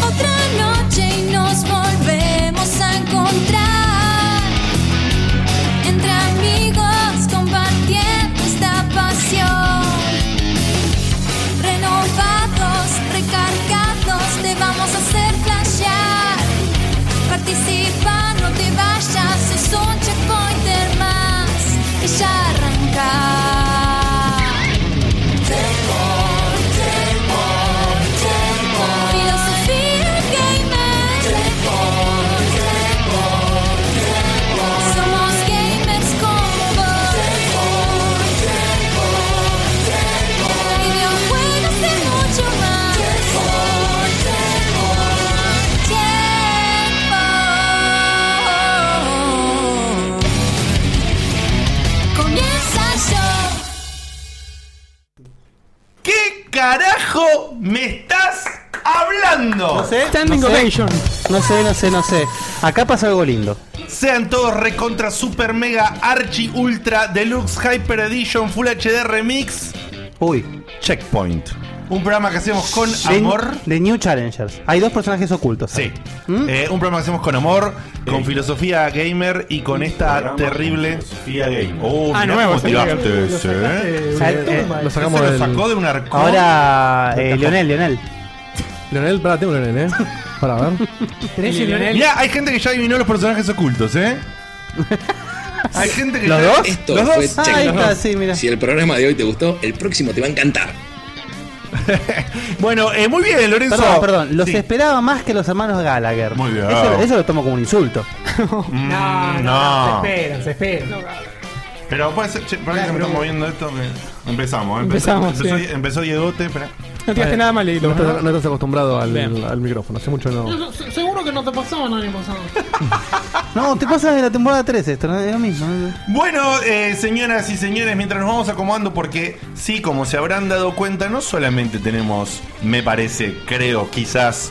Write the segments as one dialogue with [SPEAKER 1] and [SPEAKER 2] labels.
[SPEAKER 1] Otra noche y nos volvemos a encontrar entre amigos compartiendo esta pasión. Renovados, recargados, te vamos a hacer flashear. Participa, no te vayas, es un checkpointer más y ya arrancar. Filosofía gamer. Somos gamers con vos. Videojuegos y mucho más. Tiempo. Comienza yo.
[SPEAKER 2] ¿Qué carajo me estás hablando?
[SPEAKER 3] No sé, no sé. No sé, no sé, no sé. Acá pasa algo lindo.
[SPEAKER 2] Sean todos recontra super mega archi ultra deluxe hyper edition full HD remix.
[SPEAKER 3] Uy.
[SPEAKER 2] Checkpoint. Un programa que hacemos con
[SPEAKER 3] The-
[SPEAKER 2] amor.
[SPEAKER 3] The New Challengers. Hay dos personajes ocultos.
[SPEAKER 2] Sí. Eh, un programa que hacemos con amor, con filosofía gamer y con esta terrible. Filosofía gamer. Oh,
[SPEAKER 4] Ah,
[SPEAKER 2] mirá
[SPEAKER 4] nuevo,
[SPEAKER 2] cómo
[SPEAKER 4] sí,
[SPEAKER 2] tiraste
[SPEAKER 4] lo
[SPEAKER 2] ese,
[SPEAKER 4] sacaste,
[SPEAKER 2] eh.
[SPEAKER 4] eh,
[SPEAKER 3] eh,
[SPEAKER 2] Ese
[SPEAKER 5] lo sacamos
[SPEAKER 2] lo
[SPEAKER 5] del-
[SPEAKER 2] sacó de un arco.
[SPEAKER 3] Ahora, eh, Lionel, Lionel.
[SPEAKER 5] Leonel, pará, tengo Leonel, eh. Para ver.
[SPEAKER 4] ¿Tenés el Lionel?
[SPEAKER 2] Mirá, hay gente que ya adivinó los personajes ocultos, ¿eh? Hay gente que
[SPEAKER 3] ¿Los
[SPEAKER 2] ya-
[SPEAKER 3] dos?
[SPEAKER 6] Esto
[SPEAKER 2] ¿Los
[SPEAKER 6] fue
[SPEAKER 2] dos?
[SPEAKER 3] Ah,
[SPEAKER 6] Check
[SPEAKER 3] ahí
[SPEAKER 6] los
[SPEAKER 3] está,
[SPEAKER 6] dos.
[SPEAKER 3] sí, mira.
[SPEAKER 6] Si el programa de hoy te gustó, el próximo te va a encantar.
[SPEAKER 2] Bueno, eh, muy bien, Lorenzo.
[SPEAKER 3] Perdón, perdón. Los
[SPEAKER 2] Sí.
[SPEAKER 3] esperaba más que los hermanos Gallagher.
[SPEAKER 2] Muy bien. Mm.
[SPEAKER 3] Eso, eso lo tomo como un insulto.
[SPEAKER 4] No,
[SPEAKER 2] no.
[SPEAKER 4] no, Se esperan, se esperan.
[SPEAKER 2] Pero puede ser, che, pará que se me está moviendo esto. que- Empezamos, eh.
[SPEAKER 4] Empezamos,
[SPEAKER 2] Empezó,
[SPEAKER 4] sí.
[SPEAKER 2] empezó Diegote, espera.
[SPEAKER 4] No tiraste nada mal,
[SPEAKER 5] Eh, No
[SPEAKER 4] Leito.
[SPEAKER 5] estás, no estás acostumbrado al,
[SPEAKER 4] Bien.
[SPEAKER 5] al micrófono, hace mucho no.
[SPEAKER 7] Seguro que no te pasó el año pasado.
[SPEAKER 3] No, te pasa de la temporada 3 esto, ¿no? es lo mismo.
[SPEAKER 2] Bueno, eh, señoras y señores, mientras nos vamos acomodando, porque sí, como se habrán dado cuenta, no solamente tenemos, me parece, creo, quizás,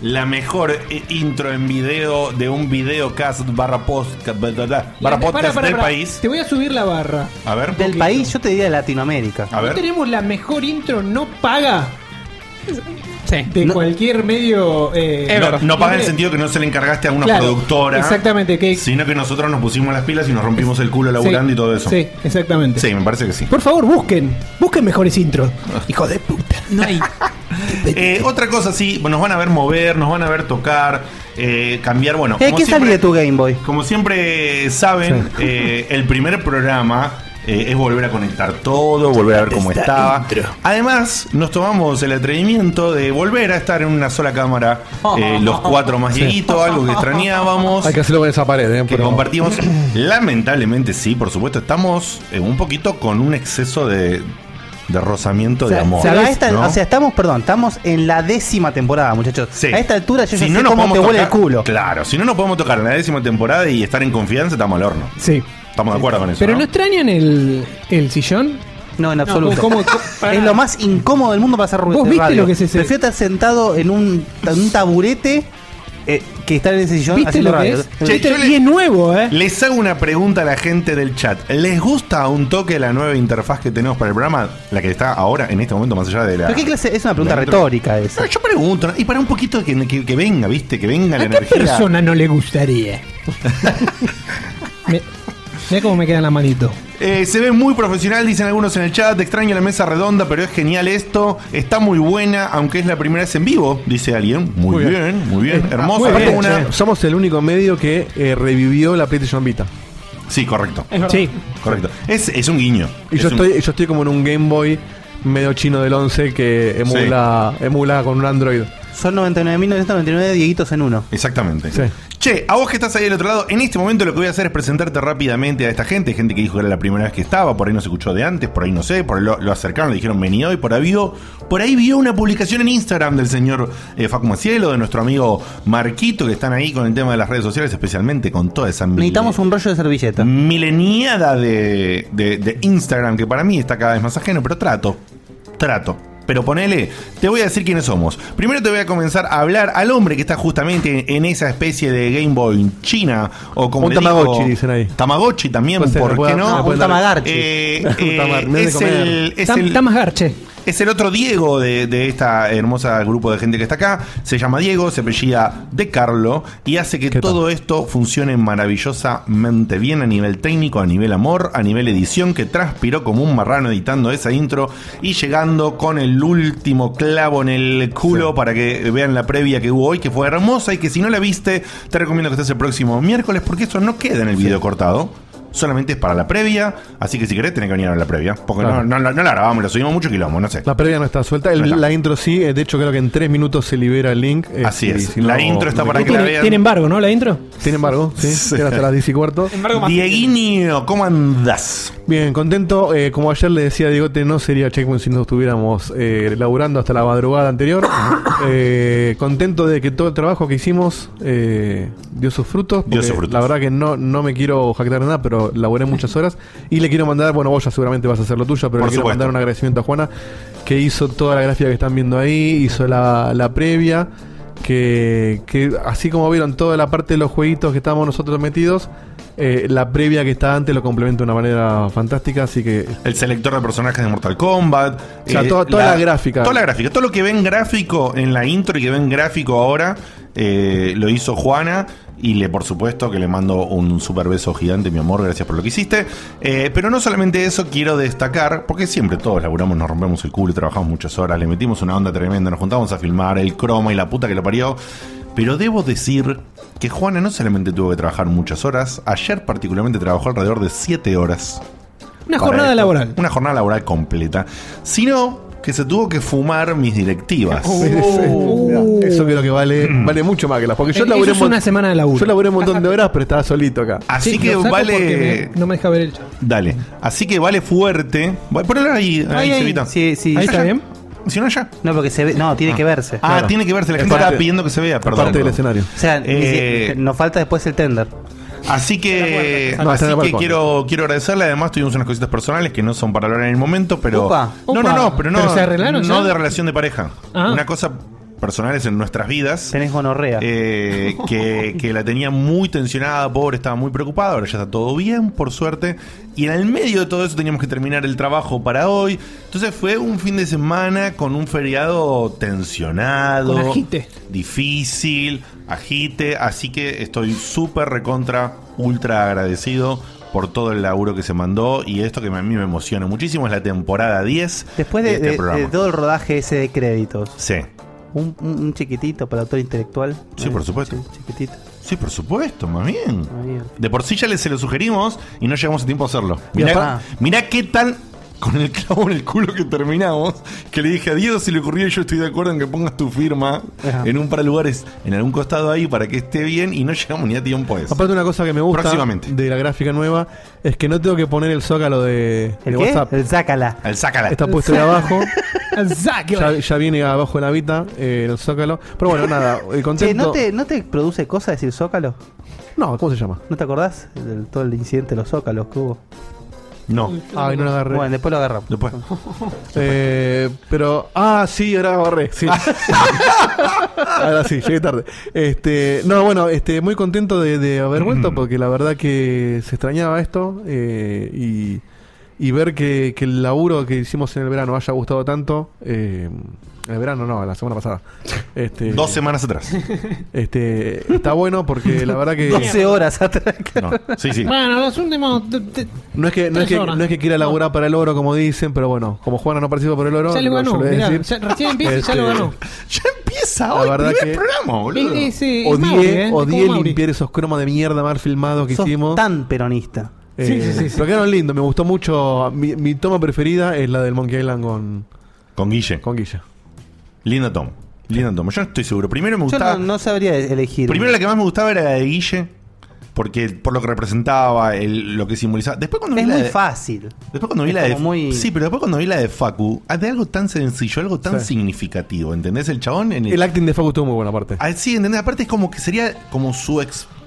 [SPEAKER 2] la mejor eh, intro en video de un videocast barra podcast, bla, bla, bla, barra
[SPEAKER 7] Para,
[SPEAKER 2] podcast
[SPEAKER 7] para,
[SPEAKER 2] del
[SPEAKER 7] para.
[SPEAKER 2] país.
[SPEAKER 7] Te voy a subir la barra.
[SPEAKER 2] A ver,
[SPEAKER 3] Del país, yo te diría de Latinoamérica.
[SPEAKER 2] a
[SPEAKER 7] ¿No
[SPEAKER 2] ver.
[SPEAKER 7] tenemos la mejor intro no paga
[SPEAKER 4] Sí.
[SPEAKER 7] de cualquier medio. eh,
[SPEAKER 2] No,
[SPEAKER 4] Ever.
[SPEAKER 2] no paga en
[SPEAKER 7] libre?
[SPEAKER 2] el sentido que no se le encargaste a una
[SPEAKER 7] Claro,
[SPEAKER 2] productora.
[SPEAKER 7] Exactamente, que.
[SPEAKER 2] Sino que nosotros nos pusimos las pilas y nos rompimos el culo laburando
[SPEAKER 7] sí,
[SPEAKER 2] y todo eso.
[SPEAKER 7] Sí, exactamente.
[SPEAKER 2] Sí, me parece que sí.
[SPEAKER 7] Por favor, busquen. Busquen mejores intros. Hijo de puta.
[SPEAKER 4] No hay.
[SPEAKER 2] Eh, otra cosa, sí, bueno, nos van a ver mover, nos van a ver tocar, eh, cambiar, bueno.
[SPEAKER 3] Eh, ¿Qué
[SPEAKER 2] siempre-
[SPEAKER 3] sale de tu Game Boy?
[SPEAKER 2] Como siempre saben, eh, el primer programa eh, es volver a conectar todo, volver a ver cómo estaba. Además, nos tomamos el atrevimiento de volver a estar en una sola cámara, eh, los cuatro más lleguitos, algo que extrañábamos.
[SPEAKER 5] Hay que hacerlo con esa pared, eh.
[SPEAKER 2] Que
[SPEAKER 5] pero-
[SPEAKER 2] compartimos, lamentablemente sí, por supuesto, estamos eh, un poquito con un exceso de, de rozamiento
[SPEAKER 3] O sea,
[SPEAKER 2] de amor.
[SPEAKER 3] o sea, a esta-
[SPEAKER 2] ¿no?
[SPEAKER 3] o sea, estamos, perdón, estamos en la décima temporada, muchachos.
[SPEAKER 2] Sí.
[SPEAKER 3] A esta altura yo
[SPEAKER 2] Si
[SPEAKER 3] ya
[SPEAKER 2] no
[SPEAKER 3] sé
[SPEAKER 2] nos
[SPEAKER 3] cómo
[SPEAKER 2] podemos
[SPEAKER 3] te huele el
[SPEAKER 2] tocar-
[SPEAKER 3] culo.
[SPEAKER 2] Claro, si no nos podemos tocar en la décima temporada y estar en confianza, estamos al horno.
[SPEAKER 7] Sí.
[SPEAKER 2] Estamos de acuerdo con eso.
[SPEAKER 7] Pero
[SPEAKER 2] ¿no?
[SPEAKER 7] no extrañan el, el sillón.
[SPEAKER 3] No, en absoluto.
[SPEAKER 7] ¿cómo- cómo-
[SPEAKER 3] es lo más incómodo del mundo para hacer ruido.
[SPEAKER 7] ¿Vos viste lo que es ese?
[SPEAKER 3] Prefiero estar sentado en un, en un taburete eh, que estar en ese sillón
[SPEAKER 7] ¿Viste
[SPEAKER 3] haciendo
[SPEAKER 7] lo que
[SPEAKER 3] radio.
[SPEAKER 7] es?
[SPEAKER 2] Che,
[SPEAKER 7] ¿Viste?
[SPEAKER 2] yo le-
[SPEAKER 7] Y es nuevo, ¿eh?
[SPEAKER 2] Les hago una pregunta a la gente del chat. ¿Les gusta un toque la nueva interfaz que tenemos para el programa? La que está ahora, en este momento, más allá de la.
[SPEAKER 3] ¿Pero qué clase? Es una pregunta
[SPEAKER 2] la intro.
[SPEAKER 3] retórica esa.
[SPEAKER 2] No, yo pregunto, ¿no? y para un poquito que, que- que venga, ¿viste? Que venga la
[SPEAKER 7] ¿A qué
[SPEAKER 2] energía.
[SPEAKER 7] persona no le gustaría? Me- Mirá cómo me queda la manito.
[SPEAKER 2] Eh, se ve muy profesional, dicen algunos en el chat. Te extraño la mesa redonda, pero es genial esto. Está muy buena, aunque es la primera vez en vivo, dice alguien. Muy,
[SPEAKER 5] Muy
[SPEAKER 2] bien,
[SPEAKER 5] bien. Eh,
[SPEAKER 2] muy bien. Hermoso.
[SPEAKER 5] Muy
[SPEAKER 2] Aparte
[SPEAKER 5] bien,
[SPEAKER 2] una-
[SPEAKER 5] che. Somos el único medio que eh, revivió la PlayStation Vita.
[SPEAKER 2] Sí, correcto.
[SPEAKER 7] Sí.
[SPEAKER 2] Correcto. Es, es un guiño.
[SPEAKER 5] Y
[SPEAKER 2] Es
[SPEAKER 5] yo
[SPEAKER 2] un-
[SPEAKER 5] estoy, yo estoy como en un Game Boy medio chino del 11 que emula, emula con un Android.
[SPEAKER 3] Son 99.999 Dieguitos en uno.
[SPEAKER 2] Exactamente. Che, a vos que estás ahí del otro lado, en este momento lo que voy a hacer es presentarte rápidamente a esta gente, gente que dijo que era la primera vez que estaba, por ahí no se escuchó de antes, por ahí no sé, por ahí lo, lo acercaron, le dijeron vení hoy, por ahí vio, por ahí vio una publicación en Instagram del señor eh, Facu Macielo, de nuestro amigo Marquito, que están ahí con el tema de las redes sociales, especialmente con toda esa mil-
[SPEAKER 3] Necesitamos un rollo de servilleta.
[SPEAKER 2] mileniada de, de- de Instagram, que para mí está cada vez más ajeno, pero trato, trato. Pero ponele, te voy a decir quiénes somos. Primero te voy a comenzar a hablar al hombre que está justamente en esa especie de Game Boy China o como
[SPEAKER 5] Un
[SPEAKER 2] le digo,
[SPEAKER 5] Tamagotchi, dicen ahí.
[SPEAKER 2] Tamagotchi también,
[SPEAKER 5] Puede ser,
[SPEAKER 2] ¿por
[SPEAKER 5] Pues, le puede
[SPEAKER 2] qué
[SPEAKER 5] dar-
[SPEAKER 2] no?
[SPEAKER 5] le pueden dar-
[SPEAKER 2] Eh,
[SPEAKER 5] Un
[SPEAKER 2] eh,
[SPEAKER 5] tamar- me
[SPEAKER 2] es
[SPEAKER 5] hace comer.
[SPEAKER 2] el- es
[SPEAKER 7] Tam-
[SPEAKER 2] el-
[SPEAKER 7] Tamasgarche.
[SPEAKER 2] es el otro Diego de, de esta hermosa grupo de gente que está acá. Se llama Diego, se apellida De Carlo y hace que
[SPEAKER 5] ¿Qué tal?
[SPEAKER 2] todo esto funcione maravillosamente bien a nivel técnico, a nivel amor, a nivel edición, que transpiró como un marrano editando esa intro y llegando con el último clavo en el culo para que vean la previa que hubo hoy, que fue hermosa y que si no la viste, te recomiendo que estés el próximo miércoles porque eso no queda en el video cortado. Solamente es para la previa, así que si querés tenés que venir a la previa, porque
[SPEAKER 5] Claro.
[SPEAKER 2] no, no- no la grabamos, la subimos mucho quilombo, no sé.
[SPEAKER 5] La previa no está suelta, el-
[SPEAKER 2] No está.
[SPEAKER 5] la intro sí, eh, de hecho creo que en tres minutos se libera el link. eh,
[SPEAKER 2] Así
[SPEAKER 5] y
[SPEAKER 2] es,
[SPEAKER 5] si
[SPEAKER 2] la
[SPEAKER 5] no-
[SPEAKER 2] intro está para que la
[SPEAKER 7] Tiene,
[SPEAKER 2] vean.
[SPEAKER 7] tiene embargo, ¿no? La intro.
[SPEAKER 5] Sin embargo, sí, era hasta las 10 y cuarto.
[SPEAKER 4] Embargo, más-
[SPEAKER 2] Dieguinho, ¿cómo andás?
[SPEAKER 5] Bien, contento. eh, como ayer le decía a Digote, no sería Checkpoint si no estuviéramos eh, laburando hasta la madrugada anterior. Eh, contento de que todo el trabajo que hicimos eh, dio sus frutos.
[SPEAKER 2] Dio
[SPEAKER 5] porque
[SPEAKER 2] sus frutos.
[SPEAKER 5] La verdad que no, no me quiero jactar de nada, pero laburé muchas horas. Y le quiero mandar, bueno, vos ya seguramente vas a hacer lo tuyo, pero
[SPEAKER 2] Por
[SPEAKER 5] le quiero
[SPEAKER 2] supuesto.
[SPEAKER 5] mandar un agradecimiento a Juana, que hizo toda la gráfica que están viendo ahí, hizo la, la previa. Que, que así como vieron toda la parte de los jueguitos que estábamos nosotros metidos, eh, la previa que está antes lo complementa de una manera fantástica, así que
[SPEAKER 2] El selector de personajes de Mortal Kombat.
[SPEAKER 5] O sea, toda- toda la gráfica.
[SPEAKER 2] Toda la gráfica. Todo lo que ven gráfico en la intro y que ven gráfico ahora, eh, lo hizo Juana. Y le, por supuesto, que le mando un super beso gigante, mi amor, gracias por lo que hiciste. Eh, pero no solamente eso, quiero destacar, porque siempre todos laburamos, nos rompemos el culo, trabajamos muchas horas, le metimos una onda tremenda, nos juntamos a filmar el croma y la puta que lo parió. Pero debo decir que Juana no solamente tuvo que trabajar muchas horas, ayer particularmente trabajó alrededor de 7 horas
[SPEAKER 7] Una
[SPEAKER 2] para
[SPEAKER 7] jornada
[SPEAKER 2] esto.
[SPEAKER 7] laboral.
[SPEAKER 2] Una jornada laboral completa. Sino que se tuvo que fumar mis directivas.
[SPEAKER 5] Uh,
[SPEAKER 3] Uh.
[SPEAKER 2] Mm.
[SPEAKER 5] Mirá, eso creo que vale vale mucho más que las. Porque yo
[SPEAKER 7] Eh, eso
[SPEAKER 5] laburé,
[SPEAKER 7] es
[SPEAKER 5] un mon-
[SPEAKER 7] una semana de laburo.
[SPEAKER 5] yo laburé un montón de horas, pero estaba solito acá.
[SPEAKER 2] Así
[SPEAKER 7] Sí,
[SPEAKER 2] que
[SPEAKER 7] lo saco
[SPEAKER 2] vale.
[SPEAKER 7] porque me- no me deja ver el chat.
[SPEAKER 2] Dale. Así que vale fuerte. Va- Ponelo ahí, ahí,
[SPEAKER 3] Ahí, ahí.
[SPEAKER 2] Cevita.
[SPEAKER 3] Sí, sí.
[SPEAKER 7] Ahí
[SPEAKER 2] Ya,
[SPEAKER 7] está
[SPEAKER 2] ya.
[SPEAKER 7] bien.
[SPEAKER 2] Si no, ya.
[SPEAKER 3] No, porque se ve, no, tiene que verse.
[SPEAKER 2] Ah, tiene que verse. La
[SPEAKER 5] Es
[SPEAKER 2] gente estaba
[SPEAKER 5] parte-
[SPEAKER 2] pidiendo que se vea, perdón.
[SPEAKER 5] parte del escenario.
[SPEAKER 3] O sea, ni
[SPEAKER 2] Eh,
[SPEAKER 3] si- nos falta después el tender.
[SPEAKER 2] Así que,
[SPEAKER 5] No,
[SPEAKER 2] así
[SPEAKER 5] está en el
[SPEAKER 2] que
[SPEAKER 5] balcón.
[SPEAKER 2] quiero, quiero agradecerle. Además, tuvimos unas cositas personales que no son para hablar en el momento, pero.
[SPEAKER 3] Opa,
[SPEAKER 2] no,
[SPEAKER 7] opa.
[SPEAKER 2] no, no, pero no.
[SPEAKER 7] ¿Pero se arreglaron
[SPEAKER 2] no
[SPEAKER 7] ya?
[SPEAKER 2] de relación de pareja.
[SPEAKER 7] Ah.
[SPEAKER 2] Una cosa personales en nuestras vidas.
[SPEAKER 3] Tenés gonorrea.
[SPEAKER 2] Eh, que, que la tenía muy tensionada, pobre, estaba muy preocupada, ahora ya está todo bien, por suerte. Y en el medio de todo eso teníamos que terminar el trabajo para hoy. Entonces fue un fin de semana con un feriado tensionado,
[SPEAKER 7] Con agite.
[SPEAKER 2] difícil, agite. Así que estoy súper recontra, ultra agradecido por todo el laburo que se mandó. Y esto que a mí me emociona muchísimo es la temporada 10
[SPEAKER 3] Después de,
[SPEAKER 2] este
[SPEAKER 3] de-
[SPEAKER 2] programa.
[SPEAKER 3] de todo el rodaje ese de créditos,
[SPEAKER 2] Sí,
[SPEAKER 3] un, un- un chiquitito para autor intelectual.
[SPEAKER 2] Sí, por supuesto.
[SPEAKER 3] chi- Chiquitito.
[SPEAKER 2] sí, por supuesto, más bien.
[SPEAKER 3] Muy bien.
[SPEAKER 2] De por sí ya les se lo sugerimos y no llegamos a tiempo a hacerlo. Mirá,
[SPEAKER 3] aparte-
[SPEAKER 2] mirá qué tan con el clavo en el culo que terminamos, que le dije a Diego si le ocurrió y yo estoy de acuerdo en que pongas tu firma
[SPEAKER 3] Ajá.
[SPEAKER 2] en un par de lugares, en algún costado ahí para que esté bien y no llegamos ni a tiempo a eso.
[SPEAKER 5] Aparte, una cosa que me gusta
[SPEAKER 2] Próximamente.
[SPEAKER 5] de la gráfica nueva es que no tengo que poner el zócalo de, de
[SPEAKER 3] ¿El qué?
[SPEAKER 5] WhatsApp.
[SPEAKER 3] El sácala.
[SPEAKER 2] Al sácala.
[SPEAKER 5] Está puesto de abajo.
[SPEAKER 7] Zack,
[SPEAKER 5] Ya, ya viene abajo de la vita, eh, el zócalo. Pero bueno, nada, eh,
[SPEAKER 3] Che,
[SPEAKER 5] contento.
[SPEAKER 3] ¿no, te, ¿No te produce cosa decir zócalo?
[SPEAKER 5] No, ¿cómo se llama?
[SPEAKER 3] ¿No te acordás del todo el incidente de los zócalos que hubo?
[SPEAKER 2] No.
[SPEAKER 5] Ay, no lo agarré.
[SPEAKER 3] Bueno, después lo agarramos.
[SPEAKER 2] Después.
[SPEAKER 5] Eh, pero. Ah, sí, ahora agarré. Sí.
[SPEAKER 3] Ah.
[SPEAKER 5] ahora sí, llegué tarde. Este, no, bueno, este, muy contento de, de haber
[SPEAKER 3] Mm.
[SPEAKER 5] vuelto porque la verdad que se extrañaba esto eh, y, y ver que, que el laburo que hicimos en el verano haya gustado tanto. eh, el verano no, la semana pasada. Este,
[SPEAKER 2] Dos semanas atrás.
[SPEAKER 5] Este, está bueno porque la verdad que.
[SPEAKER 3] 12 horas atrás.
[SPEAKER 2] No. Sí, sí.
[SPEAKER 7] Bueno, los últimos. te- te-
[SPEAKER 5] No es que, no es que,
[SPEAKER 7] Tres horas.
[SPEAKER 5] no es que quiera laburar para el oro, como dicen, pero bueno, como Juana no participa por el oro,
[SPEAKER 7] ya
[SPEAKER 5] no,
[SPEAKER 7] lo
[SPEAKER 5] yo
[SPEAKER 7] ganó.
[SPEAKER 5] le voy a
[SPEAKER 7] mirá,
[SPEAKER 5] decir.
[SPEAKER 7] ya- recién empieza y ya lo
[SPEAKER 5] Este,
[SPEAKER 7] ganó.
[SPEAKER 2] Ya empieza
[SPEAKER 5] La
[SPEAKER 2] hoy
[SPEAKER 5] verdad
[SPEAKER 2] primer
[SPEAKER 5] que-
[SPEAKER 2] programa, boludo.
[SPEAKER 7] Es- es- es Mauri, ¿eh?
[SPEAKER 5] Odié,
[SPEAKER 7] Es
[SPEAKER 5] odié
[SPEAKER 7] como Mauri.
[SPEAKER 5] limpiar esos cromas de mierda mal filmados que
[SPEAKER 3] Sos
[SPEAKER 5] hicimos.
[SPEAKER 3] tan peronista.
[SPEAKER 5] Eh,
[SPEAKER 7] Sí, sí, sí, sí.
[SPEAKER 5] Pero quedaron lindos, me gustó mucho. Mi, mi toma preferida es la del Monkey Island con,
[SPEAKER 2] Con Guille.
[SPEAKER 5] con Guilla.
[SPEAKER 2] Lindo Tom. Linda Tomo. Yo no estoy seguro. Primero me
[SPEAKER 3] Yo
[SPEAKER 2] gustaba.
[SPEAKER 3] no, no sabría elegir.
[SPEAKER 2] Primero la que más me gustaba era la de Guille. Porque por lo que representaba, el- lo que simbolizaba. Después cuando
[SPEAKER 3] es
[SPEAKER 2] vi la
[SPEAKER 3] muy
[SPEAKER 2] de-
[SPEAKER 3] fácil.
[SPEAKER 2] Después cuando vi
[SPEAKER 3] Es
[SPEAKER 2] la de
[SPEAKER 3] como muy-
[SPEAKER 2] Sí, pero después cuando vi la de Facu, ah, de algo tan sencillo, algo tan
[SPEAKER 5] Sí.
[SPEAKER 2] significativo, ¿entendés? El chabón en
[SPEAKER 5] El acting de Facu estuvo muy buena parte.
[SPEAKER 2] Ah, Sí, ¿entendés? Aparte es como que sería como su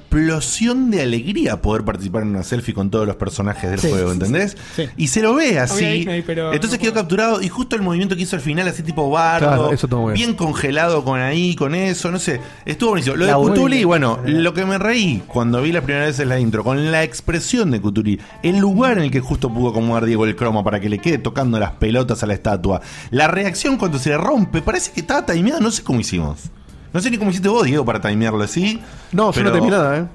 [SPEAKER 2] explosión de alegría poder participar en una selfie con todos los personajes del juego, ¿entendés?
[SPEAKER 4] sí.
[SPEAKER 2] Y se lo ve así.
[SPEAKER 4] Había Disney, pero
[SPEAKER 2] Entonces
[SPEAKER 4] no
[SPEAKER 2] quedó
[SPEAKER 4] puedo.
[SPEAKER 2] capturado y justo el movimiento que hizo al final, así tipo bardo,
[SPEAKER 5] Claro, eso estuvo muy
[SPEAKER 2] bien.
[SPEAKER 5] bien.
[SPEAKER 2] congelado con ahí, con eso, no sé. Estuvo buenísimo. Lo
[SPEAKER 3] La
[SPEAKER 2] de
[SPEAKER 3] muy
[SPEAKER 2] Cutuli,
[SPEAKER 3] bien.
[SPEAKER 2] bueno, lo que me reí cuando vi la primera vez es la intro, con la expresión de Cutuli, el lugar en el que justo pudo acomodar Diego el croma para que le quede tocando las pelotas a la estatua, la reacción cuando se le rompe, parece que estaba timeado, no sé cómo hicimos. No sé ni cómo hiciste vos, Diego, para timearlo así.
[SPEAKER 5] No, yo
[SPEAKER 2] Pero-
[SPEAKER 5] no terminé nada, ¿eh?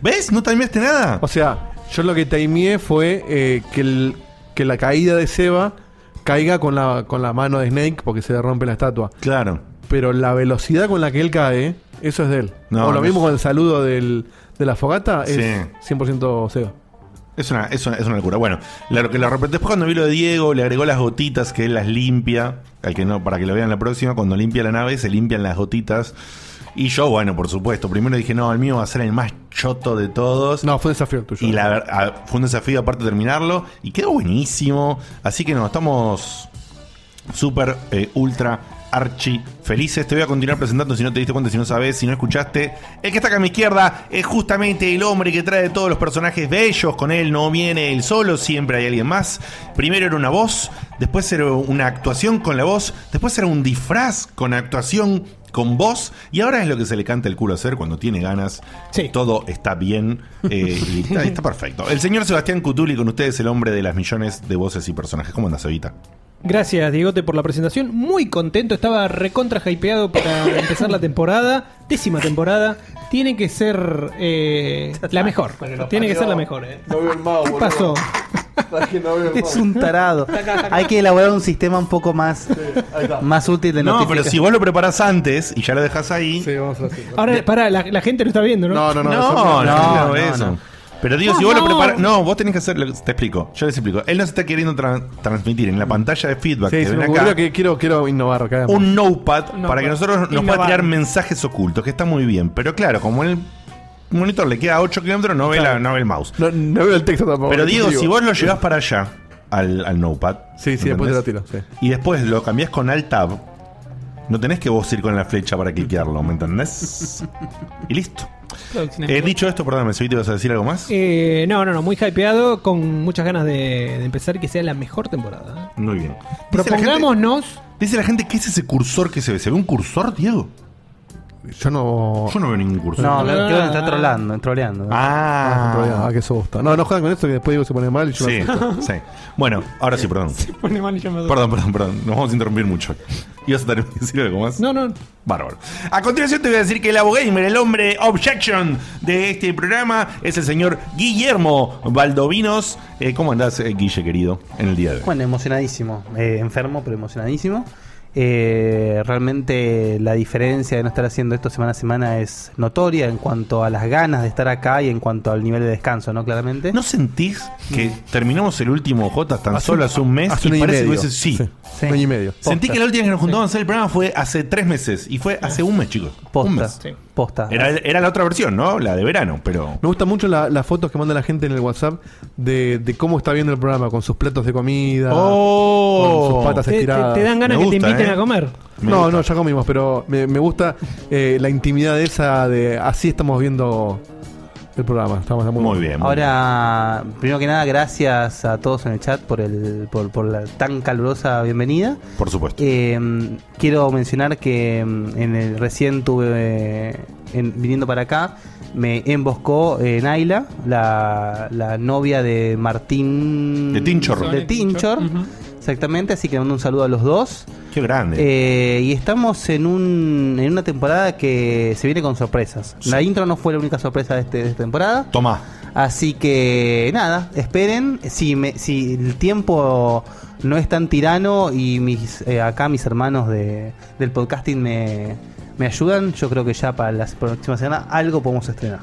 [SPEAKER 2] ¿Ves? ¿No timeaste nada?
[SPEAKER 5] O sea, yo lo que taimié fue eh, que, el- que la caída de Seba caiga con la, con la mano de Snake porque se le rompe la estatua.
[SPEAKER 2] Claro.
[SPEAKER 5] Pero la velocidad con la que él cae, eso es de él.
[SPEAKER 2] No,
[SPEAKER 5] o
[SPEAKER 2] no
[SPEAKER 5] lo mismo
[SPEAKER 2] es-
[SPEAKER 5] con el saludo del, de la fogata, es
[SPEAKER 2] Sí.
[SPEAKER 5] 100% Seba.
[SPEAKER 2] Es una, es, una, es una locura. Bueno, la, que la, repre- después cuando vi lo de Diego, le agregó las gotitas que él las limpia. Al que no, para que lo vean la próxima, cuando limpia la nave, se limpian las gotitas. Y yo, bueno, por supuesto, primero dije, no, el mío va a ser el más choto de todos.
[SPEAKER 5] No, fue un desafío el tuyo.
[SPEAKER 2] Y la, ver- a- fue un desafío aparte terminarlo. Y quedó buenísimo. Así que nos estamos súper, eh, ultra, archi felices. Te voy a continuar presentando si no te diste cuenta, si no sabes, si no escuchaste. El que está acá a mi izquierda es justamente el hombre que trae todos los personajes bellos. Con él no viene él solo, siempre hay alguien más. Primero era una voz, después era una actuación con la voz, después era un disfraz con actuación con voz. Y ahora es lo que se le canta el culo hacer cuando tiene ganas.
[SPEAKER 4] Sí.
[SPEAKER 2] Todo está bien eh, y está, está perfecto. El señor Sebastián Cutuli con ustedes, el hombre de las millones de voces y personajes. ¿Cómo andas, Evita?
[SPEAKER 7] Gracias, Diegote, por la presentación. Muy contento, estaba recontra hypeado para empezar la temporada. Décima temporada. Tiene que ser eh, la mejor. Tiene que ser la mejor. eh.
[SPEAKER 5] No veo el mago,
[SPEAKER 7] ¿Qué pasó?
[SPEAKER 3] Es un tarado. Hay que elaborar un sistema un poco más, más útil de
[SPEAKER 2] No, pero
[SPEAKER 3] notificación.
[SPEAKER 2] si vos lo preparás antes y ya lo dejas ahí.
[SPEAKER 5] Sí, vamos a hacer así.
[SPEAKER 7] Ahora, pará, la, la gente lo está viendo, ¿no?
[SPEAKER 5] No, no, no.
[SPEAKER 2] No,
[SPEAKER 5] eso-
[SPEAKER 2] no, no,
[SPEAKER 3] no, no,
[SPEAKER 2] eso.
[SPEAKER 3] no.
[SPEAKER 2] Pero digo,
[SPEAKER 7] Por
[SPEAKER 2] si vos lo
[SPEAKER 7] favor.
[SPEAKER 2] preparás. No, vos tenés que hacer. lo que- Te explico. Yo les explico. Él nos está queriendo tra- transmitir en la pantalla de feedback
[SPEAKER 5] Sí,
[SPEAKER 2] que
[SPEAKER 5] se
[SPEAKER 2] ven
[SPEAKER 5] me
[SPEAKER 2] acá.
[SPEAKER 5] ocurrió que quiero, quiero innovar acá.
[SPEAKER 2] un notepad
[SPEAKER 4] Un
[SPEAKER 2] para que
[SPEAKER 4] notepad.
[SPEAKER 2] nosotros nos pueda
[SPEAKER 4] Innovar.
[SPEAKER 2] tirar mensajes ocultos, que está muy bien. Pero claro, como el monitor le queda a 8 kilómetros, no, ve la- no ve el mouse.
[SPEAKER 5] No, no veo el texto tampoco.
[SPEAKER 2] Pero Diego,
[SPEAKER 5] Digo.
[SPEAKER 2] si vos lo llevás para allá, al, al notepad.
[SPEAKER 5] Sí, sí, después te lo
[SPEAKER 2] ¿entendés?
[SPEAKER 5] tiro. sí.
[SPEAKER 2] Y después lo cambiás con alt tab. No tenés que vos ir con la flecha para cliquearlo, ¿me entendés? y listo. Eh, dicho esto, perdóname, si te vas a decir algo más.
[SPEAKER 7] Eh, no, no, no, muy hypeado, con muchas ganas de, de empezar y que sea la mejor temporada.
[SPEAKER 2] Muy bien. Dice la, gente,
[SPEAKER 7] Propongámonos.
[SPEAKER 2] dice la gente, ¿qué es ese cursor que se ve? ¿Se ve un cursor, Diego?
[SPEAKER 5] Yo no.
[SPEAKER 2] Yo no veo ningún cursor.
[SPEAKER 3] No, lo- creo que está trolando, troleando.
[SPEAKER 5] Ah,
[SPEAKER 2] Ah,
[SPEAKER 5] todavía, ah, qué sosta. No, no juegan con esto que después Diego se pone mal y yo me
[SPEAKER 2] sí,
[SPEAKER 5] asusto.
[SPEAKER 2] sí. Bueno, ahora sí, perdón.
[SPEAKER 4] Pone mal y yo me asusto.
[SPEAKER 2] Perdón, perdón, perdón. Nos vamos a interrumpir mucho. ¿Ibas a tener que decir algo más?
[SPEAKER 7] No, no.
[SPEAKER 2] Bárbaro. A continuación te voy a decir que el abogamer, el hombre objection de este programa, es el señor Guillermo Valdovinos. Eh, ¿Cómo andás, eh, Guille, querido, en el día de hoy?
[SPEAKER 3] Bueno, emocionadísimo. Eh, enfermo, pero emocionadísimo. Eh, realmente la diferencia de no estar haciendo esto semana a semana es notoria en cuanto a las ganas de estar acá y en cuanto al nivel de descanso, ¿no? Claramente.
[SPEAKER 2] ¿No sentís que terminamos el último J tan solo hace un mes
[SPEAKER 5] Hace
[SPEAKER 2] y
[SPEAKER 5] un año y
[SPEAKER 2] parece que
[SPEAKER 5] medio.
[SPEAKER 2] hubiese- sí.
[SPEAKER 3] Sí.
[SPEAKER 5] Un año y medio.
[SPEAKER 2] Sentí que la última vez que nos juntamos a hacer el programa fue hace tres meses y fue hace un mes, chicos. Un
[SPEAKER 3] Posta.
[SPEAKER 2] mes.
[SPEAKER 3] Posta.
[SPEAKER 2] Era, era la otra versión, ¿no? La de verano, pero.
[SPEAKER 5] Me gustan mucho la- las fotos que manda la gente en el WhatsApp de, de cómo está viendo el programa, con sus platos de comida, con sus patas
[SPEAKER 7] Oh. Te, te-
[SPEAKER 5] estiradas.
[SPEAKER 7] te dan ganas
[SPEAKER 2] Me
[SPEAKER 7] que
[SPEAKER 2] gusta,
[SPEAKER 7] te inviten
[SPEAKER 2] eh.
[SPEAKER 7] a comer.
[SPEAKER 2] Me
[SPEAKER 5] no,
[SPEAKER 2] gusta.
[SPEAKER 5] no, ya comimos, pero me, me gusta eh, la intimidad esa de así estamos viendo el programa. Estamos está
[SPEAKER 2] Muy
[SPEAKER 5] bueno.
[SPEAKER 2] bien. muy
[SPEAKER 3] Ahora, primero que nada, gracias a todos en el chat por, el, por, por la tan calurosa bienvenida.
[SPEAKER 2] bien. Por supuesto.
[SPEAKER 3] Eh, quiero mencionar que mm, en el, recién tuve, eh, en- viniendo para acá, me emboscó eh, Naila, la, la novia de Martín...
[SPEAKER 2] De Tinchor.
[SPEAKER 3] De Tinchor,
[SPEAKER 4] Ujú.
[SPEAKER 3] exactamente, así que le mando un saludo a los dos.
[SPEAKER 2] Qué grande.
[SPEAKER 3] Eh, y estamos en, un, en una temporada que se viene con sorpresas. La intro no fue la única sorpresa de, este- de esta temporada.
[SPEAKER 2] Tomá.
[SPEAKER 3] Así que nada, esperen. Si, me, si el tiempo no es tan tirano y mis eh, acá mis hermanos de, del podcasting me, me ayudan, yo creo que ya para las próximas semanas algo podemos estrenar.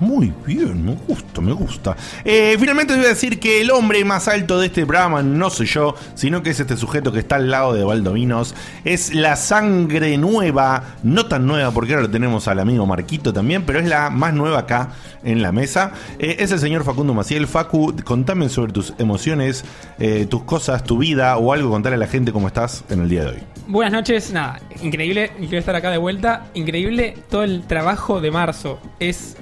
[SPEAKER 2] Muy bien, me gusta, me gusta. Eh, finalmente voy a decir que el hombre más alto de este programa no soy yo, sino que es este sujeto que está al lado de Valdovinos. Es la sangre nueva, no tan nueva porque ahora lo tenemos al amigo Marquito también, pero es la más nueva acá en la mesa. Eh, es el señor Facundo Maciel. Facu, contame sobre tus emociones, eh, tus cosas, tu vida o algo, contarle a la gente cómo estás en el día de hoy.
[SPEAKER 8] Buenas noches, nada, increíble, quiero estar acá de vuelta, increíble todo el trabajo de marzo, es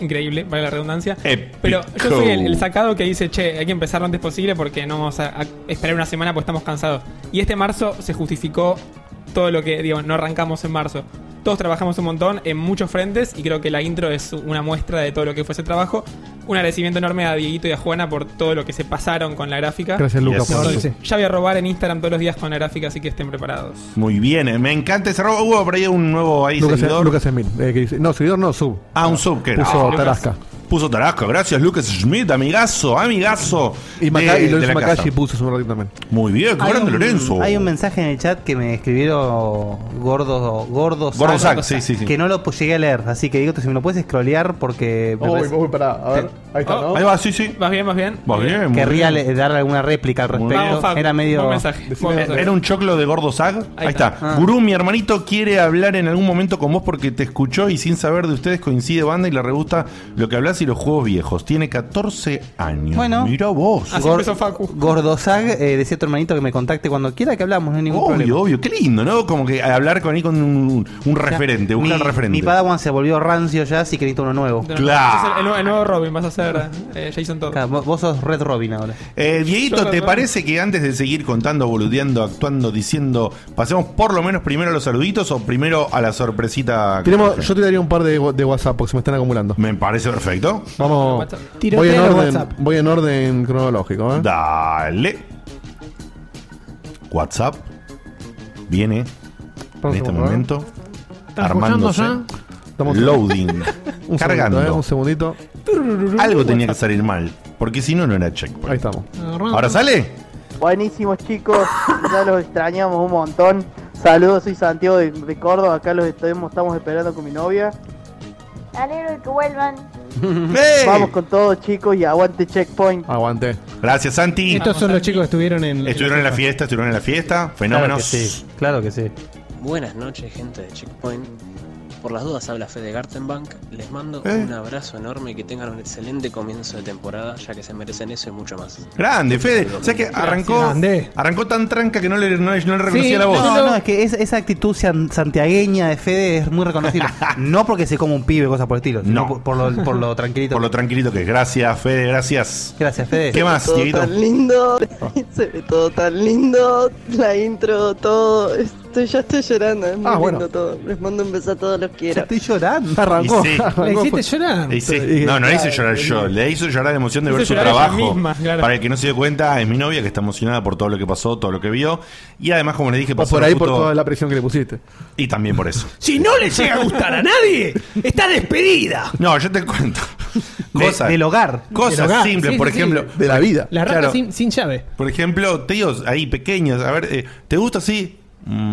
[SPEAKER 8] increíble, vale la redundancia, pero yo soy el, el sacado que dice, che, hay que empezar lo antes posible porque no vamos a, a esperar una semana porque estamos cansados. Y este marzo se justificó todo lo que, digo, no arrancamos en marzo. Todos trabajamos un montón en muchos frentes y creo que la intro es una muestra de todo lo que fue ese trabajo. Un agradecimiento enorme a Dieguito y a Juana por todo lo que se pasaron con la gráfica.
[SPEAKER 5] Gracias, Luca, Yes. por
[SPEAKER 8] La verdad
[SPEAKER 5] eso.
[SPEAKER 8] que sí. Ya voy a robar en Instagram todos los días con la gráfica, así que estén preparados.
[SPEAKER 2] Muy bien, eh, me encanta ese robo. Hubo por ahí un nuevo ahí
[SPEAKER 5] Lucas,
[SPEAKER 2] seguidor.
[SPEAKER 5] Lucas Emil, eh, que dice- no, seguidor no, sub.
[SPEAKER 2] Ah, un sub que era.
[SPEAKER 5] Puso
[SPEAKER 2] Ah, Lucas.
[SPEAKER 5] Tarasca.
[SPEAKER 2] Puso Tarasca, gracias Lucas Schmidt, amigazo, amigazo.
[SPEAKER 5] Y, Maca,
[SPEAKER 2] Maca
[SPEAKER 5] y Lorenzo Macalli puso hace un ratito también.
[SPEAKER 2] Muy bien, qué grande Eh, Lorenzo.
[SPEAKER 3] hay un mensaje en el chat que me escribieron gordos gordos
[SPEAKER 2] Gordo Sac, sí, sí, sí.
[SPEAKER 3] que no lo pu- llegué a leer, así que digo, si me lo puedes scrollear porque me parece-
[SPEAKER 5] pará, a ver. Ahí
[SPEAKER 7] Ah,
[SPEAKER 5] está,
[SPEAKER 2] Ahí va, sí, sí.
[SPEAKER 8] ¿Vas bien, vas bien?
[SPEAKER 2] Va bien, muy
[SPEAKER 3] querría
[SPEAKER 2] bien.
[SPEAKER 3] le- darle alguna réplica al respecto.
[SPEAKER 8] Vamos, Facu,
[SPEAKER 3] Era medio
[SPEAKER 8] buen mensaje, buen
[SPEAKER 5] Decime-
[SPEAKER 8] mensaje.
[SPEAKER 2] Era un choclo de gordo sag. Ahí,
[SPEAKER 8] Ahí está.
[SPEAKER 2] está. Gurú, mi hermanito quiere hablar en algún momento con vos porque te escuchó y sin saber de ustedes coincide banda y le re gusta lo que hablas y los juegos viejos. Tiene 14 años.
[SPEAKER 3] Bueno.
[SPEAKER 2] Mira vos.
[SPEAKER 8] Así empezó Facu.
[SPEAKER 3] Gordosag, eh, decía tu hermanito que me contacte cuando quiera que hablamos, no hay ningún
[SPEAKER 2] Obvio,
[SPEAKER 3] problema.
[SPEAKER 2] obvio. Qué lindo, ¿no? Como que hablar con ahí con un, un
[SPEAKER 3] O sea,
[SPEAKER 2] referente, un
[SPEAKER 3] mi,
[SPEAKER 2] gran referente.
[SPEAKER 3] Mi Padawan se volvió rancio ya, así que necesito uno nuevo.
[SPEAKER 8] Entonces,
[SPEAKER 2] Claro.
[SPEAKER 8] El, nue- el nuevo Robin, vas a ser eh, Jason Todd.
[SPEAKER 3] Acá, vos vos sos Red Robin ahora.
[SPEAKER 2] Eh, Dieguito,
[SPEAKER 8] Yo
[SPEAKER 2] ¿te
[SPEAKER 8] no-
[SPEAKER 2] parece que antes de seguir contando, boludeando, actuando, diciendo, pasemos por lo menos primero a los saluditos o primero a la sorpresita? que
[SPEAKER 5] Tenemos,
[SPEAKER 2] traje?
[SPEAKER 5] yo te daría un par de, wa- de WhatsApp porque se me están acumulando.
[SPEAKER 2] Me parece perfecto.
[SPEAKER 5] Vamos.
[SPEAKER 8] WhatsApp.
[SPEAKER 5] Voy en,
[SPEAKER 7] Tiroteo en
[SPEAKER 5] orden,
[SPEAKER 7] WhatsApp.
[SPEAKER 5] voy en orden cronológico, ¿eh?
[SPEAKER 2] Dale. WhatsApp viene en este momento armándose.
[SPEAKER 5] ¿eh? Estamos-
[SPEAKER 2] Loading.
[SPEAKER 5] un
[SPEAKER 2] cargando.
[SPEAKER 5] Segundito, ¿eh? Un segundito.
[SPEAKER 2] Algo tenía que salir mal, porque si no, no era checkpoint.
[SPEAKER 5] Ahí estamos.
[SPEAKER 2] ¿Ahora sale?
[SPEAKER 9] Buenísimos chicos, ya los extrañamos un montón. Saludos, soy Santiago de, de Córdoba, acá los estamos, estamos esperando con mi novia.
[SPEAKER 1] Me alegro de que vuelvan.
[SPEAKER 2] ¡Ey!
[SPEAKER 9] Vamos con todo chicos y aguante checkpoint.
[SPEAKER 5] Aguante.
[SPEAKER 2] Gracias, Santi.
[SPEAKER 7] Estos son los chicos que estuvieron en.
[SPEAKER 2] Estuvieron en la fiesta, estuvieron en la fiesta. Fenómenos.
[SPEAKER 3] Claro que sí. Claro que sí.
[SPEAKER 10] Buenas noches, gente de Checkpoint. Por las dudas habla Fede Gartenbank. Les mando
[SPEAKER 2] Eh.
[SPEAKER 10] un abrazo enorme y que tengan un excelente comienzo de temporada, ya que se merecen eso y mucho más.
[SPEAKER 2] Grande, Fede. O sea que arrancó,
[SPEAKER 7] Grande.
[SPEAKER 2] arrancó tan tranca que no le, no, le- no le reconocía
[SPEAKER 7] Sí,
[SPEAKER 2] la voz.
[SPEAKER 3] No,
[SPEAKER 7] Solo-
[SPEAKER 3] no, es que es- esa actitud san- santiagueña de Fede es muy reconocible. no porque se come un pibe, cosas por el estilo, sino
[SPEAKER 2] Ah. No.
[SPEAKER 3] por, por lo, por lo tranquilito.
[SPEAKER 2] Por lo tranquilito que es. Gracias, Fede, gracias.
[SPEAKER 3] Gracias, Fede.
[SPEAKER 2] ¿Qué más,
[SPEAKER 9] todo
[SPEAKER 2] Dieguito?
[SPEAKER 9] tan lindo, se ve todo tan lindo, la intro, todo. Estoy, ya estoy llorando, es muy
[SPEAKER 5] Ah,
[SPEAKER 9] lindo
[SPEAKER 5] bueno.
[SPEAKER 9] todo. Les mando un beso a todos los quiero.
[SPEAKER 3] Estoy llorando.
[SPEAKER 5] Arrancó.
[SPEAKER 2] Y sí.
[SPEAKER 5] arrancó.
[SPEAKER 7] La hiciste llorar.
[SPEAKER 2] Y sí. No, no le hice llorar yo, le hizo llorar la emoción de
[SPEAKER 8] Hizo
[SPEAKER 2] ver su
[SPEAKER 8] llorar ella
[SPEAKER 2] trabajo.
[SPEAKER 8] misma, claro.
[SPEAKER 2] Para el que no se dio cuenta, es mi novia que está emocionada por todo lo que pasó, todo lo que vio. Y además, como le dije,
[SPEAKER 5] O
[SPEAKER 2] pasó
[SPEAKER 5] por ahí por toda
[SPEAKER 2] la...
[SPEAKER 5] la presión que le pusiste.
[SPEAKER 2] Y también por eso.
[SPEAKER 7] Si no le llega a gustar a nadie, está despedida.
[SPEAKER 2] No, yo te cuento.
[SPEAKER 3] De-
[SPEAKER 2] Cosas,
[SPEAKER 3] del hogar.
[SPEAKER 2] cosas
[SPEAKER 7] Del hogar.
[SPEAKER 2] simples,
[SPEAKER 7] Sí,
[SPEAKER 2] por
[SPEAKER 7] sí,
[SPEAKER 2] ejemplo.
[SPEAKER 5] De la vida.
[SPEAKER 7] La rata
[SPEAKER 2] Claro.
[SPEAKER 7] sin, sin llave.
[SPEAKER 2] Por ejemplo, tíos ahí pequeños, a ver, eh, ¿te gusta así?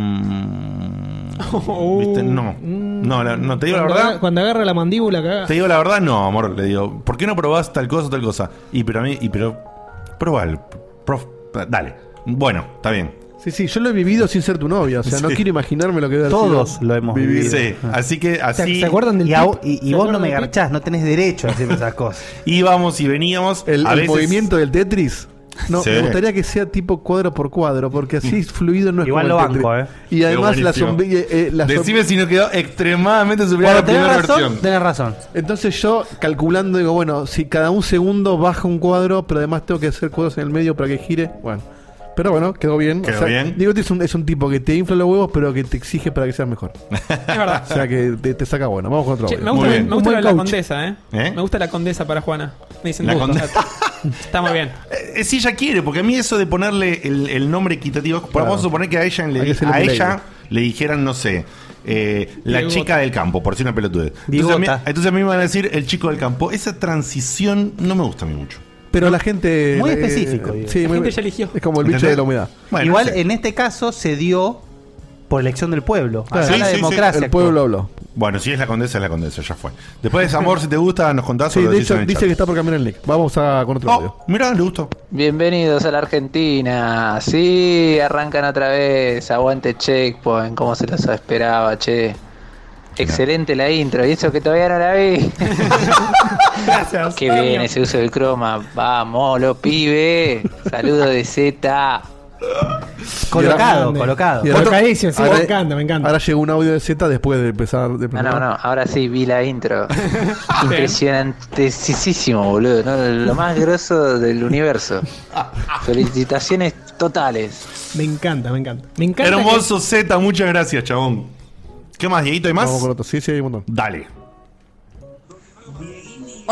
[SPEAKER 2] Mm,
[SPEAKER 7] Oh.
[SPEAKER 2] ¿viste? No.
[SPEAKER 7] Mm.
[SPEAKER 2] No, la- no, te digo la
[SPEAKER 7] Cuando
[SPEAKER 2] verdad.
[SPEAKER 7] agarra- Cuando agarra la mandíbula, cagá.
[SPEAKER 2] Te digo la verdad, no, amor, le digo, ¿por qué no probás tal cosa, tal cosa? Y pero a mí, y pero, probalo, prof- dale. Bueno, está bien.
[SPEAKER 5] Sí, sí, yo lo he vivido sin ser tu novia. O sea, no
[SPEAKER 2] Sí.
[SPEAKER 5] quiero imaginarme lo que debe haber
[SPEAKER 3] Todos
[SPEAKER 5] sido
[SPEAKER 3] lo hemos
[SPEAKER 2] Sí,
[SPEAKER 3] vivido.
[SPEAKER 2] así que
[SPEAKER 7] ¿Se-
[SPEAKER 2] así
[SPEAKER 7] ¿Se acuerdan del
[SPEAKER 3] Y, a-
[SPEAKER 7] pip?
[SPEAKER 3] y- y
[SPEAKER 7] ¿Se
[SPEAKER 3] vos
[SPEAKER 7] acuerdan
[SPEAKER 3] no me
[SPEAKER 7] del pip?
[SPEAKER 3] garchás, no tenés derecho a decirme esas cosas.
[SPEAKER 2] íbamos y veníamos.
[SPEAKER 5] El,
[SPEAKER 2] a
[SPEAKER 5] el
[SPEAKER 2] veces-
[SPEAKER 5] movimiento del Tetris. No,
[SPEAKER 2] Sí. Mm.
[SPEAKER 5] me gustaría que sea tipo cuadro por cuadro, porque así fluido no es
[SPEAKER 3] Igual
[SPEAKER 5] como
[SPEAKER 3] lo
[SPEAKER 5] el Tetris.
[SPEAKER 3] banco, ¿eh?
[SPEAKER 5] Y además
[SPEAKER 2] Qué
[SPEAKER 5] la
[SPEAKER 2] buenísimo.
[SPEAKER 5] sombrilla. eh, la som-
[SPEAKER 2] Decime si no quedó extremadamente superior a la
[SPEAKER 3] Cuando tenés
[SPEAKER 2] primera
[SPEAKER 3] razón,
[SPEAKER 2] versión.
[SPEAKER 3] tenés razón.
[SPEAKER 5] Entonces yo calculando digo, bueno, si cada un segundo baja un cuadro, pero además tengo que hacer cuadros en el medio para que gire, bueno. Pero bueno, quedó bien.
[SPEAKER 2] Quedó bien.
[SPEAKER 5] Digo, este es un, es un tipo que te infla los huevos, pero que te exige para que seas mejor.
[SPEAKER 8] Es verdad.
[SPEAKER 5] O sea, que te, te saca bueno. Vamos con otro.
[SPEAKER 8] Che, me
[SPEAKER 5] audio.
[SPEAKER 2] Muy
[SPEAKER 8] gusta,
[SPEAKER 2] bien.
[SPEAKER 8] me gusta
[SPEAKER 5] Un
[SPEAKER 8] la
[SPEAKER 5] buen coach.
[SPEAKER 8] condesa, ¿eh?
[SPEAKER 2] ¿Eh?
[SPEAKER 8] Me gusta la condesa para Juana. Me dicen
[SPEAKER 2] La
[SPEAKER 8] "Duco".
[SPEAKER 2] condesa.
[SPEAKER 8] Está muy bien.
[SPEAKER 2] Eh, Si ella quiere, porque a mí eso de ponerle el, el nombre equitativo, por- vamos a suponer que a ella le,
[SPEAKER 5] Hay que hacerle
[SPEAKER 2] a
[SPEAKER 5] un
[SPEAKER 2] ella
[SPEAKER 5] label.
[SPEAKER 2] le dijeran, no sé, eh, la
[SPEAKER 8] Diegota.
[SPEAKER 2] chica del campo, por si una pelotudez. Entonces a, mí,
[SPEAKER 3] Diegota.
[SPEAKER 2] entonces a mí me van a decir el chico del campo. Esa transición no me gusta a mí mucho.
[SPEAKER 5] Pero la gente.
[SPEAKER 3] Muy
[SPEAKER 5] eh,
[SPEAKER 3] específico, digo.
[SPEAKER 5] sí,
[SPEAKER 8] La
[SPEAKER 5] muy-
[SPEAKER 8] gente ya eligió.
[SPEAKER 5] Es como el bicho
[SPEAKER 2] ¿Entendés?
[SPEAKER 5] de la humedad.
[SPEAKER 2] Bueno,
[SPEAKER 3] Igual
[SPEAKER 2] no sé.
[SPEAKER 3] en este caso se dio por elección del pueblo. Acá
[SPEAKER 5] Sí,
[SPEAKER 3] la
[SPEAKER 2] sí, sí,
[SPEAKER 3] democracia.
[SPEAKER 5] El pueblo habló.
[SPEAKER 2] Bueno, si es la condesa, es la condesa, ya fue. Después de Zamor, si te gusta, nos contás
[SPEAKER 5] Sí,
[SPEAKER 2] o lo
[SPEAKER 5] de
[SPEAKER 2] decís
[SPEAKER 5] hecho,
[SPEAKER 2] en el
[SPEAKER 5] dice
[SPEAKER 2] chat. Oh,
[SPEAKER 5] que está por cambiar el nick. Vamos a con otro audio.
[SPEAKER 2] Mirá, le gustó.
[SPEAKER 8] Bienvenidos a la Argentina. Sí, arrancan otra vez. Aguante Checkpoint, como se los esperaba, che. Excelente la intro, y eso que todavía no la vi. Gracias. Qué bien ese uso del croma. Vamos, lo pibe. Saludos de Z.
[SPEAKER 3] Colocado,
[SPEAKER 5] Grande.
[SPEAKER 3] colocado.
[SPEAKER 5] Y ahora-
[SPEAKER 8] Colocadísimo, sí, me encanta, me encanta.
[SPEAKER 5] Ahora llegó un audio de Z después de empezar. De
[SPEAKER 8] No, no, no, ahora sí vi la intro. Impresionantísimo, boludo. ¿no? Lo más grosso del universo. Felicitaciones totales.
[SPEAKER 7] Me encanta, me encanta. Me encanta.
[SPEAKER 2] Hermoso Z, muchas gracias, chabón. ¿Qué más, Dieguito? ¿Hay más?
[SPEAKER 5] Vamos con otro. Sí, sí, hay un montón.
[SPEAKER 2] Dale.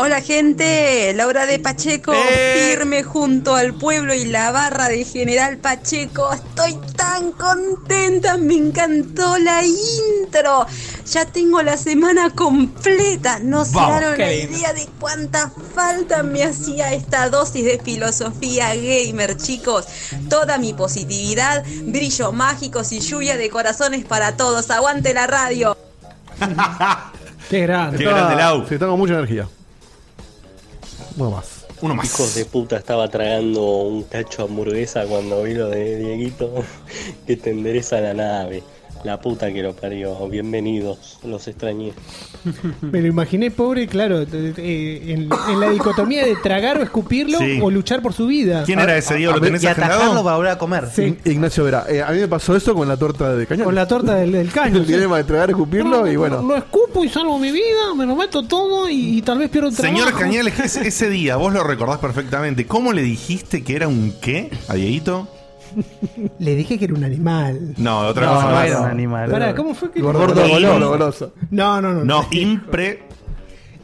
[SPEAKER 6] Hola gente, Laura de Pacheco,
[SPEAKER 2] ¡Eh!
[SPEAKER 6] firme junto al pueblo y la barra de General Pacheco. Estoy tan contenta, me encantó la intro. Ya tengo la semana completa. No se
[SPEAKER 1] Vamos,
[SPEAKER 6] daron
[SPEAKER 1] qué
[SPEAKER 6] la
[SPEAKER 1] lindo.
[SPEAKER 6] idea de cuánta falta me hacía esta dosis de filosofía gamer, chicos. Toda mi positividad, brillo mágicos y lluvia de corazones para todos. Aguante la radio.
[SPEAKER 7] Qué grande.
[SPEAKER 5] Qué
[SPEAKER 7] grande, Lau.
[SPEAKER 5] Sí, tengo mucha energía. Uno más.
[SPEAKER 2] Uno más.
[SPEAKER 10] Hijos de puta, estaba tragando un cacho de hamburguesa cuando vi lo de Dieguito que te endereza la nave. La puta que lo parió. Bienvenidos, los extrañé.
[SPEAKER 7] Me lo imaginé pobre, claro, de- de- eh, en, en la dicotomía de tragar o escupirlo
[SPEAKER 5] Sí.
[SPEAKER 7] o luchar por su vida.
[SPEAKER 5] A- a-
[SPEAKER 7] Y atajarlo para-
[SPEAKER 3] volver a comer.
[SPEAKER 5] Sí. Ignacio Verá, eh, a mí me pasó esto con la torta de cañón. Con
[SPEAKER 7] la torta del, cañón.
[SPEAKER 5] el dilema de tragar, escupirlo y bueno.
[SPEAKER 7] Lo escupo y salvo mi vida, me lo meto todo y, y tal vez pierdo el trabajo.
[SPEAKER 2] Señor Cañales, ese, ese día, vos lo recordás perfectamente. ¿Cómo le dijiste que era un qué a Dieguito?
[SPEAKER 7] Le dije que era un animal.
[SPEAKER 2] No, otra cosa. más.
[SPEAKER 7] Pará, ¿cómo fue que
[SPEAKER 2] Gordo,
[SPEAKER 7] Gordo,
[SPEAKER 2] goloso.
[SPEAKER 5] goloso.
[SPEAKER 7] No, no, no.
[SPEAKER 2] No, impre.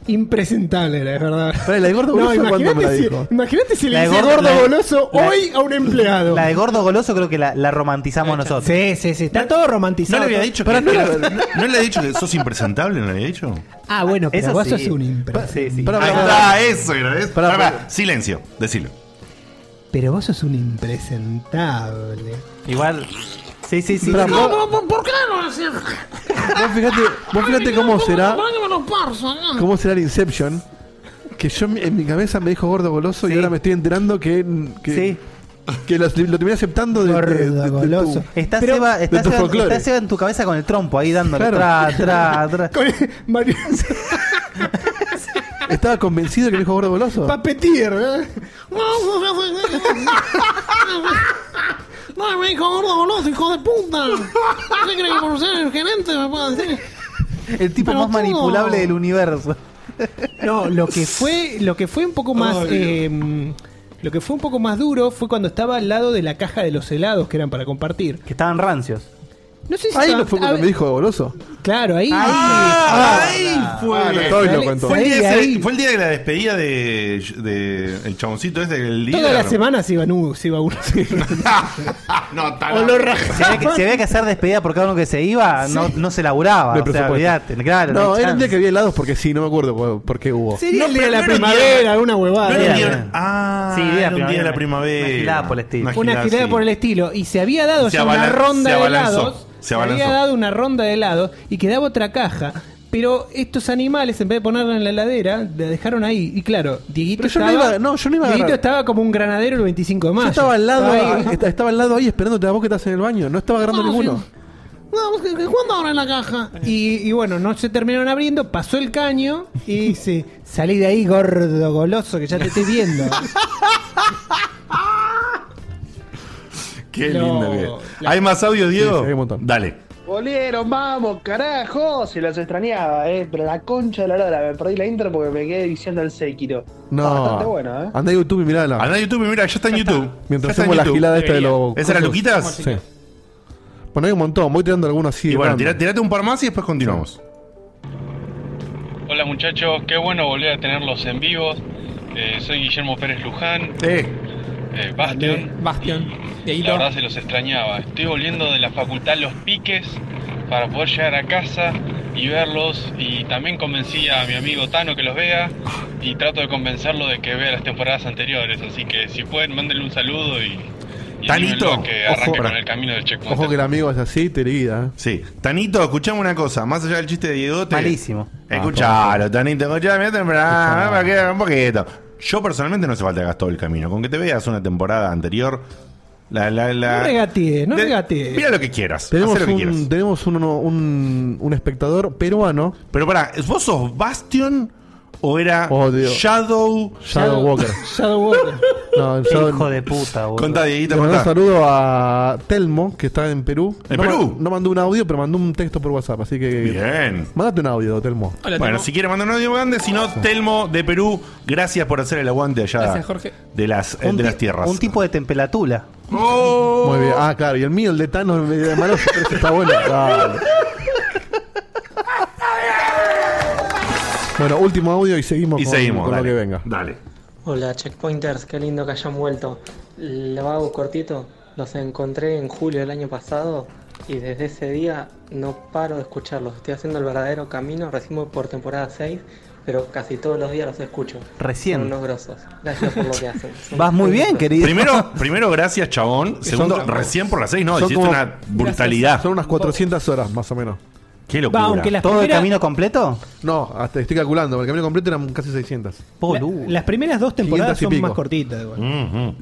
[SPEAKER 7] Impresentable era, es verdad.
[SPEAKER 5] Pero la de gordo
[SPEAKER 7] No,
[SPEAKER 5] goloso, ¿cuándo
[SPEAKER 7] imagínate
[SPEAKER 5] me la
[SPEAKER 7] si-
[SPEAKER 5] dijo?
[SPEAKER 7] Imagínate si
[SPEAKER 3] La
[SPEAKER 7] le
[SPEAKER 3] de
[SPEAKER 7] dice
[SPEAKER 3] gordo-
[SPEAKER 7] gordo,
[SPEAKER 3] la de-
[SPEAKER 7] goloso
[SPEAKER 3] la-
[SPEAKER 7] hoy a un empleado.
[SPEAKER 3] La de gordo goloso creo que la, la romantizamos nosotros.
[SPEAKER 7] Sí, sí, sí. Está todo romantizado.
[SPEAKER 2] ¿No le había dicho que,
[SPEAKER 3] Pará, no
[SPEAKER 2] no, le había dicho que sos impresentable? ¿No le había dicho?
[SPEAKER 7] Ah, bueno, pero
[SPEAKER 3] Eso
[SPEAKER 7] vos
[SPEAKER 3] sí.
[SPEAKER 7] sos un impre.
[SPEAKER 2] Ahí está, eso era. eso.
[SPEAKER 7] Pará,
[SPEAKER 2] Pará,
[SPEAKER 7] pará.
[SPEAKER 2] Silencio, decilo.
[SPEAKER 7] Pero vos sos un impresentable.
[SPEAKER 3] Igual. Sí, sí, sí.
[SPEAKER 5] Pará, vos-
[SPEAKER 7] qué no decir?
[SPEAKER 5] vos fíjate, vos fíjate cómo será, cómo será el Inception. Que yo en mi- en mi cabeza me dijo gordo goloso y ahora me estoy enterando que. que Que los- lo, terminé aceptando de, de- de- de tu-
[SPEAKER 3] Está,
[SPEAKER 5] Pero-
[SPEAKER 3] Seba, está,
[SPEAKER 5] de tu
[SPEAKER 3] Seba-
[SPEAKER 5] folclore.
[SPEAKER 3] está Seba en tu cabeza con el trompo ahí dándole
[SPEAKER 5] Claro.
[SPEAKER 3] tra, tra, tra.
[SPEAKER 5] Estaba convencido que me dijo gordo goloso.
[SPEAKER 7] Papetier, ¿eh? No, me dijo gordo goloso, hijo de puta. ¿Qué crees que por ser el gerente me puede decir?
[SPEAKER 3] El tipo
[SPEAKER 7] Pero
[SPEAKER 3] más
[SPEAKER 7] todo.
[SPEAKER 3] manipulable del universo.
[SPEAKER 7] No, lo que fue, lo que fue un poco más,
[SPEAKER 3] Ay,
[SPEAKER 7] eh, lo que fue un poco más duro fue cuando estaba al lado de la caja de los helados que eran para compartir.
[SPEAKER 3] Que estaban rancios.
[SPEAKER 7] No sé si
[SPEAKER 5] Ahí
[SPEAKER 7] estaba-
[SPEAKER 5] no fue
[SPEAKER 7] a
[SPEAKER 5] cuando
[SPEAKER 7] ver,
[SPEAKER 5] me dijo goloso.
[SPEAKER 7] Claro, ahí.
[SPEAKER 2] ahí fue.
[SPEAKER 5] Ah, no, estoy loco, entonces.
[SPEAKER 2] Fue el, día
[SPEAKER 7] Ahí,
[SPEAKER 2] de-
[SPEAKER 7] ahí.
[SPEAKER 2] fue el día de la despedida de, de el chaboncito este, el líder.
[SPEAKER 7] Toda la semana se iba, nu- se iba uno.
[SPEAKER 2] No,
[SPEAKER 3] Se ve que, se ve que hacer despedida por cada uno que se iba, no, no se
[SPEAKER 5] No
[SPEAKER 3] laburaba.
[SPEAKER 5] hay
[SPEAKER 3] o sea,
[SPEAKER 5] presupuesto.
[SPEAKER 3] olvidate, claro, no
[SPEAKER 5] no,
[SPEAKER 3] hay
[SPEAKER 5] era un
[SPEAKER 3] chance.
[SPEAKER 5] día que había helados porque sí, no me acuerdo por, por qué hubo.
[SPEAKER 7] Sería
[SPEAKER 5] No,
[SPEAKER 7] el día de
[SPEAKER 5] pero no
[SPEAKER 7] la
[SPEAKER 5] era un día-
[SPEAKER 7] primavera, alguna huevada.
[SPEAKER 5] No era un día-
[SPEAKER 2] Ah,
[SPEAKER 3] Sí,
[SPEAKER 2] era un
[SPEAKER 3] primavera,
[SPEAKER 2] día de la
[SPEAKER 3] una-
[SPEAKER 2] primavera.
[SPEAKER 3] Una gilada por el estilo.
[SPEAKER 7] Una girada por el estilo. Y se había dado
[SPEAKER 2] Se
[SPEAKER 7] ya una
[SPEAKER 2] abalan-
[SPEAKER 7] ronda
[SPEAKER 2] se
[SPEAKER 7] de
[SPEAKER 2] abalanzó,
[SPEAKER 7] helados.
[SPEAKER 2] se
[SPEAKER 7] Se,
[SPEAKER 2] abalanzó.
[SPEAKER 7] había dado una ronda de helados y quedaba otra caja. Pero estos animales, en vez de ponerla en la heladera, la dejaron ahí. Y claro, Dieguito
[SPEAKER 5] Pero yo no
[SPEAKER 7] estaba.
[SPEAKER 5] iba- no, yo no iba a
[SPEAKER 7] Dieguito
[SPEAKER 5] agarrar.
[SPEAKER 7] estaba como un granadero el 25 de mayo.
[SPEAKER 5] Yo estaba al lado,
[SPEAKER 7] Estaba ahí.
[SPEAKER 5] ah, est- estaba al lado ahí esperándote a vos que estás en el baño. No estaba agarrando
[SPEAKER 7] No,
[SPEAKER 5] ninguno.
[SPEAKER 7] No, ¿qué- qué- ¿Cuándo abren la caja?
[SPEAKER 11] Eh.
[SPEAKER 7] Y, y bueno, no se terminaron abriendo, pasó el caño y dice, salí de ahí gordo, goloso, que ya te estoy viendo.
[SPEAKER 2] Qué
[SPEAKER 7] No,
[SPEAKER 2] lindo que. ¿Hay más audio, Diego? Dale.
[SPEAKER 11] Volvieron, vamos, carajo. Se los extrañaba, eh. Pero la concha de la lora, me perdí la intro porque me quedé diciendo el Sekiro. Está Bastante
[SPEAKER 5] No.
[SPEAKER 11] bueno, eh.
[SPEAKER 5] Anda a YouTube y mirala.
[SPEAKER 2] Anda a YouTube y mira, ya está en YouTube.
[SPEAKER 5] Mientras
[SPEAKER 2] Ya está en
[SPEAKER 5] hacemos la
[SPEAKER 2] YouTube.
[SPEAKER 5] gilada esta de los.
[SPEAKER 2] ¿Esa era
[SPEAKER 5] cosas.
[SPEAKER 2] Luquitas?
[SPEAKER 5] Sí. Bueno, hay un montón. Voy tirando alguno así.
[SPEAKER 2] Y
[SPEAKER 5] de
[SPEAKER 2] bueno,
[SPEAKER 5] random.
[SPEAKER 2] tira- tirate un par más y después continuamos.
[SPEAKER 12] Hola muchachos, qué bueno volver a tenerlos en vivo. Eh, soy Guillermo Pérez Luján, eh, Bastion.
[SPEAKER 13] Bastión. Y ahí
[SPEAKER 12] La
[SPEAKER 13] lo-
[SPEAKER 12] verdad se los extrañaba. Estoy volviendo de la facultad Los Piques para poder llegar a casa y verlos. Y también convencí a mi amigo Tano que los vea. Y trato de convencerlo de que vea las temporadas anteriores. Así que si pueden, mándenle un saludo y, Y
[SPEAKER 2] Tanito,
[SPEAKER 12] anímenlo a que
[SPEAKER 2] ojo,
[SPEAKER 12] arranque
[SPEAKER 2] pará.
[SPEAKER 12] con el camino del checkpoint.
[SPEAKER 5] Ojo que el amigo es así, te herida. eh.
[SPEAKER 2] Sí. Tanito, escuchame una cosa. Más allá del chiste de Diegote.
[SPEAKER 5] Malísimo. Ah,
[SPEAKER 2] Escuchalo, Tanito. Escuchame temprano. Para que un poquito. Yo personalmente no hace falta que hagas todo el camino. Con que te veas una temporada anterior. La, la, la.
[SPEAKER 7] No regatee, no
[SPEAKER 2] De-
[SPEAKER 7] regatee.
[SPEAKER 2] Mira lo que quieras.
[SPEAKER 5] Tenemos,
[SPEAKER 2] hacé lo que quieras.
[SPEAKER 5] un, tenemos un, un, un espectador peruano.
[SPEAKER 2] Pero pará, ¿vos sos Bastion o era
[SPEAKER 5] Dios.
[SPEAKER 2] Shadow?
[SPEAKER 5] Shadow Walker.
[SPEAKER 7] Shadow Walker.
[SPEAKER 5] No, el Shadow-
[SPEAKER 3] Hijo de puta, boludo.
[SPEAKER 2] Contá, Dieguito,
[SPEAKER 5] Le mando un
[SPEAKER 2] contá.
[SPEAKER 5] saludo a Telmo, que está en Perú.
[SPEAKER 2] ¿En
[SPEAKER 5] no, ma-
[SPEAKER 2] Perú?
[SPEAKER 5] No mandó un audio, pero mandó un texto por WhatsApp, así que.
[SPEAKER 2] Bien.
[SPEAKER 5] Mándate un audio, Telmo.
[SPEAKER 2] bueno, si quiere mandar un audio grande, si no, Telmo de Perú, gracias por hacer el aguante allá
[SPEAKER 3] Gracias, Jorge.
[SPEAKER 2] de las, eh,
[SPEAKER 3] Un
[SPEAKER 2] de
[SPEAKER 3] ti-
[SPEAKER 2] las tierras.
[SPEAKER 3] Un tipo de temperatura.
[SPEAKER 2] Oh.
[SPEAKER 5] Muy bien. Ah, claro. Y el mío, el de Thanos, el de Maloso, pero ese está bueno. Dale. Bueno, último audio y seguimos
[SPEAKER 2] Y
[SPEAKER 5] con,
[SPEAKER 2] seguimos,
[SPEAKER 5] con lo
[SPEAKER 2] dale.
[SPEAKER 5] que venga.
[SPEAKER 2] Dale.
[SPEAKER 10] Hola checkpointers, qué lindo que hayan vuelto. Lo hago cortito, los encontré en julio del año pasado y desde ese día no paro de escucharlos. Estoy haciendo el verdadero camino, recién voy por temporada 6, pero casi todos los días los escucho.
[SPEAKER 3] Recién.
[SPEAKER 10] Son unos grosos. Gracias por lo que hacen. Son un gusto.
[SPEAKER 2] Primero, primero gracias, chabón. Segundo,
[SPEAKER 5] Son-
[SPEAKER 2] recién por las seis, no,
[SPEAKER 5] Son
[SPEAKER 2] hiciste
[SPEAKER 5] como-
[SPEAKER 2] una brutalidad.
[SPEAKER 5] Son unas 400 horas, más o menos.
[SPEAKER 2] Qué locura.
[SPEAKER 5] Va, aunque las
[SPEAKER 3] ¿Todo
[SPEAKER 5] primeras-
[SPEAKER 3] el camino completo?
[SPEAKER 5] No, hasta estoy calculando. porque El camino completo eran casi 600.
[SPEAKER 7] La- las primeras dos temporadas
[SPEAKER 5] 500 y
[SPEAKER 7] son
[SPEAKER 5] pico. Mm-hmm.
[SPEAKER 7] más cortitas. igual.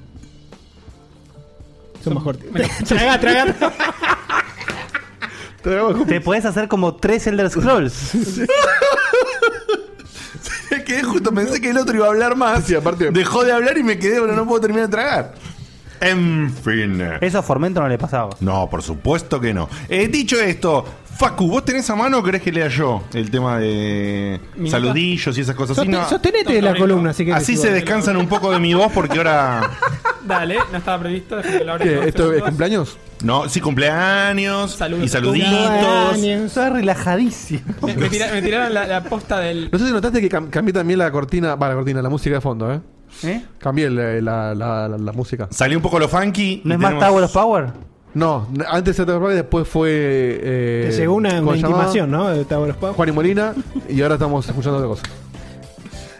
[SPEAKER 7] Son más cortitas.
[SPEAKER 3] Traga, traga. Te puedes hacer como tres Elder Scrolls.
[SPEAKER 2] Me quedé justo, pensé que el otro iba a hablar más. Dejó de hablar y me quedé, pero no puedo terminar de tragar. En fin.
[SPEAKER 3] Eso a Formento no le pasaba.
[SPEAKER 2] No, por supuesto que no. Eh, dicho esto, Facu, ¿vos tenés a mano o querés que lea yo el tema de
[SPEAKER 7] Minuta.
[SPEAKER 2] saludillos y esas cosas? Si
[SPEAKER 7] Soste-
[SPEAKER 2] no-
[SPEAKER 7] sostenete de la columna, así que.
[SPEAKER 2] Así se descansan un poco de mi voz porque ahora.
[SPEAKER 8] Dale, no estaba previsto. déjame que lo abra en
[SPEAKER 2] ¿Qué?
[SPEAKER 8] dos
[SPEAKER 2] ¿Esto es
[SPEAKER 8] segundos.
[SPEAKER 2] cumpleaños? No, sí, cumpleaños. Y saluditos.
[SPEAKER 3] Está relajadísimo.
[SPEAKER 8] Me, me tira- me tiraron la, la posta del.
[SPEAKER 5] No sé si notaste que cam- cambié también la cortina, va, la cortina, la música de fondo, ¿eh?
[SPEAKER 3] ¿Eh?
[SPEAKER 5] Cambié la, la- la- la- la música.
[SPEAKER 2] Salió un poco lo funky.
[SPEAKER 5] ¿No
[SPEAKER 3] es más Tower of
[SPEAKER 5] Power? No, n- antes era Tower of Power y después fue. eh,
[SPEAKER 7] Te llegó una,
[SPEAKER 5] ¿cómo
[SPEAKER 7] una
[SPEAKER 5] se llamaba?
[SPEAKER 7] intimación, ¿no? De Tower of Power.
[SPEAKER 5] Juan y Molina, y ahora estamos escuchando otra cosa.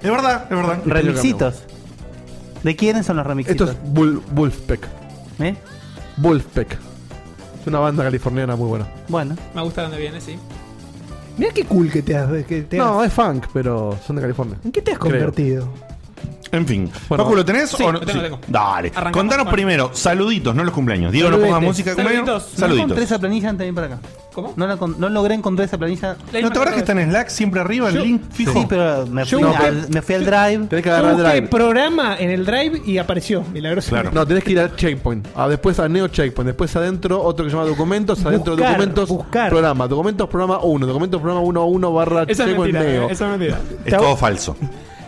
[SPEAKER 2] Es
[SPEAKER 3] Ah,
[SPEAKER 2] verdad, es verdad.
[SPEAKER 3] Remixitos. ¿De quiénes son los
[SPEAKER 5] Esto
[SPEAKER 3] remixitos?
[SPEAKER 5] es Bull- Wolfpack.
[SPEAKER 3] ¿Eh?
[SPEAKER 5] Wolfpack. Es una banda californiana muy buena.
[SPEAKER 3] Bueno.
[SPEAKER 8] Me gusta dónde viene, sí.
[SPEAKER 7] Mirá qué cool que te has. que te
[SPEAKER 5] No,
[SPEAKER 7] has-
[SPEAKER 5] es funk, pero son de California.
[SPEAKER 7] ¿En qué te has
[SPEAKER 5] Creo.
[SPEAKER 7] convertido?
[SPEAKER 2] En fin.
[SPEAKER 5] Bueno,
[SPEAKER 2] Facu, ¿lo tenés
[SPEAKER 5] sí,
[SPEAKER 2] o no?
[SPEAKER 5] lo tengo,
[SPEAKER 2] Sí.
[SPEAKER 5] lo tengo.
[SPEAKER 2] Dale.
[SPEAKER 5] Arrancamos
[SPEAKER 2] Contanos
[SPEAKER 5] con-
[SPEAKER 2] primero, saluditos, no los cumpleaños. Diego, no pongas música de cumpleaños.
[SPEAKER 3] No encontré esa planilla antes de venir para acá.
[SPEAKER 8] ¿Cómo?
[SPEAKER 3] No, la con- no logré encontrar esa planilla.
[SPEAKER 2] ¿No te acuerdas que está en Slack siempre arriba el link fijo?
[SPEAKER 3] Sí, pero me
[SPEAKER 7] Yo
[SPEAKER 3] fui,
[SPEAKER 7] busqué-
[SPEAKER 3] al, me fui al drive.
[SPEAKER 5] Tenés que
[SPEAKER 7] Yo
[SPEAKER 5] agarrar el
[SPEAKER 7] busqué
[SPEAKER 5] drive.
[SPEAKER 7] programa en el drive y apareció, milagrosamente.
[SPEAKER 5] No, tenés que ir al checkpoint. A, después al neo checkpoint. Después adentro, otro que se llama documentos. Adentro
[SPEAKER 7] Buscar,
[SPEAKER 5] documentos, programa. Documentos, programa 1. Documentos, programa 1.1 barra
[SPEAKER 8] Eso es
[SPEAKER 5] checkpoint
[SPEAKER 8] mentira,
[SPEAKER 5] neo.
[SPEAKER 8] eso es mentira.
[SPEAKER 2] Es todo falso.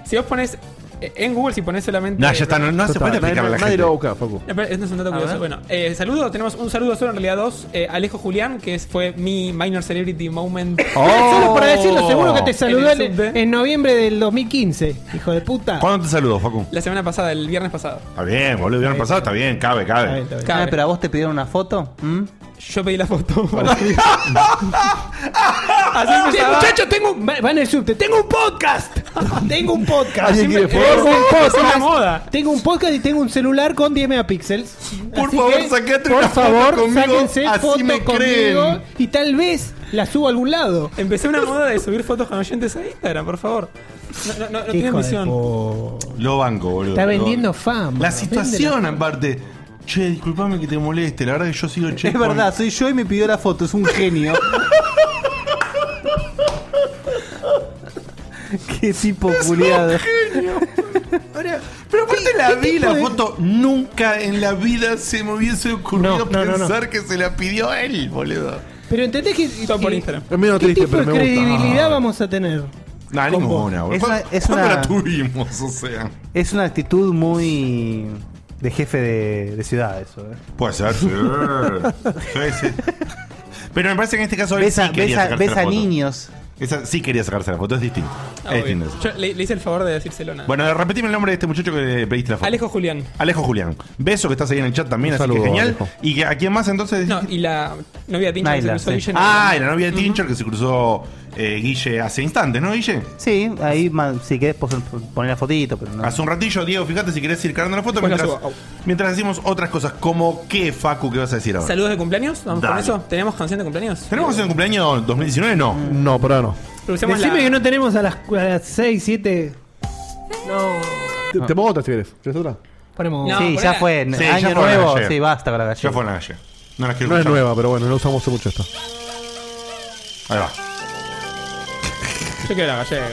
[SPEAKER 8] Si vos pones. eh, En Google, si pones solamente.
[SPEAKER 2] No, ya está, no, no hace falta explicarle a la gente.
[SPEAKER 8] No, pero Este es un dato
[SPEAKER 2] A
[SPEAKER 8] curioso.
[SPEAKER 2] ver.
[SPEAKER 8] Bueno, eh, saludo. Tenemos un saludo solo, en realidad dos. Eh, Alejo Julián, que es- fue mi minor celebrity moment.
[SPEAKER 2] Oh.
[SPEAKER 7] Solo para decirlo, seguro que te saludó
[SPEAKER 8] En
[SPEAKER 7] en,
[SPEAKER 8] el subte.
[SPEAKER 7] en noviembre del 2015, hijo de puta.
[SPEAKER 2] ¿Cuándo te saludo, Facu?
[SPEAKER 8] La semana pasada, el viernes pasado.
[SPEAKER 2] Está bien, boludo, el viernes pasado está bien, cabe, cabe.
[SPEAKER 3] Ah, pero a vos te pidieron una foto.
[SPEAKER 8] Yo pedí la foto.
[SPEAKER 7] Ah, pues, Sí, muchachos, tengo un- va, va en el subte. Tengo un podcast. Tengo un podcast.
[SPEAKER 5] ¿Alguien quiere
[SPEAKER 7] Tengo un
[SPEAKER 5] fotos?
[SPEAKER 7] podcast.
[SPEAKER 5] Es una moda.
[SPEAKER 7] Tengo un podcast y tengo un celular con 10 megapíxeles.
[SPEAKER 2] Por
[SPEAKER 7] Así
[SPEAKER 2] favor,
[SPEAKER 7] que,
[SPEAKER 2] sacate
[SPEAKER 7] por
[SPEAKER 2] una foto
[SPEAKER 7] favor,
[SPEAKER 2] conmigo,
[SPEAKER 7] sáquense
[SPEAKER 2] así
[SPEAKER 7] foto
[SPEAKER 2] me
[SPEAKER 7] conmigo
[SPEAKER 2] creen.
[SPEAKER 7] y tal vez la subo a algún lado.
[SPEAKER 8] Empecé una moda de subir fotos con oyentes a Instagram, por favor. No, no, no, no tienen
[SPEAKER 7] Hijo de
[SPEAKER 8] visión.
[SPEAKER 2] Lo banco, boludo.
[SPEAKER 7] Está
[SPEAKER 2] lo
[SPEAKER 7] vendiendo
[SPEAKER 2] banco.
[SPEAKER 7] fama.
[SPEAKER 2] La
[SPEAKER 7] Vende
[SPEAKER 2] situación,
[SPEAKER 7] la fama.
[SPEAKER 2] aparte. Che, disculpame que te moleste, la verdad que yo sigo che.
[SPEAKER 3] Es verdad, soy yo y me pidió la foto, es un genio. Qué tipo culiado.
[SPEAKER 2] Ahora, Pero aparte la vi la foto, nunca en la vida se me hubiese ocurrido
[SPEAKER 7] No, no, no, no.
[SPEAKER 2] pensar que se la pidió él, boludo.
[SPEAKER 7] Pero entendés que. Todo
[SPEAKER 2] por Instagram.
[SPEAKER 5] Es medio
[SPEAKER 7] ¿Qué
[SPEAKER 5] triste,
[SPEAKER 7] tipo
[SPEAKER 5] pero
[SPEAKER 7] de
[SPEAKER 5] me gusta.
[SPEAKER 7] credibilidad vamos a tener?
[SPEAKER 2] No,
[SPEAKER 3] Con vos.
[SPEAKER 2] ninguna, boludo.
[SPEAKER 3] Es una- es
[SPEAKER 2] ¿Cuándo
[SPEAKER 3] una-
[SPEAKER 2] la tuvimos? O sea.
[SPEAKER 3] Es una actitud muy de jefe de, de ciudad, eso. ¿eh?
[SPEAKER 2] Puede ser, sí. Sí, sí. Pero me parece que en este caso él
[SPEAKER 3] Ves a-
[SPEAKER 2] sí quería
[SPEAKER 3] ves a-
[SPEAKER 2] sacarse
[SPEAKER 3] ves
[SPEAKER 2] la
[SPEAKER 3] a
[SPEAKER 2] foto.
[SPEAKER 3] niños.
[SPEAKER 2] Esa sí quería sacarse la foto, es distinto.
[SPEAKER 8] Ah,
[SPEAKER 2] es
[SPEAKER 8] obvio.
[SPEAKER 2] distinto eso.
[SPEAKER 8] Yo le, le hice el favor de decírselo nada.
[SPEAKER 2] Bueno, repetime el nombre de este muchacho que le pediste la foto.
[SPEAKER 8] Alejo Julián.
[SPEAKER 2] Alejo Julián. Beso que estás ahí en el chat también,
[SPEAKER 5] Un
[SPEAKER 2] así
[SPEAKER 5] saludo,
[SPEAKER 2] que genial.
[SPEAKER 5] Alejo.
[SPEAKER 2] ¿Y que- a quién más entonces?
[SPEAKER 8] No, y la novia de Tincho que se cruzó Guille en el-
[SPEAKER 2] Ah, y la novia de Tincher que se cruzó eh, Guille hace instantes, ¿no, Guille?
[SPEAKER 3] Sí, eh,
[SPEAKER 8] Ah,
[SPEAKER 3] ahí ma- si querés pos- poner la fotito, pero no.
[SPEAKER 2] Hace un ratillo, Diego, fíjate si querés ir cargando la foto
[SPEAKER 3] Después la
[SPEAKER 2] mientras, mientras decimos otras cosas, como qué, Facu, que vas a decir ahora.
[SPEAKER 8] ¿Saludos de cumpleaños? ¿Vamos con
[SPEAKER 2] Dale.
[SPEAKER 8] eso? ¿Tenemos canción de cumpleaños? Mm.
[SPEAKER 2] ¿Tenemos canción de cumpleaños 2019? No. No, pero no.
[SPEAKER 8] Usemos
[SPEAKER 7] Decime
[SPEAKER 8] la-
[SPEAKER 7] que no tenemos a las, a las 6, 7. No.
[SPEAKER 5] Te, te pongo otra si querés. ¿Quieres otra?
[SPEAKER 7] Ponemos.
[SPEAKER 3] sí, ya fue.
[SPEAKER 5] Sí, ya
[SPEAKER 3] año
[SPEAKER 5] fue la
[SPEAKER 3] nuevo.
[SPEAKER 5] gallega.
[SPEAKER 3] Sí, basta con la gallega.
[SPEAKER 2] Ya fue en la calle. No las quiero
[SPEAKER 5] No es
[SPEAKER 2] escuchar.
[SPEAKER 5] nueva, pero bueno, no usamos mucho esta.
[SPEAKER 2] Ahí va.
[SPEAKER 8] Yo quiero la gallega.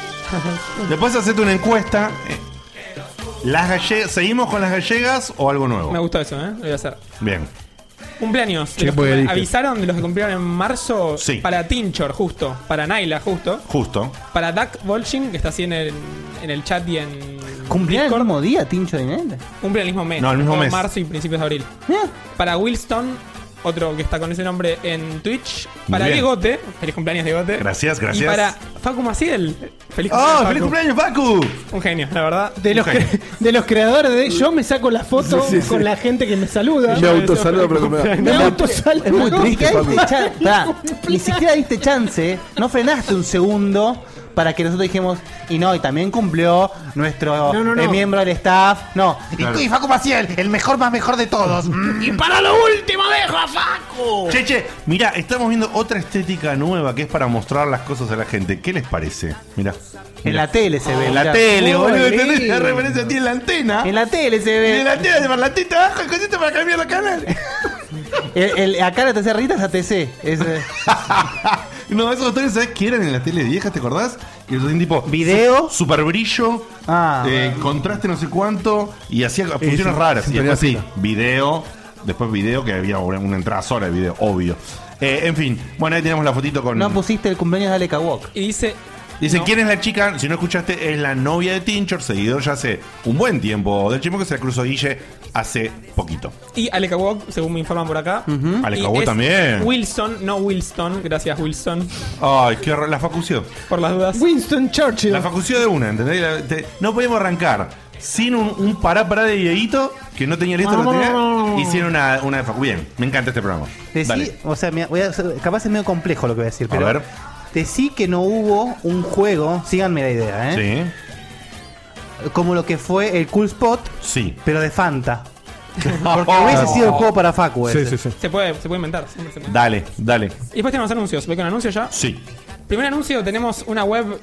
[SPEAKER 2] Después hacete una encuesta. eh, Las galle- ¿Seguimos con las gallegas o algo nuevo?
[SPEAKER 8] Me gustó eso, ¿eh? Lo voy a hacer.
[SPEAKER 2] Bien.
[SPEAKER 8] Cumpleaños. de
[SPEAKER 2] Sí,
[SPEAKER 8] los
[SPEAKER 2] porque
[SPEAKER 8] que-
[SPEAKER 2] dije.
[SPEAKER 8] avisaron de los que cumplieron en marzo
[SPEAKER 2] Sí.
[SPEAKER 8] para Tinchor, justo. Para Naila, justo.
[SPEAKER 2] Justo.
[SPEAKER 8] Para Duck Volshin, que está así en el, en el chat y en.
[SPEAKER 3] ¿Cumplía el mismo día, Tincho Dinel?
[SPEAKER 8] Cumple el mismo mes.
[SPEAKER 3] No, el mismo
[SPEAKER 8] Todo
[SPEAKER 3] mes.
[SPEAKER 8] marzo y principios de abril.
[SPEAKER 2] ¿Eh?
[SPEAKER 8] Para Wilston, otro que está con ese nombre en Twitch.
[SPEAKER 2] Muy
[SPEAKER 8] Para
[SPEAKER 2] bien.
[SPEAKER 8] Diegote. Feliz cumpleaños, Diegote.
[SPEAKER 2] Gracias, gracias.
[SPEAKER 8] Y para Facu Maciel. Feliz
[SPEAKER 2] ¡Oh, feliz cumpleaños, Facu!
[SPEAKER 8] Un genio, la verdad.
[SPEAKER 7] De los, cre- de los creadores de Yo me saco la foto
[SPEAKER 8] Sí, sí, sí.
[SPEAKER 7] con la gente que me saluda.
[SPEAKER 5] Me autosaludo, pero como-
[SPEAKER 7] Me autosaludo.
[SPEAKER 3] Es muy triste,
[SPEAKER 7] Facu.
[SPEAKER 3] Facu. Pará, Ni siquiera diste chance, no frenaste un segundo para que nosotros dijimos, y no, y también cumplió nuestro
[SPEAKER 9] No, no, no.
[SPEAKER 3] eh, miembro del staff. No,
[SPEAKER 9] Claro.
[SPEAKER 3] y, y Facu Maciel, el mejor más mejor de todos. Mm, y para lo último, dejo a Facu.
[SPEAKER 2] Che, che, mirá, estamos viendo otra estética nueva que es para mostrar las cosas a la gente. ¿Qué les parece? Mirá.
[SPEAKER 3] En la tele se ve.
[SPEAKER 2] En la
[SPEAKER 3] mirá.
[SPEAKER 2] tele,
[SPEAKER 3] Muy
[SPEAKER 2] boludo. ¿entendés?
[SPEAKER 3] lindo.
[SPEAKER 2] La referencia tiene la antena.
[SPEAKER 3] En la tele se ve.
[SPEAKER 2] Y en la tele de Marlatita abajo, el cosito para cambiar los canales.
[SPEAKER 3] El- el- acá la tercera rita es ATC. Es, eh,
[SPEAKER 2] No, esos botones, ¿sabes qué eran en la tele vieja? ¿Te acordás? Que tenían tipo.
[SPEAKER 3] Video.
[SPEAKER 2] su- super brillo. eh, contraste no sé cuánto. Y hacía funciones
[SPEAKER 5] sin-
[SPEAKER 2] raras.
[SPEAKER 5] sin
[SPEAKER 2] Y después
[SPEAKER 5] tener
[SPEAKER 2] sí, video. Después video, que había una una entrada sola de video, obvio. Eh, en fin, bueno, ahí tenemos la fotito con.
[SPEAKER 3] no pusiste el cumpleaños de Aleca Walk.
[SPEAKER 8] Y dice,
[SPEAKER 2] Dice, ¿quién es la chica? Si no escuchaste, es la novia de Tinchor, seguidor ya hace un buen tiempo del chimo que se la cruzó Guille hace poquito.
[SPEAKER 8] Y Aleka Wok, según me informan por acá.
[SPEAKER 2] Ujú. Aleka
[SPEAKER 8] Y
[SPEAKER 2] Wok
[SPEAKER 8] es
[SPEAKER 2] también.
[SPEAKER 8] Wilson, no Wilson. Gracias, Wilson,
[SPEAKER 2] Ay, qué horror, la facució.
[SPEAKER 8] por las dudas.
[SPEAKER 7] Winston Churchill.
[SPEAKER 2] La facució de una, ¿entendés? La- te- no podemos arrancar sin un, un pará pará de Dieguito que no tenía
[SPEAKER 3] Ah.
[SPEAKER 2] listo, lo tenía. Hicieron una, una de facu. Bien, me encanta este programa.
[SPEAKER 3] eh, Decí-
[SPEAKER 2] Dale.
[SPEAKER 3] o sea, mira, voy a hacer- capaz es medio complejo lo que voy a decir,
[SPEAKER 2] A
[SPEAKER 3] pero
[SPEAKER 2] ver.
[SPEAKER 3] decí que no hubo un juego, síganme la idea, ¿eh? Como lo que fue el Cool Spot,
[SPEAKER 2] sí.
[SPEAKER 3] pero de Fanta. Porque
[SPEAKER 2] Ah.
[SPEAKER 3] hubiese sido el juego para Facu. ese.
[SPEAKER 8] Se puede, se puede inventar. siempre se puede.
[SPEAKER 2] Dale, dale.
[SPEAKER 8] Y después tenemos anuncios. ¿Ve con anuncio ya?
[SPEAKER 2] Sí.
[SPEAKER 8] Primer anuncio, tenemos una web...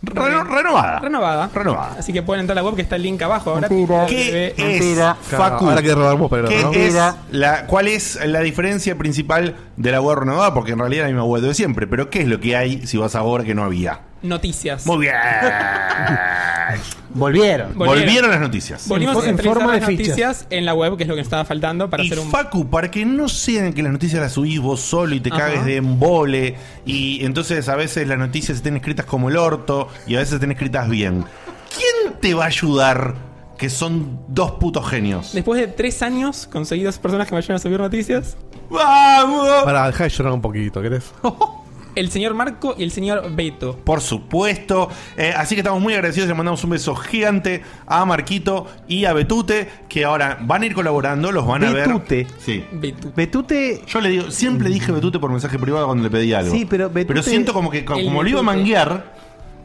[SPEAKER 2] renovada.
[SPEAKER 8] Renovada.
[SPEAKER 2] Renovada.
[SPEAKER 8] Así que pueden entrar a la web que está el link abajo ahora.
[SPEAKER 2] ¿Qué es,
[SPEAKER 5] Claro,
[SPEAKER 2] Facu?
[SPEAKER 5] ahora que robamos, pero
[SPEAKER 2] ¿Qué
[SPEAKER 5] no.
[SPEAKER 2] es
[SPEAKER 5] Mentira.
[SPEAKER 2] la, ¿Cuál es la diferencia principal de la web renovada? Porque en realidad es la misma web de siempre. Pero ¿qué es lo que hay si vas a ahora que no había?
[SPEAKER 8] Noticias.
[SPEAKER 2] Muy bien.
[SPEAKER 3] Volvieron.
[SPEAKER 2] Volvieron. las noticias.
[SPEAKER 8] Volvimos a
[SPEAKER 2] En
[SPEAKER 8] centralizar
[SPEAKER 2] forma de
[SPEAKER 8] las
[SPEAKER 2] fichas.
[SPEAKER 8] noticias en la web, que es lo que nos estaba faltando para
[SPEAKER 2] Y
[SPEAKER 8] hacer un...
[SPEAKER 2] Facu, para que no sean que las noticias las subís vos solo y te
[SPEAKER 8] Ajá.
[SPEAKER 2] cagues de embole. Y entonces a veces las noticias estén escritas como el orto y a veces estén escritas bien. ¿Quién te va a ayudar que son dos putos genios?
[SPEAKER 8] Después de tres años conseguí dos personas que me ayudan a subir noticias.
[SPEAKER 2] ¡Vamos!
[SPEAKER 5] Para, dejar de llorar un poquito, ¿querés?
[SPEAKER 8] El señor Marco y el señor Beto.
[SPEAKER 2] Por supuesto. Eh, así que estamos muy agradecidos. Le mandamos un beso gigante a Marquito y a Betute, que ahora van a ir colaborando, los van a ver.
[SPEAKER 3] Betute.
[SPEAKER 2] Sí.
[SPEAKER 3] Betute.
[SPEAKER 2] Yo le digo, siempre dije Betute por mensaje privado cuando le pedí algo.
[SPEAKER 3] Sí, pero Betute-
[SPEAKER 2] Pero siento como que como
[SPEAKER 3] El
[SPEAKER 2] lo iba a
[SPEAKER 3] Betute.
[SPEAKER 2] manguear,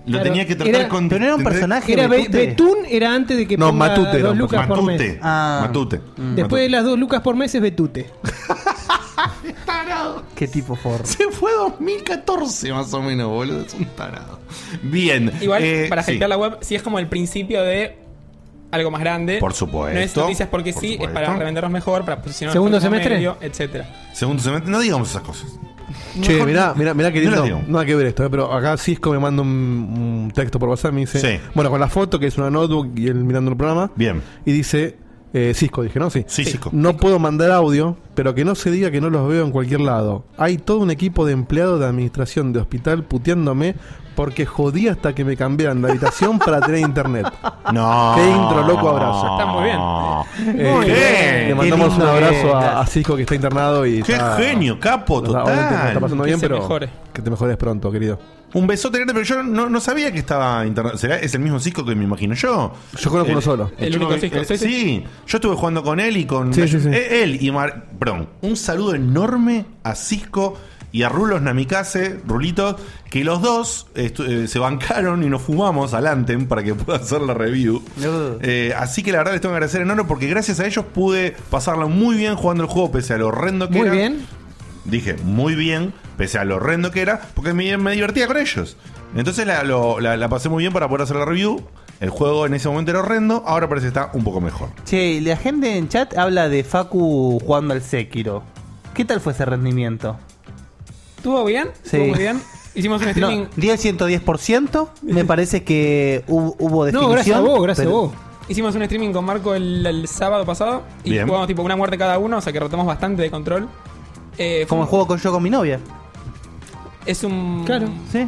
[SPEAKER 2] lo
[SPEAKER 3] Claro,
[SPEAKER 2] tenía que tratar
[SPEAKER 3] era-
[SPEAKER 2] con.
[SPEAKER 3] pero era un personaje,
[SPEAKER 7] Era Be-
[SPEAKER 2] Betute.
[SPEAKER 7] Betún era antes de que
[SPEAKER 2] No,
[SPEAKER 7] ponga
[SPEAKER 2] Matute era
[SPEAKER 7] dos
[SPEAKER 2] un
[SPEAKER 7] lucas por
[SPEAKER 2] personaje.
[SPEAKER 7] mes. Mm.
[SPEAKER 2] Matute. Ah. Matute.
[SPEAKER 7] Después de las dos lucas por mes es Betute.
[SPEAKER 3] Qué tipo forro.
[SPEAKER 2] Se fue 2014 más o menos, boludo. Es un tarado. Bien.
[SPEAKER 8] Igual,
[SPEAKER 2] eh,
[SPEAKER 8] para
[SPEAKER 2] sí.
[SPEAKER 8] hypear la web, sí es como el principio de algo más grande.
[SPEAKER 2] Por supuesto.
[SPEAKER 8] No es noticias porque sí, es para revendernos mejor, para posicionarnos
[SPEAKER 2] Segundo
[SPEAKER 8] como
[SPEAKER 2] semestre.
[SPEAKER 8] medio, etcétera.
[SPEAKER 2] Segundo semestre, no digamos esas cosas.
[SPEAKER 5] Che, mirá, mirá, mirá que
[SPEAKER 2] No las
[SPEAKER 5] lindo.
[SPEAKER 2] digo.
[SPEAKER 5] No, hay que ver esto, eh, pero acá Cisco me manda un, un texto por WhatsApp y me dice. Bueno, con la foto, que es una notebook y él mirando el programa.
[SPEAKER 2] Bien.
[SPEAKER 5] Y dice. eh, Cisco, dije, ¿no? Sí.
[SPEAKER 2] Cisco.
[SPEAKER 5] No puedo mandar audio, pero que no se diga que no los veo en cualquier lado. Hay todo un equipo de empleados de administración de hospital puteándome porque jodí hasta que me cambiaran de habitación para tener internet.
[SPEAKER 2] No.
[SPEAKER 5] Qué intro, loco abrazo.
[SPEAKER 2] Está muy bien.
[SPEAKER 5] Eh,
[SPEAKER 2] Muy bien.
[SPEAKER 5] Le mandamos
[SPEAKER 2] Qué
[SPEAKER 5] un
[SPEAKER 2] lindo
[SPEAKER 5] abrazo
[SPEAKER 2] que
[SPEAKER 5] a, a Cisco que está internado y.
[SPEAKER 2] Qué
[SPEAKER 5] está-
[SPEAKER 2] genio, capo,
[SPEAKER 5] Está- obviamente no
[SPEAKER 2] total.
[SPEAKER 5] está pasando bien, pero. Que te mejores pronto, querido.
[SPEAKER 2] Un besote grande, pero yo no, no sabía que estaba internet. ¿Será? Es el mismo Cisco que me imagino yo.
[SPEAKER 5] Yo conozco uno solo.
[SPEAKER 2] el
[SPEAKER 5] El
[SPEAKER 2] chico
[SPEAKER 5] único
[SPEAKER 2] que-
[SPEAKER 5] Cisco,
[SPEAKER 2] eh,
[SPEAKER 5] sí,
[SPEAKER 2] sí,
[SPEAKER 5] sí.
[SPEAKER 2] yo estuve jugando con él y con.
[SPEAKER 5] Sí, sí, sí.
[SPEAKER 2] Eh, Él y Mar. Perdón. Un saludo enorme a Cisco. y a Rulos Namikaze, Rulito, que los dos estu- eh, se bancaron y nos fumamos al Anthem para que pueda hacer la review. Eh, así que la verdad les tengo que agradecer enorme porque gracias a ellos pude pasarla muy bien jugando el juego pese a lo horrendo que
[SPEAKER 7] Muy
[SPEAKER 2] era.
[SPEAKER 7] bien.
[SPEAKER 2] Dije, muy bien, pese a lo horrendo que era, porque me, me divertía con ellos. Entonces la, lo- la- la pasé muy bien para poder hacer la review. El juego en ese momento era horrendo, ahora parece que está un poco mejor.
[SPEAKER 3] Che, la gente en chat habla de Facu jugando al Sekiro. ¿Qué tal fue ese rendimiento?
[SPEAKER 8] ¿Estuvo bien?
[SPEAKER 3] Sí.
[SPEAKER 8] ¿Estuvo muy bien? Hicimos un streaming.
[SPEAKER 3] No, 10, 110%. Me parece que hubo, hubo definición. pero-
[SPEAKER 8] Hicimos un streaming con Marco el, el sábado pasado y
[SPEAKER 3] Bien.
[SPEAKER 8] jugamos tipo una muerte cada uno, o sea que rotamos bastante de control. Eh, fue
[SPEAKER 3] Como
[SPEAKER 8] un-
[SPEAKER 3] el juego con yo con mi novia.
[SPEAKER 8] Es un.
[SPEAKER 3] Claro, sí.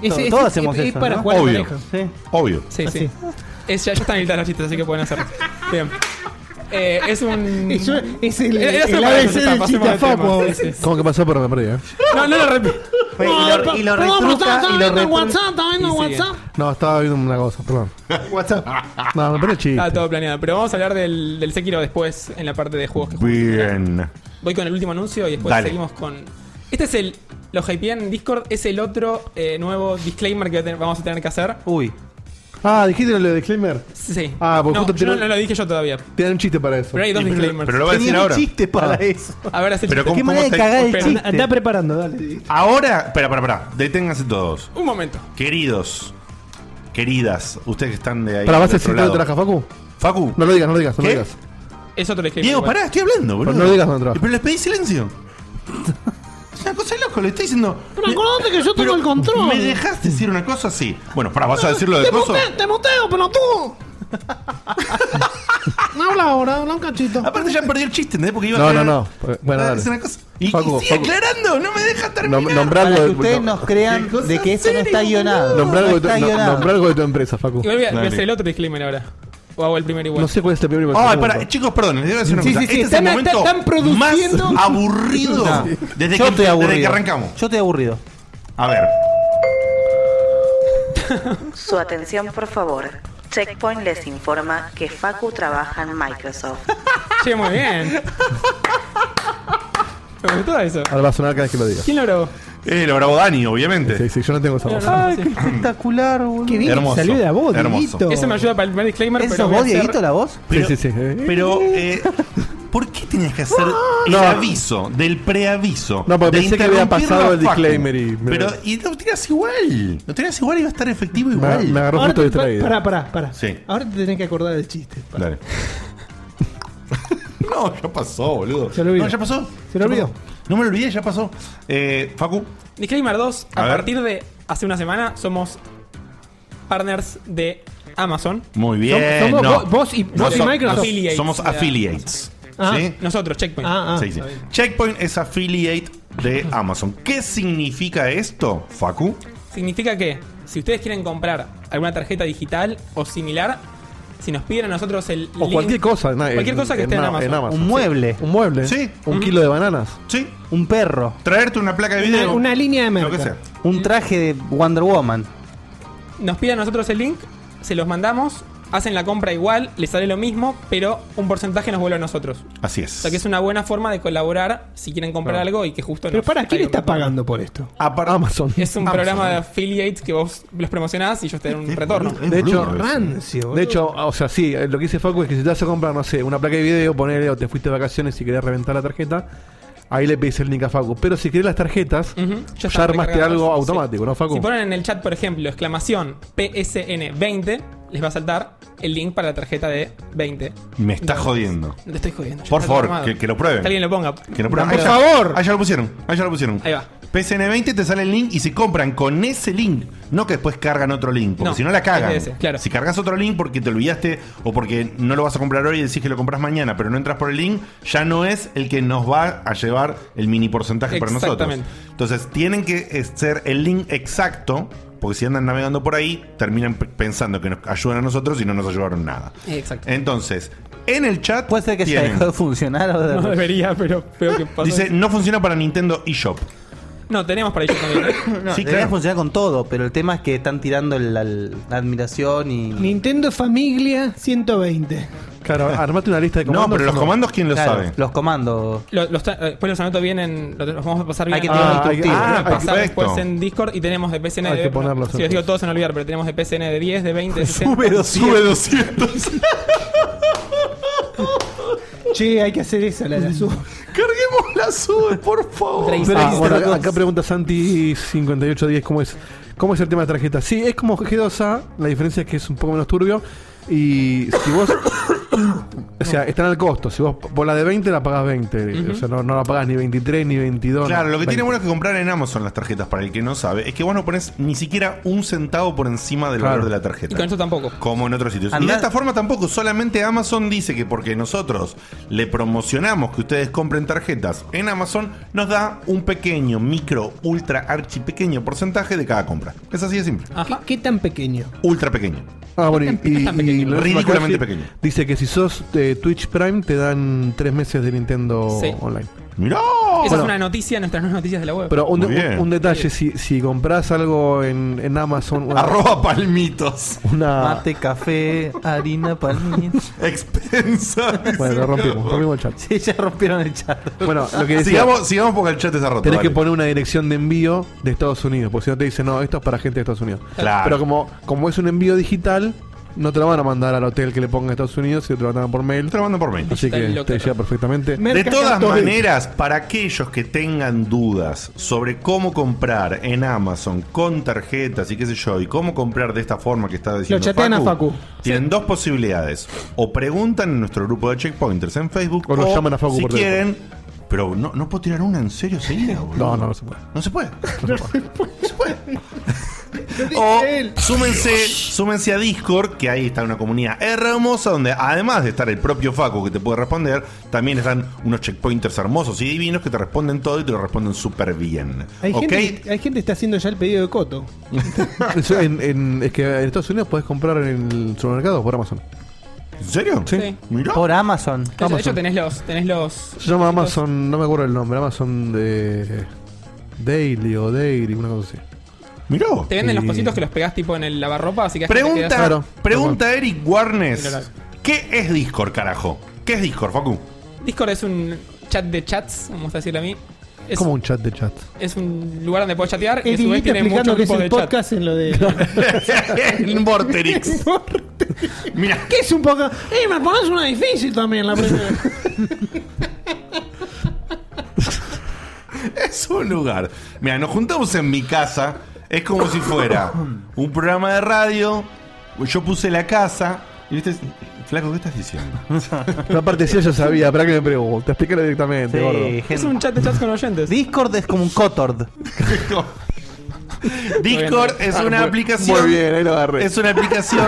[SPEAKER 8] Es-
[SPEAKER 3] To-
[SPEAKER 8] es-
[SPEAKER 3] Todos
[SPEAKER 8] es-
[SPEAKER 3] hacemos
[SPEAKER 8] es
[SPEAKER 3] eso.
[SPEAKER 8] para
[SPEAKER 3] ¿no?
[SPEAKER 8] jugar en pareja.
[SPEAKER 3] Sí.
[SPEAKER 2] Obvio.
[SPEAKER 8] Sí, sí. Es- ya, ya están habilitadas las chistes, así que pueden hacerlo. Bien. Eh, es un.
[SPEAKER 7] es el-
[SPEAKER 8] Era- era
[SPEAKER 7] el
[SPEAKER 8] solo para
[SPEAKER 7] ABC
[SPEAKER 8] eso,
[SPEAKER 7] del
[SPEAKER 8] pasemos
[SPEAKER 7] chiste
[SPEAKER 8] al tema.
[SPEAKER 5] Como
[SPEAKER 8] Sí, sí.
[SPEAKER 5] que pasó por la perdí, eh?
[SPEAKER 8] No, no lo repito.
[SPEAKER 3] Fue- y lo- y lo
[SPEAKER 7] Perdón, pero
[SPEAKER 3] retruca,
[SPEAKER 7] estaba
[SPEAKER 3] y lo
[SPEAKER 7] viendo el
[SPEAKER 3] retruca.
[SPEAKER 7] WhatsApp, estaba viendo el WhatsApp.
[SPEAKER 5] No, estaba viendo una cosa, perdón.
[SPEAKER 7] WhatsApp.
[SPEAKER 5] No, me parece chiste.
[SPEAKER 8] Estaba todo planeado. Pero vamos a hablar del, del Sekiro después en la parte de juegos que
[SPEAKER 2] Bien.
[SPEAKER 8] Voy con el último anuncio y después
[SPEAKER 2] Dale.
[SPEAKER 8] seguimos con. Este es el. Lo hypean en Discord, es el otro eh, nuevo disclaimer que va a tener- vamos a tener que hacer.
[SPEAKER 3] Uy.
[SPEAKER 5] Ah, dijiste lo de disclaimer.
[SPEAKER 8] Sí.
[SPEAKER 5] Ah, porque
[SPEAKER 8] no,
[SPEAKER 5] justo
[SPEAKER 8] yo
[SPEAKER 5] te-
[SPEAKER 8] no, no lo dije yo todavía.
[SPEAKER 5] Te dan un chiste para eso.
[SPEAKER 8] Pero hay dos
[SPEAKER 5] Sí,
[SPEAKER 8] disclaimers.
[SPEAKER 5] Tenía un chiste para
[SPEAKER 2] Ah.
[SPEAKER 5] eso.
[SPEAKER 8] A ver, hace el
[SPEAKER 2] Pero
[SPEAKER 8] chiste.
[SPEAKER 2] ¿cómo- Qué cómo manera de está- cagar el espera. chiste.
[SPEAKER 7] Está preparando, dale.
[SPEAKER 2] Ahora, espera, espera, espera, deténganse todos.
[SPEAKER 8] Un momento.
[SPEAKER 2] Queridos, queridas, ustedes que están de ahí.
[SPEAKER 5] ¿Para vas a
[SPEAKER 2] del
[SPEAKER 5] decir
[SPEAKER 2] otro
[SPEAKER 5] dónde
[SPEAKER 2] lado.
[SPEAKER 5] trabaja Facu?
[SPEAKER 2] Facu.
[SPEAKER 5] No lo digas, no lo digas, no lo
[SPEAKER 2] ¿Qué?
[SPEAKER 5] digas.
[SPEAKER 8] Es otro disclaimer.
[SPEAKER 2] Diego,
[SPEAKER 8] igual.
[SPEAKER 2] pará, estoy hablando, boludo.
[SPEAKER 5] Pero no lo digas dónde trabaja.
[SPEAKER 2] Pero les pedí silencio. Es una cosa de loco, le estoy diciendo.
[SPEAKER 7] Pero acordate que yo tengo
[SPEAKER 2] Pero
[SPEAKER 7] el control.
[SPEAKER 2] ¿Me dejaste decir una cosa así? Bueno, para, ¿vas a decir lo de
[SPEAKER 7] te,
[SPEAKER 2] coso?
[SPEAKER 7] muteo, te muteo, pero tú. no habla ahora, habla un cachito.
[SPEAKER 2] Aparte ya perdí el chiste, ¿entendés? Porque iba
[SPEAKER 5] No,
[SPEAKER 2] a
[SPEAKER 5] no,
[SPEAKER 2] aclarar-
[SPEAKER 5] no. Bueno,
[SPEAKER 2] Ah,
[SPEAKER 5] dale.
[SPEAKER 2] Es una cosa. Y,
[SPEAKER 5] Facu,
[SPEAKER 2] y sigue
[SPEAKER 5] Facu.
[SPEAKER 2] aclarando, no me deja terminar.
[SPEAKER 5] Nom- nombrar algo
[SPEAKER 3] Para que
[SPEAKER 5] de-
[SPEAKER 3] ustedes
[SPEAKER 5] no.
[SPEAKER 3] nos crean de que eso no está guionado.
[SPEAKER 5] Nombrar
[SPEAKER 3] no
[SPEAKER 5] algo, de
[SPEAKER 3] está
[SPEAKER 5] tu, no-
[SPEAKER 3] guionado.
[SPEAKER 5] nombrar algo de tu empresa, Facu.
[SPEAKER 8] Igual voy a, voy a hacer el otro disclaimer ahora. O hago el primero igual.
[SPEAKER 5] No sé cuál es el primero y cuál es el
[SPEAKER 2] Ay,
[SPEAKER 5] segundo.
[SPEAKER 2] Ah, pará, eh, chicos, perdón, les debo decir una
[SPEAKER 5] Sí,
[SPEAKER 2] cosa.
[SPEAKER 5] sí, sí,
[SPEAKER 2] este
[SPEAKER 5] están-
[SPEAKER 2] es el momento
[SPEAKER 5] están
[SPEAKER 3] produciendo-
[SPEAKER 2] más aburrido
[SPEAKER 3] No.
[SPEAKER 2] desde,
[SPEAKER 3] Yo
[SPEAKER 2] que,
[SPEAKER 3] estoy
[SPEAKER 2] desde
[SPEAKER 3] aburrido.
[SPEAKER 2] que arrancamos.
[SPEAKER 3] Yo estoy aburrido.
[SPEAKER 2] A ver.
[SPEAKER 14] Su atención, por favor. Checkpoint les informa que Facu trabaja en Microsoft.
[SPEAKER 8] Che, muy bien. Me gustó eso.
[SPEAKER 5] Ahora va a sonar cada vez que lo digas.
[SPEAKER 8] ¿Quién lo grabó?
[SPEAKER 2] Eh, lo grabó Dani, obviamente. Sí,
[SPEAKER 5] sí, yo no tengo esa voz.
[SPEAKER 3] Ay, qué espectacular, boludo.
[SPEAKER 8] Qué bien que Hermoso, salió de la voz, hermoso. Dieguito. Eso me ayuda para el primer disclaimer,
[SPEAKER 3] ¿Eso
[SPEAKER 8] pero
[SPEAKER 3] sos
[SPEAKER 8] voy a
[SPEAKER 3] vos,
[SPEAKER 8] hacer-
[SPEAKER 3] Dieguito, la voz?
[SPEAKER 2] Pero-
[SPEAKER 5] sí, sí, sí.
[SPEAKER 2] Pero, eh, ¿por qué tenías que hacer el
[SPEAKER 5] No.
[SPEAKER 2] aviso del preaviso?
[SPEAKER 5] No, porque
[SPEAKER 2] de
[SPEAKER 5] pensé que había
[SPEAKER 2] interrumpirlo
[SPEAKER 5] pasado
[SPEAKER 2] a
[SPEAKER 5] el
[SPEAKER 2] Facu?
[SPEAKER 5] disclaimer y-
[SPEAKER 2] Pero, y lo tiras igual. Lo tiras igual y va a estar efectivo igual.
[SPEAKER 5] me agarró
[SPEAKER 7] Ahora
[SPEAKER 5] justo
[SPEAKER 7] te-
[SPEAKER 5] distraído.
[SPEAKER 7] Pará, pará, pará.
[SPEAKER 2] Sí.
[SPEAKER 7] Ahora te tenés que acordar del chiste.
[SPEAKER 2] Dale. no, ya pasó, boludo.
[SPEAKER 7] Se lo olvidó.
[SPEAKER 2] No, ya pasó.
[SPEAKER 7] Se lo
[SPEAKER 2] Ya
[SPEAKER 7] olvidó.
[SPEAKER 2] pasó. No me lo olvidé, ya pasó. Eh, Facu.
[SPEAKER 8] Disclaimer 2. A,
[SPEAKER 2] A ver.
[SPEAKER 8] partir de hace una semana somos partners de Amazon.
[SPEAKER 2] Muy bien.
[SPEAKER 8] Somos- somos
[SPEAKER 2] no.
[SPEAKER 8] vos- vos y- vos
[SPEAKER 2] No,
[SPEAKER 8] y
[SPEAKER 2] so-
[SPEAKER 8] Microsoft.
[SPEAKER 2] nos-
[SPEAKER 8] Affiliates.
[SPEAKER 2] Somos
[SPEAKER 8] Ya.
[SPEAKER 2] affiliates.
[SPEAKER 8] Ah,
[SPEAKER 2] ¿Sí?
[SPEAKER 8] Nosotros, Checkpoint.
[SPEAKER 2] Sí, sí. Checkpoint es affiliate de Amazon. ¿Qué significa esto, Facu?
[SPEAKER 8] Significa que si ustedes quieren comprar alguna tarjeta digital o similar, si nos piden a nosotros el
[SPEAKER 5] O
[SPEAKER 8] link-
[SPEAKER 5] cualquier cosa. na-
[SPEAKER 8] cualquier cosa que esté en, Amazon.
[SPEAKER 5] Sí. Un mueble.
[SPEAKER 8] Sí.
[SPEAKER 5] Un
[SPEAKER 8] Ujú.
[SPEAKER 5] kilo de bananas.
[SPEAKER 2] Sí.
[SPEAKER 3] Un perro.
[SPEAKER 2] Traerte una placa de video.
[SPEAKER 7] Una línea de merca.
[SPEAKER 3] Un traje de Wonder Woman.
[SPEAKER 8] Nos piden a nosotros el link, se los mandamos, hacen la compra igual, les sale lo mismo, pero un porcentaje nos vuelve a nosotros.
[SPEAKER 2] Así
[SPEAKER 8] O
[SPEAKER 2] es.
[SPEAKER 8] sea que es una buena forma de colaborar si quieren comprar algo y que justo
[SPEAKER 7] Pero
[SPEAKER 8] nos
[SPEAKER 7] para, ¿quién
[SPEAKER 8] caiga un
[SPEAKER 7] está
[SPEAKER 8] retorno.
[SPEAKER 7] pagando por esto?
[SPEAKER 5] Amazon.
[SPEAKER 8] Es un programa de affiliates que vos los promocionás y ellos te dan un retorno.
[SPEAKER 5] De hecho, de hecho, o sea, sí, eh, lo que dice Facu es que si te vas a comprar, no sé, una placa de video, ponele o te fuiste de vacaciones y querés reventar la tarjeta, ahí le pedís el link a Facu. Pero si querés las tarjetas,
[SPEAKER 8] Ujú,
[SPEAKER 5] ya,
[SPEAKER 8] están
[SPEAKER 5] armaste
[SPEAKER 8] recargadas.
[SPEAKER 5] algo
[SPEAKER 8] Sí.
[SPEAKER 5] automático, ¿no, Facu?
[SPEAKER 8] Si ponen en el chat, por ejemplo, exclamación PSN20, les va a saltar el link para la tarjeta de 20.
[SPEAKER 2] Me está
[SPEAKER 8] No,
[SPEAKER 2] jodiendo.
[SPEAKER 8] No te estoy jodiendo. ya
[SPEAKER 2] Por
[SPEAKER 8] está
[SPEAKER 2] favor,
[SPEAKER 8] armado.
[SPEAKER 2] que, que lo prueben.
[SPEAKER 8] Que alguien lo ponga.
[SPEAKER 2] Que lo prueben.
[SPEAKER 8] Por
[SPEAKER 2] Ahí ya-
[SPEAKER 8] favor.
[SPEAKER 2] Ahí ya lo pusieron. Ahí ya lo pusieron.
[SPEAKER 8] Ahí va.
[SPEAKER 2] PSN20 te sale el link y si compran con ese link, no que después cargan otro link, porque
[SPEAKER 8] No,
[SPEAKER 2] si no la cagan.
[SPEAKER 8] es ese,
[SPEAKER 2] Si cargas otro link porque te olvidaste o porque no lo vas a comprar hoy y decís que lo compras mañana, pero no entras por el link, ya no es el que nos va a llevar el mini porcentaje para nosotros.
[SPEAKER 8] Exactamente.
[SPEAKER 2] Entonces, tienen que eh, ser el link exacto, porque si andan navegando por ahí, terminan p- pensando que nos ayudan a nosotros y no nos ayudaron nada.
[SPEAKER 8] Exacto.
[SPEAKER 2] Entonces, en el chat. Puede ser
[SPEAKER 3] Que se dejó de funcionar. o de-
[SPEAKER 8] No debería, pero veo que pasa.
[SPEAKER 2] Dice, no funciona para Nintendo eShop.
[SPEAKER 8] No, tenemos para ellos también. ¿eh?
[SPEAKER 3] No, debería funcionar con todo, pero el tema es que están tirando el- la, la admiración y.
[SPEAKER 7] Nintendo Familia 120.
[SPEAKER 5] Claro, armate una lista Ah, de comandos. ¿no? Claro.
[SPEAKER 3] Los comandos.
[SPEAKER 4] Lo- los tra- eh, después los anoto bien en. Los, los vamos a pasar bien.
[SPEAKER 3] Hay que
[SPEAKER 4] en-
[SPEAKER 3] tener un
[SPEAKER 4] Ah,
[SPEAKER 3] instructivo.
[SPEAKER 4] hay que-
[SPEAKER 3] Ah,
[SPEAKER 4] hay que pasar
[SPEAKER 3] perfecto.
[SPEAKER 4] después en Discord y tenemos de PCN
[SPEAKER 5] Hay
[SPEAKER 4] de.
[SPEAKER 5] que ponerlos
[SPEAKER 4] si los digo
[SPEAKER 5] entonces.
[SPEAKER 4] todos se van a olvidar, pero tenemos de PCN de 10, de 20, de 60.
[SPEAKER 5] Sube 200. Sube
[SPEAKER 2] 200.
[SPEAKER 7] Che, hay que hacer eso, la, la sub.
[SPEAKER 2] Carguemos la sube, por favor.
[SPEAKER 5] Ah, bueno, acá, acá pregunta Santi5810 cómo es cómo es el tema de tarjeta. Sí, es como G2A, la diferencia es que es un poco menos turbio. Y si vos. o sea, están al costo. Si vos por la de 20 la pagás 20.
[SPEAKER 2] Ujú.
[SPEAKER 5] O sea, no, no la pagás ni 23 ni 22.
[SPEAKER 2] Claro,
[SPEAKER 5] no,
[SPEAKER 2] lo que
[SPEAKER 5] 20.
[SPEAKER 2] tiene bueno es que comprar en Amazon las tarjetas, para el que no sabe, es que vos no pones ni siquiera un centavo por encima del
[SPEAKER 5] Claro.
[SPEAKER 2] valor de la tarjeta.
[SPEAKER 4] Y con esto tampoco.
[SPEAKER 2] Como en otros sitios. Y
[SPEAKER 4] Andá-
[SPEAKER 2] de esta forma tampoco, solamente Amazon dice que porque nosotros le promocionamos que ustedes compren tarjetas en Amazon, nos da un pequeño, micro, ultra, archi pequeño porcentaje de cada compra. Es así de simple.
[SPEAKER 7] ¿Qué, qué tan pequeño?
[SPEAKER 2] Ultra pequeño.
[SPEAKER 5] Ah, bueno, y, y- y Lorenzo
[SPEAKER 2] Ridículamente
[SPEAKER 5] Macassi
[SPEAKER 2] pequeño.
[SPEAKER 5] Dice que si sos de Twitch Prime te dan 3 meses de Nintendo
[SPEAKER 4] Sí.
[SPEAKER 5] Online.
[SPEAKER 2] ¡Mirá!
[SPEAKER 4] Esa
[SPEAKER 5] Bueno,
[SPEAKER 4] es una noticia, nuestras nuevas noticias de la web.
[SPEAKER 5] Pero un, de- un- un detalle, si, si compras algo en, en Amazon... una-
[SPEAKER 2] Arroba palmitos.
[SPEAKER 5] Una...
[SPEAKER 3] Mate, café, harina, palmitos.
[SPEAKER 2] Expensa.
[SPEAKER 5] Bueno, lo rompimos, rompimos el chat.
[SPEAKER 3] Sí, ya rompieron el chat.
[SPEAKER 5] Bueno, lo que decía-
[SPEAKER 2] sigamos, sigamos porque el chat está roto.
[SPEAKER 5] Tenés que
[SPEAKER 2] dale.
[SPEAKER 5] poner una dirección de envío de Estados Unidos, porque si no te dicen, no, esto es para gente de Estados Unidos.
[SPEAKER 2] Claro.
[SPEAKER 5] Pero como, como es un envío digital, no te lo van a mandar al hotel que le pongan a Estados Unidos, sino te lo mandan por mail. Te
[SPEAKER 2] lo mandan por mail.
[SPEAKER 5] Así que
[SPEAKER 2] Digital
[SPEAKER 5] te
[SPEAKER 2] locker.
[SPEAKER 5] llega perfectamente.
[SPEAKER 2] De todas maneras, para aquellos que tengan dudas sobre cómo comprar en Amazon con tarjetas y qué sé yo, y cómo comprar de esta forma que está diciendo
[SPEAKER 7] Lo chatean a Facu.
[SPEAKER 2] tienen dos posibilidades. O preguntan en nuestro grupo de checkpointers en Facebook, o,
[SPEAKER 5] nos llaman a Facu
[SPEAKER 2] si
[SPEAKER 5] por teléfono.
[SPEAKER 2] quieren. Pero no, no puedo tirar una en serio seguida,
[SPEAKER 5] No, no, no se puede.
[SPEAKER 2] No se puede. O súmense, súmense a Discord, que ahí está una comunidad hermosa, donde además de estar el propio Facu que te puede responder, también están unos checkpointers hermosos y divinos que te responden todo y te lo responden súper bien.
[SPEAKER 7] Hay,
[SPEAKER 2] ¿Ok?
[SPEAKER 7] gente, que- hay gente que está haciendo ya el pedido de Coto.
[SPEAKER 5] Eso en- en- es que en Estados Unidos podés comprar en el supermercado o por Amazon.
[SPEAKER 2] ¿En serio?
[SPEAKER 5] Sí.
[SPEAKER 4] Sí.
[SPEAKER 3] Por Amazon.
[SPEAKER 4] De hecho- de hecho, tenés los. Tenés los
[SPEAKER 5] Se llama Amazon, no me acuerdo el nombre, Amazon de Daily o Daily, una cosa así.
[SPEAKER 2] Miró.
[SPEAKER 4] te venden los cositos que los pegás tipo en el lavarropa, así que.
[SPEAKER 2] Pregunta, pregunta
[SPEAKER 4] Eric
[SPEAKER 2] Eric Warnes. ¿Qué es Discord, carajo? ¿Qué es Discord, Facu?
[SPEAKER 4] Discord es un chat de chats, vamos a decirlo a mí. Es,
[SPEAKER 5] Como un chat de chat.
[SPEAKER 4] es un lugar donde puedes chatear y a su
[SPEAKER 7] Edith
[SPEAKER 4] vez
[SPEAKER 7] está
[SPEAKER 4] tiene
[SPEAKER 7] explicando
[SPEAKER 4] muchos
[SPEAKER 7] que es
[SPEAKER 4] grupos
[SPEAKER 7] un
[SPEAKER 4] de chat.
[SPEAKER 7] podcast en lo de.
[SPEAKER 2] En Vorterix. Mira.
[SPEAKER 7] ¿Qué es un podcast? ¡Eh, me pones una difícil también la primera!
[SPEAKER 2] Es un lugar. Mira, nos juntamos en mi casa. Es como si fuera un programa de radio. Yo puse la casa. Y viste, flaco, ¿qué estás diciendo?
[SPEAKER 5] Pero aparte, si yo sabía, para que me pregunto, te explicaré directamente, gordo.
[SPEAKER 4] Es un chat de chats con oyentes.
[SPEAKER 3] Discord es como un Cotord.
[SPEAKER 2] Discord es
[SPEAKER 5] Ah,
[SPEAKER 2] una
[SPEAKER 5] muy-
[SPEAKER 2] aplicación.
[SPEAKER 5] muy bien, ahí lo agarré.
[SPEAKER 2] Es una aplicación.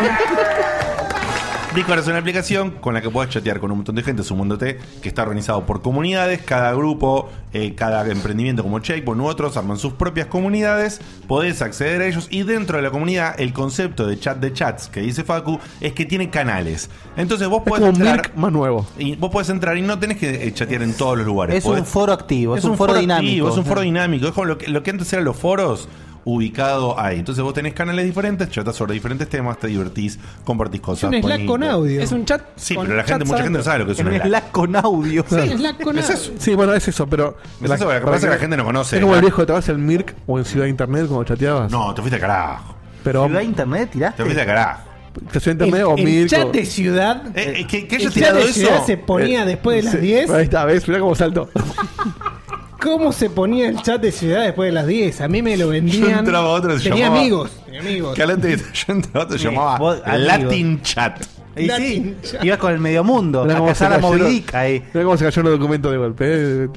[SPEAKER 2] Discord es una aplicación con la que puedes chatear con un montón de gente sumándote, que está organizado por comunidades, cada grupo, eh, cada emprendimiento como Checkpoint u otros arman sus propias comunidades, podés acceder a ellos y dentro de la comunidad el concepto de chat de chats que dice Facu es que tiene canales. Entonces vos
[SPEAKER 5] Es
[SPEAKER 2] podés
[SPEAKER 5] como
[SPEAKER 2] entrar,
[SPEAKER 5] Mirk más nuevo.
[SPEAKER 2] y vos podés entrar y no tenés que eh, chatear en todos los lugares.
[SPEAKER 5] Es un
[SPEAKER 2] Podés-
[SPEAKER 5] foro activo, es un foro dinámico.
[SPEAKER 2] Es un foro dinámico. Es como lo que, lo que antes eran los foros ubicado ahí. Entonces vos tenés canales diferentes, chatás sobre diferentes temas, te divertís, compartís cosas.
[SPEAKER 7] un Slack
[SPEAKER 2] ponís-
[SPEAKER 7] con audio.
[SPEAKER 4] Es un chat.
[SPEAKER 2] Sí, pero la gente, mucha gente no sabe lo que es un Slack.
[SPEAKER 3] con audio.
[SPEAKER 7] Sí, Slack con
[SPEAKER 5] Es
[SPEAKER 7] audio.
[SPEAKER 5] eso. Sí, bueno, es eso, pero.
[SPEAKER 2] Es eso, lo que pasa es que la gente no conoce.
[SPEAKER 5] Es como el
[SPEAKER 2] Slack.
[SPEAKER 5] viejo, ¿te vas al Mirk o en Ciudad Internet cuando chateabas?
[SPEAKER 2] No, te fuiste al carajo.
[SPEAKER 5] Pero,
[SPEAKER 3] ¿Ciudad Internet tiraste?
[SPEAKER 2] Te fuiste al carajo.
[SPEAKER 5] ¿Te Ciudad Internet o Mirk? o- Eh,
[SPEAKER 7] ciudad.
[SPEAKER 2] Eh, eh, que, que
[SPEAKER 7] El
[SPEAKER 2] haya
[SPEAKER 7] chat
[SPEAKER 2] tirado
[SPEAKER 7] de
[SPEAKER 2] eso.
[SPEAKER 7] ciudad se
[SPEAKER 2] Eh,
[SPEAKER 7] ponía después de las
[SPEAKER 5] Sí,
[SPEAKER 7] 10.
[SPEAKER 5] Ahí está, ¿ves? Mirá cómo saltó.
[SPEAKER 7] ¿Cómo se ponía el chat de ciudad después de las 10? A mí me lo vendían.
[SPEAKER 2] Yo entraba a otro que se
[SPEAKER 7] tenía
[SPEAKER 2] llamaba-
[SPEAKER 7] amigos. Tenía amigos.
[SPEAKER 2] Que antes yo entraba, te
[SPEAKER 3] Sí,
[SPEAKER 2] llamaba
[SPEAKER 3] vos, amigo.
[SPEAKER 2] Latin Chat.
[SPEAKER 3] Y sí, ibas con el medio mundo.
[SPEAKER 5] Mirá
[SPEAKER 3] A
[SPEAKER 5] cómo se
[SPEAKER 3] cazar a
[SPEAKER 5] cayeron-
[SPEAKER 3] Moby Dick.
[SPEAKER 5] Mirá cómo se cayeron los documentos de golpe. eh.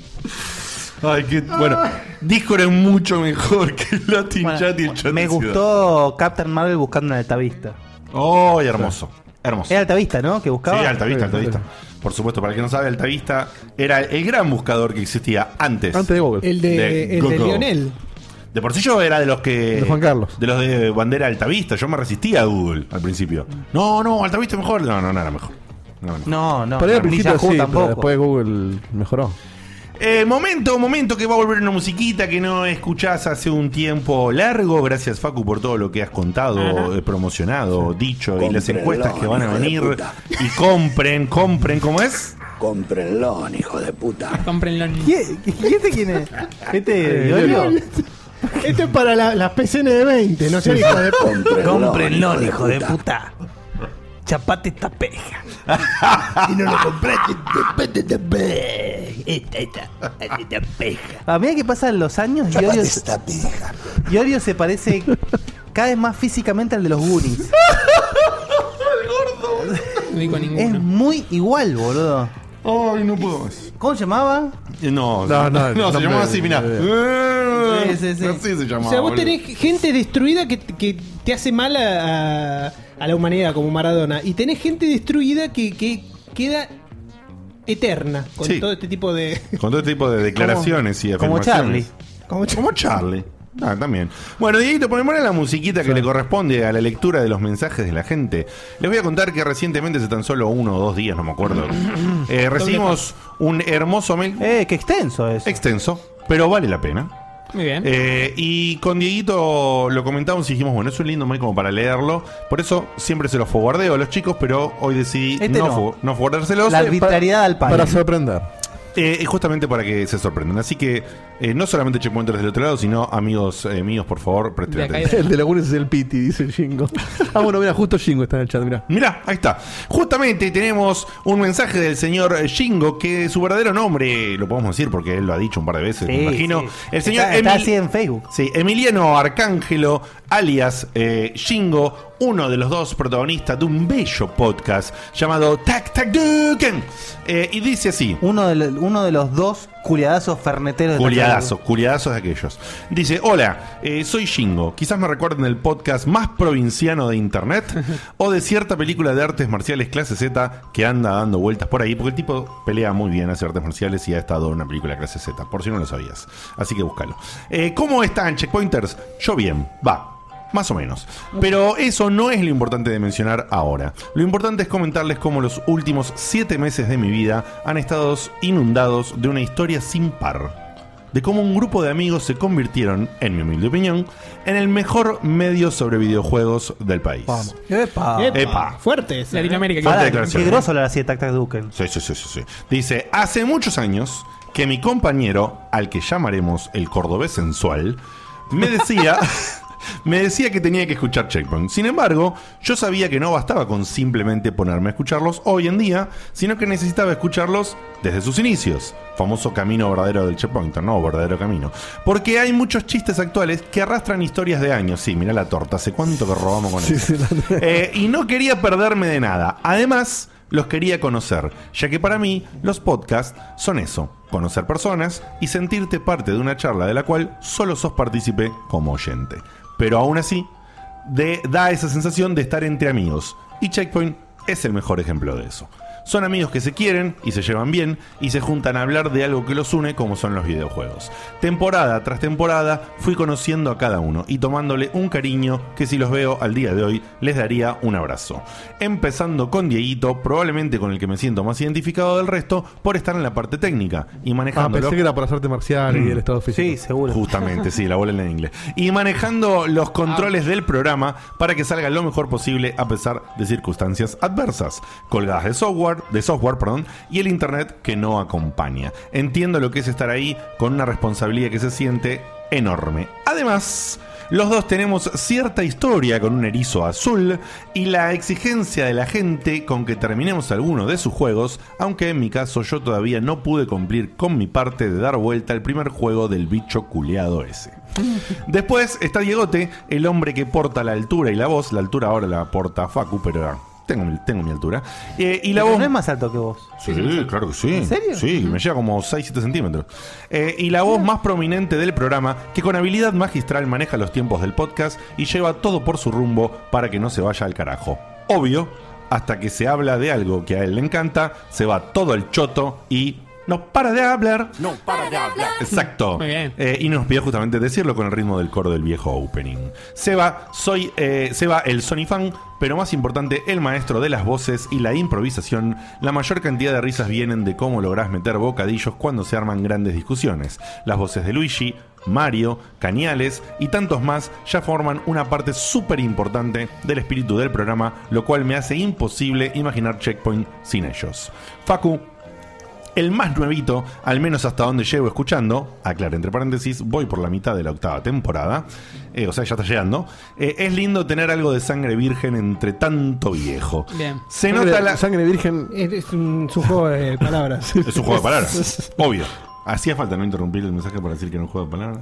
[SPEAKER 5] Ah.
[SPEAKER 2] Ay, qué- bueno, Discord es mucho mejor que el Latin
[SPEAKER 3] Bueno,
[SPEAKER 2] Chat y el chat
[SPEAKER 3] Me
[SPEAKER 2] de
[SPEAKER 3] gustó Captain Marvel buscando un altavista.
[SPEAKER 2] ¡Oh, hermoso! Hermoso.
[SPEAKER 3] Era altavista, ¿no? Que buscaba.
[SPEAKER 2] Sí, Altavista, Altavista. Por supuesto, para el que no sabe, Altavista era el gran buscador que existía antes.
[SPEAKER 5] Antes de Google. El de- el de
[SPEAKER 2] Google.
[SPEAKER 5] Lionel.
[SPEAKER 2] De por sí yo era de los que.
[SPEAKER 5] De Juan Carlos.
[SPEAKER 2] De los de bandera altavista. Yo me resistía a Google al principio. No, no, altavista es mejor. No, no, no era mejor. No, era mejor.
[SPEAKER 3] No, no.
[SPEAKER 5] Por ahí al
[SPEAKER 3] Ninja
[SPEAKER 5] principio
[SPEAKER 3] Ju
[SPEAKER 5] sí, pero
[SPEAKER 3] tampoco.
[SPEAKER 5] después Google mejoró.
[SPEAKER 2] Eh, momento, momento que va a volver una musiquita que no escuchás hace un tiempo largo. Gracias, Facu, por todo lo que has contado, eh, promocionado, dicho y las
[SPEAKER 14] Cómprenlo,
[SPEAKER 2] encuestas que van a
[SPEAKER 14] hijo de
[SPEAKER 2] venir.
[SPEAKER 14] puta.
[SPEAKER 2] Y compren, compren, ¿cómo es?
[SPEAKER 14] Cómprenlo, hijo de puta.
[SPEAKER 4] Comprenlo.
[SPEAKER 15] ¿Y este quién es?
[SPEAKER 5] Eh,
[SPEAKER 15] ¿Este
[SPEAKER 5] Diorio.
[SPEAKER 15] Diorio?
[SPEAKER 7] Este
[SPEAKER 5] Esto es para la- las PCN de 20, no sean hijos de puta.
[SPEAKER 15] Cómprenlo, hijo de puta. Chapate esta peja. si no lo compraste, chapate esta peja. Esta, esta, esta peja.
[SPEAKER 3] A medida que pasan los años, Iorio, Iorio se parece cada vez más físicamente al de los Goonies. Es muy igual, boludo.
[SPEAKER 2] Ay, no puedo
[SPEAKER 3] ¿Cómo se llamaba?
[SPEAKER 2] No,
[SPEAKER 5] No, no,
[SPEAKER 2] se
[SPEAKER 5] no,
[SPEAKER 2] llamaba
[SPEAKER 5] no,
[SPEAKER 2] así,
[SPEAKER 5] no,
[SPEAKER 2] mirá.
[SPEAKER 5] no.
[SPEAKER 2] Sí, sí, sí. Así se llamaba.
[SPEAKER 7] O sea, vos
[SPEAKER 2] boludo.
[SPEAKER 7] tenés gente destruida que, que te hace mal a, a- a la humanidad como Maradona. Y tenés gente destruida que, que queda eterna con
[SPEAKER 2] Sí.
[SPEAKER 7] todo este tipo de...
[SPEAKER 2] Con todo este tipo de declaraciones y
[SPEAKER 7] Como
[SPEAKER 2] afirmaciones.
[SPEAKER 7] Como,
[SPEAKER 2] Charlie. Ah, también. Bueno, Dieguito, ponemos la musiquita que le corresponde a la lectura de los mensajes de la gente. Les voy a contar que recientemente, hace tan solo uno o dos días, no me acuerdo, eh, recibimos un hermoso mail.
[SPEAKER 3] Eh, qué extenso es.
[SPEAKER 2] Extenso, pero vale la pena.
[SPEAKER 4] Muy bien.
[SPEAKER 2] Eh, y con Dieguito lo comentamos y dijimos, bueno, es un lindo mail como para leerlo. Por eso siempre se los forwardeo a los chicos, pero hoy decidí
[SPEAKER 3] Este
[SPEAKER 2] no,
[SPEAKER 3] no.
[SPEAKER 2] fo- no forwardárselos.
[SPEAKER 3] La
[SPEAKER 2] Eh, pa-
[SPEAKER 3] arbitrariedad al padre.
[SPEAKER 2] para
[SPEAKER 5] sorprender.
[SPEAKER 2] eh, justamente para que se sorprendan. Así que eh, no solamente checkpointers del otro lado, sino amigos eh, míos, por favor, presten atención.
[SPEAKER 5] El de lagunes es el Piti, dice el Jingo. Ah, bueno, mira, justo Jingo está en el chat, mira. Ah,
[SPEAKER 2] Mirá, ahí está. Justamente tenemos un mensaje del señor Shingo, que su verdadero nombre, lo podemos decir porque él lo ha dicho un par de veces, me
[SPEAKER 3] Sí,
[SPEAKER 2] imagino.
[SPEAKER 3] sí.
[SPEAKER 2] El señor
[SPEAKER 3] Está- está
[SPEAKER 2] Emil-
[SPEAKER 3] así en Facebook.
[SPEAKER 2] Sí, Emiliano Arcángelo, alias eh, Shingo, uno de los dos protagonistas de un bello podcast llamado Tac Tac Duken. Eh, y dice así.
[SPEAKER 3] Uno de, lo- uno de los dos culiadazos ferneteros de
[SPEAKER 2] Culiadazo, culiadazo de aquellos. Dice, hola, eh, soy Shingo. Quizás me recuerden el podcast más provinciano de internet o de cierta película de artes marciales clase Z que anda dando vueltas por ahí, porque el tipo pelea muy bien hace artes marciales y ha estado en una película clase Z, por si no lo sabías. Así que búscalo. Eh, ¿Cómo están, checkpointers? Yo bien, va. Más o menos. Pero eso no es lo importante de mencionar ahora. Lo importante es comentarles cómo los últimos siete meses de mi vida han estado inundados de una historia sin par de cómo un grupo de amigos se convirtieron, en mi humilde opinión, en el mejor medio sobre videojuegos del país. Vamos.
[SPEAKER 3] Epa.
[SPEAKER 2] Epa.
[SPEAKER 7] Fuerte esa, ¿eh?
[SPEAKER 2] Fuerte
[SPEAKER 3] Pará,
[SPEAKER 2] declaración,
[SPEAKER 3] qué
[SPEAKER 2] ¿eh?
[SPEAKER 3] grosso la hacía Tac Tac Duken.
[SPEAKER 2] Sí, sí, sí, sí, sí. Dice, hace muchos años que mi compañero, al que llamaremos el cordobés sensual, me decía... Me decía que tenía que escuchar Checkpoint. Sin embargo, yo sabía que no bastaba con simplemente ponerme a escucharlos hoy en día, sino que necesitaba escucharlos desde sus inicios. Famoso camino verdadero del Checkpoint, no, verdadero camino. Porque hay muchos chistes actuales que arrastran historias de años. Sí, mirá la torta, hace cuánto que robamos con eso. Eh, y no quería perderme de nada. Además, los quería conocer, ya que para mí los podcasts son eso, conocer personas y sentirte parte de una charla de la cual solo sos partícipe como oyente. Pero aún así, de- da esa sensación de estar entre amigos. Y Checkpoint es el mejor ejemplo de eso. Son amigos que se quieren y se llevan bien y se juntan a hablar de algo que los une como son los videojuegos. Temporada tras temporada fui conociendo a cada uno y tomándole un cariño que si los veo al día de hoy les daría un abrazo. Empezando con Dieguito, probablemente con el que me siento más identificado del resto por estar en la parte técnica y
[SPEAKER 5] Ah,
[SPEAKER 2] manejándolo.
[SPEAKER 5] pensé que era por hacerte marcial y
[SPEAKER 2] Mm.
[SPEAKER 5] el estado físico. Sí,
[SPEAKER 3] seguro.
[SPEAKER 2] Justamente, sí, la bola en el inglés. Y manejando los controles del programa para que salga lo mejor posible a pesar de circunstancias adversas, colgadas de software, de software, perdón, y el internet que no acompaña. Entiendo lo que es estar ahí con una responsabilidad que se siente enorme. Además, los dos tenemos cierta historia con un erizo azul y la exigencia de la gente con que terminemos alguno de sus juegos, aunque en mi caso yo todavía no pude cumplir con mi parte de dar vuelta al primer juego del bicho culeado ese. Después está Diegote, el hombre que porta la altura y la voz. La altura ahora la porta Facu, pero ah, tengo, mi- tengo mi altura. Eh, y la
[SPEAKER 3] Pero
[SPEAKER 2] voz
[SPEAKER 3] No es más alto que vos.
[SPEAKER 2] Sí, claro que sí.
[SPEAKER 3] ¿En serio?
[SPEAKER 2] Sí, me llega como 6-7 centímetros. Eh, y la voz más prominente del programa, que con habilidad magistral maneja los tiempos del podcast y lleva todo por su rumbo para que no se vaya al carajo. Obvio, hasta que se habla de algo que a él le encanta, se va todo el choto y... No para de hablar.
[SPEAKER 15] No para de hablar.
[SPEAKER 2] Exacto. Eh, y nos pidió justamente decirlo con el ritmo del coro del viejo opening. Seba, soy eh, Seba el Sony fan, pero más importante, el maestro de las voces y la improvisación. La mayor cantidad de risas vienen de cómo lográs meter bocadillos cuando se arman grandes discusiones. Las voces de Luigi, Mario, Cañales y tantos más ya forman una parte súper importante del espíritu del programa, lo cual me hace imposible imaginar Checkpoint sin ellos. Facu, el más nuevito, al menos hasta donde llevo escuchando, aclaro entre paréntesis, voy por la mitad de la octava temporada, eh, o sea, ya está llegando. eh, es lindo tener algo de sangre virgen entre tanto viejo.
[SPEAKER 7] Bien.
[SPEAKER 2] Se
[SPEAKER 5] Sangre-
[SPEAKER 2] nota la.
[SPEAKER 5] Sangre virgen.
[SPEAKER 7] Es, es un, es un juego de palabras.
[SPEAKER 2] Es un juego de palabras, obvio. Hacía falta no interrumpir el mensaje para decir que era un juego de palabras.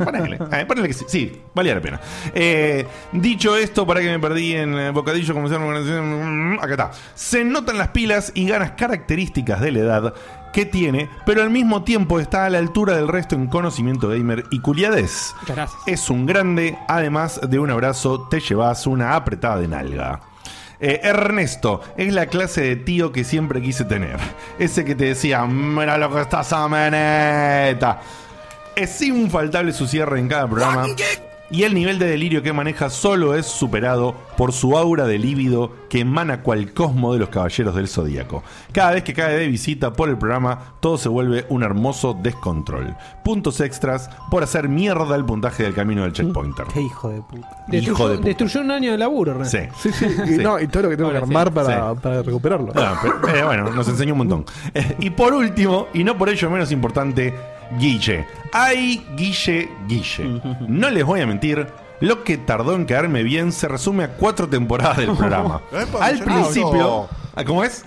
[SPEAKER 2] Eh, ponele, eh, ponele que sí, sí, valía la pena. Eh, dicho esto, para que me perdí en eh, bocadillo, como se llama, mm, acá está. Se notan las pilas y ganas características de la edad que tiene, pero al mismo tiempo está a la altura del resto en conocimiento gamer y culiadez. Es un grande, además de un abrazo, te llevas una apretada de nalga. Eh, Ernesto es la clase de tío que siempre quise tener. Ese que te decía, mira lo que está esa maneta. Es infaltable su cierre en cada programa. Y el nivel de delirio que maneja solo es superado por su aura de lívido que emana cual cosmo de los caballeros del zodíaco. Cada vez que cae de visita por el programa, todo se vuelve un hermoso descontrol. Puntos extras por hacer mierda el puntaje del camino del checkpointer.
[SPEAKER 3] Qué hijo de puta.
[SPEAKER 2] Hijo
[SPEAKER 7] Destruyó,
[SPEAKER 2] de puta.
[SPEAKER 7] destruyó un año de laburo, Hernán.
[SPEAKER 2] Sí.
[SPEAKER 5] Sí, sí. Y,
[SPEAKER 2] Sí.
[SPEAKER 5] No, y todo lo que tengo que armar para, para recuperarlo.
[SPEAKER 2] Bueno, pero- eh, bueno, nos enseñó un montón. Eh, y por último, y no por ello menos importante, Guille. Ay, Guille, Guille. No les voy a mentir, lo que tardó en caerme bien se resume a cuatro temporadas Ah, del programa.
[SPEAKER 16] Epa,
[SPEAKER 2] Al
[SPEAKER 16] Guillermito.
[SPEAKER 2] principio... Ah, ¿Cómo es?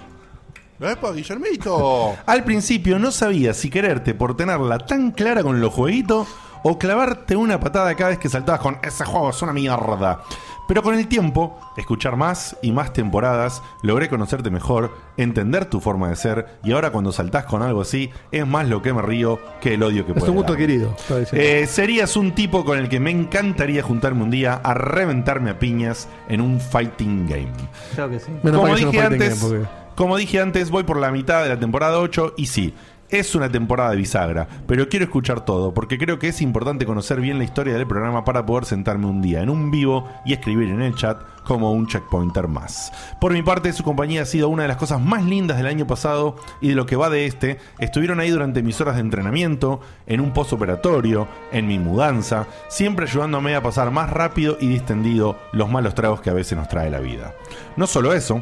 [SPEAKER 16] ¡Epa, Guillermito!
[SPEAKER 2] Al principio no sabía si quererte por tenerla tan clara con los jueguitos o clavarte una patada cada vez que saltabas con ese juego es una mierda. Pero con el tiempo, escuchar más y más temporadas, logré conocerte mejor, entender tu forma de ser y ahora cuando saltás con algo así, es más lo que me río que el odio que
[SPEAKER 5] es
[SPEAKER 2] puedo.
[SPEAKER 5] un gusto querido. está diciendo.
[SPEAKER 2] Eh, serías un tipo con el que me encantaría juntarme un día a reventarme a piñas en un fighting game.
[SPEAKER 3] Claro que sí.
[SPEAKER 5] Menos
[SPEAKER 2] como
[SPEAKER 5] mal que
[SPEAKER 2] dije
[SPEAKER 5] yo no
[SPEAKER 2] antes,
[SPEAKER 5] fighting game,
[SPEAKER 2] como dije antes, voy por la mitad de la temporada 8 y sí. Es una temporada de bisagra, pero quiero escuchar todo, porque creo que es importante conocer bien la historia del programa para poder sentarme un día en un vivo y escribir en el chat como un checkpointer más. Por mi parte, su compañía ha sido una de las cosas más lindas del año pasado y de lo que va de este. Estuvieron ahí durante mis horas de entrenamiento, en un postoperatorio, en mi mudanza, siempre ayudándome a pasar más rápido y distendido los malos tragos que a veces nos trae la vida. No solo eso,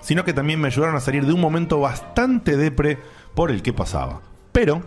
[SPEAKER 2] sino que también me ayudaron a salir de un momento bastante depre por el que pasaba. Pero,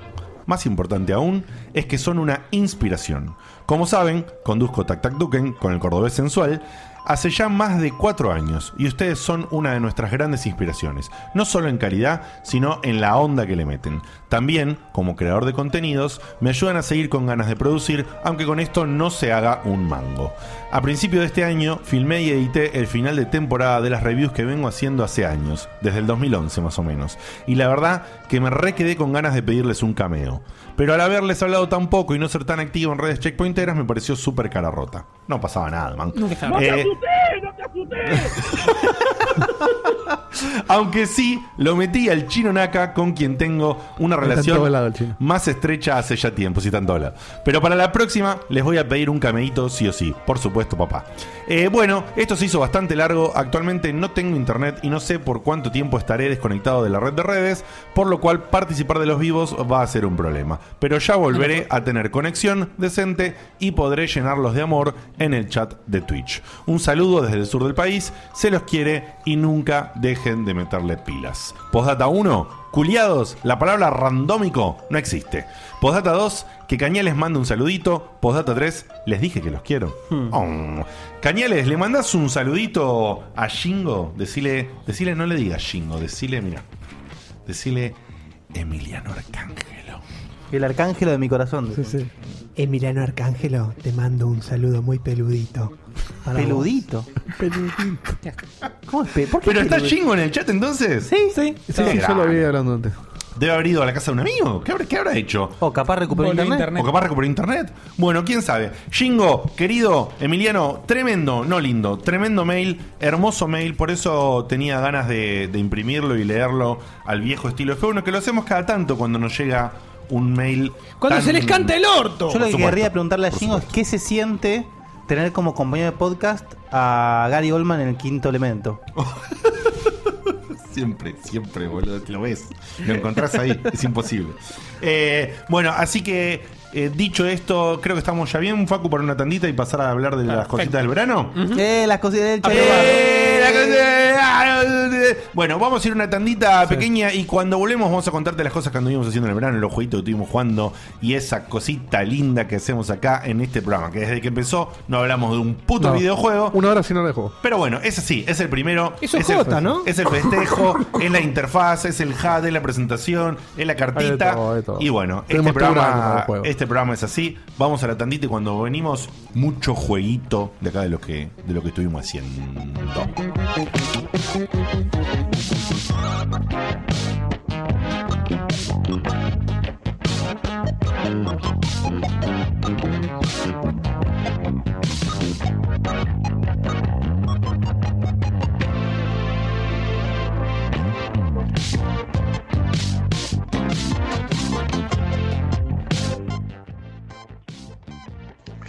[SPEAKER 2] más importante aún, es que son una inspiración. Como saben, conduzco Tac Tac Duken con el cordobés sensual hace ya más de cuatro años y ustedes son una de nuestras grandes inspiraciones, no solo en calidad, sino en la onda que le meten. También, como creador de contenidos, me ayudan a seguir con ganas de producir, aunque con esto no se haga un mango. A principio de este año, filmé y edité el final de temporada de las reviews que vengo haciendo hace años, desde el 2011 más o menos. Y la verdad que me re quedé con ganas de pedirles un cameo. Pero al haberles hablado tan poco y no ser tan activo en redes checkpointeras, me pareció súper cara rota. No pasaba nada, man. Eh, Aunque sí, lo metí al chino Naka, con quien tengo una
[SPEAKER 5] Está en
[SPEAKER 2] relación
[SPEAKER 5] todos lados el chino.
[SPEAKER 2] más estrecha hace ya tiempo, si tanto habla. Pero para la próxima les voy a pedir un cameíto sí o sí. Por supuesto, papá. Eh, bueno, esto se hizo bastante largo. Actualmente no tengo internet y no sé por cuánto tiempo estaré desconectado de la red de redes, por lo cual participar de los vivos va a ser un problema. Pero ya volveré a tener conexión decente y podré llenarlos de amor en el chat de Twitch. Un saludo desde el sur del país, se los quiere y nunca dejen de meterle pilas. Postdata 1, Culiados, la palabra randómico no existe. Postdata 2, que Cañales manda un saludito. Postdata 3, les dije que los quiero.
[SPEAKER 3] Hmm.
[SPEAKER 2] Oh. Cañales, ¿le mandas un saludito a Shingo? Decile, decile, no le digas Shingo, decile, mira. Decile Emiliano Arcángelo.
[SPEAKER 3] El arcángelo de mi corazón.
[SPEAKER 7] Eh,
[SPEAKER 17] Emiliano Arcángelo, te mando un saludo muy peludito. para vos.
[SPEAKER 3] Peludito. ¿Cómo es pe- ¿Por qué
[SPEAKER 2] Pero está
[SPEAKER 3] peludito?
[SPEAKER 2] Shingo en el chat entonces.
[SPEAKER 3] Sí, sí.
[SPEAKER 5] Sí, sí, yo lo vi hablando antes.
[SPEAKER 2] Debe haber ido a la casa de un amigo. ¿Qué habrá, qué habrá hecho? O capaz recuperó
[SPEAKER 3] Volvió a internet. internet.
[SPEAKER 2] O capaz recuperó internet. Bueno, quién sabe. Jingo, querido Emiliano, tremendo, no lindo, tremendo mail, hermoso mail. Por eso tenía ganas de, de imprimirlo y leerlo al viejo estilo F1, que lo hacemos cada tanto cuando nos llega un mail. tan-
[SPEAKER 3] Yo
[SPEAKER 2] Por
[SPEAKER 3] lo que
[SPEAKER 2] supuesto.
[SPEAKER 3] querría preguntarle a Jingo es qué se siente tener como compañero de podcast a Gary Goldman en el quinto elemento.
[SPEAKER 2] Siempre, siempre, boludo, lo ves. Lo encontrás ahí, es imposible. Eh, bueno, así que eh, dicho esto, creo que estamos ya bien, Facu, para una tandita y pasar a hablar de las cositas del verano. eh,
[SPEAKER 3] Eh, las cositas del Che
[SPEAKER 2] Bueno, vamos a ir a una tandita pequeña y cuando volvemos vamos a contarte las cosas que anduvimos haciendo en el verano, los jueguitos que estuvimos jugando y esa cosita linda que hacemos acá en este programa, que desde que empezó no hablamos de un puto
[SPEAKER 5] No,
[SPEAKER 2] videojuego.
[SPEAKER 5] Una hora sin hora de juego.
[SPEAKER 2] Pero bueno, es así, es el primero.
[SPEAKER 5] Eso es
[SPEAKER 2] el-
[SPEAKER 5] Jota, ¿no?
[SPEAKER 2] Es el festejo, es la interfaz, es el HUD, es la presentación, es la cartita.
[SPEAKER 5] Hay de todo, hay de todo.
[SPEAKER 2] Y bueno,
[SPEAKER 5] Tenemos
[SPEAKER 2] este
[SPEAKER 5] todo grande para
[SPEAKER 2] programa,
[SPEAKER 5] el juego.
[SPEAKER 2] este programa es así. Vamos a la tandita y cuando venimos, mucho jueguito de acá de lo que, de lo que estuvimos haciendo.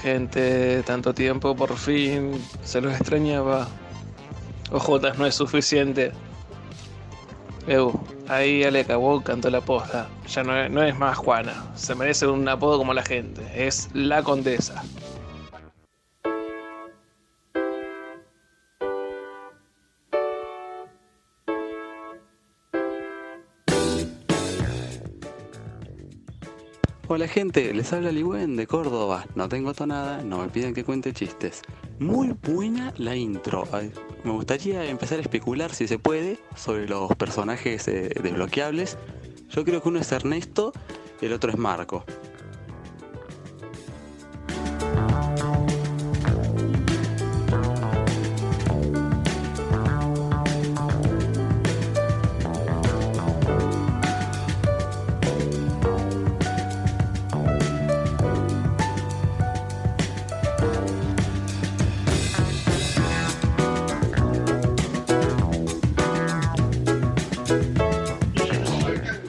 [SPEAKER 18] Gente, tanto tiempo por fin, se los extrañaba. OJ no es suficiente. Eu, ahí Aleka Wow cantó la posta. Ya no es, no es más Juana, se merece un apodo como la gente, es la condesa.
[SPEAKER 19] Hola Oh, gente, les habla Ligüen de Córdoba. No tengo tonada, no me piden que cuente chistes. Muy buena la intro. Ay, Me gustaría empezar a especular, si se puede, sobre los personajes eh, desbloqueables. Yo creo que uno es Ernesto, el otro es Marco.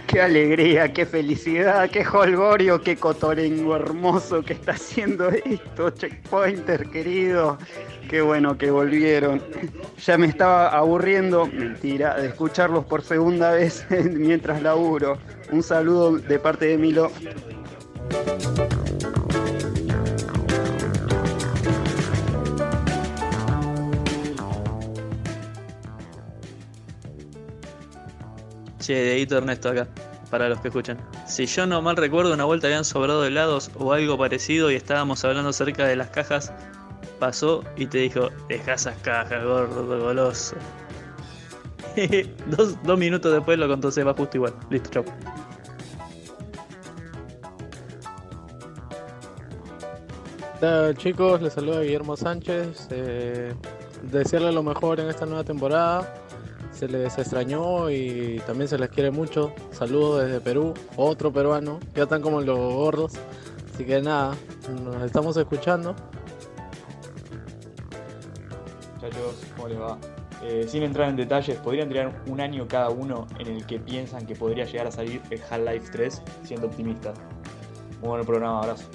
[SPEAKER 20] Qué alegría, qué felicidad, qué holgorio, qué cotorengo hermoso que está haciendo esto, checkpointer querido. Qué bueno que volvieron. Ya me estaba aburriendo, mentira, de escucharlos por segunda vez mientras laburo. Un saludo de parte de Milo.
[SPEAKER 18] Che, Deito Ernesto acá, para los que escuchan. Si yo no mal recuerdo, una vuelta habían sobrado helados o algo parecido y estábamos hablando acerca de las cajas. Pasó y te dijo, deja esas cajas, gordo, goloso. dos, dos minutos después lo contó Seba justo igual. Listo, chau.
[SPEAKER 21] Hola chicos, les saluda Guillermo Sánchez. eh, desearles lo mejor en esta nueva temporada. Se les extrañó y también se les quiere mucho. Saludos desde Perú, otro peruano. Ya están como los gordos. Así que nada, nos estamos escuchando.
[SPEAKER 17] Muchachos, ¿cómo les va? Eh, sin entrar en detalles, ¿podrían tirar un año cada uno en el que piensan que podría llegar a salir el Half-Life 3 siendo optimista? Muy buen programa, abrazo.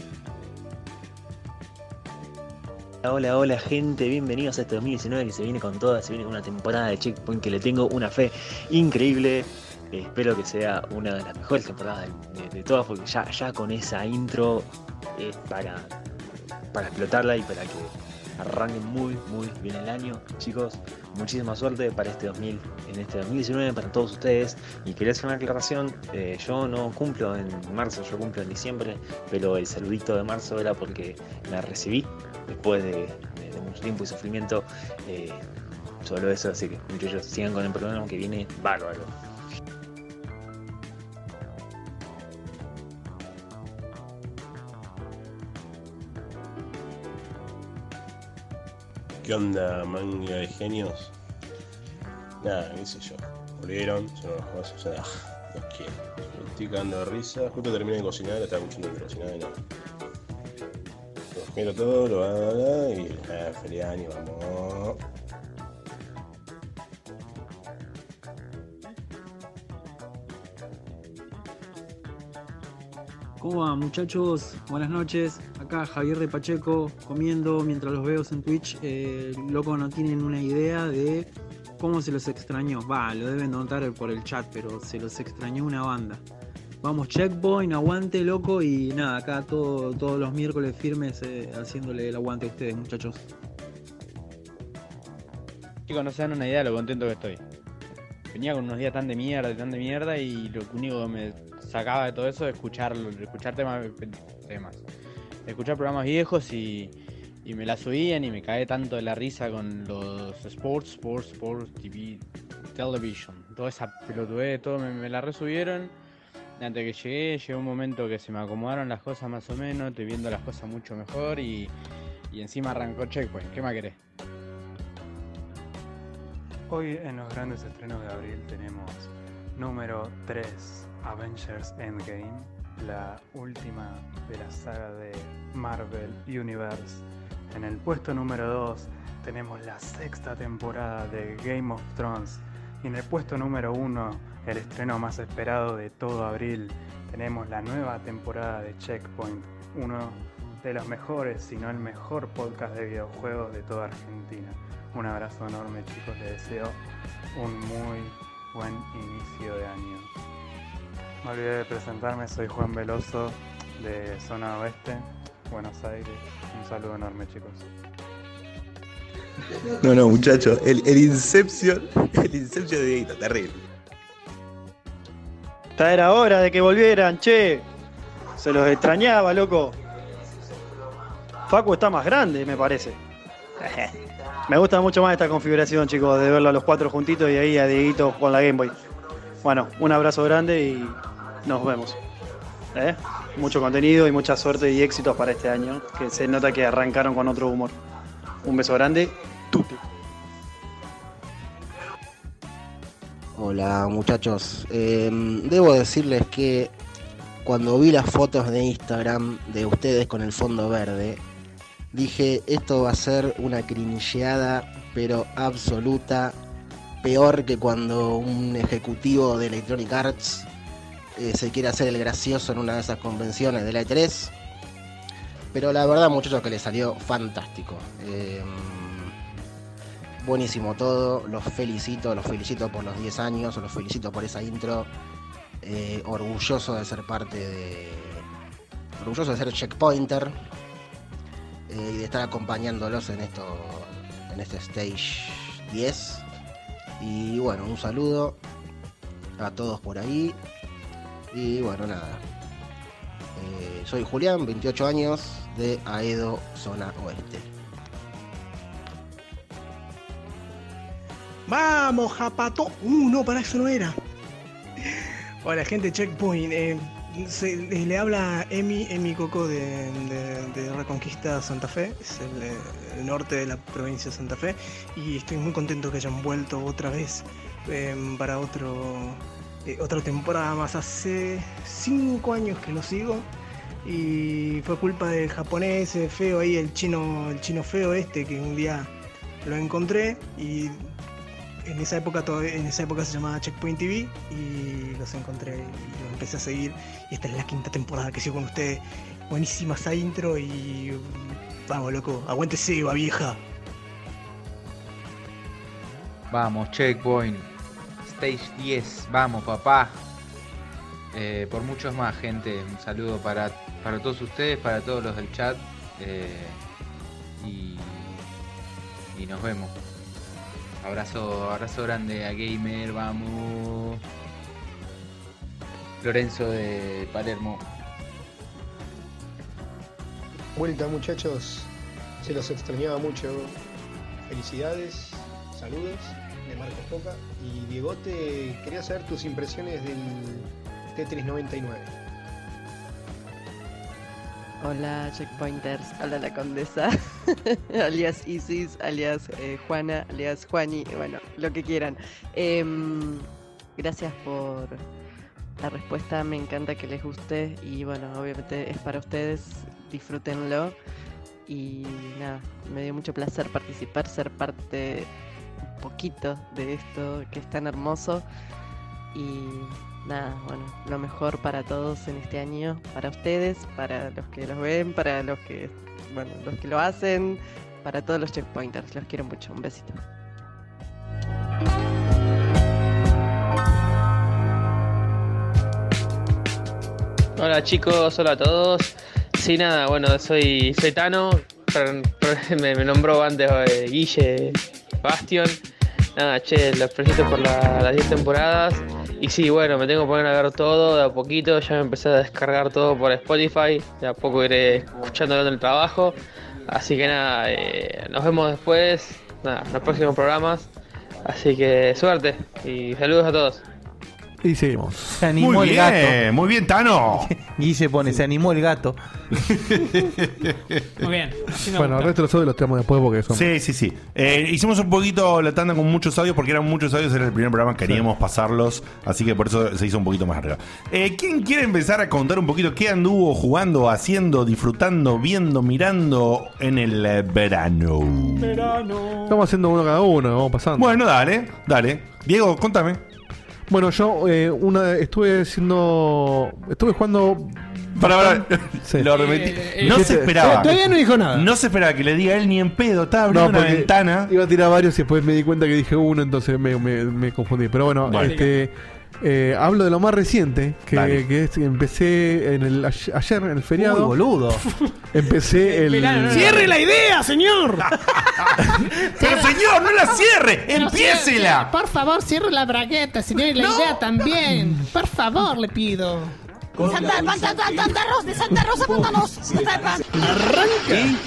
[SPEAKER 10] Hola, hola gente, bienvenidos a este 2019 que se viene con toda, se viene una temporada de Checkpoint que le tengo una fe increíble. Espero que sea una de las mejores temporadas de, de- de todas porque ya, ya con esa intro es para, para explotarla y para que arranque muy, muy bien el año. Chicos, muchísima suerte para este 2000, en este 2019 para todos ustedes. Y quería hacer una aclaración, eh, yo no cumplo en marzo, yo cumplo en diciembre, pero el saludito de marzo era porque me recibí después de, de- de mucho tiempo y sufrimiento. eh, solo eso, así que muchachos, sigan con el programa que viene bárbaro.
[SPEAKER 22] ¿Qué onda, manga de genios? Nada, qué sé yo. Murieron, yo no los conozco, yo nada. Los quiero. Me estoy cagando de risa. Justo terminé de cocinar, estaba escuchando que cocinaba y nada. Los quiero a todos, lo bla, bla, bla, y eh, feliz año, vamos.
[SPEAKER 10] ¿Cómo va, muchachos? Buenas noches. Acá Javier de Pacheco comiendo mientras los veo en Twitch. Eh, loco, no tienen una idea de cómo se los extrañó. Va, lo deben notar por el chat, pero se los extrañó una banda. Vamos, checkpoint, aguante, loco. Y nada, acá todo- todos los miércoles firmes eh, haciéndole el aguante a ustedes, muchachos.
[SPEAKER 7] Chicos, no se dan una idea de lo contento que estoy. Venía con unos días tan de mierda y tan de mierda y lo único que me sacaba de todo eso es escucharlo, escuchar temas,
[SPEAKER 2] Este,
[SPEAKER 7] temas escuchar programas viejos y, y me la subían y me caí tanto de la risa con los sports, sports, sports, TV, television, toda esa pelotudez, todo me, me la resubieron. Y Antes que llegué, llegó un momento que se me acomodaron las cosas más o menos, estoy viendo las cosas mucho mejor y, y encima arrancó Checkpoint, ¿qué más querés?
[SPEAKER 23] Hoy en los grandes estrenos de abril tenemos número 3, Avengers Endgame, la última de la saga de Marvel Universe. En el puesto número 2 tenemos la sexta temporada de Game of Thrones. Y en el puesto número 1, el estreno más esperado de todo abril, tenemos la nueva temporada de Checkpoint, uno de los mejores, si no el mejor podcast de videojuegos de toda Argentina. Un abrazo enorme chicos, les deseo un muy buen inicio de año. Me olvidé de presentarme, soy Juan Veloso de Zona Oeste, Buenos Aires. Un saludo enorme chicos.
[SPEAKER 22] No, no, muchachos, el, el Inception, el Inception de Dieguito, terrible.
[SPEAKER 20] Ya era hora de que volvieran, che. Se los extrañaba, loco. Facu está más grande, me parece. Me gusta mucho más esta configuración, chicos, de verlo a los cuatro juntitos y ahí a Dieguito con la Game Boy. Bueno, un abrazo grande y nos vemos. ¿Eh? Mucho contenido y mucha suerte y éxitos para este año, que se nota que arrancaron con otro humor. Un beso grande.
[SPEAKER 24] Hola muchachos, Eh, debo decirles que cuando vi las fotos de Instagram de ustedes con el fondo verde, dije esto va a ser una cringeada pero absoluta, peor que cuando un ejecutivo de Electronic Arts eh, se quiere hacer el gracioso en una de esas convenciones de la E3. Pero la verdad muchachos que le salió fantástico. Em, Buenísimo todo, los felicito, los felicito por los 10 años, los felicito por esa intro. Eh, orgulloso de ser parte de. Orgulloso de ser checkpointer eh, y de estar acompañándolos en esto. en este stage 10. Y bueno, un saludo a todos por ahí. Y bueno, nada. Eh, soy Julián, 28 años, de Aedo, zona oeste.
[SPEAKER 7] Vamos, Japato. Uh, no, para eso no era. Hola, gente, Checkpoint. eh, se- eh, le, le habla Emi, Emi Coco de, de- de Reconquista Santa Fe. Es el, eh, el norte de la provincia de Santa Fe. Y estoy muy contento que hayan vuelto otra vez eh, para otro, eh, otra temporada más. Hace cinco años que lo sigo. Y fue culpa del japonés eh, feo ahí, el chino, el chino feo este, que un día lo encontré y en esa época todavía- en esa época se llamaba Checkpoint TV y los encontré y los empecé a seguir y esta es la quinta temporada que sigo con ustedes buenísima esa intro y vamos loco aguántese va vieja
[SPEAKER 21] Vamos, checkpoint. Stage 10. Vamos, papá. Eh, por muchos más, gente. Un saludo para, para todos ustedes, para todos los del chat. eh, y, y nos vemos. Abrazo, abrazo grande a Gamer. Vamos. Lorenzo de Palermo.
[SPEAKER 23] Vuelta muchachos, se los extrañaba mucho. Felicidades, saludos de Marcos Poca y Diegote, quería saber tus impresiones del Tetris 99.
[SPEAKER 24] Hola, checkpointers. Hola, la condesa. alias Isis, alias eh, Juana, alias Juani. Bueno, lo que quieran. Em, gracias por,
[SPEAKER 4] esta respuesta, me encanta que les guste y bueno, obviamente es para ustedes, disfrútenlo y nada, me dio mucho placer participar, ser parte un poquito de esto que es tan hermoso y nada, bueno, lo mejor para todos en este año, para ustedes, para los que los ven, para los que, bueno, los que lo hacen, para todos los checkpointers, los quiero mucho, un besito.
[SPEAKER 25] Hola chicos, hola a todos. Sí, nada, bueno, soy, soy Tano, pero- pero me, me nombró antes eh, Guille Bastion. Nada, che, los felicito por la- las 10 temporadas. Y sí, bueno, me tengo que poner a ver todo de a poquito. Ya me empecé a descargar todo por Spotify. De a poco iré escuchándolo en el trabajo. Así que nada, eh, nos vemos después. Nada, en los próximos programas. Así que suerte y saludos a todos.
[SPEAKER 5] Y seguimos. Se
[SPEAKER 3] animó
[SPEAKER 25] Muy
[SPEAKER 3] el
[SPEAKER 25] bien,
[SPEAKER 3] gato.
[SPEAKER 2] Muy bien, Tano.
[SPEAKER 3] Guille pone, se animó el gato.
[SPEAKER 7] Muy bien.
[SPEAKER 5] Bueno, el resto de los audios los tenemos después porque son.
[SPEAKER 2] Sí, sí, sí. Eh, hicimos un poquito la tanda con muchos audios porque eran muchos audios, era el primer programa, queríamos pasarlos, así que por eso se hizo un poquito más arriba. Eh, ¿Quién quiere empezar a contar un poquito qué anduvo jugando, haciendo, disfrutando, viendo, mirando en el eh, verano?
[SPEAKER 5] Estamos haciendo uno cada uno, vamos pasando.
[SPEAKER 2] Bueno, dale, dale. Diego, contame.
[SPEAKER 5] Bueno, yo eh, una, estuve haciendo. Estuve jugando.
[SPEAKER 2] Para, para. Lo remetí.
[SPEAKER 7] Eh,
[SPEAKER 2] no se esperaba.
[SPEAKER 5] no
[SPEAKER 7] dijo nada.
[SPEAKER 2] No se esperaba que le diga él ni en pedo. Estaba abriendo una
[SPEAKER 5] No, porque
[SPEAKER 2] ventana.
[SPEAKER 5] Iba a tirar varios y después me di cuenta que dije uno, entonces me, me- me confundí. Pero bueno,
[SPEAKER 2] Vale.
[SPEAKER 5] este, eh, hablo de lo más reciente, que,
[SPEAKER 2] Dale.
[SPEAKER 5] que es- empecé en el, ayer ayer, en el feriado.
[SPEAKER 3] Uy, boludo.
[SPEAKER 5] Empecé el.
[SPEAKER 7] ¡Cierre la idea, señor!
[SPEAKER 2] Pero señor, no la cierre,
[SPEAKER 9] Pero
[SPEAKER 2] empiécela.
[SPEAKER 9] cierre, Por favor, cierre la bragueta, si tiene la idea también. Por favor, le pido.
[SPEAKER 26] Santa, Pan, Santa, Santa Rosa, de Santa Rosa, contanos. Santa Pan.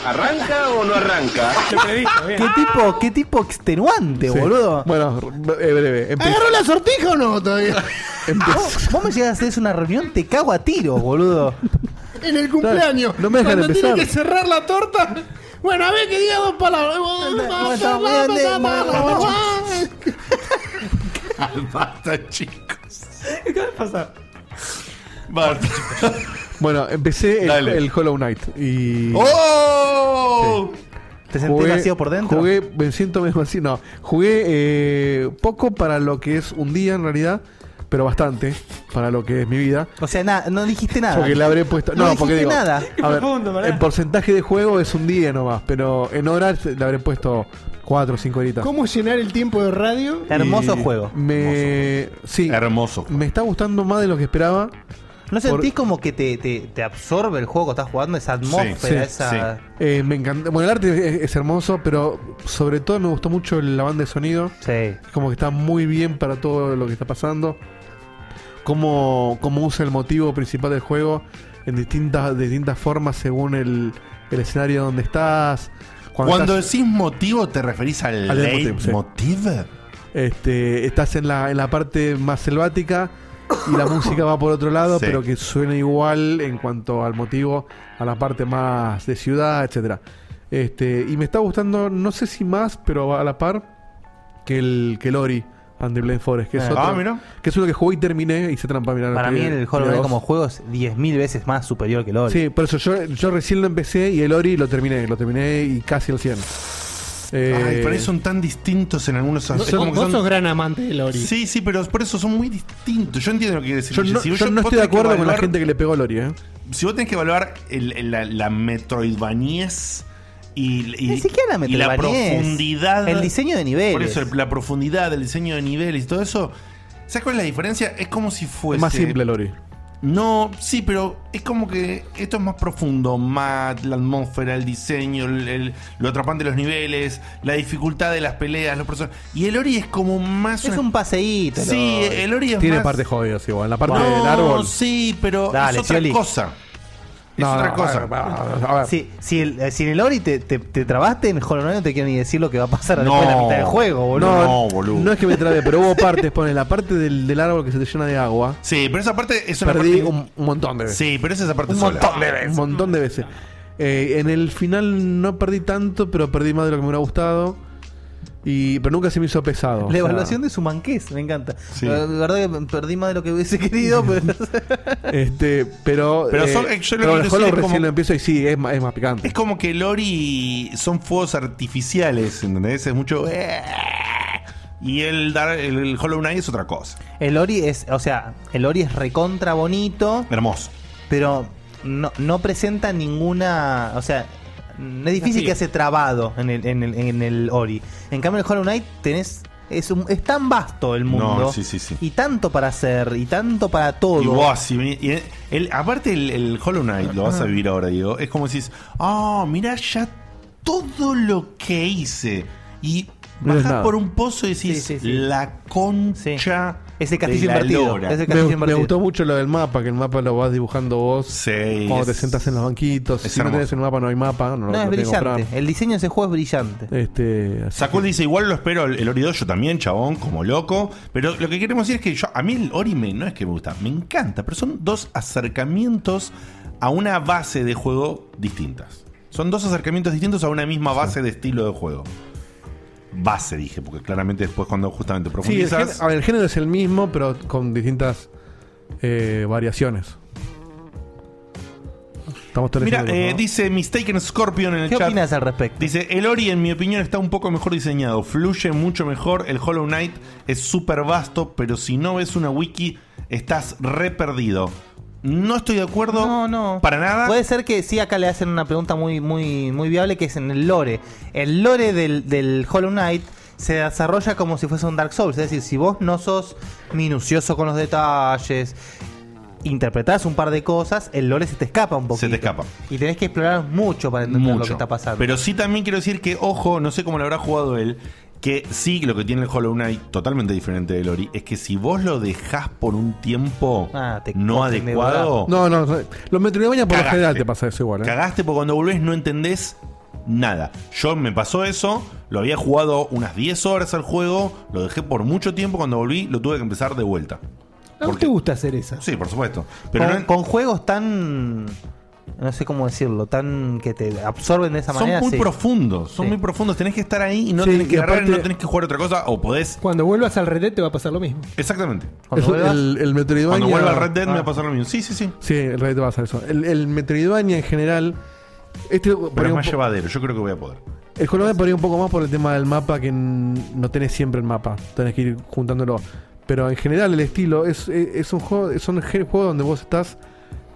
[SPEAKER 1] ¿Arranca o no arranca?
[SPEAKER 3] ¿Qué tipo, qué tipo extenuante,
[SPEAKER 5] Sí.
[SPEAKER 3] boludo?
[SPEAKER 5] Bueno, eh, breve. Empe-
[SPEAKER 9] ¿Agarró la sortija o no todavía?
[SPEAKER 3] Ah, Vos- Vos me llegas a hacer una reunión, te cago a tiro, boludo.
[SPEAKER 9] en el cumpleaños.
[SPEAKER 3] No me dejan
[SPEAKER 9] Cuando
[SPEAKER 3] empezar.
[SPEAKER 9] tiene que cerrar la torta. Bueno, a ver que diga dos palabras.
[SPEAKER 2] Basta, chicos.
[SPEAKER 9] ¿Qué va a pasar?
[SPEAKER 2] Basta.
[SPEAKER 5] Bueno, empecé el,
[SPEAKER 2] Dale.
[SPEAKER 5] el Hollow Knight y.
[SPEAKER 2] ¡Oh!
[SPEAKER 5] ¿Te
[SPEAKER 3] sentís vacío por dentro?
[SPEAKER 5] Jugué, me siento medio vacío. No, jugué eh, poco para lo que es un día en realidad, pero bastante para lo que es mi vida.
[SPEAKER 3] O sea, nada, no dijiste nada.
[SPEAKER 5] Porque le habré puesto. No,
[SPEAKER 3] No,
[SPEAKER 5] porque
[SPEAKER 3] dijiste
[SPEAKER 5] digo.
[SPEAKER 3] nada. Qué
[SPEAKER 5] A ver,
[SPEAKER 3] profundo, pará.
[SPEAKER 5] el porcentaje de juego es un día nomás, pero en horas le habré puesto 4 o 5 horitas.
[SPEAKER 9] ¿Cómo llenar el tiempo de radio?
[SPEAKER 5] Y Me,
[SPEAKER 2] Eh,
[SPEAKER 5] Sí.
[SPEAKER 2] Hermoso.
[SPEAKER 5] Me está gustando más de lo que esperaba.
[SPEAKER 3] ¿No
[SPEAKER 5] Por-
[SPEAKER 3] sentís como que te, te, te absorbe el juego que estás jugando? Esa atmósfera,
[SPEAKER 5] Sí,
[SPEAKER 3] esa.
[SPEAKER 5] sí. Eh, me encanta. Bueno, el arte es, es hermoso, pero sobre todo me gustó mucho la banda de sonido. Como que está muy bien para todo lo que está pasando. Cómo, cómo usa el motivo principal del juego en distintas, distintas formas según el, el escenario donde estás.
[SPEAKER 2] Cuando
[SPEAKER 5] estás-
[SPEAKER 2] decís motivo, ¿te referís al,
[SPEAKER 5] Al
[SPEAKER 2] late
[SPEAKER 5] leitmotiv, sí.
[SPEAKER 2] motive?
[SPEAKER 5] Este, estás en la, en la parte más selvática y la música va por otro lado,
[SPEAKER 2] Sí.
[SPEAKER 5] pero que suena igual en cuanto al motivo, a la parte más de ciudad, etcétera. Este, y me está gustando, no sé si más, pero a la par que el que el Ori and the Blind Forest, que es
[SPEAKER 3] Ah,
[SPEAKER 5] otro,
[SPEAKER 3] mira.
[SPEAKER 5] que es uno que jugué y terminé y se trampa mirar.
[SPEAKER 3] Para mí, el Hollow Knight como juego es 10.000 veces más superior que el Ori.
[SPEAKER 5] Sí, por eso yo, yo recién lo empecé y el Ori lo terminé, lo terminé y casi al 100.
[SPEAKER 2] Ay,
[SPEAKER 5] Eh,
[SPEAKER 2] por ahí son tan distintos en algunos
[SPEAKER 5] Vos-
[SPEAKER 2] aspectos. como que
[SPEAKER 5] vos
[SPEAKER 2] son-
[SPEAKER 5] sos gran amante del Ori.
[SPEAKER 2] Sí, sí, pero por eso son muy distintos. Yo entiendo lo que decís.
[SPEAKER 5] Yo no,
[SPEAKER 2] Si
[SPEAKER 5] yo
[SPEAKER 2] vos-
[SPEAKER 5] no
[SPEAKER 2] vos tenés
[SPEAKER 5] estoy de
[SPEAKER 2] que
[SPEAKER 5] acuerdo con la
[SPEAKER 2] evaluar-
[SPEAKER 5] gente que le pegó a Lori, ¿eh?
[SPEAKER 2] Si vos tenés que evaluar el- el- la, la metroidvaniez y, y-
[SPEAKER 3] Ni siquiera la
[SPEAKER 2] y la
[SPEAKER 3] metroidvaniez.
[SPEAKER 2] profundidad.
[SPEAKER 3] El diseño de niveles.
[SPEAKER 2] Por eso, el- la profundidad, el diseño de niveles y todo eso. ¿Sabes cuál es la diferencia? Es como si fuese.
[SPEAKER 5] Es más simple el Ori.
[SPEAKER 2] No, sí, pero es como que esto es más profundo, más la atmósfera, el diseño, el- el- lo atrapante de los niveles, la dificultad de las peleas, los personajes. Y el Ori es como más...
[SPEAKER 3] Es un paseíto. el
[SPEAKER 2] Sí,
[SPEAKER 3] Ori.
[SPEAKER 2] el Ori es
[SPEAKER 5] Tiene
[SPEAKER 2] más...
[SPEAKER 5] parte jodidas igual. La parte
[SPEAKER 2] No,
[SPEAKER 5] del árbol.
[SPEAKER 2] sí, pero
[SPEAKER 3] Dale,
[SPEAKER 2] es otra
[SPEAKER 3] Scioli.
[SPEAKER 2] cosa. Es otra cosa.
[SPEAKER 3] Si, si el, eh, si en el Ori te, te, te trabaste, en Hollow Knight no te quiero ni decir lo que va a pasar
[SPEAKER 5] No.
[SPEAKER 3] después de la mitad del juego, boludo.
[SPEAKER 5] No, No es que me trabé, pero hubo partes, pone la parte del, del árbol que se te llena de agua.
[SPEAKER 2] Sí, pero esa parte es una
[SPEAKER 5] Perdí
[SPEAKER 2] parte-
[SPEAKER 5] un, un montón de veces.
[SPEAKER 2] Sí, pero es esa parte
[SPEAKER 5] un
[SPEAKER 2] sola.
[SPEAKER 5] montón de veces. Un montón de veces. Eh, en el final no perdí tanto, pero perdí más de lo que me hubiera gustado. Y, pero nunca se me hizo pesado. o
[SPEAKER 3] La
[SPEAKER 5] sea.
[SPEAKER 3] evaluación de su manqués, me encanta.
[SPEAKER 5] Sí.
[SPEAKER 3] La la verdad que perdí más de lo que hubiese querido, pero
[SPEAKER 5] Este, pero.
[SPEAKER 2] Pero
[SPEAKER 5] eh,
[SPEAKER 2] son- yo lo
[SPEAKER 5] pero
[SPEAKER 2] que quiero
[SPEAKER 5] el Hollow
[SPEAKER 2] decir es
[SPEAKER 5] recién
[SPEAKER 2] como-
[SPEAKER 5] lo empiezo y sí, es más, es más picante.
[SPEAKER 2] Es como que Lori son fuegos artificiales, ¿entendés? Es mucho. "Eh". Y el, Dar- el, el Hollow Knight es otra cosa.
[SPEAKER 3] el Ori es, o sea, el Ori es recontra bonito.
[SPEAKER 2] Hermoso.
[SPEAKER 3] Pero no, no presenta ninguna, o sea, no es difícil
[SPEAKER 2] Desafío.
[SPEAKER 3] que hace trabado en el, en el, en el Ori. En cambio, en el Hollow Knight tenés es, un- es tan vasto el mundo.
[SPEAKER 2] No, sí, sí, sí.
[SPEAKER 3] Y tanto para hacer, y tanto para todo.
[SPEAKER 2] Y vos, si venís- y el- aparte, el, el Hollow Knight lo vas a vivir ahora, digo. Es como si dices, ah, mirá ya todo lo que hice. Y
[SPEAKER 5] No es
[SPEAKER 2] bajás
[SPEAKER 5] nada.
[SPEAKER 2] por un pozo y decís,
[SPEAKER 5] Sí, sí, sí.
[SPEAKER 2] la concha.
[SPEAKER 3] Ese
[SPEAKER 2] de la lora".
[SPEAKER 5] me, me gustó mucho lo del mapa, que el mapa lo vas dibujando vos. Cuando te
[SPEAKER 2] es-
[SPEAKER 5] sentas en los banquitos.
[SPEAKER 2] es
[SPEAKER 5] Si no
[SPEAKER 2] hermoso.
[SPEAKER 5] tenés el mapa, no hay mapa. No,
[SPEAKER 3] No,
[SPEAKER 5] lo-
[SPEAKER 3] es
[SPEAKER 5] lo tenés que comprar.
[SPEAKER 3] brillante. El diseño de ese juego es brillante.
[SPEAKER 5] Este,
[SPEAKER 2] Sakul dice, igual lo espero el, el Ori 2 yo también, chabón, como loco. Pero lo que queremos decir es que yo, a mí el Ori me- no es que me gusta, me encanta, pero son dos acercamientos a una base de juego distintas. Son dos acercamientos distintos a una misma base de estilo de juego. Base, dije, porque claramente después cuando justamente
[SPEAKER 5] Sí, el,
[SPEAKER 2] profundizas...
[SPEAKER 5] gen- a ver, el género es el mismo, pero con distintas eh, variaciones. Estamos todos
[SPEAKER 2] Mira,
[SPEAKER 5] leyéndolos,
[SPEAKER 2] eh,
[SPEAKER 5] ¿no?
[SPEAKER 2] dice Mistaken Scorpion en el
[SPEAKER 5] ¿Qué
[SPEAKER 2] chat.
[SPEAKER 5] opinas
[SPEAKER 3] al respecto?
[SPEAKER 2] Dice, el Ori en mi opinión está un poco mejor diseñado, fluye mucho mejor, el Hollow Knight es súper vasto, pero si no ves una wiki estás re perdido. No estoy de acuerdo para nada.
[SPEAKER 3] Puede ser que sí, acá le hacen una pregunta muy, muy, muy viable, que es en el lore. El lore del, del Hollow Knight se desarrolla como si fuese un Dark Souls. Es decir, si vos no sos minucioso con los detalles, interpretás un par de cosas, el lore se te escapa un poco.
[SPEAKER 2] Se te escapa.
[SPEAKER 3] Y tenés que explorar mucho para entender lo que está pasando.
[SPEAKER 2] Pero sí también quiero decir que, ojo, no sé cómo lo habrá jugado él, que sí lo que tiene el Hollow Knight, totalmente diferente del Ori, es que si vos lo dejás por un tiempo
[SPEAKER 3] Ah,
[SPEAKER 2] no
[SPEAKER 5] cogen de
[SPEAKER 2] adecuado...
[SPEAKER 5] No, no, no. los Metroidvania por lo
[SPEAKER 2] Cagaste.
[SPEAKER 5] general te pasa eso igual. ¿eh?
[SPEAKER 2] Cagaste porque cuando volvés no entendés nada. Yo me pasó eso, lo había jugado unas 10 horas al juego, lo dejé por mucho tiempo, cuando volví lo tuve que empezar de vuelta.
[SPEAKER 7] ¿A vos te gusta hacer esa?
[SPEAKER 2] Sí, por supuesto. Pero
[SPEAKER 3] con,
[SPEAKER 2] no-
[SPEAKER 3] con juegos tan. No sé cómo decirlo, tan que te absorben de esa
[SPEAKER 2] son
[SPEAKER 3] manera.
[SPEAKER 2] muy
[SPEAKER 3] sí.
[SPEAKER 2] profundos, son
[SPEAKER 3] Sí.
[SPEAKER 2] muy profundos, tenés que estar ahí y no
[SPEAKER 3] Sí,
[SPEAKER 2] tenés que
[SPEAKER 3] y
[SPEAKER 2] agarrar,
[SPEAKER 3] aparte-
[SPEAKER 2] no tenés que jugar otra cosa, o podés.
[SPEAKER 7] Cuando vuelvas al Red Dead te va a pasar lo mismo.
[SPEAKER 2] Exactamente.
[SPEAKER 5] Eso, el, el Metroidvania.
[SPEAKER 2] Cuando vuelva al Red Dead me va a
[SPEAKER 5] Ah.
[SPEAKER 2] pasar lo mismo. Sí, sí, sí.
[SPEAKER 5] Sí, el Red Dead va a hacer eso. El, el Metroidvania en general. Este,
[SPEAKER 2] Pero
[SPEAKER 5] ponía
[SPEAKER 2] es
[SPEAKER 5] un
[SPEAKER 2] más
[SPEAKER 5] po-
[SPEAKER 2] llevadero, yo creo que voy a poder.
[SPEAKER 5] el Hollow Knight ponía un poco más por el tema del mapa, que n- no tenés siempre el mapa. Tenés que ir juntándolo. Pero en general, el estilo es, es, es un juego, es un gen- juego donde vos estás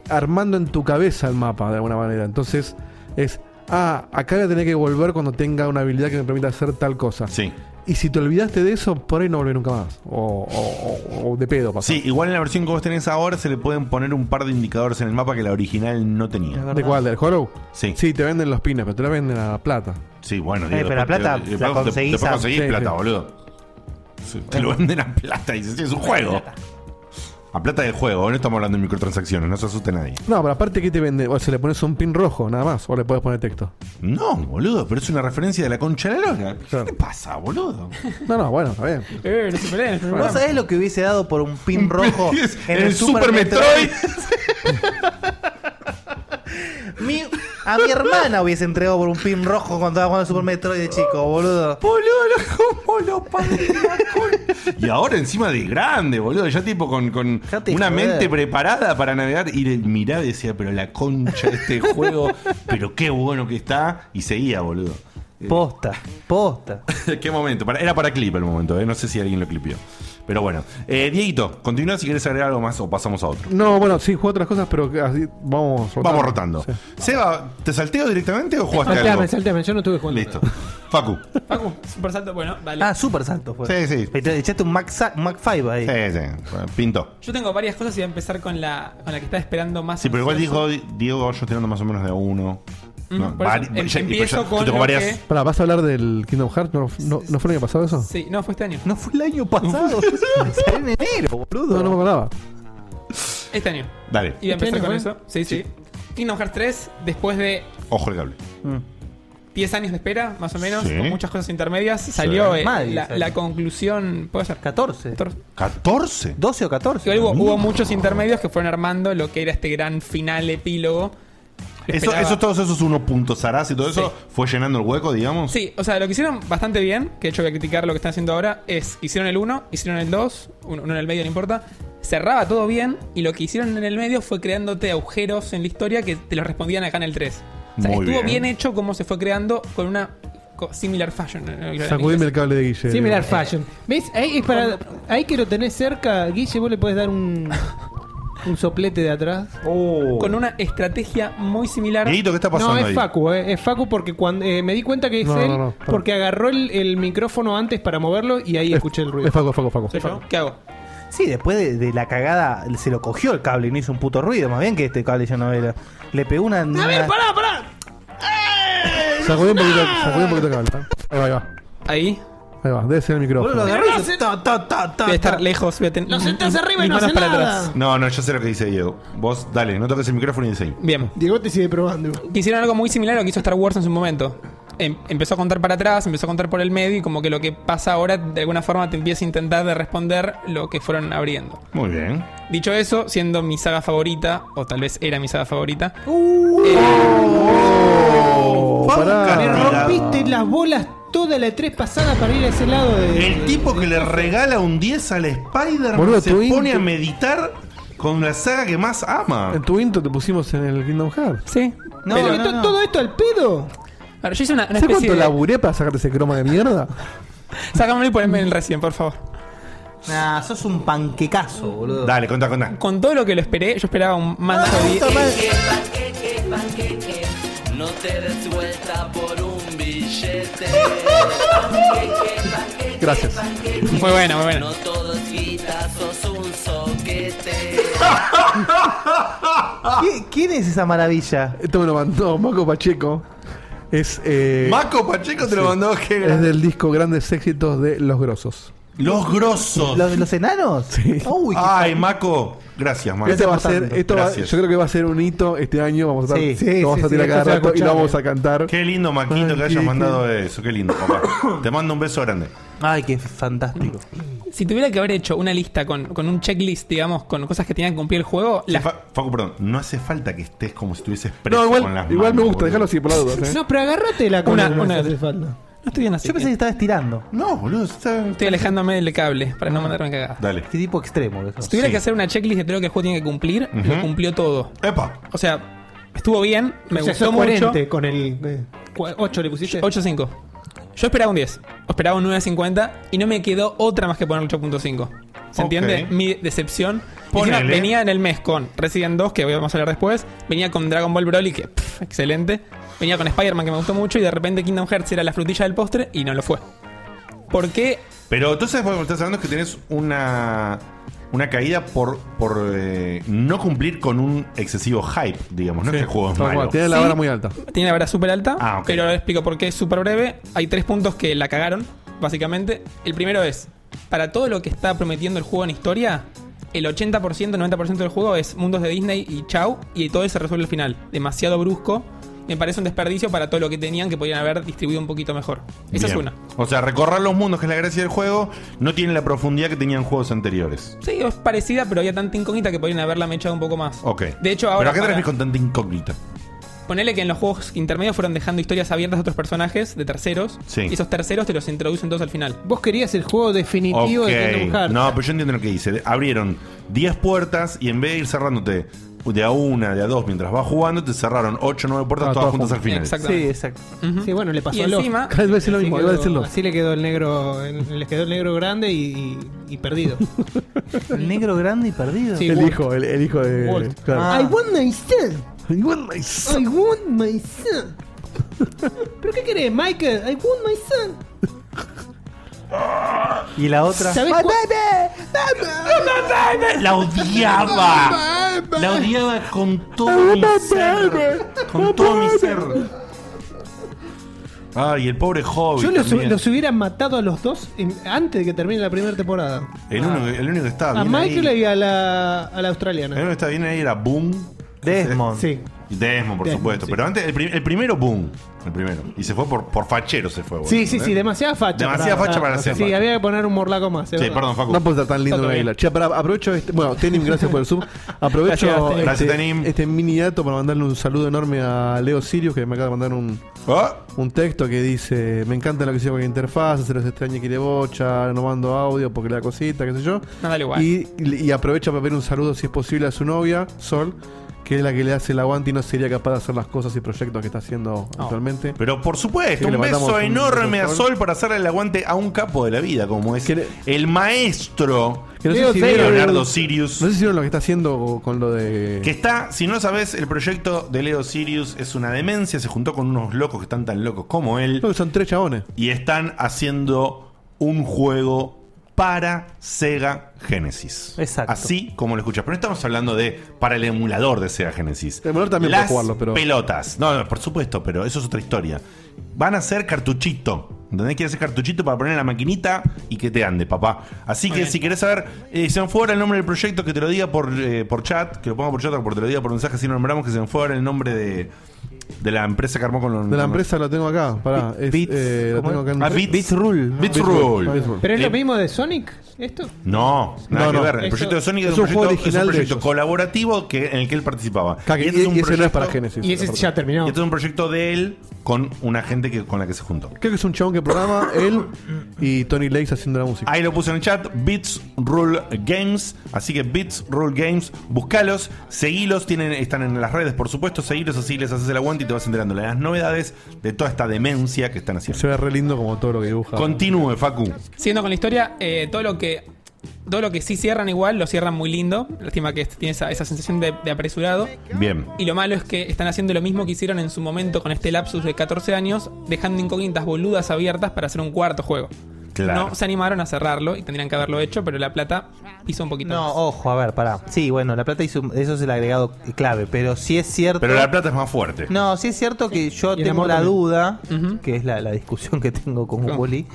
[SPEAKER 5] armando en tu cabeza el mapa de alguna manera. Entonces, es. Ah, acá voy a tener que volver cuando tenga una habilidad que me permita hacer tal cosa.
[SPEAKER 2] Sí.
[SPEAKER 5] Y si te olvidaste de eso, por ahí no volvés nunca más. O, o- o- o de pedo pasa.
[SPEAKER 2] Sí, igual en la versión que vos tenés ahora se le pueden poner un par de indicadores en el mapa que la original no tenía.
[SPEAKER 5] ¿De cuál? ¿Del Hollow?
[SPEAKER 2] Sí.
[SPEAKER 5] Sí, te venden los pines, pero te la venden a la plata.
[SPEAKER 2] Sí, bueno,
[SPEAKER 5] Eh, pero la
[SPEAKER 2] después-
[SPEAKER 5] plata
[SPEAKER 2] después-
[SPEAKER 5] la
[SPEAKER 2] después
[SPEAKER 5] conseguís
[SPEAKER 2] después
[SPEAKER 5] a-
[SPEAKER 2] conseguís
[SPEAKER 5] Sí,
[SPEAKER 2] plata,
[SPEAKER 5] sí.
[SPEAKER 2] boludo. Sí, Te lo venden a plata y dices, "Sí, es un juego. A plata del juego, no estamos hablando de microtransacciones, no se asuste nadie.
[SPEAKER 5] No, pero aparte, ¿qué te vende? O sea, le pones un pin rojo, nada más. O le puedes poner texto.
[SPEAKER 2] No, boludo, pero es una referencia de la concha de la lona. ¿Qué te pasa, boludo?
[SPEAKER 5] No, no, bueno, está bien.
[SPEAKER 7] Eh, no se peleen.
[SPEAKER 3] ¿Vos sabés lo que hubiese dado por un pin rojo
[SPEAKER 2] en el Super
[SPEAKER 3] Mi- a mi hermana hubiese entregado por un pin rojo cuando estaba jugando al Super Metroid de chico, boludo.
[SPEAKER 2] Boludo, ¿cómo lo Y ahora encima de grande, boludo, ya tipo con, con
[SPEAKER 3] te
[SPEAKER 2] una
[SPEAKER 3] joder.
[SPEAKER 2] mente preparada para navegar y le- mirá y decía, pero la concha de este juego, pero qué bueno que está, y seguía, boludo. Eh,
[SPEAKER 3] Posta, posta.
[SPEAKER 2] ¿Qué momento? Para- era para clip el momento, eh, no sé si alguien lo clipió. Pero bueno, eh, Dieguito, continúa si quieres agregar algo más o pasamos a otro.
[SPEAKER 5] No, bueno, sí, juego otras cosas, pero así vamos rotando.
[SPEAKER 2] Vamos rotando.
[SPEAKER 5] Sí.
[SPEAKER 2] Seba, ¿te salteo directamente o jugaste
[SPEAKER 7] Salteame,
[SPEAKER 2] algo?
[SPEAKER 7] salteame, yo no estuve jugando.
[SPEAKER 2] Listo. Facu.
[SPEAKER 7] Facu, super salto, bueno, dale.
[SPEAKER 3] Ah, super salto fue.
[SPEAKER 2] Sí, sí.
[SPEAKER 3] Te echaste un Mac, Sa- Mac 5 ahí.
[SPEAKER 2] Sí, sí. Pinto.
[SPEAKER 8] Yo tengo varias cosas y voy a empezar con la, con la que está esperando más.
[SPEAKER 2] Sí, pero igual
[SPEAKER 8] ansioso.
[SPEAKER 2] dijo Diego, yo tirando más o menos de a uno.
[SPEAKER 8] Ujú, por eso, em-
[SPEAKER 2] ya-
[SPEAKER 8] empiezo
[SPEAKER 2] pero ya- yo
[SPEAKER 8] con
[SPEAKER 2] tengo
[SPEAKER 8] lo
[SPEAKER 2] varias-
[SPEAKER 8] que-
[SPEAKER 5] Pará, ¿vas a hablar del Kingdom Hearts? ¿No, no, ¿no fue el año pasado eso?
[SPEAKER 8] Sí, no, fue este año.
[SPEAKER 3] No fue el año pasado. Salió en enero, boludo.
[SPEAKER 5] No, no me acordaba.
[SPEAKER 8] Este año.
[SPEAKER 2] Dale.
[SPEAKER 8] Y voy a
[SPEAKER 2] ¿Este
[SPEAKER 8] empezar
[SPEAKER 2] año
[SPEAKER 8] con
[SPEAKER 2] fue?
[SPEAKER 8] eso. Sí, sí. Kingdom Hearts 3, después de
[SPEAKER 2] Ojo el cable.
[SPEAKER 8] 10 años de espera, más o menos,
[SPEAKER 2] Sí.
[SPEAKER 8] con muchas cosas intermedias, salió eh,
[SPEAKER 2] Madre,
[SPEAKER 8] la,
[SPEAKER 2] salió.
[SPEAKER 8] la conclusión. ¿Puede ser?
[SPEAKER 3] 14.
[SPEAKER 2] ¿14?
[SPEAKER 3] 12 o 14.
[SPEAKER 8] Igual hubo, hubo muchos intermedios que fueron armando lo que era este gran final epílogo.
[SPEAKER 2] Eso,
[SPEAKER 8] esperaba.
[SPEAKER 2] eso- todos esos unos puntos Saraz y todo eso fue llenando el hueco, digamos.
[SPEAKER 8] Sí, o sea, lo que hicieron bastante bien, que de hecho voy a criticar lo que están haciendo ahora, es hicieron el 1, hicieron el 2, uno, uno en el medio, no importa, cerraba todo bien y lo que hicieron en el medio fue creándote agujeros en la historia que te los respondían acá en el 3. O sea,
[SPEAKER 5] Muy
[SPEAKER 8] estuvo bien.
[SPEAKER 5] bien.
[SPEAKER 8] hecho como se fue creando con una co- similar fashion. eh, lo que
[SPEAKER 5] Sacudime el cable de Guille.
[SPEAKER 7] Similar
[SPEAKER 5] Eh,
[SPEAKER 7] Fashion. ¿Ves?
[SPEAKER 8] Eh,
[SPEAKER 7] Ahí, es para, ahí que lo tenés cerca, Guille, vos le podés dar un, un soplete de atrás.
[SPEAKER 8] Con una estrategia muy similar.
[SPEAKER 7] Dieguito, ¿qué está pasando No, es ahí? Facu, eh, es Facu porque cuando eh, me di cuenta que es
[SPEAKER 8] No,
[SPEAKER 7] él
[SPEAKER 8] no, no, perdón.
[SPEAKER 7] porque agarró el, el micrófono antes para moverlo y ahí escuché el ruido.
[SPEAKER 5] Es Facu, Facu, Facu.
[SPEAKER 7] ¿Soy yo? ¿Qué hago?
[SPEAKER 3] Sí, después de, de la cagada se lo cogió el cable y no hizo un puto ruido. Más bien que este cable ya no era. Le pegó una.
[SPEAKER 9] A ver,
[SPEAKER 3] una-
[SPEAKER 9] pará, pará.
[SPEAKER 5] Sacudí un poquito, sacudí un poquito el cable. Ahí va, ahí va.
[SPEAKER 8] Ahí.
[SPEAKER 5] Ahí va, debe ser el micrófono.
[SPEAKER 8] Voy a estar lejos, voy a tener.
[SPEAKER 9] Lo sentás arriba y no
[SPEAKER 8] manos
[SPEAKER 9] hace
[SPEAKER 8] para
[SPEAKER 9] nada.
[SPEAKER 8] atrás.
[SPEAKER 2] No, no, yo sé lo que dice Diego. Vos, dale, no toques el micrófono y enseña.
[SPEAKER 8] Bien.
[SPEAKER 7] Diego te sigue probando.
[SPEAKER 8] Que hicieron algo muy similar a lo que hizo Star Wars en su momento. Em- empezó a contar para atrás, empezó a contar por el medio y como que lo que pasa ahora de alguna forma te empieza a intentar de responder lo que fueron abriendo.
[SPEAKER 2] Muy bien.
[SPEAKER 8] Dicho eso, siendo mi saga favorita, o tal vez era mi saga favorita,
[SPEAKER 7] Me rompiste las bolas toda la tres pasada para ir a ese lado de.
[SPEAKER 2] El tipo que le regala un 10 al Spider-Man
[SPEAKER 5] Boludo,
[SPEAKER 2] se
[SPEAKER 5] tu intro-
[SPEAKER 2] pone a meditar con la saga que más ama.
[SPEAKER 5] En tu intro te pusimos en el Kingdom Hearts.
[SPEAKER 8] Sí.
[SPEAKER 7] No,
[SPEAKER 5] Pero-
[SPEAKER 7] esto- todo esto al pedo.
[SPEAKER 8] Ahora, yo hice una, una
[SPEAKER 5] ¿Sabes
[SPEAKER 8] especie
[SPEAKER 5] cuánto
[SPEAKER 8] de...
[SPEAKER 5] laburé para sacarte ese croma de mierda?
[SPEAKER 8] Sácamelo y poneme el recién, por favor.
[SPEAKER 3] Nah, sos un panquecazo, boludo. Ah,
[SPEAKER 2] Dale, contá, contá.
[SPEAKER 8] Con todo lo que lo esperé, yo esperaba un manso de-
[SPEAKER 27] Panqueque, panqueque, no te des vuelta por un billete.
[SPEAKER 5] Gracias.
[SPEAKER 8] Muy buena, muy buena.
[SPEAKER 27] Todos guitas, sos un soquete.
[SPEAKER 3] ¿Qui- ¿Quién es esa maravilla?
[SPEAKER 5] Esto me lo mandó Maco Pacheco. Es. Eh,
[SPEAKER 2] Maco Pacheco te lo mandó, qué
[SPEAKER 5] Es
[SPEAKER 2] grande.
[SPEAKER 5] del disco Grandes Éxitos de Los Grosos.
[SPEAKER 2] Los grosos.
[SPEAKER 3] ¿Los, los enanos?
[SPEAKER 5] Sí.
[SPEAKER 3] Uy, qué-
[SPEAKER 2] Ay, Maco. Gracias, Maco.
[SPEAKER 5] Este va a ser, esto va-
[SPEAKER 2] Gracias.
[SPEAKER 5] yo creo que va a ser un hito este año. Vamos a,
[SPEAKER 2] Sí.
[SPEAKER 5] estar,
[SPEAKER 2] Sí,
[SPEAKER 5] lo vamos
[SPEAKER 2] sí,
[SPEAKER 5] a tirar
[SPEAKER 2] sí,
[SPEAKER 5] cada
[SPEAKER 2] esto se va a
[SPEAKER 5] rato y lo
[SPEAKER 2] escuchar,
[SPEAKER 5] vamos a cantar.
[SPEAKER 2] Qué lindo, Maquito, que hayas
[SPEAKER 5] Panqueque.
[SPEAKER 2] mandado eso. Qué lindo, papá. Te mando un beso grande.
[SPEAKER 3] Ay, qué fantástico.
[SPEAKER 8] Si tuviera que haber hecho una lista con, con un checklist, digamos, con cosas que tenían que cumplir el juego,
[SPEAKER 2] Sí, Fa- Facu, perdón, no hace falta que estés como si estuvieses preso
[SPEAKER 5] No,
[SPEAKER 2] con
[SPEAKER 5] igual,
[SPEAKER 2] las
[SPEAKER 5] igual me
[SPEAKER 2] manos,
[SPEAKER 5] gusta,
[SPEAKER 2] boludo.
[SPEAKER 5] déjalo así por la duda. ¿eh?
[SPEAKER 7] No, pero agárrate la
[SPEAKER 8] Una-
[SPEAKER 7] cola,
[SPEAKER 8] una-
[SPEAKER 7] no hace falta.
[SPEAKER 8] No estoy bien así.
[SPEAKER 3] Yo pensé que estabas tirando.
[SPEAKER 2] No, boludo. Ah.
[SPEAKER 8] Estoy alejándome del cable para no mandarme cagada.
[SPEAKER 2] Dale.
[SPEAKER 3] Qué tipo extremo. que sos.
[SPEAKER 8] Si tuviera que hacer una checklist de todo lo que el juego tiene que cumplir,
[SPEAKER 3] Ujú.
[SPEAKER 8] lo cumplió todo.
[SPEAKER 2] Epa.
[SPEAKER 8] O sea, estuvo bien, me
[SPEAKER 7] O sea,
[SPEAKER 8] gustó
[SPEAKER 7] sos
[SPEAKER 8] mucho.
[SPEAKER 7] coherente con el. eh, 8 le pusiste.
[SPEAKER 8] 8.5. Yo esperaba un 10, o esperaba un 9.50 y no me quedó otra más que poner 8.5. ¿Se
[SPEAKER 2] Ok.
[SPEAKER 8] entiende? Mi decepción. Encima,
[SPEAKER 2] Ponele.
[SPEAKER 8] venía en el mes con Resident 2, que vamos a hablar después. Venía con Dragon Ball Broly, que pff, excelente. Venía con Spider-Man, que me gustó mucho. Y de repente Kingdom Hearts era la frutilla del postre y no lo fue. ¿Por qué?
[SPEAKER 2] Pero entonces vos lo que estás hablando es que tenés una, una caída por, por eh, no cumplir con un excesivo hype, digamos. No es que el juego es
[SPEAKER 5] Tal
[SPEAKER 2] malo.
[SPEAKER 5] cual, tiene la
[SPEAKER 8] Sí.
[SPEAKER 5] vara muy alta.
[SPEAKER 8] Tiene la verdad súper alta,
[SPEAKER 2] Ah, ok.
[SPEAKER 8] pero ahora explico por qué es súper breve. Hay tres puntos que la cagaron, básicamente. El primero es, para todo lo que está prometiendo el juego en historia, el 80%, 90% del juego es mundos de Disney y chau, y todo se resuelve al final. Demasiado brusco. Me parece un desperdicio para todo lo que tenían que podían haber distribuido un poquito mejor. Esa es
[SPEAKER 2] Bien.
[SPEAKER 8] una.
[SPEAKER 2] O sea, recorrer los mundos, que es la gracia del juego, no tiene la profundidad que tenían juegos anteriores.
[SPEAKER 8] Sí, es parecida, pero había tanta incógnita que podían haberla mechado un poco más.
[SPEAKER 2] Ok.
[SPEAKER 8] De hecho, ahora
[SPEAKER 2] ¿Pero a qué te
[SPEAKER 8] para-
[SPEAKER 2] refieres con tanta incógnita?
[SPEAKER 8] Ponele que en los juegos intermedios fueron dejando historias abiertas a otros personajes de terceros.
[SPEAKER 2] Sí.
[SPEAKER 8] Y esos terceros te los introducen todos al final.
[SPEAKER 7] Vos querías el juego definitivo de Kingdom
[SPEAKER 2] Ok.
[SPEAKER 7] Hearts.
[SPEAKER 2] No, pero yo entiendo lo que dice. Abrieron 10 puertas y en vez de ir cerrándote de a una, de a dos mientras vas jugando, te cerraron 8 o 9 puertas
[SPEAKER 7] Ah,
[SPEAKER 2] todas
[SPEAKER 7] todas
[SPEAKER 2] juntas al final.
[SPEAKER 7] Sí, exacto. Sí, bueno, le pasó
[SPEAKER 8] Y
[SPEAKER 7] a Lost.
[SPEAKER 8] encima-
[SPEAKER 5] Cada vez lo mismo,
[SPEAKER 7] quedó-
[SPEAKER 5] iba a decirlo.
[SPEAKER 7] Así le quedó el negro, en- les quedó el negro grande y, y- y perdido.
[SPEAKER 3] El negro grande y perdido.
[SPEAKER 7] Sí,
[SPEAKER 5] el
[SPEAKER 7] Walt.
[SPEAKER 5] hijo, el, el hijo de.
[SPEAKER 7] Walt.
[SPEAKER 5] claro.
[SPEAKER 9] Ah.
[SPEAKER 7] I want my son.
[SPEAKER 5] I want my son.
[SPEAKER 7] I want my son. ¿Pero qué querés, Michael? I want my son.
[SPEAKER 3] Y la otra.
[SPEAKER 7] ¿Sabés
[SPEAKER 3] My
[SPEAKER 7] cuál-
[SPEAKER 2] La odiaba. La odiaba con todo mi ser. Con todo mi ser. Ay, el pobre Hobbit.
[SPEAKER 7] Yo los,
[SPEAKER 2] también.
[SPEAKER 7] los hubieran matado a los dos en- antes de que termine la primera temporada.
[SPEAKER 2] el,
[SPEAKER 7] Ah.
[SPEAKER 2] único, el único que estaba
[SPEAKER 7] A
[SPEAKER 2] Ah, bien ahí. Eh,
[SPEAKER 7] Michael y a la, a la
[SPEAKER 2] El
[SPEAKER 7] australiana.
[SPEAKER 2] único que estaba bien ahí era Boom.
[SPEAKER 3] Desmond.
[SPEAKER 7] Sí.
[SPEAKER 2] Desmo, por
[SPEAKER 7] Desmo,
[SPEAKER 2] supuesto.
[SPEAKER 7] sí.
[SPEAKER 2] Pero antes, el, pri- el primero, boom. El primero. Y se fue por, por fachero, se fue. boludo,
[SPEAKER 7] Sí, sí,
[SPEAKER 2] ¿eh?
[SPEAKER 7] sí, demasiada facha.
[SPEAKER 2] Demasiada facha para
[SPEAKER 7] Sí,
[SPEAKER 2] hacer facha.
[SPEAKER 7] había que poner un morlaco más. es verdad.
[SPEAKER 5] No puede ser tan lindo
[SPEAKER 7] Está todo
[SPEAKER 5] una
[SPEAKER 7] bien.
[SPEAKER 5] isla. Che, pará, aprovecho este. Bueno, Tenim, gracias por el sub. Aprovecho
[SPEAKER 2] Gracias, Tenim. Gracias,
[SPEAKER 5] este,
[SPEAKER 2] Tenim.
[SPEAKER 5] este mini dato para mandarle un saludo enorme a Leo Sirius, que me acaba de mandar un,
[SPEAKER 2] Oh.
[SPEAKER 5] un texto que dice: Me encanta lo que hicieron con la interfaz, se los extraña que le bocha, no mando audio porque le da cosita, qué sé yo.
[SPEAKER 8] Nada, dale igual.
[SPEAKER 5] Y, y aprovecho para pedir un saludo, si es posible, a su novia, Sol. Que es la que le hace el aguante y no sería capaz de hacer las cosas y proyectos que está haciendo actualmente.
[SPEAKER 2] Pero por
[SPEAKER 5] Así
[SPEAKER 2] supuesto,
[SPEAKER 5] que le
[SPEAKER 2] un
[SPEAKER 5] mandamos
[SPEAKER 2] beso
[SPEAKER 5] un
[SPEAKER 2] enorme a
[SPEAKER 5] beso,
[SPEAKER 2] Sol para hacerle el aguante a un capo de la vida, como es el maestro
[SPEAKER 5] Que no sé si vieron-
[SPEAKER 2] Leonardo Sirius.
[SPEAKER 5] No sé si vieron lo que está haciendo con lo de.
[SPEAKER 2] Que está, si no lo sabes, el proyecto de Leo Sirius es una demencia. Se juntó con unos locos que están tan locos como él.
[SPEAKER 5] son tres chabones.
[SPEAKER 2] Y están haciendo un juego para Sega Genesis. Exacto. Así como lo escuchas. Pero no estamos hablando de para el emulador de Sega Genesis.
[SPEAKER 5] El emulador también
[SPEAKER 2] Las
[SPEAKER 5] puede jugarlo, pero-
[SPEAKER 2] pelotas. No, no, por supuesto, pero eso es otra historia. Van a ser cartuchito. ¿Entendés? Quieres hacer cartuchito para poner en la maquinita y que te ande, papá. Así que si querés saber, eh, se me fue ahora el nombre del proyecto, que te lo diga por, eh, por chat, que lo ponga por chat o por te lo diga por mensaje si lo nombramos, que se me fue ahora el nombre de, de la empresa que armó con los.
[SPEAKER 5] De la empresa lo tengo acá, pará. Es, eh, lo tengo acá en-
[SPEAKER 2] Beats Ah, Rule.
[SPEAKER 7] ¿Pero es
[SPEAKER 2] Eh,
[SPEAKER 7] lo mismo de Sonic? ¿Esto?
[SPEAKER 2] no, nada
[SPEAKER 5] No,
[SPEAKER 2] que
[SPEAKER 5] no.
[SPEAKER 2] ver. El
[SPEAKER 5] Eso-
[SPEAKER 2] proyecto de Sonic
[SPEAKER 5] es
[SPEAKER 2] es,
[SPEAKER 5] un
[SPEAKER 2] un
[SPEAKER 5] juego
[SPEAKER 2] proyecto, es un
[SPEAKER 5] original de
[SPEAKER 2] proyecto
[SPEAKER 5] ellos.
[SPEAKER 2] colaborativo que, en el que él participaba.
[SPEAKER 5] Claro,
[SPEAKER 2] este
[SPEAKER 5] y- y ese no es para Genesis,
[SPEAKER 7] Y ese aparte. ya terminó.
[SPEAKER 2] Y este es un proyecto de él con una gente que, con la que se juntó.
[SPEAKER 5] Creo que es un chabón que programa él y Tony Lakes haciendo la música.
[SPEAKER 2] Ahí lo puse en el chat, Beats Rule Games. Así que Beats Rule Games, buscalos, seguilos, tienen, están en las redes, por supuesto, seguilos, así les haces el aguante y te vas enterando de las novedades de toda esta demencia que están haciendo.
[SPEAKER 5] Se ve re lindo como todo lo que dibuja.
[SPEAKER 2] Continúe, Facu.
[SPEAKER 8] Siguiendo con la historia, eh, todo lo que todo lo que sí cierran igual, lo cierran muy lindo. Lástima que este tiene esa, esa sensación de, de apresurado.
[SPEAKER 2] Bien.
[SPEAKER 8] Y lo malo es que están haciendo lo mismo que hicieron en su momento con este lapsus de 14 años, dejando incógnitas boludas abiertas para hacer un cuarto juego.
[SPEAKER 3] Claro.
[SPEAKER 8] No se animaron a cerrarlo y tendrían que haberlo hecho, pero la plata hizo un poquito
[SPEAKER 3] No,
[SPEAKER 8] más.
[SPEAKER 3] ojo, a ver, pará. Sí, bueno, la plata hizo, un- eso es el agregado clave, pero sí es cierto.
[SPEAKER 2] Pero la plata es más fuerte.
[SPEAKER 3] No, sí es cierto que yo
[SPEAKER 8] el
[SPEAKER 3] tengo
[SPEAKER 8] amor
[SPEAKER 3] la
[SPEAKER 8] también.
[SPEAKER 3] duda, que es la, la discusión que tengo con
[SPEAKER 8] Claro.
[SPEAKER 3] Juli,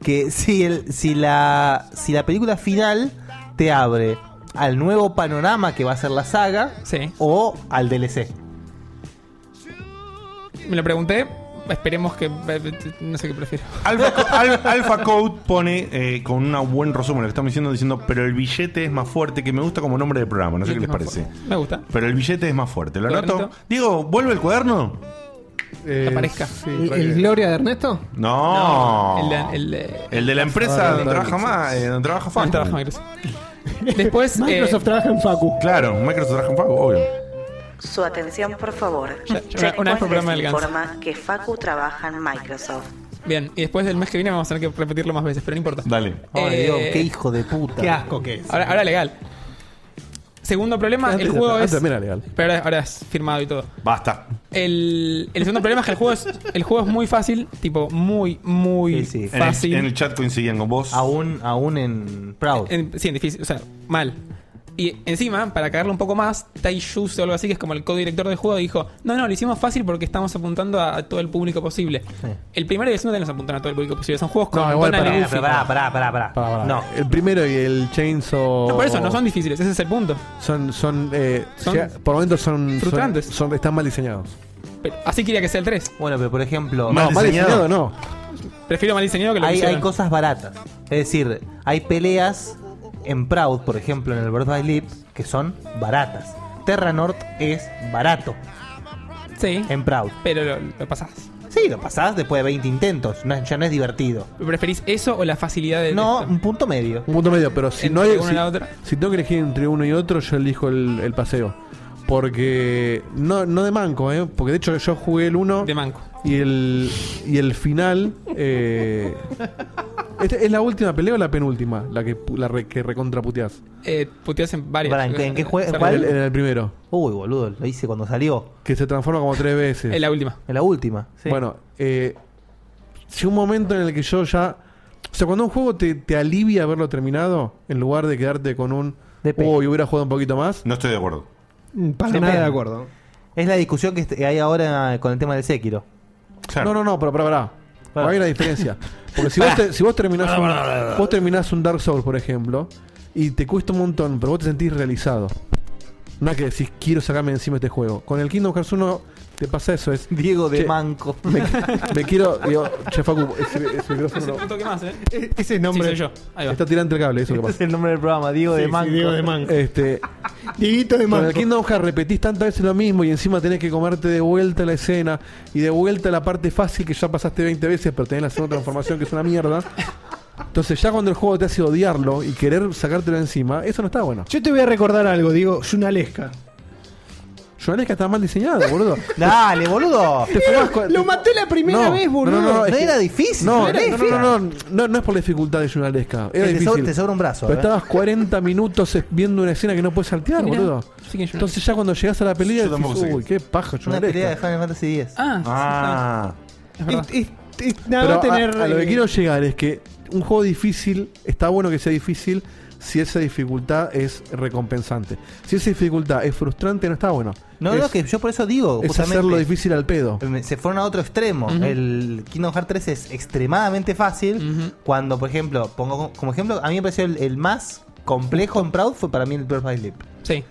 [SPEAKER 3] que si, el, si, la, si la película final te abre al nuevo panorama que va a ser la saga o al DLC.
[SPEAKER 8] Me lo pregunté, esperemos que... eh, No sé qué prefiero.
[SPEAKER 2] Alpha, Co- Al- Alpha Code pone eh, con un buen resumen lo que estamos diciendo, diciendo, pero el billete es más fuerte, que me gusta como nombre de programa, no sé qué les parece.
[SPEAKER 8] Me gusta.
[SPEAKER 2] Pero el billete es más fuerte, lo anoto.
[SPEAKER 7] Cuadernito.
[SPEAKER 2] Digo, ¿vuelve el cuaderno?
[SPEAKER 5] Eh,
[SPEAKER 7] aparezca. ¿El, el Gloria de Ernesto?
[SPEAKER 2] No.
[SPEAKER 8] No, el- el-
[SPEAKER 2] El de la empresa
[SPEAKER 7] Ah,
[SPEAKER 2] donde
[SPEAKER 7] no,
[SPEAKER 2] trabaja
[SPEAKER 7] no,
[SPEAKER 2] más, eh, donde trabaja Facu.
[SPEAKER 8] trabaja Después...
[SPEAKER 7] Microsoft trabaja en Facu.
[SPEAKER 2] Claro, Microsoft trabaja en Facu, obvio.
[SPEAKER 14] Su atención, por favor.
[SPEAKER 8] una- una vez por
[SPEAKER 14] Checkpoint
[SPEAKER 8] programa
[SPEAKER 14] les
[SPEAKER 8] del Ganso.
[SPEAKER 14] informa que Facu trabaja en Microsoft.
[SPEAKER 8] Bien, y después del mes que viene vamos a tener que repetirlo más veces, pero no importa. Eh,
[SPEAKER 2] Dale.
[SPEAKER 3] Ay, Dios, qué hijo de puta.
[SPEAKER 8] Qué asco
[SPEAKER 7] que es.
[SPEAKER 8] Ahora, ahora legal. Segundo problema,
[SPEAKER 5] Antes
[SPEAKER 8] el
[SPEAKER 5] era-
[SPEAKER 8] juego
[SPEAKER 5] antes
[SPEAKER 8] es.
[SPEAKER 5] también era legal.
[SPEAKER 8] Pero ahora, ahora es firmado y todo.
[SPEAKER 2] Basta.
[SPEAKER 8] El, el segundo problema es que el juego es, el juego es muy fácil, tipo, muy, muy
[SPEAKER 2] En el-
[SPEAKER 8] fácil.
[SPEAKER 2] En el, chat coincidían con vos.
[SPEAKER 3] Aún, aún en Proud.
[SPEAKER 8] En- sí, en difícil, o sea, mal. Y encima, para cagarlo un poco más, Tai Shoes o algo así, que es como el co-director del juego, dijo: No, no, lo hicimos fácil porque estamos apuntando a, a todo el público posible. El primero y el segundo no nos apuntan a todo el público posible. Son juegos con
[SPEAKER 5] No, igual
[SPEAKER 8] Conan y
[SPEAKER 5] pará,
[SPEAKER 8] Goofy.
[SPEAKER 5] pará,
[SPEAKER 3] pará, pará, pará.
[SPEAKER 5] No. El primero y el Chainsaw.
[SPEAKER 8] No, por eso, no son difíciles, ese es el punto.
[SPEAKER 5] Son. son, eh,
[SPEAKER 8] Son
[SPEAKER 5] sea- por momentos son. son-
[SPEAKER 8] frustrantes.
[SPEAKER 5] son- están mal diseñados.
[SPEAKER 8] Pero así quería que sea el 3.
[SPEAKER 3] Bueno, pero por ejemplo.
[SPEAKER 5] No, mal diseñado no.
[SPEAKER 8] Prefiero mal diseñado que lo que
[SPEAKER 3] hay,
[SPEAKER 8] hicieron.
[SPEAKER 3] hay cosas baratas. Es decir, hay peleas en Proud, por ejemplo, en el Birth by Sleep, que son baratas. Terra North es barato.
[SPEAKER 8] Sí.
[SPEAKER 3] En Proud.
[SPEAKER 8] Pero lo, lo pasás.
[SPEAKER 3] Sí, lo pasás después de 20 intentos. No, es- ya no es divertido.
[SPEAKER 8] ¿Preferís eso o la facilidad del
[SPEAKER 3] No, un punto medio.
[SPEAKER 5] Un punto medio, pero si
[SPEAKER 8] Entre
[SPEAKER 5] no hay.
[SPEAKER 8] una
[SPEAKER 5] Si,
[SPEAKER 8] y la otra.
[SPEAKER 5] si tengo que elegir entre uno y otro, yo elijo el, el paseo. Porque. No, no de manco, ¿eh? Porque de hecho yo jugué el uno. De
[SPEAKER 8] manco.
[SPEAKER 5] Y el. Y el final. Eh, ¿esta ¿Es la última pelea o la penúltima? La que, pu- la re- que recontraputeás.
[SPEAKER 8] Eh, puteás en varias.
[SPEAKER 3] Pará, ¿en qué- en qué jue- en
[SPEAKER 8] O sea,
[SPEAKER 3] cuál?
[SPEAKER 5] En el, en el primero.
[SPEAKER 3] Uy, boludo, lo hice cuando salió.
[SPEAKER 5] Que se transforma como tres veces.
[SPEAKER 8] En la última.
[SPEAKER 3] En la última. sí.
[SPEAKER 5] Bueno, eh, si un momento en el que yo ya. O sea, cuando un juego te, te alivia haberlo terminado, en lugar de quedarte con un. Uy, hubiera jugado un poquito más.
[SPEAKER 2] No estoy de acuerdo.
[SPEAKER 15] Mm,
[SPEAKER 7] Para
[SPEAKER 3] Depende.
[SPEAKER 7] nada de acuerdo.
[SPEAKER 3] Es la discusión que est- hay ahora con el tema del Sekiro.
[SPEAKER 5] No, no, no, pero pará, pará. Hay una diferencia. Porque si vos, te- si vos terminás
[SPEAKER 3] Pará,
[SPEAKER 5] un,
[SPEAKER 3] pará, pará, pará.
[SPEAKER 5] vos terminás un Dark Souls, por ejemplo, y te cuesta un montón, pero vos te sentís realizado. Nada que decís, quiero sacarme encima este juego. Con el Kingdom Hearts 1 te pasa eso, es.
[SPEAKER 3] Diego de
[SPEAKER 5] "Che,
[SPEAKER 3] Manco.
[SPEAKER 5] Me, eh, me quiero. Digo, che, Facu, ese, ese micrófono. no-
[SPEAKER 8] ¿Qué más, eh?
[SPEAKER 5] Ese es
[SPEAKER 8] Sí,
[SPEAKER 5] nombre.
[SPEAKER 8] soy yo. Ahí va.
[SPEAKER 5] Está tirando el cable, eso que
[SPEAKER 8] Ese
[SPEAKER 5] pasa.
[SPEAKER 8] es el nombre del programa, Diego
[SPEAKER 3] de Sí, sí, Manco. Diego de Manco.
[SPEAKER 5] Este,
[SPEAKER 3] Dieguito
[SPEAKER 5] de Con el
[SPEAKER 3] Manco.
[SPEAKER 5] Kingdom Hearts repetís tantas veces lo mismo y encima tenés que comerte de vuelta la escena y de vuelta la parte fácil que ya pasaste 20 veces, pero tenés la segunda transformación que es una mierda. Entonces, ya cuando el juego te hace odiarlo y querer sacártelo encima, eso no está bueno.
[SPEAKER 15] Yo te voy a recordar algo, digo, Yunalesca.
[SPEAKER 5] Yunalesca está mal diseñado, boludo.
[SPEAKER 15] Dale, boludo.
[SPEAKER 5] Ah, Te fumás cua-
[SPEAKER 15] Lo maté la primera
[SPEAKER 5] No,
[SPEAKER 15] vez,
[SPEAKER 5] no,
[SPEAKER 15] boludo.
[SPEAKER 5] no, no, es que- No, no, no, no, no,
[SPEAKER 15] no.
[SPEAKER 5] no, no, no es por la dificultad de Yunalesca. Era
[SPEAKER 15] Te
[SPEAKER 5] difícil.
[SPEAKER 15] sobra- te sobra un brazo,
[SPEAKER 5] Pero
[SPEAKER 15] eh.
[SPEAKER 5] estabas 40 minutos viendo una escena que no puedes saltear,
[SPEAKER 15] Mirá,
[SPEAKER 5] boludo.
[SPEAKER 15] sí que yo-
[SPEAKER 5] Entonces ya cuando llegás a la pelea,
[SPEAKER 15] Yo tampoco
[SPEAKER 5] decís,
[SPEAKER 15] sé
[SPEAKER 5] uy, qué paja,
[SPEAKER 15] Una pelea de
[SPEAKER 5] Yunalesca.
[SPEAKER 15] Final Fantasy X.
[SPEAKER 2] Ah.
[SPEAKER 15] Es- es- es nada
[SPEAKER 5] Pero
[SPEAKER 15] más
[SPEAKER 5] a-
[SPEAKER 15] tener.
[SPEAKER 5] a, lo que
[SPEAKER 15] eh,
[SPEAKER 5] quiero llegar es que un juego difícil, está bueno que sea difícil si esa dificultad es recompensante. Si esa dificultad es frustrante, no está bueno.
[SPEAKER 3] No,
[SPEAKER 5] es,
[SPEAKER 3] no, que yo por eso digo.
[SPEAKER 5] es
[SPEAKER 3] justamente,
[SPEAKER 5] hacerlo difícil al pedo.
[SPEAKER 3] eh, Se fueron a otro extremo.
[SPEAKER 5] Ujú.
[SPEAKER 3] El Kingdom Hearts 3 es extremadamente fácil. Cuando, por ejemplo, pongo co- como ejemplo, a mí me pareció el, el más complejo en Proud fue para mí el Birth by Sleep.
[SPEAKER 8] Sí.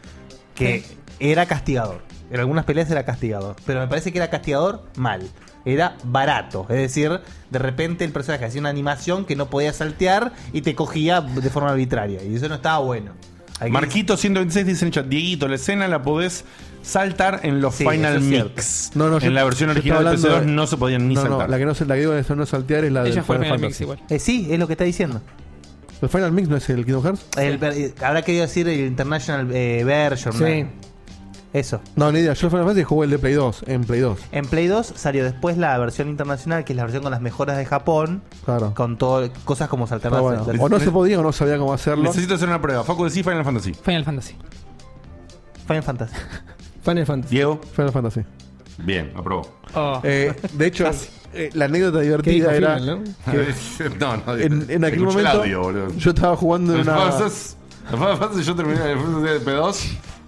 [SPEAKER 3] Que era castigador. En algunas peleas era castigador. Pero me parece que era castigador mal. Era barato. Es decir, de repente el personaje hacía una animación que no podía saltear y te cogía de forma arbitraria. Y eso no estaba bueno. Hay que-
[SPEAKER 2] Marquito 126 dice en el chat, Dieguito, la escena la podés saltar en los
[SPEAKER 3] Sí,
[SPEAKER 2] Final
[SPEAKER 3] eso es cierto.
[SPEAKER 2] Mix.
[SPEAKER 5] No, no, yo-
[SPEAKER 2] en la versión
[SPEAKER 5] yo
[SPEAKER 2] original
[SPEAKER 5] estaba
[SPEAKER 2] del
[SPEAKER 5] hablando
[SPEAKER 2] PC2
[SPEAKER 5] de-
[SPEAKER 2] no se podían ni
[SPEAKER 5] No, no,
[SPEAKER 2] saltar.
[SPEAKER 5] la que no, se- la que digo de no saltear es la del Final Fantasy.
[SPEAKER 3] Eh, sí, es lo que está diciendo.
[SPEAKER 5] ¿El Final Mix no es el Kingdom Hearts?
[SPEAKER 3] El- eh, habrá querido decir el International eh, Version.
[SPEAKER 5] Sí.
[SPEAKER 3] ¿no? Eso.
[SPEAKER 5] No, ni idea. Yo el Final Fantasy jugué el de Play 2, en Play 2.
[SPEAKER 3] En Play 2 salió después la versión internacional, que es la versión con las mejoras de Japón.
[SPEAKER 5] Claro.
[SPEAKER 3] Con todo, cosas como saltar
[SPEAKER 5] Pero
[SPEAKER 3] las-
[SPEAKER 5] bueno,
[SPEAKER 3] las-
[SPEAKER 5] o no se podía o no sabía cómo hacerlo.
[SPEAKER 2] Necesito hacer una prueba. Facu, decís Final Fantasy.
[SPEAKER 8] Final Fantasy.
[SPEAKER 3] Final Fantasy.
[SPEAKER 8] Final Fantasy.
[SPEAKER 2] Diego.
[SPEAKER 5] Final Fantasy.
[SPEAKER 2] Bien, aprobó.
[SPEAKER 3] Ah.
[SPEAKER 5] Eh, de hecho, eh, la anécdota divertida
[SPEAKER 2] Qué
[SPEAKER 5] era.
[SPEAKER 2] difícil, ¿no?
[SPEAKER 9] Ah.
[SPEAKER 5] que
[SPEAKER 2] No, no,
[SPEAKER 5] en, en
[SPEAKER 2] escuché
[SPEAKER 5] aquel
[SPEAKER 2] el
[SPEAKER 5] momento,
[SPEAKER 2] audio, boludo.
[SPEAKER 5] yo estaba jugando en
[SPEAKER 2] Las
[SPEAKER 5] una.
[SPEAKER 2] fases- las fases, yo terminé en el Final Fantasy de P2.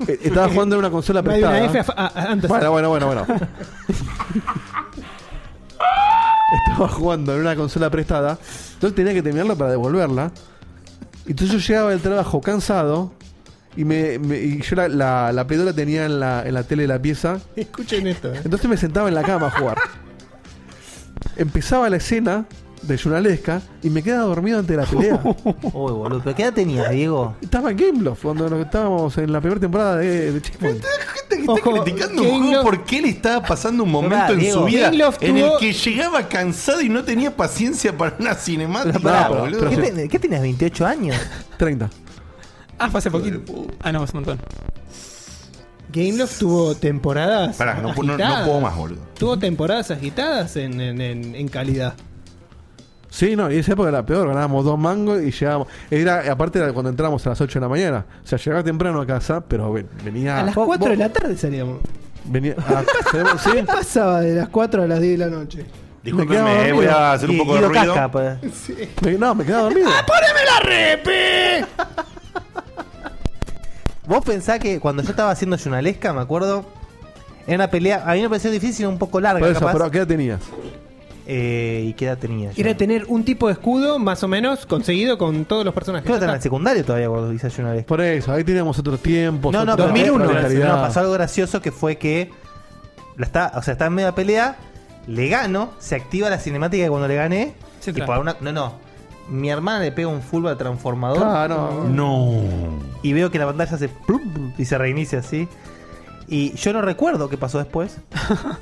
[SPEAKER 5] eh, Estaba jugando en una consola
[SPEAKER 2] Hay
[SPEAKER 5] prestada.
[SPEAKER 2] una F a- a- antes.
[SPEAKER 5] Bueno, bueno, bueno, bueno. estaba jugando en una consola prestada. Entonces tenía que terminarla para devolverla. Entonces yo llegaba del trabajo cansado. Y, me, me- y yo la, la, la Play 2 la tenía en la, en la tele de la pieza.
[SPEAKER 15] Escuchen esto. eh.
[SPEAKER 5] Entonces me sentaba en la cama a jugar. Empezaba la escena de Yunalesca y me quedaba dormido ante la pelea.
[SPEAKER 3] Uy, boludo, ¿pero qué edad tenías, Diego?
[SPEAKER 5] Estaba en Game Loft cuando nos- estábamos en la primera temporada de, de Checkpoint.
[SPEAKER 2] Está criticando un juego porque él estaba pasando un momento
[SPEAKER 5] Pará,
[SPEAKER 2] en
[SPEAKER 5] Diego.
[SPEAKER 2] su vida
[SPEAKER 5] King of
[SPEAKER 2] en el
[SPEAKER 5] tuvo-
[SPEAKER 2] que llegaba cansado y no tenía paciencia para una cinemática,
[SPEAKER 3] Pero pará,
[SPEAKER 2] boludo.
[SPEAKER 3] ¿qué, te- Eh, qué tenías, 28 años?
[SPEAKER 5] 30.
[SPEAKER 8] Ah, fue hace poquito. Ah, no, es un montón.
[SPEAKER 15] Gameloft tuvo temporadas.
[SPEAKER 2] Pará,
[SPEAKER 5] Ah,
[SPEAKER 2] no pu- no- no
[SPEAKER 15] agitadas.
[SPEAKER 2] puedo más, boludo.
[SPEAKER 15] Tuvo temporadas agitadas en, en- en- en calidad.
[SPEAKER 5] Sí, no, y esa época era peor, ganábamos dos mangos y llegábamos. Era, aparte era cuando entrábamos a las 8 de la mañana. O sea, llegaba temprano a casa, pero ven-
[SPEAKER 3] Ah,
[SPEAKER 5] venía.
[SPEAKER 15] a las
[SPEAKER 5] vos-
[SPEAKER 15] 4 de
[SPEAKER 5] vos-
[SPEAKER 15] la tarde salíamos.
[SPEAKER 5] venía- ah, tenemos- sí.
[SPEAKER 15] ¿Qué pasaba de las 4 a las 10 de la noche?
[SPEAKER 5] Discúlpenme, Me quedaba eh, voy a hacer un dormido. poco de Guido ruido. Casca,
[SPEAKER 3] pues.
[SPEAKER 5] pa- Me- no, me quedaba dormido.
[SPEAKER 15] ¡Ah, ¡Poneme la repe!
[SPEAKER 3] Vos pensás que cuando yo estaba haciendo Yunalesca, me acuerdo, era una pelea, a mí me pareció difícil, un poco larga,
[SPEAKER 5] Por eso,
[SPEAKER 3] capaz.
[SPEAKER 5] pero ¿qué edad tenías?
[SPEAKER 3] Eh, ¿Y qué edad tenías?
[SPEAKER 15] Era tener un tipo de escudo más o menos conseguido con todos los personajes.
[SPEAKER 3] Creo que estaba en el secundario todavía cuando hice Yunalesca.
[SPEAKER 5] Por eso, ahí teníamos otros tiempos.
[SPEAKER 3] No, no,
[SPEAKER 5] otra-
[SPEAKER 3] pero
[SPEAKER 5] otra
[SPEAKER 3] pero-
[SPEAKER 5] mentalidad.
[SPEAKER 3] no, pasó algo gracioso que fue que la está, o sea, está en medio de la pelea, le gano, se activa la cinemática que cuando le gané, y
[SPEAKER 8] claro.
[SPEAKER 3] por alguna- no, no. Mi hermana le pega un full al transformador.
[SPEAKER 5] Claro.
[SPEAKER 2] No.
[SPEAKER 3] Y veo que la pantalla hace plum y se reinicia así. Y yo no recuerdo qué pasó después.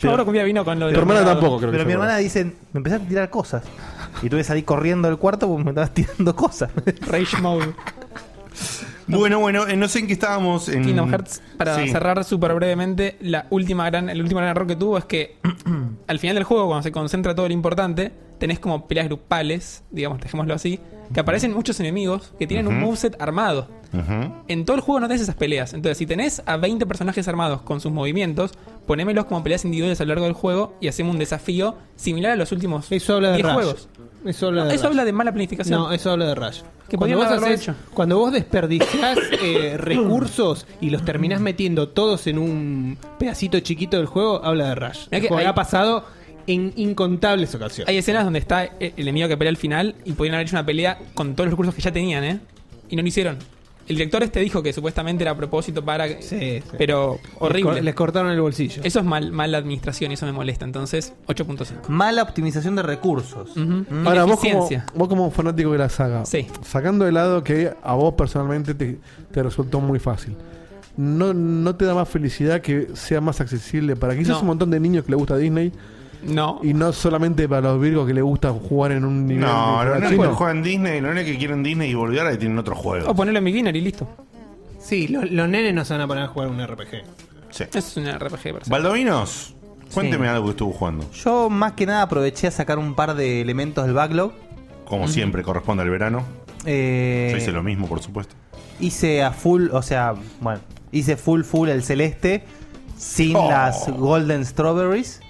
[SPEAKER 8] Yo ahora comía vino con lo de.
[SPEAKER 3] Pero-
[SPEAKER 8] Leonardo.
[SPEAKER 3] Pero mi hermana dice, me empezaste a tirar cosas. Y tuve que salir corriendo del cuarto porque me estabas tirando cosas.
[SPEAKER 8] Rage Mode.
[SPEAKER 2] Bueno, bueno, eh, no sé en qué estábamos. En...
[SPEAKER 3] mm,
[SPEAKER 8] Kingdom Hearts, para
[SPEAKER 2] Sí.
[SPEAKER 8] cerrar súper brevemente, la última gran, el último gran error que tuvo es que al final del juego, cuando se concentra todo lo importante, tenés como peleas grupales, digamos, dejémoslo así, que aparecen muchos enemigos que tienen un
[SPEAKER 2] Ujú.
[SPEAKER 8] moveset armado. En todo el juego no tenés esas peleas. Entonces, si tenés a 20 personajes armados con sus movimientos, ponémelos como peleas individuales a lo largo del juego y hacemos un desafío similar a los últimos
[SPEAKER 15] Eso habla de
[SPEAKER 8] 10
[SPEAKER 15] Rush.
[SPEAKER 8] juegos.
[SPEAKER 15] Eso habla
[SPEAKER 8] No,
[SPEAKER 15] de
[SPEAKER 8] eso
[SPEAKER 15] Rush.
[SPEAKER 8] habla de mala planificación.
[SPEAKER 15] No, eso habla de Rush.
[SPEAKER 8] Que
[SPEAKER 15] cuando,
[SPEAKER 8] podían
[SPEAKER 15] vos
[SPEAKER 8] haberlo
[SPEAKER 15] haces-
[SPEAKER 8] hecho.
[SPEAKER 15] cuando vos desperdiciás eh, recursos y los terminás metiendo todos en un pedacito chiquito del juego, habla de Rush.
[SPEAKER 8] Mirá que
[SPEAKER 15] El juego
[SPEAKER 8] hay-
[SPEAKER 15] ha pasado en incontables ocasiones.
[SPEAKER 8] Hay escenas donde está el enemigo que pelea al final y podrían haber hecho una pelea con todos los recursos que ya tenían, ¿eh? Y no lo hicieron. El director este dijo que supuestamente era a propósito para. Pero horrible.
[SPEAKER 7] Les cor- les cortaron el bolsillo.
[SPEAKER 8] Eso es mal, mala administración y eso me molesta. Entonces, 8.5.
[SPEAKER 3] Mala optimización de recursos.
[SPEAKER 8] Mm.
[SPEAKER 5] Ahora, vos como,
[SPEAKER 8] Ineficiencia.
[SPEAKER 5] vos como fanático de la saga, sacando de lado que a vos personalmente te, te resultó muy fácil, ¿no, ¿no te da más felicidad que sea más accesible para quizás
[SPEAKER 8] No.
[SPEAKER 5] un montón de niños que le gusta Disney?
[SPEAKER 8] No.
[SPEAKER 5] Y no solamente para los virgos que le gusta jugar en un nivel.
[SPEAKER 2] No, los
[SPEAKER 5] de-
[SPEAKER 2] nenes
[SPEAKER 5] chino.
[SPEAKER 2] que juegan Disney, los nenes que quieren Disney y volver ahora tienen otro juego.
[SPEAKER 8] O ponerlo en mi Guinness y listo.
[SPEAKER 7] Sí, lo- los nenes no se van a poner a jugar un RPG.
[SPEAKER 2] Sí.
[SPEAKER 8] Eso es un RPG. por ejemplo.
[SPEAKER 2] Baldovinos, cuénteme algo que estuvo jugando.
[SPEAKER 3] Yo más que nada aproveché a sacar un par de elementos del backlog.
[SPEAKER 2] Como
[SPEAKER 3] Ujú.
[SPEAKER 2] siempre, corresponde al verano.
[SPEAKER 3] Eh,
[SPEAKER 2] Yo hice lo mismo, por supuesto.
[SPEAKER 3] hice a full, o sea, bueno, hice full full el celeste sin
[SPEAKER 5] Oh.
[SPEAKER 3] las golden strawberries,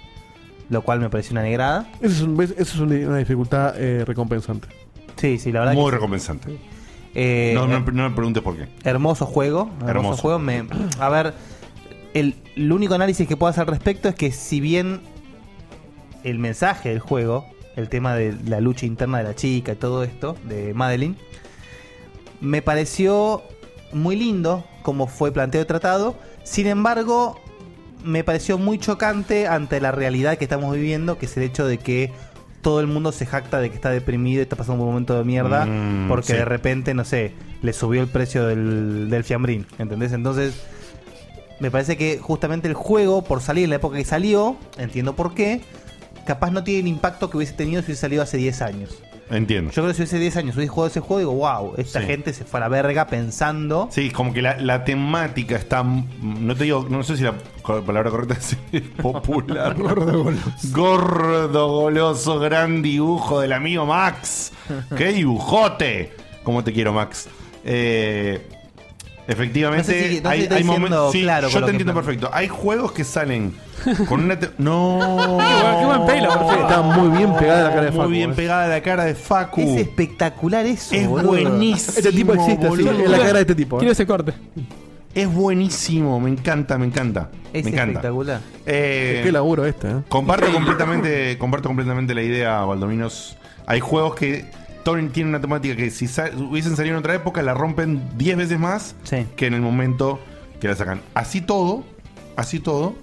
[SPEAKER 3] lo cual me pareció una negrada.
[SPEAKER 5] Eso es, un- ves, eso es un- una dificultad eh, recompensante.
[SPEAKER 3] Sí, sí, la verdad.
[SPEAKER 2] Muy
[SPEAKER 3] que sí.
[SPEAKER 2] recompensante.
[SPEAKER 3] Eh,
[SPEAKER 2] no, no, no me preguntes por qué.
[SPEAKER 3] Hermoso juego. Hermoso,
[SPEAKER 2] Hermoso.
[SPEAKER 3] juego. Me, a ver, el, el único análisis que puedo hacer al respecto es que si bien el mensaje del juego, el tema de la lucha interna de la chica y todo esto, de Madeline, me pareció muy lindo como fue planteado y tratado. Sin embargo, me pareció muy chocante ante la realidad que estamos viviendo, que es el hecho de que todo el mundo se jacta de que está deprimido y está pasando por un momento de mierda,
[SPEAKER 2] Mm,
[SPEAKER 3] porque
[SPEAKER 2] sí.
[SPEAKER 3] de repente, no sé, le subió el precio del, del fiambrín, ¿entendés? Entonces, me parece que justamente el juego, por salir en la época que salió, entiendo por qué, capaz no tiene el impacto que hubiese tenido si hubiese salido hace 10 años.
[SPEAKER 2] Entiendo.
[SPEAKER 3] Yo creo que si hubiese 10 años hubiese jugado ese juego, digo, wow, esta
[SPEAKER 2] Sí.
[SPEAKER 3] gente se fue a la verga pensando.
[SPEAKER 2] Sí, como que la, la temática está. mm, No te digo, no sé si la co- palabra correcta es popular. Gordo goloso. Gordo goloso, gran dibujo del amigo Max. ¡Qué dibujote! ¿Cómo te quiero, Max? Eh, efectivamente,
[SPEAKER 3] No sé si- no sé si
[SPEAKER 2] hay,
[SPEAKER 3] estoy
[SPEAKER 2] hay momen-
[SPEAKER 3] siendo
[SPEAKER 2] sí,
[SPEAKER 3] claro con
[SPEAKER 2] yo
[SPEAKER 3] lo
[SPEAKER 2] te
[SPEAKER 3] que
[SPEAKER 2] entiendo
[SPEAKER 3] plan-
[SPEAKER 2] perfecto. Hay juegos que salen con una. te- ¡No!
[SPEAKER 5] Qué buen pelo, perfecto. Está muy bien pegada la cara de
[SPEAKER 2] Muy
[SPEAKER 5] Facu,
[SPEAKER 2] bien
[SPEAKER 5] eh.
[SPEAKER 2] pegada la cara de Facu.
[SPEAKER 3] Es espectacular eso.
[SPEAKER 2] Uh. Es
[SPEAKER 3] boludo.
[SPEAKER 2] buenísimo.
[SPEAKER 5] Este tipo existe, sí,
[SPEAKER 2] boludo.
[SPEAKER 5] es la cara de este tipo, eh. Quiero ese
[SPEAKER 8] corte.
[SPEAKER 2] Es buenísimo, me encanta, me encanta.
[SPEAKER 3] Es
[SPEAKER 2] me encanta.
[SPEAKER 3] espectacular.
[SPEAKER 2] Eh,
[SPEAKER 5] Qué laburo este, ¿eh?
[SPEAKER 2] Comparto completamente, comparto completamente la idea, Valdominos. Hay juegos que to- tienen una temática que si sa- hubiesen salido en otra época la rompen 10 veces más que en el momento que la sacan. Así todo, así todo.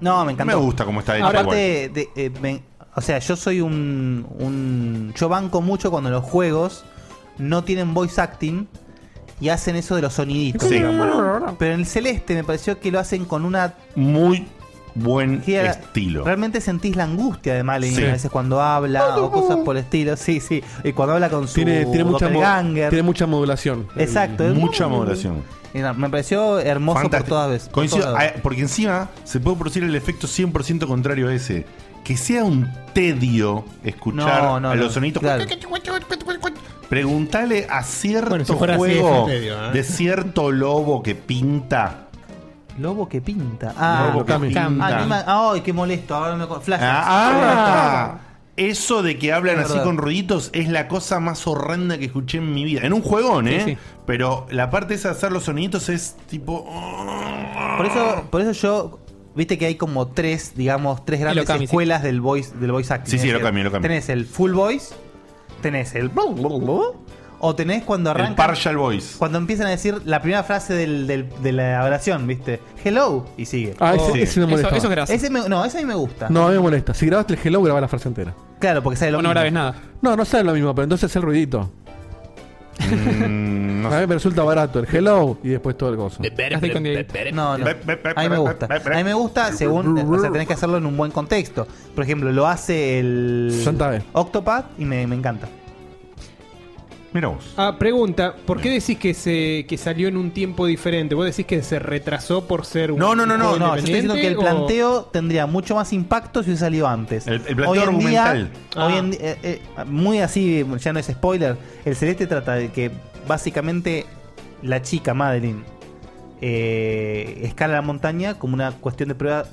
[SPEAKER 3] No, me encantó.
[SPEAKER 2] Me gusta cómo está hecho
[SPEAKER 3] Aparte, de- eh, me- o sea, yo soy un, un- Yo banco mucho cuando los juegos no tienen voice acting y hacen eso de los soniditos.
[SPEAKER 2] Sí.
[SPEAKER 3] digamos. Pero en el celeste me pareció que lo hacen con una.
[SPEAKER 2] Muy buen
[SPEAKER 3] era-
[SPEAKER 2] estilo.
[SPEAKER 3] Realmente sentís la angustia de Malin
[SPEAKER 2] Sí.
[SPEAKER 3] a veces cuando habla o cosas por el estilo. Sí, sí. Y cuando habla con su
[SPEAKER 5] Tiene, tiene, mucha mo-
[SPEAKER 3] doppelganger.
[SPEAKER 5] tiene mucha modulación.
[SPEAKER 3] Exacto. es
[SPEAKER 2] Mucha
[SPEAKER 3] muy-
[SPEAKER 2] modulación.
[SPEAKER 3] Mira, Me pareció hermoso
[SPEAKER 2] Fantástico.
[SPEAKER 3] por todas veces. por
[SPEAKER 2] Coincido,
[SPEAKER 3] todas veces.
[SPEAKER 2] ah, porque encima se puede producir el efecto 100% contrario a ese. Que sea un tedio escuchar
[SPEAKER 3] No, no,
[SPEAKER 2] a los
[SPEAKER 3] no,
[SPEAKER 2] sonitos.
[SPEAKER 3] claro.
[SPEAKER 2] Preguntale a cierto
[SPEAKER 3] si fuera así,
[SPEAKER 2] juego
[SPEAKER 3] es un tedio, ¿eh?
[SPEAKER 2] de cierto lobo que pinta.
[SPEAKER 3] Lobo que pinta. Ah,
[SPEAKER 2] Lobo que
[SPEAKER 3] Cam-
[SPEAKER 2] pinta.
[SPEAKER 3] Ah, ni ma- ah, ay, qué molesto. Ahora me acuerdo. Flash.
[SPEAKER 2] Ah, ah, eso de que hablan
[SPEAKER 3] Es
[SPEAKER 2] así
[SPEAKER 3] verdad.
[SPEAKER 2] con ruiditos es la cosa más horrenda que escuché en mi vida. En un juegón,
[SPEAKER 3] Sí,
[SPEAKER 2] ¿eh?
[SPEAKER 3] sí.
[SPEAKER 2] Pero la parte esa de hacer los soniditos es tipo.
[SPEAKER 3] Por eso, por eso yo. Viste que hay como tres, digamos, tres grandes
[SPEAKER 2] Okami, sí.
[SPEAKER 3] escuelas del voice del voice acting.
[SPEAKER 2] Sí, sí,
[SPEAKER 3] Es
[SPEAKER 2] el
[SPEAKER 3] decir,
[SPEAKER 2] Okami, el Okami.
[SPEAKER 3] Tenés el full voice, tenés el o tenés cuando arranca
[SPEAKER 2] partial voice.
[SPEAKER 3] Cuando empiezan a decir la primera frase del- del- de la oración, ¿viste? Hello y sigue.
[SPEAKER 5] Ah, ese- Sí. ese me molestaba. Eso- eso es grasa.
[SPEAKER 3] Ese me- no, ese a mí me gusta.
[SPEAKER 5] No, a mí me molesta. Si grabaste el hello, grabá la frase entera.
[SPEAKER 3] Claro, porque sale lo mismo.
[SPEAKER 8] nada.
[SPEAKER 5] No, no sale lo mismo, pero entonces el ruidito. A mí me resulta barato el hello y después todo el gozo.
[SPEAKER 3] No, no. A mí me gusta. A mí me gusta según. O sea, tenés que eh, hacerlo en un buen contexto. Por ejemplo, lo hace el.
[SPEAKER 5] Santa B.
[SPEAKER 3] Octopad y me, me encanta.
[SPEAKER 2] Mira vos.
[SPEAKER 7] Ah, pregunta, ¿por qué decís que se que salió en un tiempo diferente? ¿Vos decís que se retrasó por ser un
[SPEAKER 3] No, no, no,
[SPEAKER 7] juego
[SPEAKER 3] no. no yo estoy diciendo que el
[SPEAKER 7] independiente o-
[SPEAKER 3] planteo tendría mucho más impacto si hubiese salido antes. El,
[SPEAKER 2] planteo argumental.
[SPEAKER 3] hoy
[SPEAKER 7] Ah.
[SPEAKER 3] en di- eh, eh, muy así, ya no es spoiler. El celeste trata de que básicamente la chica Madeline eh, escala la montaña como una cuestión de prueba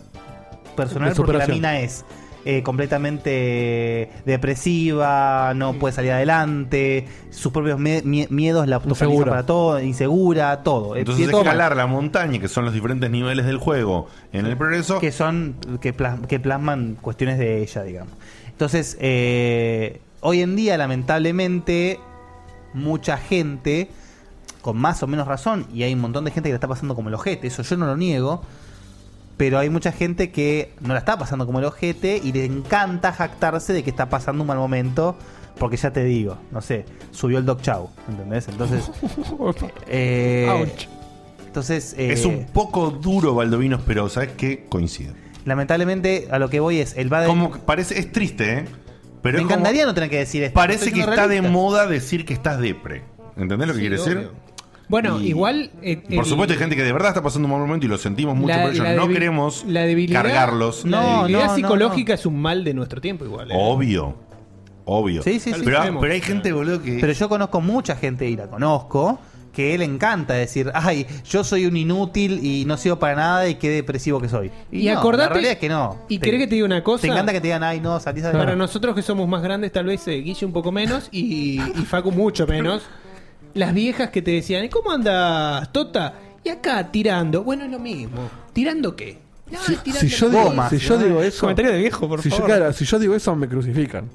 [SPEAKER 3] personal
[SPEAKER 5] De
[SPEAKER 3] porque la
[SPEAKER 5] superación.
[SPEAKER 3] mina es eh, completamente eh, depresiva, no puede salir adelante, sus propios me- mie- miedos la obstaculizan
[SPEAKER 2] Insegura.
[SPEAKER 3] para todo, insegura, todo. Eh,
[SPEAKER 2] Entonces
[SPEAKER 3] tiene todo mal.
[SPEAKER 2] escalar la montaña, que son los diferentes niveles del juego, en el progreso.
[SPEAKER 3] Que son, que, plas- que plasman cuestiones de ella, digamos. Entonces, eh, hoy en día, lamentablemente, mucha gente con más o menos razón, y hay un montón de gente que la está pasando como el ojete, eso yo no lo niego, pero hay mucha gente que no la está pasando como el ojete y le encanta jactarse de que está pasando un mal momento, porque ya te digo, no sé, subió el Doc Chow, ¿entendés? Entonces... eh,
[SPEAKER 2] Ouch.
[SPEAKER 3] entonces eh,
[SPEAKER 2] Es un poco duro Baldovinos, pero ¿sabes qué? Coincido.
[SPEAKER 3] Lamentablemente, a lo que voy es, el va de...
[SPEAKER 2] parece, es triste, ¿eh? Pero
[SPEAKER 3] Me
[SPEAKER 2] es como-
[SPEAKER 3] encantaría no tener que decir esto.
[SPEAKER 2] Parece
[SPEAKER 3] estoy
[SPEAKER 2] que
[SPEAKER 3] siendo
[SPEAKER 2] está de
[SPEAKER 3] realista.
[SPEAKER 2] moda decir que estás depre. ¿Entendés lo que
[SPEAKER 3] Sí,
[SPEAKER 2] quiere decir?
[SPEAKER 3] obvio.
[SPEAKER 7] Bueno,
[SPEAKER 2] Y-
[SPEAKER 7] igual. eh,
[SPEAKER 2] Por
[SPEAKER 7] el-
[SPEAKER 2] supuesto hay gente que de verdad está pasando un mal momento y lo sentimos mucho,
[SPEAKER 7] la-
[SPEAKER 2] por ello
[SPEAKER 7] la
[SPEAKER 2] no
[SPEAKER 7] debil-
[SPEAKER 2] queremos
[SPEAKER 7] la debilidad-
[SPEAKER 2] cargarlos.
[SPEAKER 7] La debilidad
[SPEAKER 2] no, no,
[SPEAKER 7] psicológica es un mal de nuestro tiempo, igual. eh.
[SPEAKER 2] Obvio. Obvio.
[SPEAKER 3] Sí, sí, sí.
[SPEAKER 2] Pero, pero hay gente, boludo, que.
[SPEAKER 3] Pero yo conozco mucha gente, y la conozco, que le encanta decir, ay, yo soy un inútil y no sirvo para nada y qué depresivo que soy.
[SPEAKER 7] Y
[SPEAKER 3] no,
[SPEAKER 7] acordate-
[SPEAKER 3] La realidad es que no.
[SPEAKER 7] ¿Y querés que te diga una cosa?
[SPEAKER 3] Te encanta que te digan, ay, no, salís a
[SPEAKER 7] Para nosotros que somos más grandes, tal vez eh, Guille un poco menos y, y Facu mucho menos. Las viejas que te decían, "¿Y ¿cómo andas, Tota? Y acá tirando. Bueno, es lo mismo. ¿Tirando qué? Ah, tirando
[SPEAKER 5] Si yo, digo,
[SPEAKER 7] gomas,
[SPEAKER 5] si yo
[SPEAKER 7] ¿no?
[SPEAKER 5] digo
[SPEAKER 3] Eh,
[SPEAKER 5] eso.
[SPEAKER 7] Comentario de viejo, por
[SPEAKER 5] si yo-
[SPEAKER 7] favor.
[SPEAKER 5] claro, si yo digo eso, me crucifican.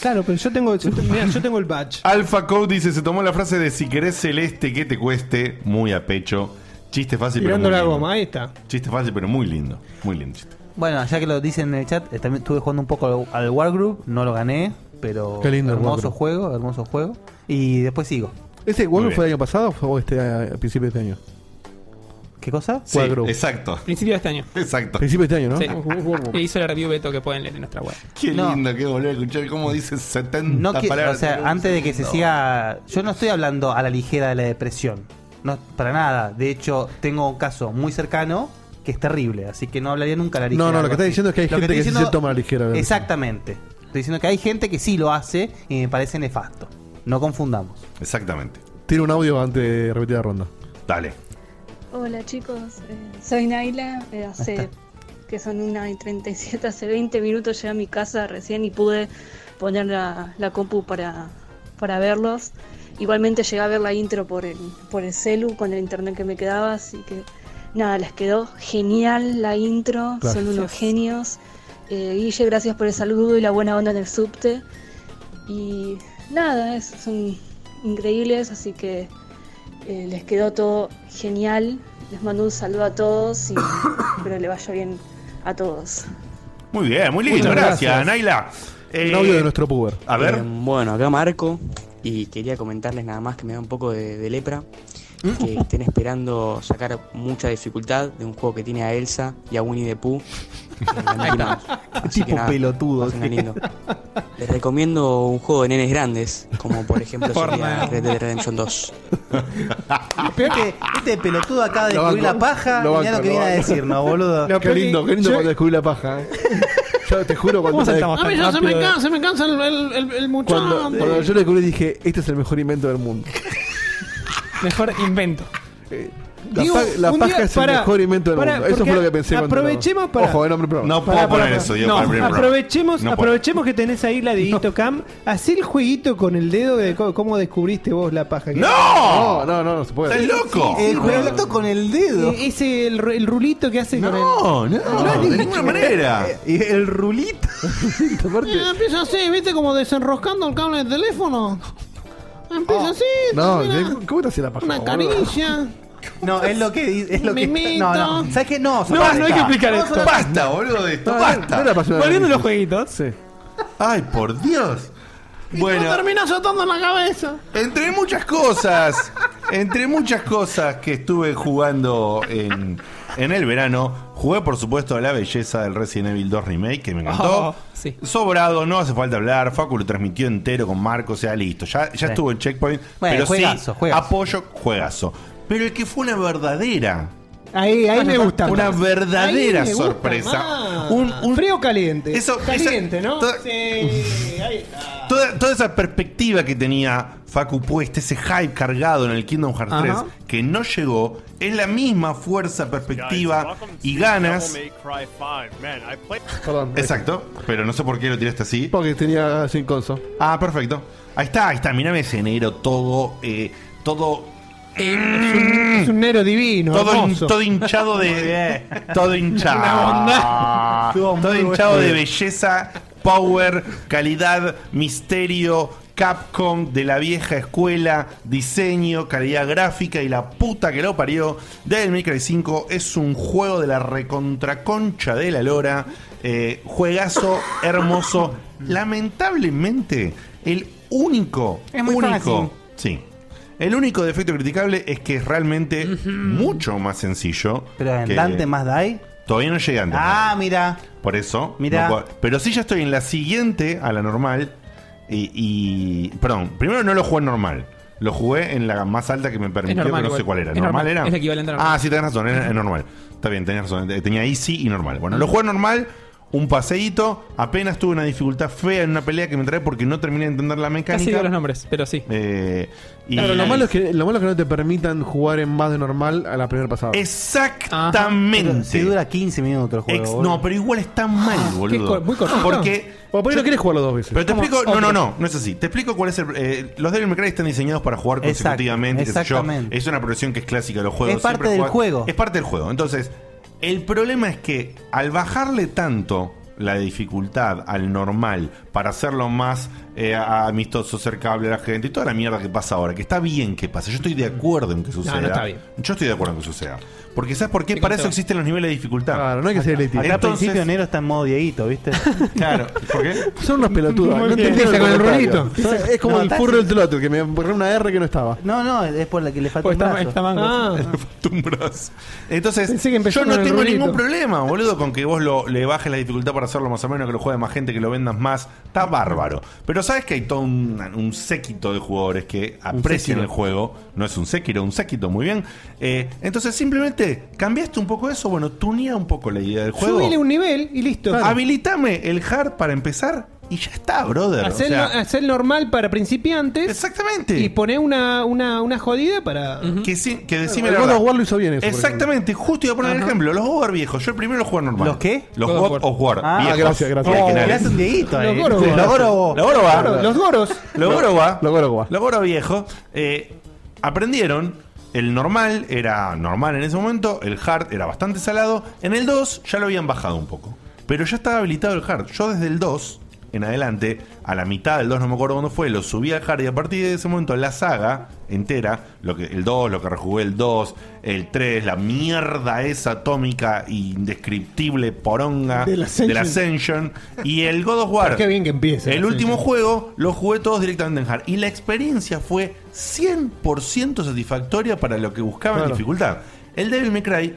[SPEAKER 7] Claro, pero yo tengo, yo, te- mirá, yo tengo el badge.
[SPEAKER 2] Alpha Code dice: se tomó la frase de si querés celeste, que te cueste, muy a pecho. Chiste fácil,
[SPEAKER 7] Tirando
[SPEAKER 2] pero. muy lindo.
[SPEAKER 7] la goma, ahí está.
[SPEAKER 2] Chiste fácil, pero muy lindo. Muy lindo chiste.
[SPEAKER 3] Bueno, ya que lo dicen en el chat, eh, también estuve jugando un poco al, al Wargroup, no lo gané, pero
[SPEAKER 5] Qué lindo el
[SPEAKER 3] hermoso
[SPEAKER 5] Wargroup.
[SPEAKER 3] juego, hermoso juego. Y después sigo.
[SPEAKER 5] ¿Ese
[SPEAKER 3] Muy
[SPEAKER 5] Wargroup
[SPEAKER 3] bien.
[SPEAKER 5] fue el año pasado o fue este, eh, a principios de este año?
[SPEAKER 3] ¿Qué cosa?
[SPEAKER 5] Sí, Wargroup.
[SPEAKER 2] exacto.
[SPEAKER 8] Principio de este año.
[SPEAKER 2] Exacto.
[SPEAKER 5] Principio de este año, ¿no?
[SPEAKER 8] Sí. E hizo la review Beto que pueden leer en nuestra web.
[SPEAKER 2] Qué lindo que volver a escuchar cómo dice 70
[SPEAKER 3] No que-
[SPEAKER 2] palabras.
[SPEAKER 3] o sea, antes de que se
[SPEAKER 2] No.
[SPEAKER 3] siga, yo no estoy hablando a la ligera de la depresión, no para nada. De hecho, tengo un caso muy cercano que es terrible, así que no hablaría nunca a la ligera.
[SPEAKER 5] No, no, lo
[SPEAKER 3] algo
[SPEAKER 5] que está
[SPEAKER 3] así.
[SPEAKER 5] diciendo es que hay
[SPEAKER 3] Lo
[SPEAKER 5] gente que,
[SPEAKER 3] estoy
[SPEAKER 5] sí
[SPEAKER 3] diciendo-
[SPEAKER 5] se toma a la ligera. ¿verdad?
[SPEAKER 3] Exactamente. Estoy diciendo que hay gente que sí lo hace y me parece nefasto. No confundamos.
[SPEAKER 2] Exactamente.
[SPEAKER 5] Tira un audio antes de repetir la ronda.
[SPEAKER 2] Dale.
[SPEAKER 16] Hola chicos, eh, soy Naila, eh, hace que son una y 37, hace 20 minutos llegué a mi casa recién y pude poner la, la compu para, para verlos. Igualmente llegué a ver la intro por el, por el celu con el internet que me quedaba, así que nada, les quedó genial la intro,
[SPEAKER 17] Gracias.
[SPEAKER 16] son unos genios. Eh, Guille, gracias por el saludo y la buena onda en el subte. Y nada, es- son increíbles, así que eh, les quedó todo genial. Les mando un saludo a todos y espero le vaya bien a todos.
[SPEAKER 2] Muy bien, muy lindo.
[SPEAKER 16] Muchas
[SPEAKER 2] Gracias,
[SPEAKER 16] gracias.
[SPEAKER 2] Naila. Eh,
[SPEAKER 5] Un audio de nuestro puber.
[SPEAKER 2] A ver.
[SPEAKER 17] Eh, bueno, acá Marco. Y quería comentarles nada más que me da un poco de, de lepra. Que
[SPEAKER 3] Mm.
[SPEAKER 17] estén esperando sacar mucha dificultad de un juego que tiene a Elsa y a Winnie the Pooh. eh, la Mickey Mouse. Así que
[SPEAKER 3] tipo
[SPEAKER 17] nada,
[SPEAKER 3] pelotudo,
[SPEAKER 17] pásenla
[SPEAKER 3] sí.
[SPEAKER 17] lindo. Les recomiendo un juego de nenes grandes, como por ejemplo sería
[SPEAKER 3] Fortnite.
[SPEAKER 17] Red Dead Redemption 2.
[SPEAKER 5] Ah.
[SPEAKER 3] Lo peor que este pelotudo acaba de
[SPEAKER 17] Lo
[SPEAKER 3] descubrir la
[SPEAKER 17] banco,
[SPEAKER 3] paja,
[SPEAKER 17] lo
[SPEAKER 3] mirá lo que
[SPEAKER 17] banco, lo
[SPEAKER 3] viene a
[SPEAKER 17] banco.
[SPEAKER 3] decirnos, boludo.
[SPEAKER 5] Qué lindo, qué lindo cuando descubrí la paja. eh. Yo te juro cuando.
[SPEAKER 16] A mí ya se me cansa, se me cansa el, el, el- el muchacho.
[SPEAKER 5] Cuando, cuando yo lo descubrí dije, este es el mejor invento del mundo.
[SPEAKER 8] Mejor invento.
[SPEAKER 5] La,
[SPEAKER 8] Digo,
[SPEAKER 5] pa- la
[SPEAKER 8] un
[SPEAKER 5] paja
[SPEAKER 8] día-
[SPEAKER 5] es el
[SPEAKER 8] pará,
[SPEAKER 5] mejor invento del
[SPEAKER 8] pará,
[SPEAKER 5] mundo. Eso
[SPEAKER 8] porque
[SPEAKER 5] fue lo que pensé cuando lo-
[SPEAKER 7] aprovechemos para-
[SPEAKER 5] Ojo, eh, nombre pro.
[SPEAKER 2] No puedo poner eso, yo
[SPEAKER 7] No,
[SPEAKER 2] para el primer programa.
[SPEAKER 7] aprovechemos,
[SPEAKER 2] No puedo.
[SPEAKER 7] aprovechemos que tenés ahí la de Hito Cam. Hacé el jueguito con el dedo de co- cómo descubriste vos la paja. que-
[SPEAKER 5] ¡No! No, no, no, no se puede.
[SPEAKER 7] ¡Estás loco!
[SPEAKER 5] Sí, sí,
[SPEAKER 7] El
[SPEAKER 5] no,
[SPEAKER 7] jueguito
[SPEAKER 5] no, no.
[SPEAKER 3] con el dedo.
[SPEAKER 7] Ese, el, ru- el rulito que hace con el...
[SPEAKER 2] No, no,
[SPEAKER 5] de ninguna manera.
[SPEAKER 3] El rulito.
[SPEAKER 16] Eh, empieza así, ¿viste? Como desenroscando el cable del teléfono. Empieza así.
[SPEAKER 5] No,
[SPEAKER 16] mira,
[SPEAKER 5] ¿qué- ¿cómo te hacía la paja?
[SPEAKER 16] una
[SPEAKER 5] boludo?
[SPEAKER 16] caricia.
[SPEAKER 3] No, es lo que dice. Es lo que
[SPEAKER 16] Mimito.
[SPEAKER 3] no, no. ¿Sabes qué? No,
[SPEAKER 2] No, no hay que explicar
[SPEAKER 3] No,
[SPEAKER 2] esto.
[SPEAKER 3] solo-
[SPEAKER 2] Basta, boludo, de esto.
[SPEAKER 3] No,
[SPEAKER 2] basta.
[SPEAKER 3] no era pasión de
[SPEAKER 2] Volviendo a
[SPEAKER 3] análisis.
[SPEAKER 2] los
[SPEAKER 8] jueguitos.
[SPEAKER 2] Ay, por Dios. Bueno,
[SPEAKER 16] Terminás atando en la cabeza.
[SPEAKER 2] entre muchas cosas, entre muchas cosas que estuve jugando en, en el verano, jugué por supuesto a la belleza del Resident Evil 2 Remake, que me encantó.
[SPEAKER 8] Oh, sí.
[SPEAKER 2] Sobrado, no hace falta hablar. Facu lo transmitió entero con Marco, o sea, listo. Ya, ya
[SPEAKER 3] Sí.
[SPEAKER 2] estuvo en Checkpoint.
[SPEAKER 3] Bueno,
[SPEAKER 2] pero
[SPEAKER 3] juegazo,
[SPEAKER 2] sí, apoyo, juegazo. Pero el que fue una verdadera.
[SPEAKER 7] Ahí, ahí me gusta.
[SPEAKER 2] Una
[SPEAKER 7] más.
[SPEAKER 2] verdadera
[SPEAKER 7] Ahí me gusta
[SPEAKER 2] sorpresa.
[SPEAKER 7] más.
[SPEAKER 2] Un, un-
[SPEAKER 7] Frío o caliente.
[SPEAKER 2] Eso- esa-
[SPEAKER 7] caliente, ¿no?
[SPEAKER 2] toda-
[SPEAKER 7] Sí, ahí está.
[SPEAKER 2] toda, toda esa perspectiva que tenía Facu puesta, ese hype cargado en el Kingdom Hearts
[SPEAKER 7] Ajá.
[SPEAKER 2] 3, que no llegó, es la misma fuerza, perspectiva y ganas.
[SPEAKER 5] Perdón.
[SPEAKER 2] Exacto, pero no sé por qué lo tiraste así.
[SPEAKER 5] Porque tenía sin conso.
[SPEAKER 2] Ah, perfecto. Ahí está, ahí está, mirame ese negro todo, eh, todo,
[SPEAKER 7] Es un, es un nero divino.
[SPEAKER 2] todo, hin-
[SPEAKER 7] hermoso.
[SPEAKER 2] todo hinchado de. todo
[SPEAKER 7] Una bondad.
[SPEAKER 2] hinchado.
[SPEAKER 7] Estuvo
[SPEAKER 2] todo
[SPEAKER 7] muy
[SPEAKER 2] hinchado
[SPEAKER 7] bueno.
[SPEAKER 2] de belleza, power, calidad, misterio, Capcom de la vieja escuela, diseño, calidad gráfica y la puta que lo parió. Devil May Cry 5 es un juego de la recontraconcha de la lora. Eh, juegazo hermoso. Lamentablemente, el único,
[SPEAKER 6] Es muy
[SPEAKER 2] único,
[SPEAKER 6] fácil.
[SPEAKER 2] sí. El único defecto criticable es que es realmente mucho más sencillo. Pero
[SPEAKER 3] en Dante más Dai.
[SPEAKER 2] Todavía no llega antes.
[SPEAKER 6] Ah, mira.
[SPEAKER 2] Por eso.
[SPEAKER 6] Mirá.
[SPEAKER 2] no puedo- pero sí ya estoy en la siguiente, a la normal. Y, y- Perdón, primero no lo jugué en normal. Lo jugué en la más alta que me permitió,
[SPEAKER 8] normal
[SPEAKER 2] que no sé
[SPEAKER 8] igual.
[SPEAKER 2] cuál era.
[SPEAKER 8] Es
[SPEAKER 2] ¿Normal,
[SPEAKER 8] normal,
[SPEAKER 2] era?
[SPEAKER 8] es lo equivalente a normal.
[SPEAKER 2] Ah, sí, tenés razón, es, es normal. Está bien, tenés razón. Eh, Tenía easy y normal. Bueno, lo jugué en normal, un paseíto. Apenas tuve una dificultad fea en una pelea que me trae porque no terminé de entender la mecánica.
[SPEAKER 8] Casi digo los nombres, pero sí.
[SPEAKER 2] Eh, y-
[SPEAKER 5] Claro, lo malo, es que, lo malo es que no te permitan jugar en más de normal a la primera pasada.
[SPEAKER 2] Exactamente.
[SPEAKER 5] Pero si
[SPEAKER 3] dura 15 minutos el
[SPEAKER 2] Ex- no, pero igual está mal, boludo.
[SPEAKER 5] cor- Ah, muy cortito.
[SPEAKER 2] Porque.
[SPEAKER 5] Bueno, por ahí no querés jugarlo dos veces.
[SPEAKER 2] Pero te
[SPEAKER 5] Como
[SPEAKER 2] explico. No, no,
[SPEAKER 5] otro.
[SPEAKER 2] no. No es así. Te explico cuál es el. eh, los Devil May Cry están diseñados para jugar
[SPEAKER 3] Exacto,
[SPEAKER 2] consecutivamente. qué sé yo.
[SPEAKER 3] exactamente.
[SPEAKER 2] Es una progresión que es clásica de los juegos.
[SPEAKER 3] Es parte
[SPEAKER 2] siempre
[SPEAKER 3] del
[SPEAKER 2] jugar-
[SPEAKER 3] juego.
[SPEAKER 2] Es parte del juego. Entonces, el problema es que al bajarle tanto la dificultad al normal para hacerlo más eh, amistoso, cercable a la gente y toda la mierda que pasa ahora, que está bien que pase. Yo estoy de acuerdo en que suceda.
[SPEAKER 5] no está bien.
[SPEAKER 2] Yo estoy de acuerdo en que suceda. Porque ¿sabes por qué?
[SPEAKER 3] Sí,
[SPEAKER 2] Para
[SPEAKER 3] contó.
[SPEAKER 2] eso existen los niveles de dificultad.
[SPEAKER 5] Claro, no hay que ser elitista.
[SPEAKER 3] Acá al
[SPEAKER 2] Entonces-
[SPEAKER 3] principio enero está en modo Dieguito, ¿viste?
[SPEAKER 2] Claro, ¿por qué?
[SPEAKER 5] Son unos pelotudos.
[SPEAKER 3] Muy
[SPEAKER 5] no
[SPEAKER 3] bien.
[SPEAKER 5] entendieron
[SPEAKER 3] Empieza con el
[SPEAKER 5] comentario.
[SPEAKER 3] ruidito.
[SPEAKER 5] Es- Es como
[SPEAKER 3] No,
[SPEAKER 5] el
[SPEAKER 3] está
[SPEAKER 5] furro
[SPEAKER 3] así.
[SPEAKER 5] del Tloto, que me borré una R que no estaba. Pues
[SPEAKER 3] No, no, es por la que le falta un brazo. Ah.
[SPEAKER 2] Entonces, yo no
[SPEAKER 3] con el
[SPEAKER 2] tengo
[SPEAKER 3] rulito.
[SPEAKER 2] ningún problema, boludo, con que vos lo, le bajes la dificultad para hacerlo más o menos, que lo juegue más gente, que lo vendas más. Está bárbaro. Pero sabes que hay todo un, un séquito de jugadores que aprecian
[SPEAKER 5] séquito.
[SPEAKER 2] el juego. No es un séquito, un séquito, muy bien. Eh, entonces, simplemente cambiaste un poco eso. Bueno, tunea un poco la idea del juego.
[SPEAKER 7] Subile un nivel y listo.
[SPEAKER 2] Habilitame el hard para empezar y ya está, brother. O
[SPEAKER 7] Hacer,
[SPEAKER 2] sea,
[SPEAKER 7] normal para principiantes.
[SPEAKER 2] Exactamente.
[SPEAKER 7] Y poner una, una, una jodida para.
[SPEAKER 2] Que, sí, que decime
[SPEAKER 7] El
[SPEAKER 2] la
[SPEAKER 7] God
[SPEAKER 2] verdad.
[SPEAKER 7] of War lo hizo bien eso, por
[SPEAKER 2] Exactamente, justo iba a poner el
[SPEAKER 7] Ajá.
[SPEAKER 2] ejemplo. Los God of War viejos. Yo el primero lo jugué normal.
[SPEAKER 3] ¿Los qué?
[SPEAKER 2] Los
[SPEAKER 3] God of
[SPEAKER 2] God
[SPEAKER 3] War.
[SPEAKER 2] of War.
[SPEAKER 3] Ah,
[SPEAKER 2] viejos.
[SPEAKER 3] gracias, gracias.
[SPEAKER 2] Y
[SPEAKER 3] Oh,
[SPEAKER 2] originales.
[SPEAKER 3] le hace un dieguito ahí.
[SPEAKER 2] Los Goro.
[SPEAKER 3] Sí, los Goro.
[SPEAKER 2] Los Goro.
[SPEAKER 3] Claro, los
[SPEAKER 7] Goros.
[SPEAKER 2] Los
[SPEAKER 3] No.
[SPEAKER 2] Goro.
[SPEAKER 5] Los Goro.
[SPEAKER 2] Los Goro viejos. eh, aprendieron. El normal era normal en ese momento. El hard era bastante salado. En el 2 ya lo habían bajado un poco. Pero ya estaba habilitado el hard. Yo desde el 2 en adelante, a la mitad del 2, no me acuerdo cuándo fue, lo subí al hard y a partir de ese momento la saga entera, lo que, el 2, lo que rejugué el 2, el 3, la mierda esa atómica indescriptible poronga
[SPEAKER 5] Del Ascension.
[SPEAKER 2] del Ascension y el God of War.
[SPEAKER 5] Qué bien que empiece
[SPEAKER 2] El
[SPEAKER 5] el
[SPEAKER 2] último
[SPEAKER 5] Ascension.
[SPEAKER 2] juego lo jugué todos directamente en hard y la experiencia fue 100% satisfactoria para lo que buscaba en
[SPEAKER 5] Claro.
[SPEAKER 2] dificultad. El Devil May Cry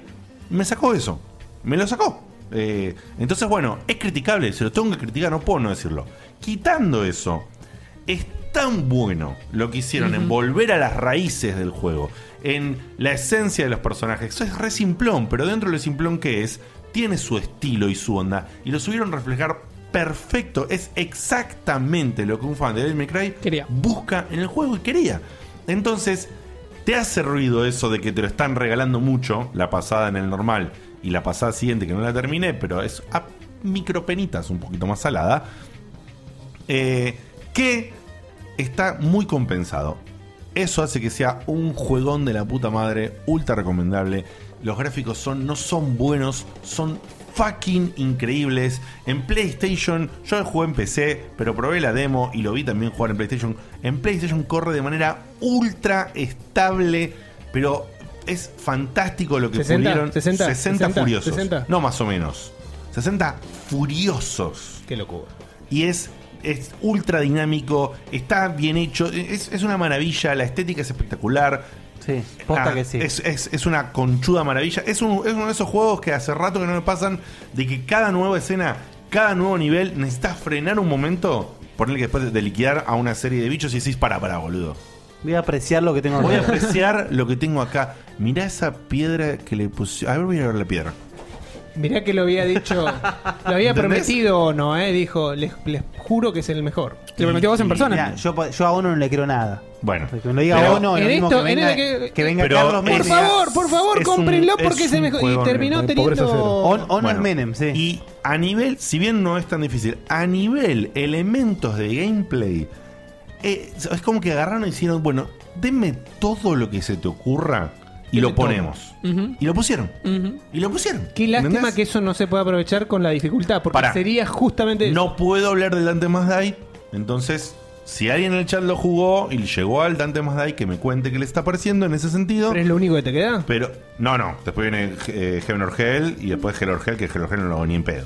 [SPEAKER 2] me sacó eso. Me lo sacó. Eh, entonces, bueno, es criticable, se lo tengo que criticar, no puedo no decirlo. Quitando eso, es tan bueno lo que hicieron en volver a las raíces del juego, en la esencia de los personajes. Eso es re simplón, pero dentro de lo simplón que es, tiene su estilo y su onda, y lo subieron reflejar perfecto. Es exactamente lo que un fan de Devil May Cry busca en el juego y quería. Entonces, ¿Te hace ruido eso de que te lo están regalando mucho, la pasada en el normal y la pasada siguiente que no la terminé, pero es a micropenitas, un poquito más salada? eh, que está muy compensado. Eso hace que sea un juegón de la puta madre, ultra recomendable. Los gráficos son, no son buenos, son fucking increíbles. En PlayStation, yo jugué en PC, pero probé la demo y lo vi también jugar en PlayStation. En PlayStation corre de manera ultra estable, pero es fantástico lo que
[SPEAKER 7] 60,
[SPEAKER 2] pulieron.
[SPEAKER 7] 60,
[SPEAKER 2] 60
[SPEAKER 7] 60,
[SPEAKER 2] furiosos.
[SPEAKER 7] 60.
[SPEAKER 2] No más o menos. 60 furiosos.
[SPEAKER 7] Qué locura.
[SPEAKER 2] Y es, es ultra dinámico, está bien hecho, es, es una maravilla, la estética es espectacular.
[SPEAKER 3] Sí, posta
[SPEAKER 2] Ah,
[SPEAKER 3] que sí.
[SPEAKER 2] Es, es- es una conchuda maravilla. Es, un- es uno de esos juegos que hace rato que no me pasan de que cada nueva escena, cada nuevo nivel, necesitas frenar un momento, ponerle que después de, de liquidar a una serie de bichos y decís, para, para, boludo.
[SPEAKER 3] Voy a apreciar lo que tengo
[SPEAKER 2] Voy a
[SPEAKER 3] acá.
[SPEAKER 2] apreciar lo que tengo acá. Mirá esa piedra que le pusieron. A ver, voy a ver la piedra.
[SPEAKER 7] Mirá que lo había dicho. Lo había
[SPEAKER 2] ¿Entendés?
[SPEAKER 7] prometido o no, ¿eh? Dijo, les, les juro que es el mejor. Te lo prometió vos en persona.
[SPEAKER 3] Mirá, yo, po- yo a Ono no le creo nada.
[SPEAKER 2] Bueno.
[SPEAKER 3] Que me lo diga
[SPEAKER 7] Pero-
[SPEAKER 3] Ono, lo
[SPEAKER 7] En
[SPEAKER 3] mismo
[SPEAKER 7] esto-
[SPEAKER 3] que
[SPEAKER 7] en
[SPEAKER 3] venga,
[SPEAKER 7] el que-
[SPEAKER 3] que venga
[SPEAKER 7] Pero
[SPEAKER 3] Carlos
[SPEAKER 7] Por
[SPEAKER 3] Menem.
[SPEAKER 7] favor, por favor,
[SPEAKER 2] Es un-
[SPEAKER 7] cómprenlo porque es el
[SPEAKER 2] un
[SPEAKER 7] mejor.
[SPEAKER 2] juego
[SPEAKER 7] Y terminó
[SPEAKER 2] de pobreza
[SPEAKER 7] teniendo.
[SPEAKER 2] cero.
[SPEAKER 7] Bueno,
[SPEAKER 2] Bueno, Y a nivel, si bien no es tan difícil, a nivel elementos de gameplay, eh, es como que agarraron y hicieron, bueno, denme todo lo que se te ocurra y lo ponemos.
[SPEAKER 7] Ujú.
[SPEAKER 2] Y lo pusieron. Y lo pusieron.
[SPEAKER 7] Qué lástima
[SPEAKER 2] ¿Entendés?
[SPEAKER 7] que eso no se pueda aprovechar con la dificultad, porque
[SPEAKER 2] Pará.
[SPEAKER 7] sería justamente.
[SPEAKER 2] No puedo hablar del Dante Más Day, entonces Si alguien en el chat lo jugó y llegó al Dante Masdai, que me cuente qué le está pareciendo en ese sentido. Pero
[SPEAKER 7] es lo único que te queda.
[SPEAKER 2] Pero, no, no. Después viene eh, Heaven or Hell y después Hell or Hell, que Hell or Hell no lo hago ni en pedo.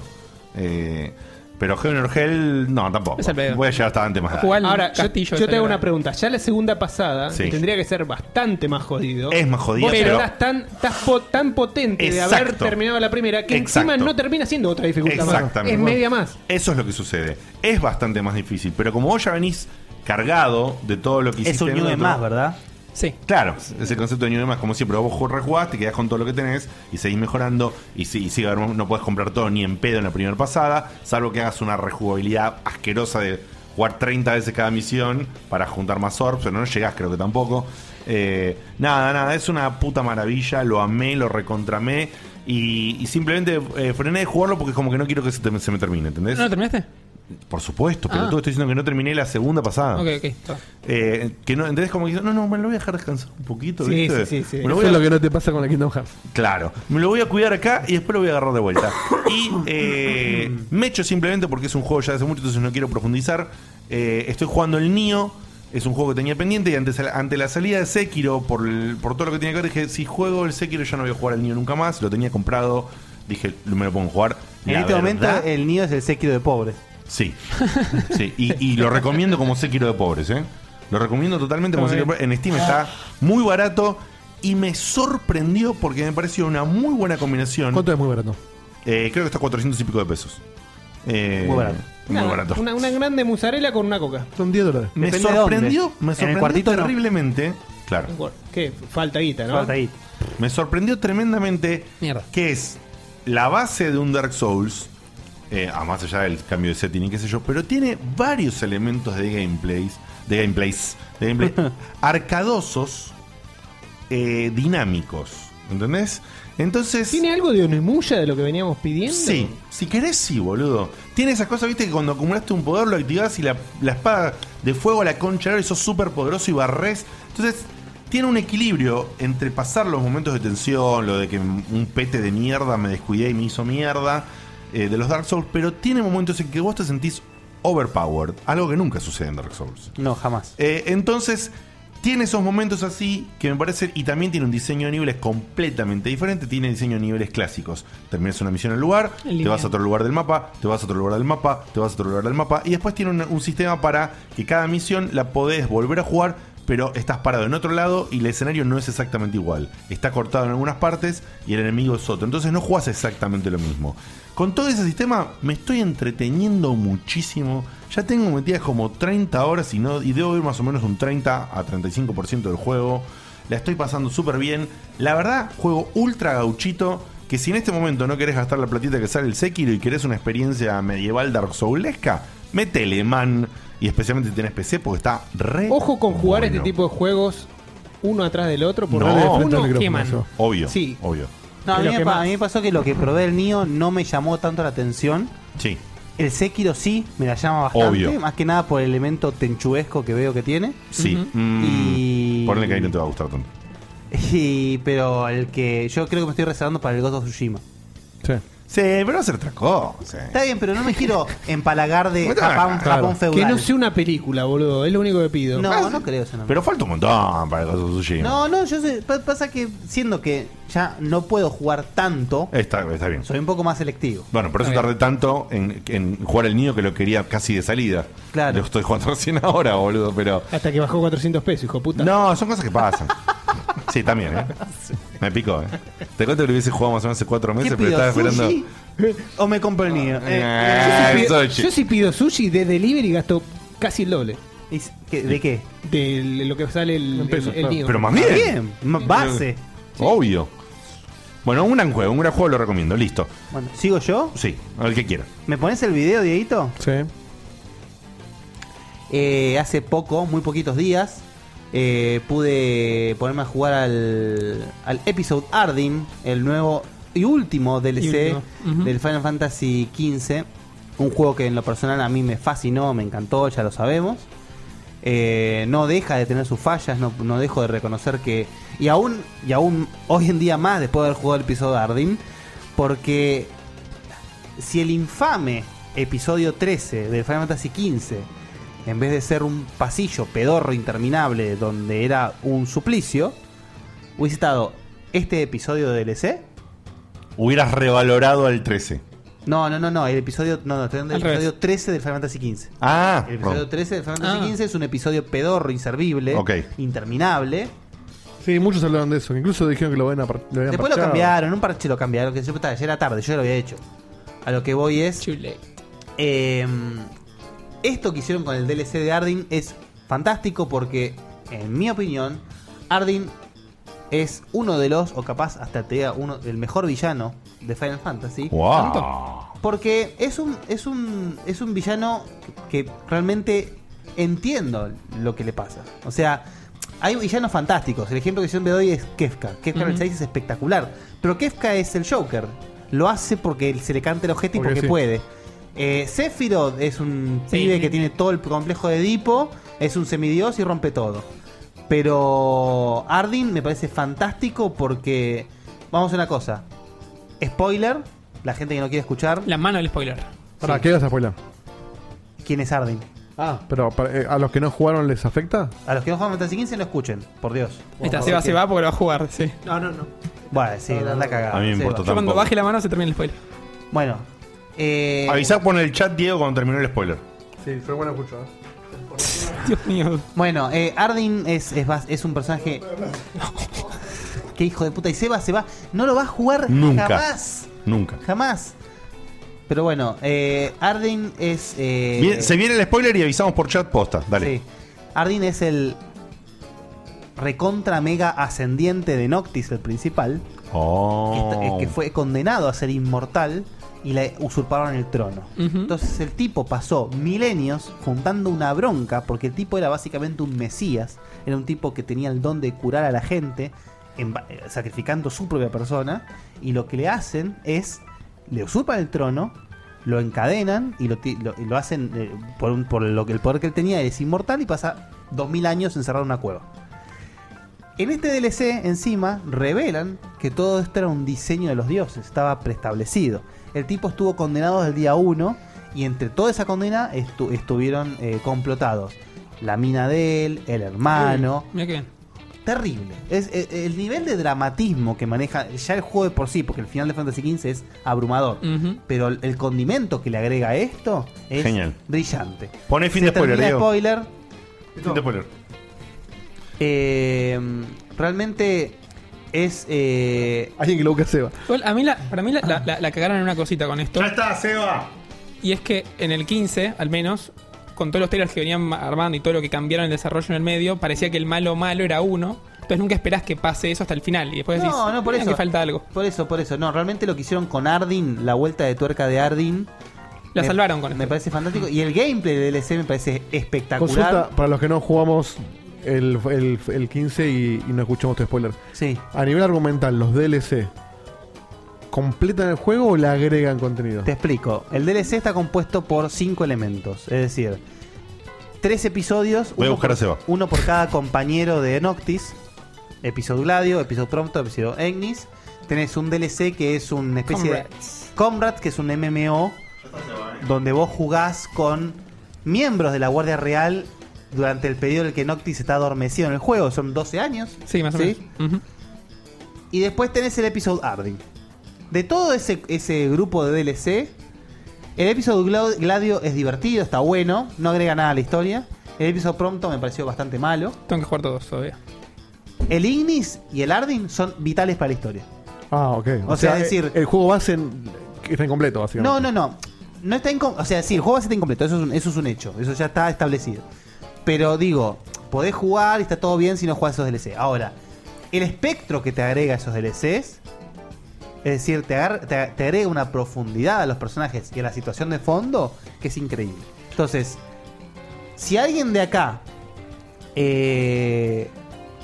[SPEAKER 2] Eh, pero Heaven or Hell, no, tampoco.
[SPEAKER 7] Es el pedo.
[SPEAKER 2] Voy a llegar hasta Dante Masdai.
[SPEAKER 7] Ah, Ahora, yo, yo te hago
[SPEAKER 2] pregunta.
[SPEAKER 7] una pregunta. Ya la segunda pasada
[SPEAKER 2] Sí.
[SPEAKER 7] que tendría que ser bastante más jodido.
[SPEAKER 2] Es más jodido,
[SPEAKER 7] Pero,
[SPEAKER 2] pero-
[SPEAKER 7] estás tan, estás po- tan potente de haber
[SPEAKER 2] Exacto.
[SPEAKER 7] terminado la primera que encima
[SPEAKER 2] Exacto.
[SPEAKER 7] no termina siendo otra dificultad más.
[SPEAKER 2] Exactamente.
[SPEAKER 7] Es media más.
[SPEAKER 2] Eso es lo que sucede. Es bastante más difícil, pero como vos ya venís cargado de todo lo que
[SPEAKER 3] Es
[SPEAKER 2] hiciste.
[SPEAKER 3] un
[SPEAKER 2] en
[SPEAKER 3] New
[SPEAKER 2] el
[SPEAKER 3] Game
[SPEAKER 2] otro-
[SPEAKER 3] Más, ¿verdad?
[SPEAKER 8] Sí.
[SPEAKER 2] Claro, es el concepto de New Game Más. Como siempre, vos ju- rejugás, te quedás con todo lo que tenés y seguís mejorando. Y sí, y sí, a ver, no podés comprar todo ni en pedo en la primera pasada, salvo que hagas una rejugabilidad asquerosa de jugar 30 veces cada misión para juntar más orbs, pero no llegás, creo que tampoco. Eh, nada, nada, es una puta maravilla. Lo amé, lo recontramé. Y, y simplemente eh, frené de jugarlo porque como que no quiero que se, te- se me termine, ¿entendés?
[SPEAKER 8] ¿No lo terminaste?
[SPEAKER 2] Por supuesto, pero
[SPEAKER 8] Ah.
[SPEAKER 2] tú estoy diciendo que no terminé la segunda pasada.
[SPEAKER 8] Ok, ok. está.
[SPEAKER 2] Eh, que no, entonces como que no, no, me lo voy a dejar descansar un poquito,
[SPEAKER 5] Sí,
[SPEAKER 2] ¿viste?
[SPEAKER 5] sí, sí, sí.
[SPEAKER 2] Me lo
[SPEAKER 5] Eso
[SPEAKER 2] voy
[SPEAKER 5] es
[SPEAKER 2] a-
[SPEAKER 5] lo que no te pasa con la Kingdom Hearts.
[SPEAKER 2] Claro, me lo voy a cuidar acá y después lo voy a agarrar de vuelta. Y eh, me echo simplemente porque es un juego ya hace mucho, entonces no quiero profundizar. Eh, estoy jugando el Nio, es un juego que tenía pendiente y antes, ante la salida de Sekiro, por, el- por todo lo que tenía que ver, dije, si juego el Sekiro ya no voy a jugar al Nio nunca más, lo tenía comprado, dije, me lo pongo a jugar.
[SPEAKER 3] En
[SPEAKER 2] La
[SPEAKER 3] este momento
[SPEAKER 5] eh,
[SPEAKER 2] verdad-
[SPEAKER 3] el nido es el séquito de pobres.
[SPEAKER 2] Sí. Sí, y, y lo recomiendo como Sekiro de pobres, ¿eh? Lo recomiendo totalmente como
[SPEAKER 3] Está
[SPEAKER 2] Sekiro de
[SPEAKER 3] bien.
[SPEAKER 2] pobres. En Steam está muy barato y me sorprendió porque me pareció una muy buena combinación.
[SPEAKER 5] ¿Cuánto es muy barato?
[SPEAKER 2] Eh, creo que está 400 y pico de pesos. Eh,
[SPEAKER 5] Muy barato.
[SPEAKER 2] Muy
[SPEAKER 7] Nada,
[SPEAKER 2] barato.
[SPEAKER 7] Una, una grande mozzarella con una coca.
[SPEAKER 5] Son 10 dólares.
[SPEAKER 2] Me sorprendió, me sorprendió terriblemente. Claro.
[SPEAKER 7] ¿Qué? Falta guita, ¿no?
[SPEAKER 2] Falta Me sorprendió tremendamente que es la base de un Dark Souls, eh, a más allá del cambio de setting y qué sé yo, pero tiene varios elementos de gameplays, de gameplays, de gameplay arcadosos, eh, dinámicos, ¿entendés? Entonces
[SPEAKER 7] ¿Tiene algo de Onimuya de lo que veníamos pidiendo?
[SPEAKER 2] Sí, si querés, sí, boludo. Tiene esas cosas, viste, que cuando acumulaste un poder lo activás y la, la espada de fuego a la concha de oro y sos súper poderoso y barres. Entonces, tiene un equilibrio entre pasar los momentos de tensión, lo de que un pete de mierda me descuidé y me hizo mierda, eh, de los Dark Souls, pero tiene momentos en que vos te sentís overpowered, algo que nunca sucede en Dark Souls.
[SPEAKER 3] No, jamás.
[SPEAKER 2] Eh, entonces, tiene esos momentos así que me parece. Y también tiene un diseño de niveles completamente diferente. Tiene diseño de niveles clásicos. Terminas una misión en un lugar, te
[SPEAKER 6] Lineal.
[SPEAKER 2] vas a otro lugar del mapa, te vas a otro lugar del mapa, te vas a otro lugar del mapa. Y después tiene un, un sistema para que cada misión la podés volver a jugar. Pero estás parado en otro lado y el escenario no es exactamente igual. Está cortado en algunas partes y el enemigo es otro. Entonces no jugás exactamente lo mismo. Con todo ese sistema me estoy entreteniendo muchísimo. Ya tengo metidas como 30 horas y, no, y debo ir más o menos un 30 a 35% del juego. La estoy pasando súper bien. La verdad, juego ultra gauchito. Que si en este momento no querés gastar la platita que sale el Sekiro y querés una experiencia medieval Dark Soulesca, metele, man. Y especialmente si tenés PC porque está re.
[SPEAKER 7] Ojo con jugar
[SPEAKER 2] bueno.
[SPEAKER 7] este tipo de juegos uno atrás del otro. Por
[SPEAKER 2] No,
[SPEAKER 7] uno queman.
[SPEAKER 2] Obvio.
[SPEAKER 7] Sí.
[SPEAKER 2] Obvio.
[SPEAKER 3] No, a mí,
[SPEAKER 7] Pero
[SPEAKER 3] me
[SPEAKER 7] que
[SPEAKER 3] pa-
[SPEAKER 7] más.
[SPEAKER 3] a mí me pasó que lo que probé del Nio no me llamó tanto la atención.
[SPEAKER 2] Sí.
[SPEAKER 3] El Sekiro sí me la llama bastante,
[SPEAKER 2] Obvio.
[SPEAKER 3] más que nada por el elemento tenchuesco que veo que tiene.
[SPEAKER 2] Sí.
[SPEAKER 3] Y-
[SPEAKER 2] Mm, Ponle que ahí no te va a gustar tanto.
[SPEAKER 3] Y- pero el que yo creo que me estoy reservando para el Ghost of Tsushima.
[SPEAKER 5] Sí.
[SPEAKER 2] Sí, pero va a ser otra cosa. eh.
[SPEAKER 3] Está bien, pero no me quiero empalagar de
[SPEAKER 2] Bueno,
[SPEAKER 3] Japón,
[SPEAKER 2] Ah, claro.
[SPEAKER 3] Japón feudal.
[SPEAKER 7] Que no sea una película, boludo. Es lo único que pido.
[SPEAKER 3] No, no creo eso.
[SPEAKER 2] Pero falta un montón para el caso de Tsushima.
[SPEAKER 3] No, no, yo sé, pa- pasa que siendo que ya no puedo jugar tanto,
[SPEAKER 2] Está, está bien.
[SPEAKER 3] soy un poco más selectivo.
[SPEAKER 2] Bueno, por eso
[SPEAKER 3] Está bien.
[SPEAKER 2] tardé tanto en, en jugar el niño que lo quería casi de salida.
[SPEAKER 3] Claro.
[SPEAKER 2] Lo estoy jugando recién ahora, boludo, pero.
[SPEAKER 7] Hasta que bajó 400 pesos, hijo de puta.
[SPEAKER 2] No, son cosas que pasan. Sí, también, ¿eh? Me picó, ¿eh? Te cuento que lo hubiese jugado más o menos hace cuatro meses, pero
[SPEAKER 3] pido,
[SPEAKER 2] estaba esperando.
[SPEAKER 3] sushi? ¿O me compro el Eh, niño?
[SPEAKER 2] Ah,
[SPEAKER 7] yo, sí pido,
[SPEAKER 2] sushi.
[SPEAKER 7] yo sí pido sushi de delivery y gasto casi el doble.
[SPEAKER 3] ¿De qué?
[SPEAKER 7] De lo que sale el,
[SPEAKER 2] pesos,
[SPEAKER 7] el- el
[SPEAKER 2] claro.
[SPEAKER 7] mío.
[SPEAKER 2] Pero más bien.
[SPEAKER 3] Ah, más base.
[SPEAKER 2] Obvio. Bueno, un gran juego, un gran juego lo recomiendo, listo.
[SPEAKER 3] Bueno, ¿sigo yo?
[SPEAKER 2] Sí, al que quiera.
[SPEAKER 3] ¿Me pones el video, Dieguito? Eh,
[SPEAKER 5] Sí.
[SPEAKER 3] hace poco, muy poquitos días, eh, pude ponerme a jugar al, al Episode Ardim, el nuevo y último
[SPEAKER 7] Y
[SPEAKER 3] DLC
[SPEAKER 7] último, ujú.
[SPEAKER 3] del Final Fantasy XV. Un juego que en lo personal a mí me fascinó, me encantó, ya lo sabemos. Eh, no deja de tener sus fallas, no, no dejo de reconocer que. Y aún, y aún hoy en día más, después de haber jugado el episodio Ardim, porque si el infame episodio 13 del Final Fantasy XV en vez de ser un pasillo pedorro interminable donde era un suplicio, hubiese estado este episodio de DLC.
[SPEAKER 2] Hubieras revalorado al 13.
[SPEAKER 3] No, no, no, no, el episodio, no, no, estoy hablando del
[SPEAKER 2] Al
[SPEAKER 3] episodio 13 del Final Fantasy XV.
[SPEAKER 2] Ah,
[SPEAKER 3] El episodio
[SPEAKER 2] no.
[SPEAKER 3] 13 del Final Fantasy
[SPEAKER 5] Ah.
[SPEAKER 3] XV es un episodio pedorro, inservible,
[SPEAKER 5] Ok.
[SPEAKER 3] interminable.
[SPEAKER 5] Sí, muchos hablaron de eso. Incluso dijeron que lo van a par- habían
[SPEAKER 3] Después lo
[SPEAKER 5] parchado.
[SPEAKER 3] cambiaron, un parche lo cambiaron, que yo estaba, ya era tarde, yo ya lo había hecho. A lo que voy es. eh, esto que hicieron con el DLC de Ardyn es fantástico porque, en mi opinión, Ardyn es uno de los, o capaz hasta te diga uno, el mejor villano de Final Fantasy.
[SPEAKER 2] Wow.
[SPEAKER 3] Porque es un, es un. es un villano que realmente entiendo lo que le pasa. O sea, hay villanos fantásticos. El ejemplo que yo me doy es Kefka. Kefka en el
[SPEAKER 15] Ujú.
[SPEAKER 3] 6 es espectacular. Pero Kefka es el Joker. Lo hace porque se le canta el ojete y
[SPEAKER 15] Porque
[SPEAKER 3] porque
[SPEAKER 15] sí.
[SPEAKER 3] puede. Eh, Sephiroth es un pibe que tiene todo el complejo de Edipo, es un semidios y rompe todo. Pero Ardyn me parece fantástico porque. Vamos a una cosa. Spoiler, la gente que no quiere escuchar.
[SPEAKER 8] La mano del spoiler.
[SPEAKER 5] Pará, ¿qué vas a spoiler?
[SPEAKER 3] ¿Quién es Ardyn?
[SPEAKER 5] Ah, pero para- eh, a los que no jugaron les afecta.
[SPEAKER 3] A los que no juegan Fantasy 15 no escuchen, por Dios.
[SPEAKER 8] Ahí está, se va, se va porque lo va a jugar, sí.
[SPEAKER 7] No, no, no.
[SPEAKER 3] Bueno, sí, anda cagada.
[SPEAKER 2] A mí me
[SPEAKER 3] se
[SPEAKER 2] importa
[SPEAKER 3] va.
[SPEAKER 8] Yo cuando
[SPEAKER 2] Tampoco.
[SPEAKER 8] baje la mano se termina el spoiler.
[SPEAKER 3] Bueno. Eh...
[SPEAKER 2] Avisá por el chat, Diego, cuando terminó el spoiler.
[SPEAKER 5] Sí, fue bueno ¿eh? escuchar.
[SPEAKER 8] Dios mío.
[SPEAKER 3] Bueno, eh, Ardyn es, es, bas- es un personaje. Qué hijo de puta. Y Seba se va. No lo va a jugar
[SPEAKER 2] Nunca.
[SPEAKER 3] jamás.
[SPEAKER 2] Nunca.
[SPEAKER 3] Jamás. Pero bueno, eh, Ardyn es. eh,
[SPEAKER 2] Viene- se viene el spoiler y avisamos por chat posta. Dale.
[SPEAKER 3] Sí. Ardyn es el recontra mega ascendiente de Noctis, el principal,
[SPEAKER 2] Oh.
[SPEAKER 3] que, que fue condenado a ser inmortal y le usurparon el trono. Entonces el tipo pasó milenios juntando una bronca porque el tipo era básicamente un mesías, era un tipo que tenía el don de curar a la gente en ba- eh, sacrificando su propia persona y lo que le hacen es le usurpan el trono, lo encadenan y lo, ti- lo- y lo hacen eh, por, un- por lo que el poder que él tenía es inmortal y pasa 2000 años encerrado en una cueva. En este DLC, encima, revelan que todo esto era un diseño de los dioses, estaba preestablecido. El tipo estuvo condenado desde el día 1 y entre toda esa condena estu- estuvieron eh, complotados. La mina de él, el hermano,
[SPEAKER 8] Mira qué bien.
[SPEAKER 3] terrible. Es, eh, el nivel de dramatismo que maneja ya el juego de por sí, porque el final de Fantasy XV es abrumador.
[SPEAKER 8] Ujú.
[SPEAKER 3] Pero el, el condimento que le agrega a esto es
[SPEAKER 2] Genial.
[SPEAKER 3] brillante.
[SPEAKER 2] Poné fin
[SPEAKER 3] Se
[SPEAKER 2] de spoiler,
[SPEAKER 3] termina
[SPEAKER 2] Diego.
[SPEAKER 3] spoiler.
[SPEAKER 2] Fin de spoiler.
[SPEAKER 3] Eh, realmente es. Eh,
[SPEAKER 5] Alguien que lo busque Seba.
[SPEAKER 8] Igual, a mí la, para mí la, la- la- la cagaron en una cosita con esto. ¡Ya
[SPEAKER 2] está, Seba!
[SPEAKER 8] Y es que en el 15, al menos, con todos los trailers que venían armando y todo lo que cambiaron el desarrollo en el medio, parecía que el malo malo era uno. Entonces nunca esperás que pase eso hasta el final. Y después decís,
[SPEAKER 3] No, no, por
[SPEAKER 8] "Mira
[SPEAKER 3] eso.
[SPEAKER 8] que falta algo.
[SPEAKER 3] Por eso, por eso. No, realmente lo que hicieron con Ardyn, la vuelta de tuerca de Ardyn.
[SPEAKER 8] La
[SPEAKER 3] me-
[SPEAKER 8] salvaron con
[SPEAKER 3] Me parece fantástico. Y el gameplay de DLC me parece espectacular.
[SPEAKER 5] Consulta para los que no jugamos el, el- el 15 y, y no escuchamos tu spoiler.
[SPEAKER 3] Sí.
[SPEAKER 5] A nivel argumental, los DLC. ¿Completan el juego o le agregan contenido?
[SPEAKER 3] Te explico. El DLC está compuesto por cinco elementos. Es decir, tres episodios.
[SPEAKER 2] Voy a
[SPEAKER 3] uno
[SPEAKER 2] buscar
[SPEAKER 3] por-
[SPEAKER 2] a Seba.
[SPEAKER 3] Uno por cada compañero de Noctis. Episodio Gladio, episodio Prompto, episodio Egnis. Tenés un DLC que es una especie de. Comrades, que es un MMO. Donde vos jugás con miembros de la Guardia Real durante el periodo en el que Noctis está adormecido en el juego. Son 12 años.
[SPEAKER 8] Sí, más o menos. Ujú.
[SPEAKER 3] Y después tenés el episodio Ardyn. De todo ese, ese grupo de DLC, el episodio Gla- Gladio es divertido, está bueno, no agrega nada a la historia. El episodio Prompto me pareció bastante malo.
[SPEAKER 8] Tengo que jugar todos todavía.
[SPEAKER 3] El Ignis y el Ardyn son vitales para la historia.
[SPEAKER 5] Ah, ok.
[SPEAKER 3] O sea, es decir-
[SPEAKER 5] El, el juego base en, está incompleto,
[SPEAKER 3] No,
[SPEAKER 5] básicamente.
[SPEAKER 3] no, no. No está incom- O sea, sí, el juego va a ser incompleto. Eso es, un, eso es un hecho. Eso ya está establecido. Pero digo, podés jugar y está todo bien si no jugás esos DLC. Ahora, el espectro que te agrega esos DLCs. Es decir, te, agar- te- te agrega una profundidad a los personajes y a la situación de fondo que es increíble. Entonces, si alguien de acá. eh,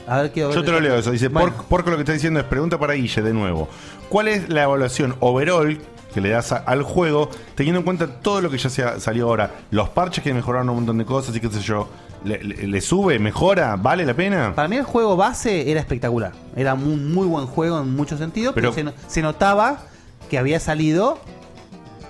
[SPEAKER 3] a ver, quiero ver.
[SPEAKER 2] Yo te lo leo eso. Dice,
[SPEAKER 3] Bueno.
[SPEAKER 2] por, Porco lo que está diciendo es pregunta para Guille de nuevo. ¿Cuál es la evaluación overall que le das a- al juego, teniendo en cuenta todo lo que ya se ha- salió ahora? Los parches que mejoraron un montón de cosas y qué sé yo. ¿Le, le- le sube? ¿Mejora? ¿Vale la pena?
[SPEAKER 3] Para mí el juego base era espectacular. Era muy, muy buen juego en muchos sentidos, pero,
[SPEAKER 2] Pero-
[SPEAKER 3] se, no- se notaba que había salido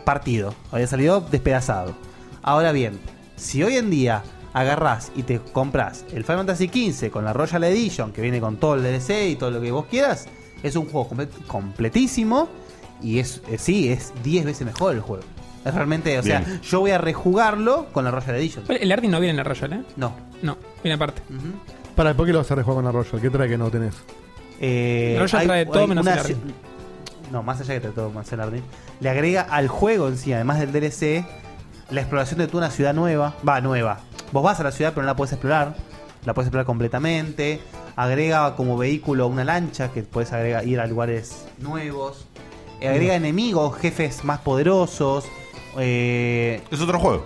[SPEAKER 3] partido, había salido despedazado. Ahora bien, si hoy en día agarrás y te compras el Final Fantasy XV con la Royal Edition, que viene con todo el DLC y todo lo que vos quieras, es un juego comple- completísimo y es, eh, sí, es 10 veces mejor el juego. Es realmente, o sea,
[SPEAKER 8] Bien.
[SPEAKER 3] yo voy a rejugarlo con la Royal Edition.
[SPEAKER 8] Pero El Ardi no viene en la Royal, ¿eh?
[SPEAKER 3] No.
[SPEAKER 8] No, viene aparte.
[SPEAKER 5] Para, ¿por qué lo vas a rejugar con Arroyo? ¿Qué trae que no tenés?
[SPEAKER 3] Eh,
[SPEAKER 8] Royal
[SPEAKER 3] hay-
[SPEAKER 8] trae todo
[SPEAKER 3] hay
[SPEAKER 8] menos
[SPEAKER 3] una
[SPEAKER 8] el Ardi.
[SPEAKER 3] ci- No, más allá que trae todo menos el Ardi. Le agrega al juego en sí, además del DLC, la exploración de toda una ciudad nueva. Va, nueva. Vos vas a la ciudad, pero no la puedes explorar. La puedes explorar completamente. Agrega como vehículo una lancha que puedes agregar, ir a lugares nuevos. Eh, agrega enemigos, jefes más poderosos. eh,
[SPEAKER 2] es otro juego.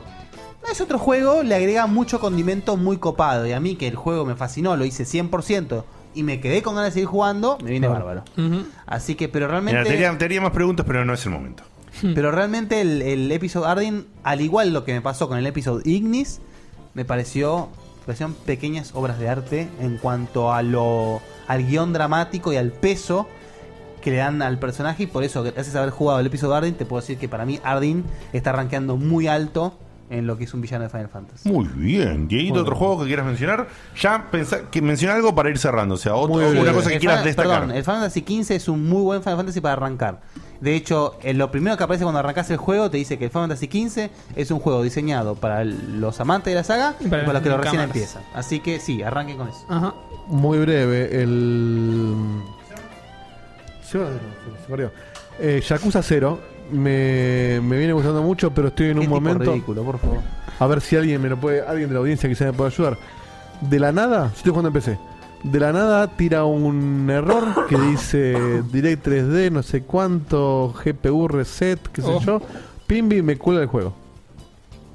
[SPEAKER 3] Es otro juego, le agrega mucho condimento muy copado. Y a mí que el juego me fascinó, lo hice 100% y me quedé con ganas de seguir jugando, me viene bárbaro. Así que, pero realmente...
[SPEAKER 2] Mira, tenía, tenía más preguntas, pero no es el momento.
[SPEAKER 3] Pero realmente el, el episodio Arden, al igual lo que me pasó con el episodio Ignis, me pareció me parecieron pequeñas obras de arte en cuanto a lo al guión dramático y al peso que le dan al personaje y por eso gracias a haber jugado el episodio Arden te puedo decir que para mí Arden está rankeando muy alto en lo que es un villano de Final Fantasy.
[SPEAKER 2] Muy bien. Y
[SPEAKER 3] Muy
[SPEAKER 2] otro juego que quieras mencionar, ya pensá, que menciona algo para ir cerrando. O sea, otro- una cosa que quieras
[SPEAKER 3] El Final-
[SPEAKER 2] destacar.
[SPEAKER 3] Perdón, el Final Fantasy XV es un muy buen Final Fantasy para arrancar. De hecho, eh, lo primero que aparece cuando arrancas el juego te dice que el Final Fantasy XV es un juego diseñado para el- los amantes de la saga y para, los que lo recién
[SPEAKER 5] newcomers.
[SPEAKER 3] empiezan. Así que sí, arranquen con eso.
[SPEAKER 5] Muy breve, el. Se va- se perdió. Eh, Yakuza 0 me, me viene gustando mucho, pero estoy en un momento.
[SPEAKER 3] ridículo, por favor.
[SPEAKER 5] A ver si alguien me lo puede, alguien de la audiencia quizá me pueda ayudar. De la nada, yo estoy jugando en PC. De la nada tira un error que dice Direct 3D, no sé cuánto, GPU reset, qué sé
[SPEAKER 3] Oh.
[SPEAKER 5] yo. Pimbi me cuela el juego.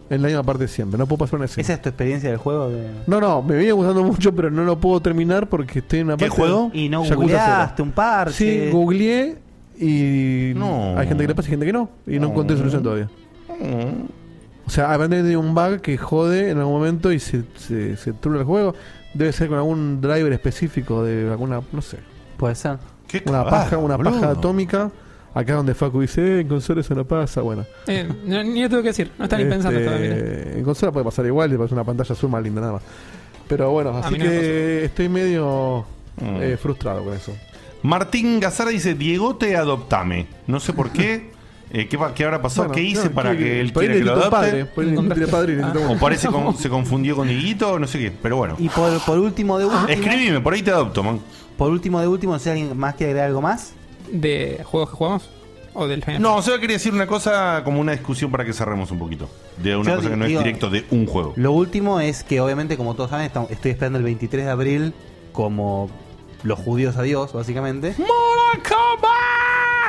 [SPEAKER 5] En la misma parte de siempre, no puedo pasar una escena.
[SPEAKER 3] ¿Esa es tu experiencia del juego? De...
[SPEAKER 5] No, no, me viene gustando mucho, pero no lo puedo terminar porque estoy en una
[SPEAKER 3] ¿Qué juego? Y no
[SPEAKER 5] Yakuza
[SPEAKER 3] googleaste
[SPEAKER 5] cero.
[SPEAKER 3] un parche.
[SPEAKER 5] Sí, googleé y.
[SPEAKER 3] No.
[SPEAKER 5] Hay gente que le pasa y gente que no. Y no, encontré solución todavía. O sea, aparentemente tiene un bug que jode en algún momento y se, se, se trula el juego. Debe ser con algún driver específico de alguna. No sé.
[SPEAKER 3] Puede ser.
[SPEAKER 5] Una
[SPEAKER 3] cagada,
[SPEAKER 5] paja, una paja
[SPEAKER 3] ah, boludo.
[SPEAKER 5] atómica. Acá donde Facu dice, eh, en consola eso no pasa. Bueno.
[SPEAKER 8] Eh, no, ni lo tengo que decir, no está ni
[SPEAKER 5] Este,
[SPEAKER 8] pensando todavía.
[SPEAKER 5] En consola puede pasar igual, le pasa una pantalla azul más linda nada más. Pero bueno, así
[SPEAKER 2] mí no me
[SPEAKER 5] que estoy medio
[SPEAKER 2] Mm.
[SPEAKER 5] eh, frustrado con eso.
[SPEAKER 2] Martín Gazara dice, Diego, te adoptame. No sé por qué. Eh, ¿qué, pa- qué habrá pasado?
[SPEAKER 5] Bueno,
[SPEAKER 2] ¿Qué hice
[SPEAKER 5] no,
[SPEAKER 2] para
[SPEAKER 5] ¿qué-
[SPEAKER 2] que él
[SPEAKER 5] por ahí
[SPEAKER 2] quiera que lo
[SPEAKER 5] necesito un
[SPEAKER 2] adopte?
[SPEAKER 5] padre, por ahí necesito un padre, necesito un-
[SPEAKER 2] o parece con- se confundió con Dieguito, no sé qué, pero bueno.
[SPEAKER 3] Y por, por último de último.
[SPEAKER 2] Escribime, por ahí te adopto, man.
[SPEAKER 3] Por último de último, si alguien más quiere agregar algo más.
[SPEAKER 8] ¿De juegos que jugamos? ¿O del Final
[SPEAKER 2] No, solo quería decir una cosa, como una discusión para que cerremos un poquito. De una
[SPEAKER 3] Yo
[SPEAKER 2] cosa que no
[SPEAKER 3] digo-
[SPEAKER 2] es directo de un juego.
[SPEAKER 3] Lo último es que obviamente, como todos saben, estamos- estoy esperando el 23 de abril como los judíos a Dios, básicamente.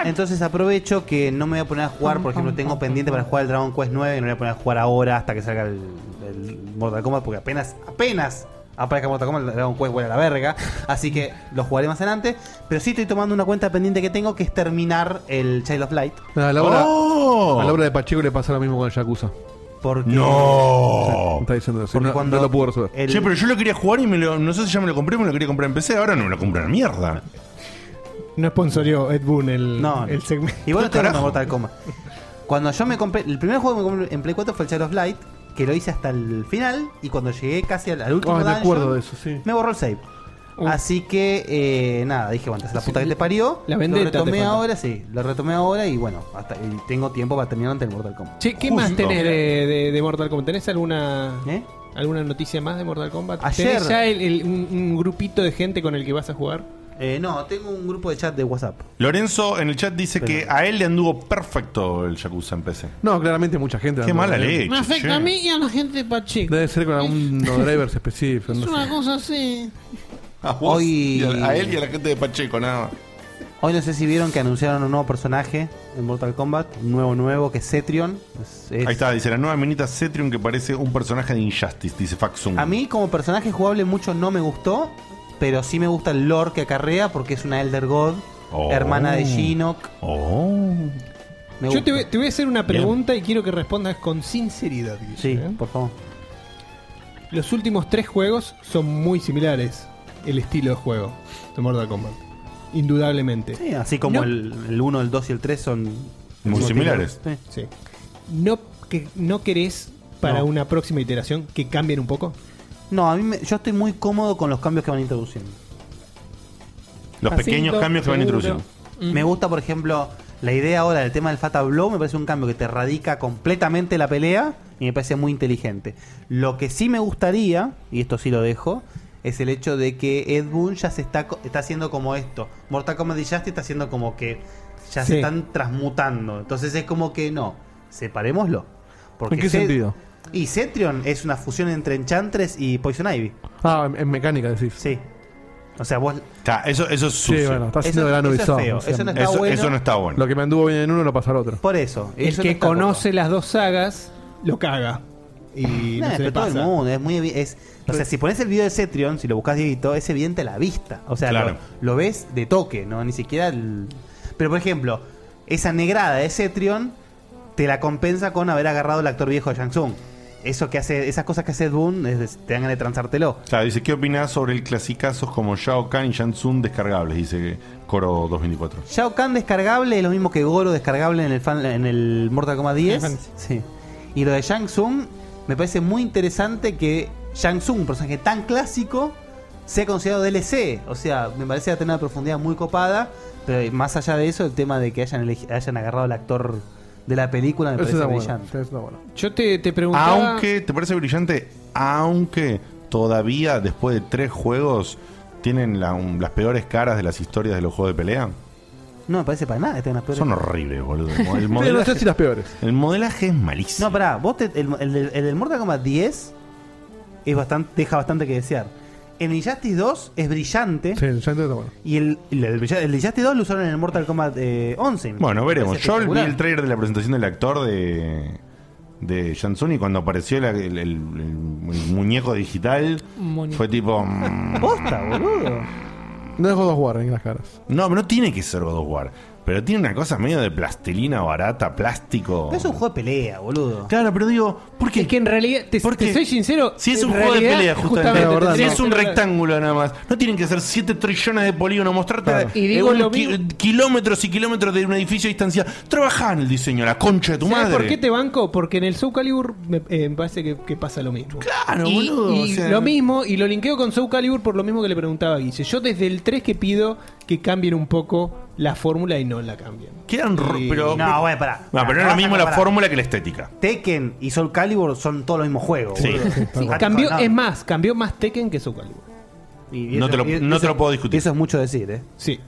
[SPEAKER 3] Entonces aprovecho que no me voy a poner a jugar, por ejemplo, tengo pendiente para jugar el Dragon Quest 9 y no me voy a poner a jugar ahora hasta que salga el, el Mortal Kombat porque apenas, apenas aparezca Mortal Kombat, el Dragon Quest vuela a la verga. Así que lo jugaré más adelante. Pero sí estoy tomando una cuenta pendiente que tengo que es terminar el Child of Light.
[SPEAKER 5] A la, obra,
[SPEAKER 2] ¡Oh!
[SPEAKER 5] a la obra de Pacheco le pasa lo mismo con el Yakuza.
[SPEAKER 3] Porque,
[SPEAKER 2] ¡No!
[SPEAKER 5] Está diciendo eso.
[SPEAKER 2] Porque
[SPEAKER 5] No,
[SPEAKER 2] cuando
[SPEAKER 5] no lo pudo resolver.
[SPEAKER 2] Che, pero yo lo quería jugar y me lo, no sé si ya me lo compré, me lo quería comprar en PC, ahora no me lo compro una mierda.
[SPEAKER 15] No sponsorió Ed Boon el,
[SPEAKER 3] No,
[SPEAKER 15] el segmento.
[SPEAKER 3] Y vos no tenés Mortal Kombat. Cuando yo me compré. El primer juego que me compré en Play 4 fue el Child of Light, que lo hice hasta el final. Y cuando llegué casi al, al último.
[SPEAKER 5] Ah, me
[SPEAKER 3] dungeon,
[SPEAKER 5] acuerdo de eso, sí. Uh.
[SPEAKER 3] Me borró el save. Así que, eh, nada, dije, bueno, esta es la puta que te parió.
[SPEAKER 5] la vendetta
[SPEAKER 3] Lo
[SPEAKER 5] te
[SPEAKER 3] retomé
[SPEAKER 5] falta.
[SPEAKER 3] ahora, sí. Lo retomé ahora y bueno, hasta y tengo tiempo para terminar antes del Mortal Kombat.
[SPEAKER 15] Che, ¿qué más tenés de, de- de Mortal Kombat? ¿Tenés alguna, alguna noticia más de Mortal Kombat?
[SPEAKER 3] ¿Eh? Ayer-
[SPEAKER 15] ¿Tenés ya el- el- un, un grupito de gente con el que vas a jugar?
[SPEAKER 3] Eh, no, tengo un grupo de chat de WhatsApp.
[SPEAKER 2] Lorenzo en el chat dice que a él le anduvo perfecto el Yakuza en PC.
[SPEAKER 5] No, claramente mucha gente.
[SPEAKER 2] Qué mala leche.
[SPEAKER 9] Me afecta
[SPEAKER 2] che.
[SPEAKER 9] a mí y a la gente de Pacheco.
[SPEAKER 5] Debe ser con algún drivers específico.
[SPEAKER 9] Es
[SPEAKER 5] No sé.
[SPEAKER 9] una cosa así.
[SPEAKER 2] A, vos
[SPEAKER 3] Hoy-
[SPEAKER 2] y a, a él y a la gente de Pacheco, nada más.
[SPEAKER 3] Hoy no sé si vieron que anunciaron un nuevo personaje en Mortal Kombat, un nuevo nuevo que es Cetrion. Es- es-
[SPEAKER 2] Ahí está, dice la nueva minita Cetrium que parece un personaje de Injustice, dice Faxum.
[SPEAKER 3] A mí como personaje jugable mucho no me gustó, pero sí me gusta el lore que acarrea porque es una Elder God,
[SPEAKER 2] Oh.
[SPEAKER 3] hermana de Shinnok. Me
[SPEAKER 15] Oh. Yo
[SPEAKER 3] gusta.
[SPEAKER 15] te voy, te voy a hacer una
[SPEAKER 3] Bien.
[SPEAKER 15] pregunta y quiero que respondas con sinceridad. Guille,
[SPEAKER 3] Sí,
[SPEAKER 15] ¿eh?
[SPEAKER 3] por favor.
[SPEAKER 15] Los últimos tres juegos son muy similares el estilo de juego de Mortal Kombat. Indudablemente.
[SPEAKER 3] Sí, así como
[SPEAKER 15] No-
[SPEAKER 3] el, el 1, el 2 y el 3 son...
[SPEAKER 2] Muy
[SPEAKER 3] son
[SPEAKER 2] similares.
[SPEAKER 3] Sí.
[SPEAKER 15] Sí. No, que, no querés
[SPEAKER 7] para
[SPEAKER 3] No.
[SPEAKER 7] una próxima iteración que cambien un poco?
[SPEAKER 3] No, a mí me- yo estoy muy cómodo con los cambios que van introduciendo.
[SPEAKER 2] Los pequeños cambios que van introduciendo.
[SPEAKER 5] Mm.
[SPEAKER 3] Me gusta, por ejemplo, la idea ahora del tema del Fatal Blow. Me parece un cambio que te erradica completamente la pelea y me parece muy inteligente. Lo que sí me gustaría, y esto sí lo dejo, es el hecho de que Ed Boon ya se está, co- está haciendo como esto. Mortal Kombat y Justice está haciendo como que ya
[SPEAKER 5] Sí.
[SPEAKER 3] se están transmutando. Entonces es como que no, separémoslo. Porque
[SPEAKER 5] ¿En qué
[SPEAKER 3] Ced-
[SPEAKER 5] sentido?
[SPEAKER 3] Y Cetrion es una fusión entre Enchantress y Poison Ivy.
[SPEAKER 5] Ah, en, en mecánica decís.
[SPEAKER 3] Sí. O sea, vos.
[SPEAKER 2] Está, eso, eso es sucio.
[SPEAKER 5] Sí, bueno, está haciendo
[SPEAKER 3] Eso-
[SPEAKER 5] verano
[SPEAKER 3] eso es
[SPEAKER 5] bizarro,
[SPEAKER 3] feo,
[SPEAKER 5] o sea,
[SPEAKER 3] eso no está Eso- bueno. eso no está bueno.
[SPEAKER 5] Lo que me anduvo bien en uno lo pasa al otro.
[SPEAKER 3] Por eso.
[SPEAKER 7] El que conoce las dos sagas lo caga. Y no
[SPEAKER 3] Nah,
[SPEAKER 7] se
[SPEAKER 3] pero
[SPEAKER 7] le
[SPEAKER 3] todo
[SPEAKER 7] pasa.
[SPEAKER 3] el mundo, es muy evi- es- o sea, si pones el video de Cetrion, si lo buscas Dieguito, es evidente a la vista. O sea,
[SPEAKER 2] Claro.
[SPEAKER 3] lo, lo ves de toque, ¿no? Ni siquiera el- Pero por ejemplo, esa negrada de Cetrion te la compensa con haber agarrado el actor viejo de Shang Tsung. Eso que hace, esas cosas que hace Ed Boon es de- te dan ganas de transártelo.
[SPEAKER 2] Claro, dice, ¿qué opinás sobre el clasicazos como Shao Kahn y Shang Tsung descargables? Dice Coro 224.
[SPEAKER 3] Shao Kahn descargable es lo mismo que Goro descargable en el, fan- en el Mortal Kombat 10.
[SPEAKER 2] Final
[SPEAKER 3] Sí. Y lo de Shang Tsung, me parece muy interesante que Shang Tsung, un personaje tan clásico, sea considerado DLC. O sea, me parece que va a tener una profundidad muy copada. Pero más allá de eso, el tema de que hayan, elegi- hayan agarrado al actor de la película me
[SPEAKER 5] Eso
[SPEAKER 3] parece
[SPEAKER 5] está bueno,
[SPEAKER 3] brillante.
[SPEAKER 5] eso está bueno.
[SPEAKER 7] Yo te, Eh, te preguntaba.
[SPEAKER 2] Aunque, ¿te parece brillante? Aunque todavía, después de tres juegos, tienen la- un- las peores caras de las historias de los juegos de pelea.
[SPEAKER 3] No me parece para nada que tengan las peores.
[SPEAKER 2] Son horribles, boludo. El mo- el
[SPEAKER 3] Pero no sé si las
[SPEAKER 5] peores.
[SPEAKER 2] El modelaje es malísimo.
[SPEAKER 3] No, pará, vos te- el, el, el- el del Mortal Kombat 10 es bastante, deja bastante que desear. En Injustice 2 es brillante.
[SPEAKER 5] Sí, el Shanty está bueno.
[SPEAKER 3] Y el, el, el Brilla- el Injustice 2 lo usaron en el Mortal Kombat eh, 11.
[SPEAKER 2] Bueno, veremos.
[SPEAKER 3] Parece
[SPEAKER 2] Yo vi el
[SPEAKER 3] espectacular.
[SPEAKER 2] trailer de la presentación del actor de, de Jansson y cuando apareció la- el, el- el muñeco digital
[SPEAKER 5] Muñeco.
[SPEAKER 2] fue tipo... mm,
[SPEAKER 3] Posta, boludo.
[SPEAKER 5] No es God of War en las caras.
[SPEAKER 2] no, pero no tiene que ser God of War. Pero tiene una cosa medio de plastilina barata, plástico.
[SPEAKER 3] Pero es un juego de pelea, boludo.
[SPEAKER 2] Claro, pero digo, ¿por
[SPEAKER 7] qué? Es que en realidad, te, te soy sincero.
[SPEAKER 2] Si es
[SPEAKER 7] en
[SPEAKER 2] un juego de
[SPEAKER 7] realidad,
[SPEAKER 2] pelea, justamente.
[SPEAKER 7] te
[SPEAKER 2] si
[SPEAKER 7] tendría
[SPEAKER 2] es
[SPEAKER 7] que
[SPEAKER 2] un
[SPEAKER 7] hacer-
[SPEAKER 2] rectángulo nada más. No tienen que ser 7 trillones de polígonos. Mostrarte
[SPEAKER 7] Claro. Y
[SPEAKER 2] eh,
[SPEAKER 7] digo
[SPEAKER 2] un
[SPEAKER 7] lo
[SPEAKER 2] ki-
[SPEAKER 7] mismo.
[SPEAKER 2] kilómetros y kilómetros de un edificio a distancia. Trabajá en el diseño, la concha de tu
[SPEAKER 7] ¿Sabes
[SPEAKER 2] madre.
[SPEAKER 7] por qué te banco? Porque en el Soul Calibur me, eh, me parece que, que pasa lo mismo.
[SPEAKER 2] Claro,
[SPEAKER 7] y,
[SPEAKER 2] boludo,
[SPEAKER 7] y
[SPEAKER 2] o sea-
[SPEAKER 7] lo mismo, y lo linkeo con Soul Calibur por lo mismo que le preguntaba a Guille. Yo desde el 3 que pido que cambien un poco la fórmula y no la cambien.
[SPEAKER 2] Quedan ro- pero-
[SPEAKER 3] No, bueno, pará.
[SPEAKER 2] No, pero no es lo
[SPEAKER 3] Pará,
[SPEAKER 2] mismo
[SPEAKER 3] pará,
[SPEAKER 2] la
[SPEAKER 3] pará.
[SPEAKER 2] fórmula que la estética.
[SPEAKER 3] Tekken y Soul Calibur son todos los mismos juegos.
[SPEAKER 2] Sí.
[SPEAKER 3] boludo.
[SPEAKER 2] Sí,
[SPEAKER 3] Dejate
[SPEAKER 7] Cambió,
[SPEAKER 3] joder,
[SPEAKER 7] es
[SPEAKER 3] no.
[SPEAKER 7] más, cambió más Tekken que Soul Calibur.
[SPEAKER 3] Y
[SPEAKER 2] No te
[SPEAKER 3] eso-
[SPEAKER 2] lo,
[SPEAKER 3] y
[SPEAKER 2] no te
[SPEAKER 3] eso-
[SPEAKER 2] lo puedo discutir.
[SPEAKER 3] Eso es mucho decir, ¿eh?
[SPEAKER 7] Sí.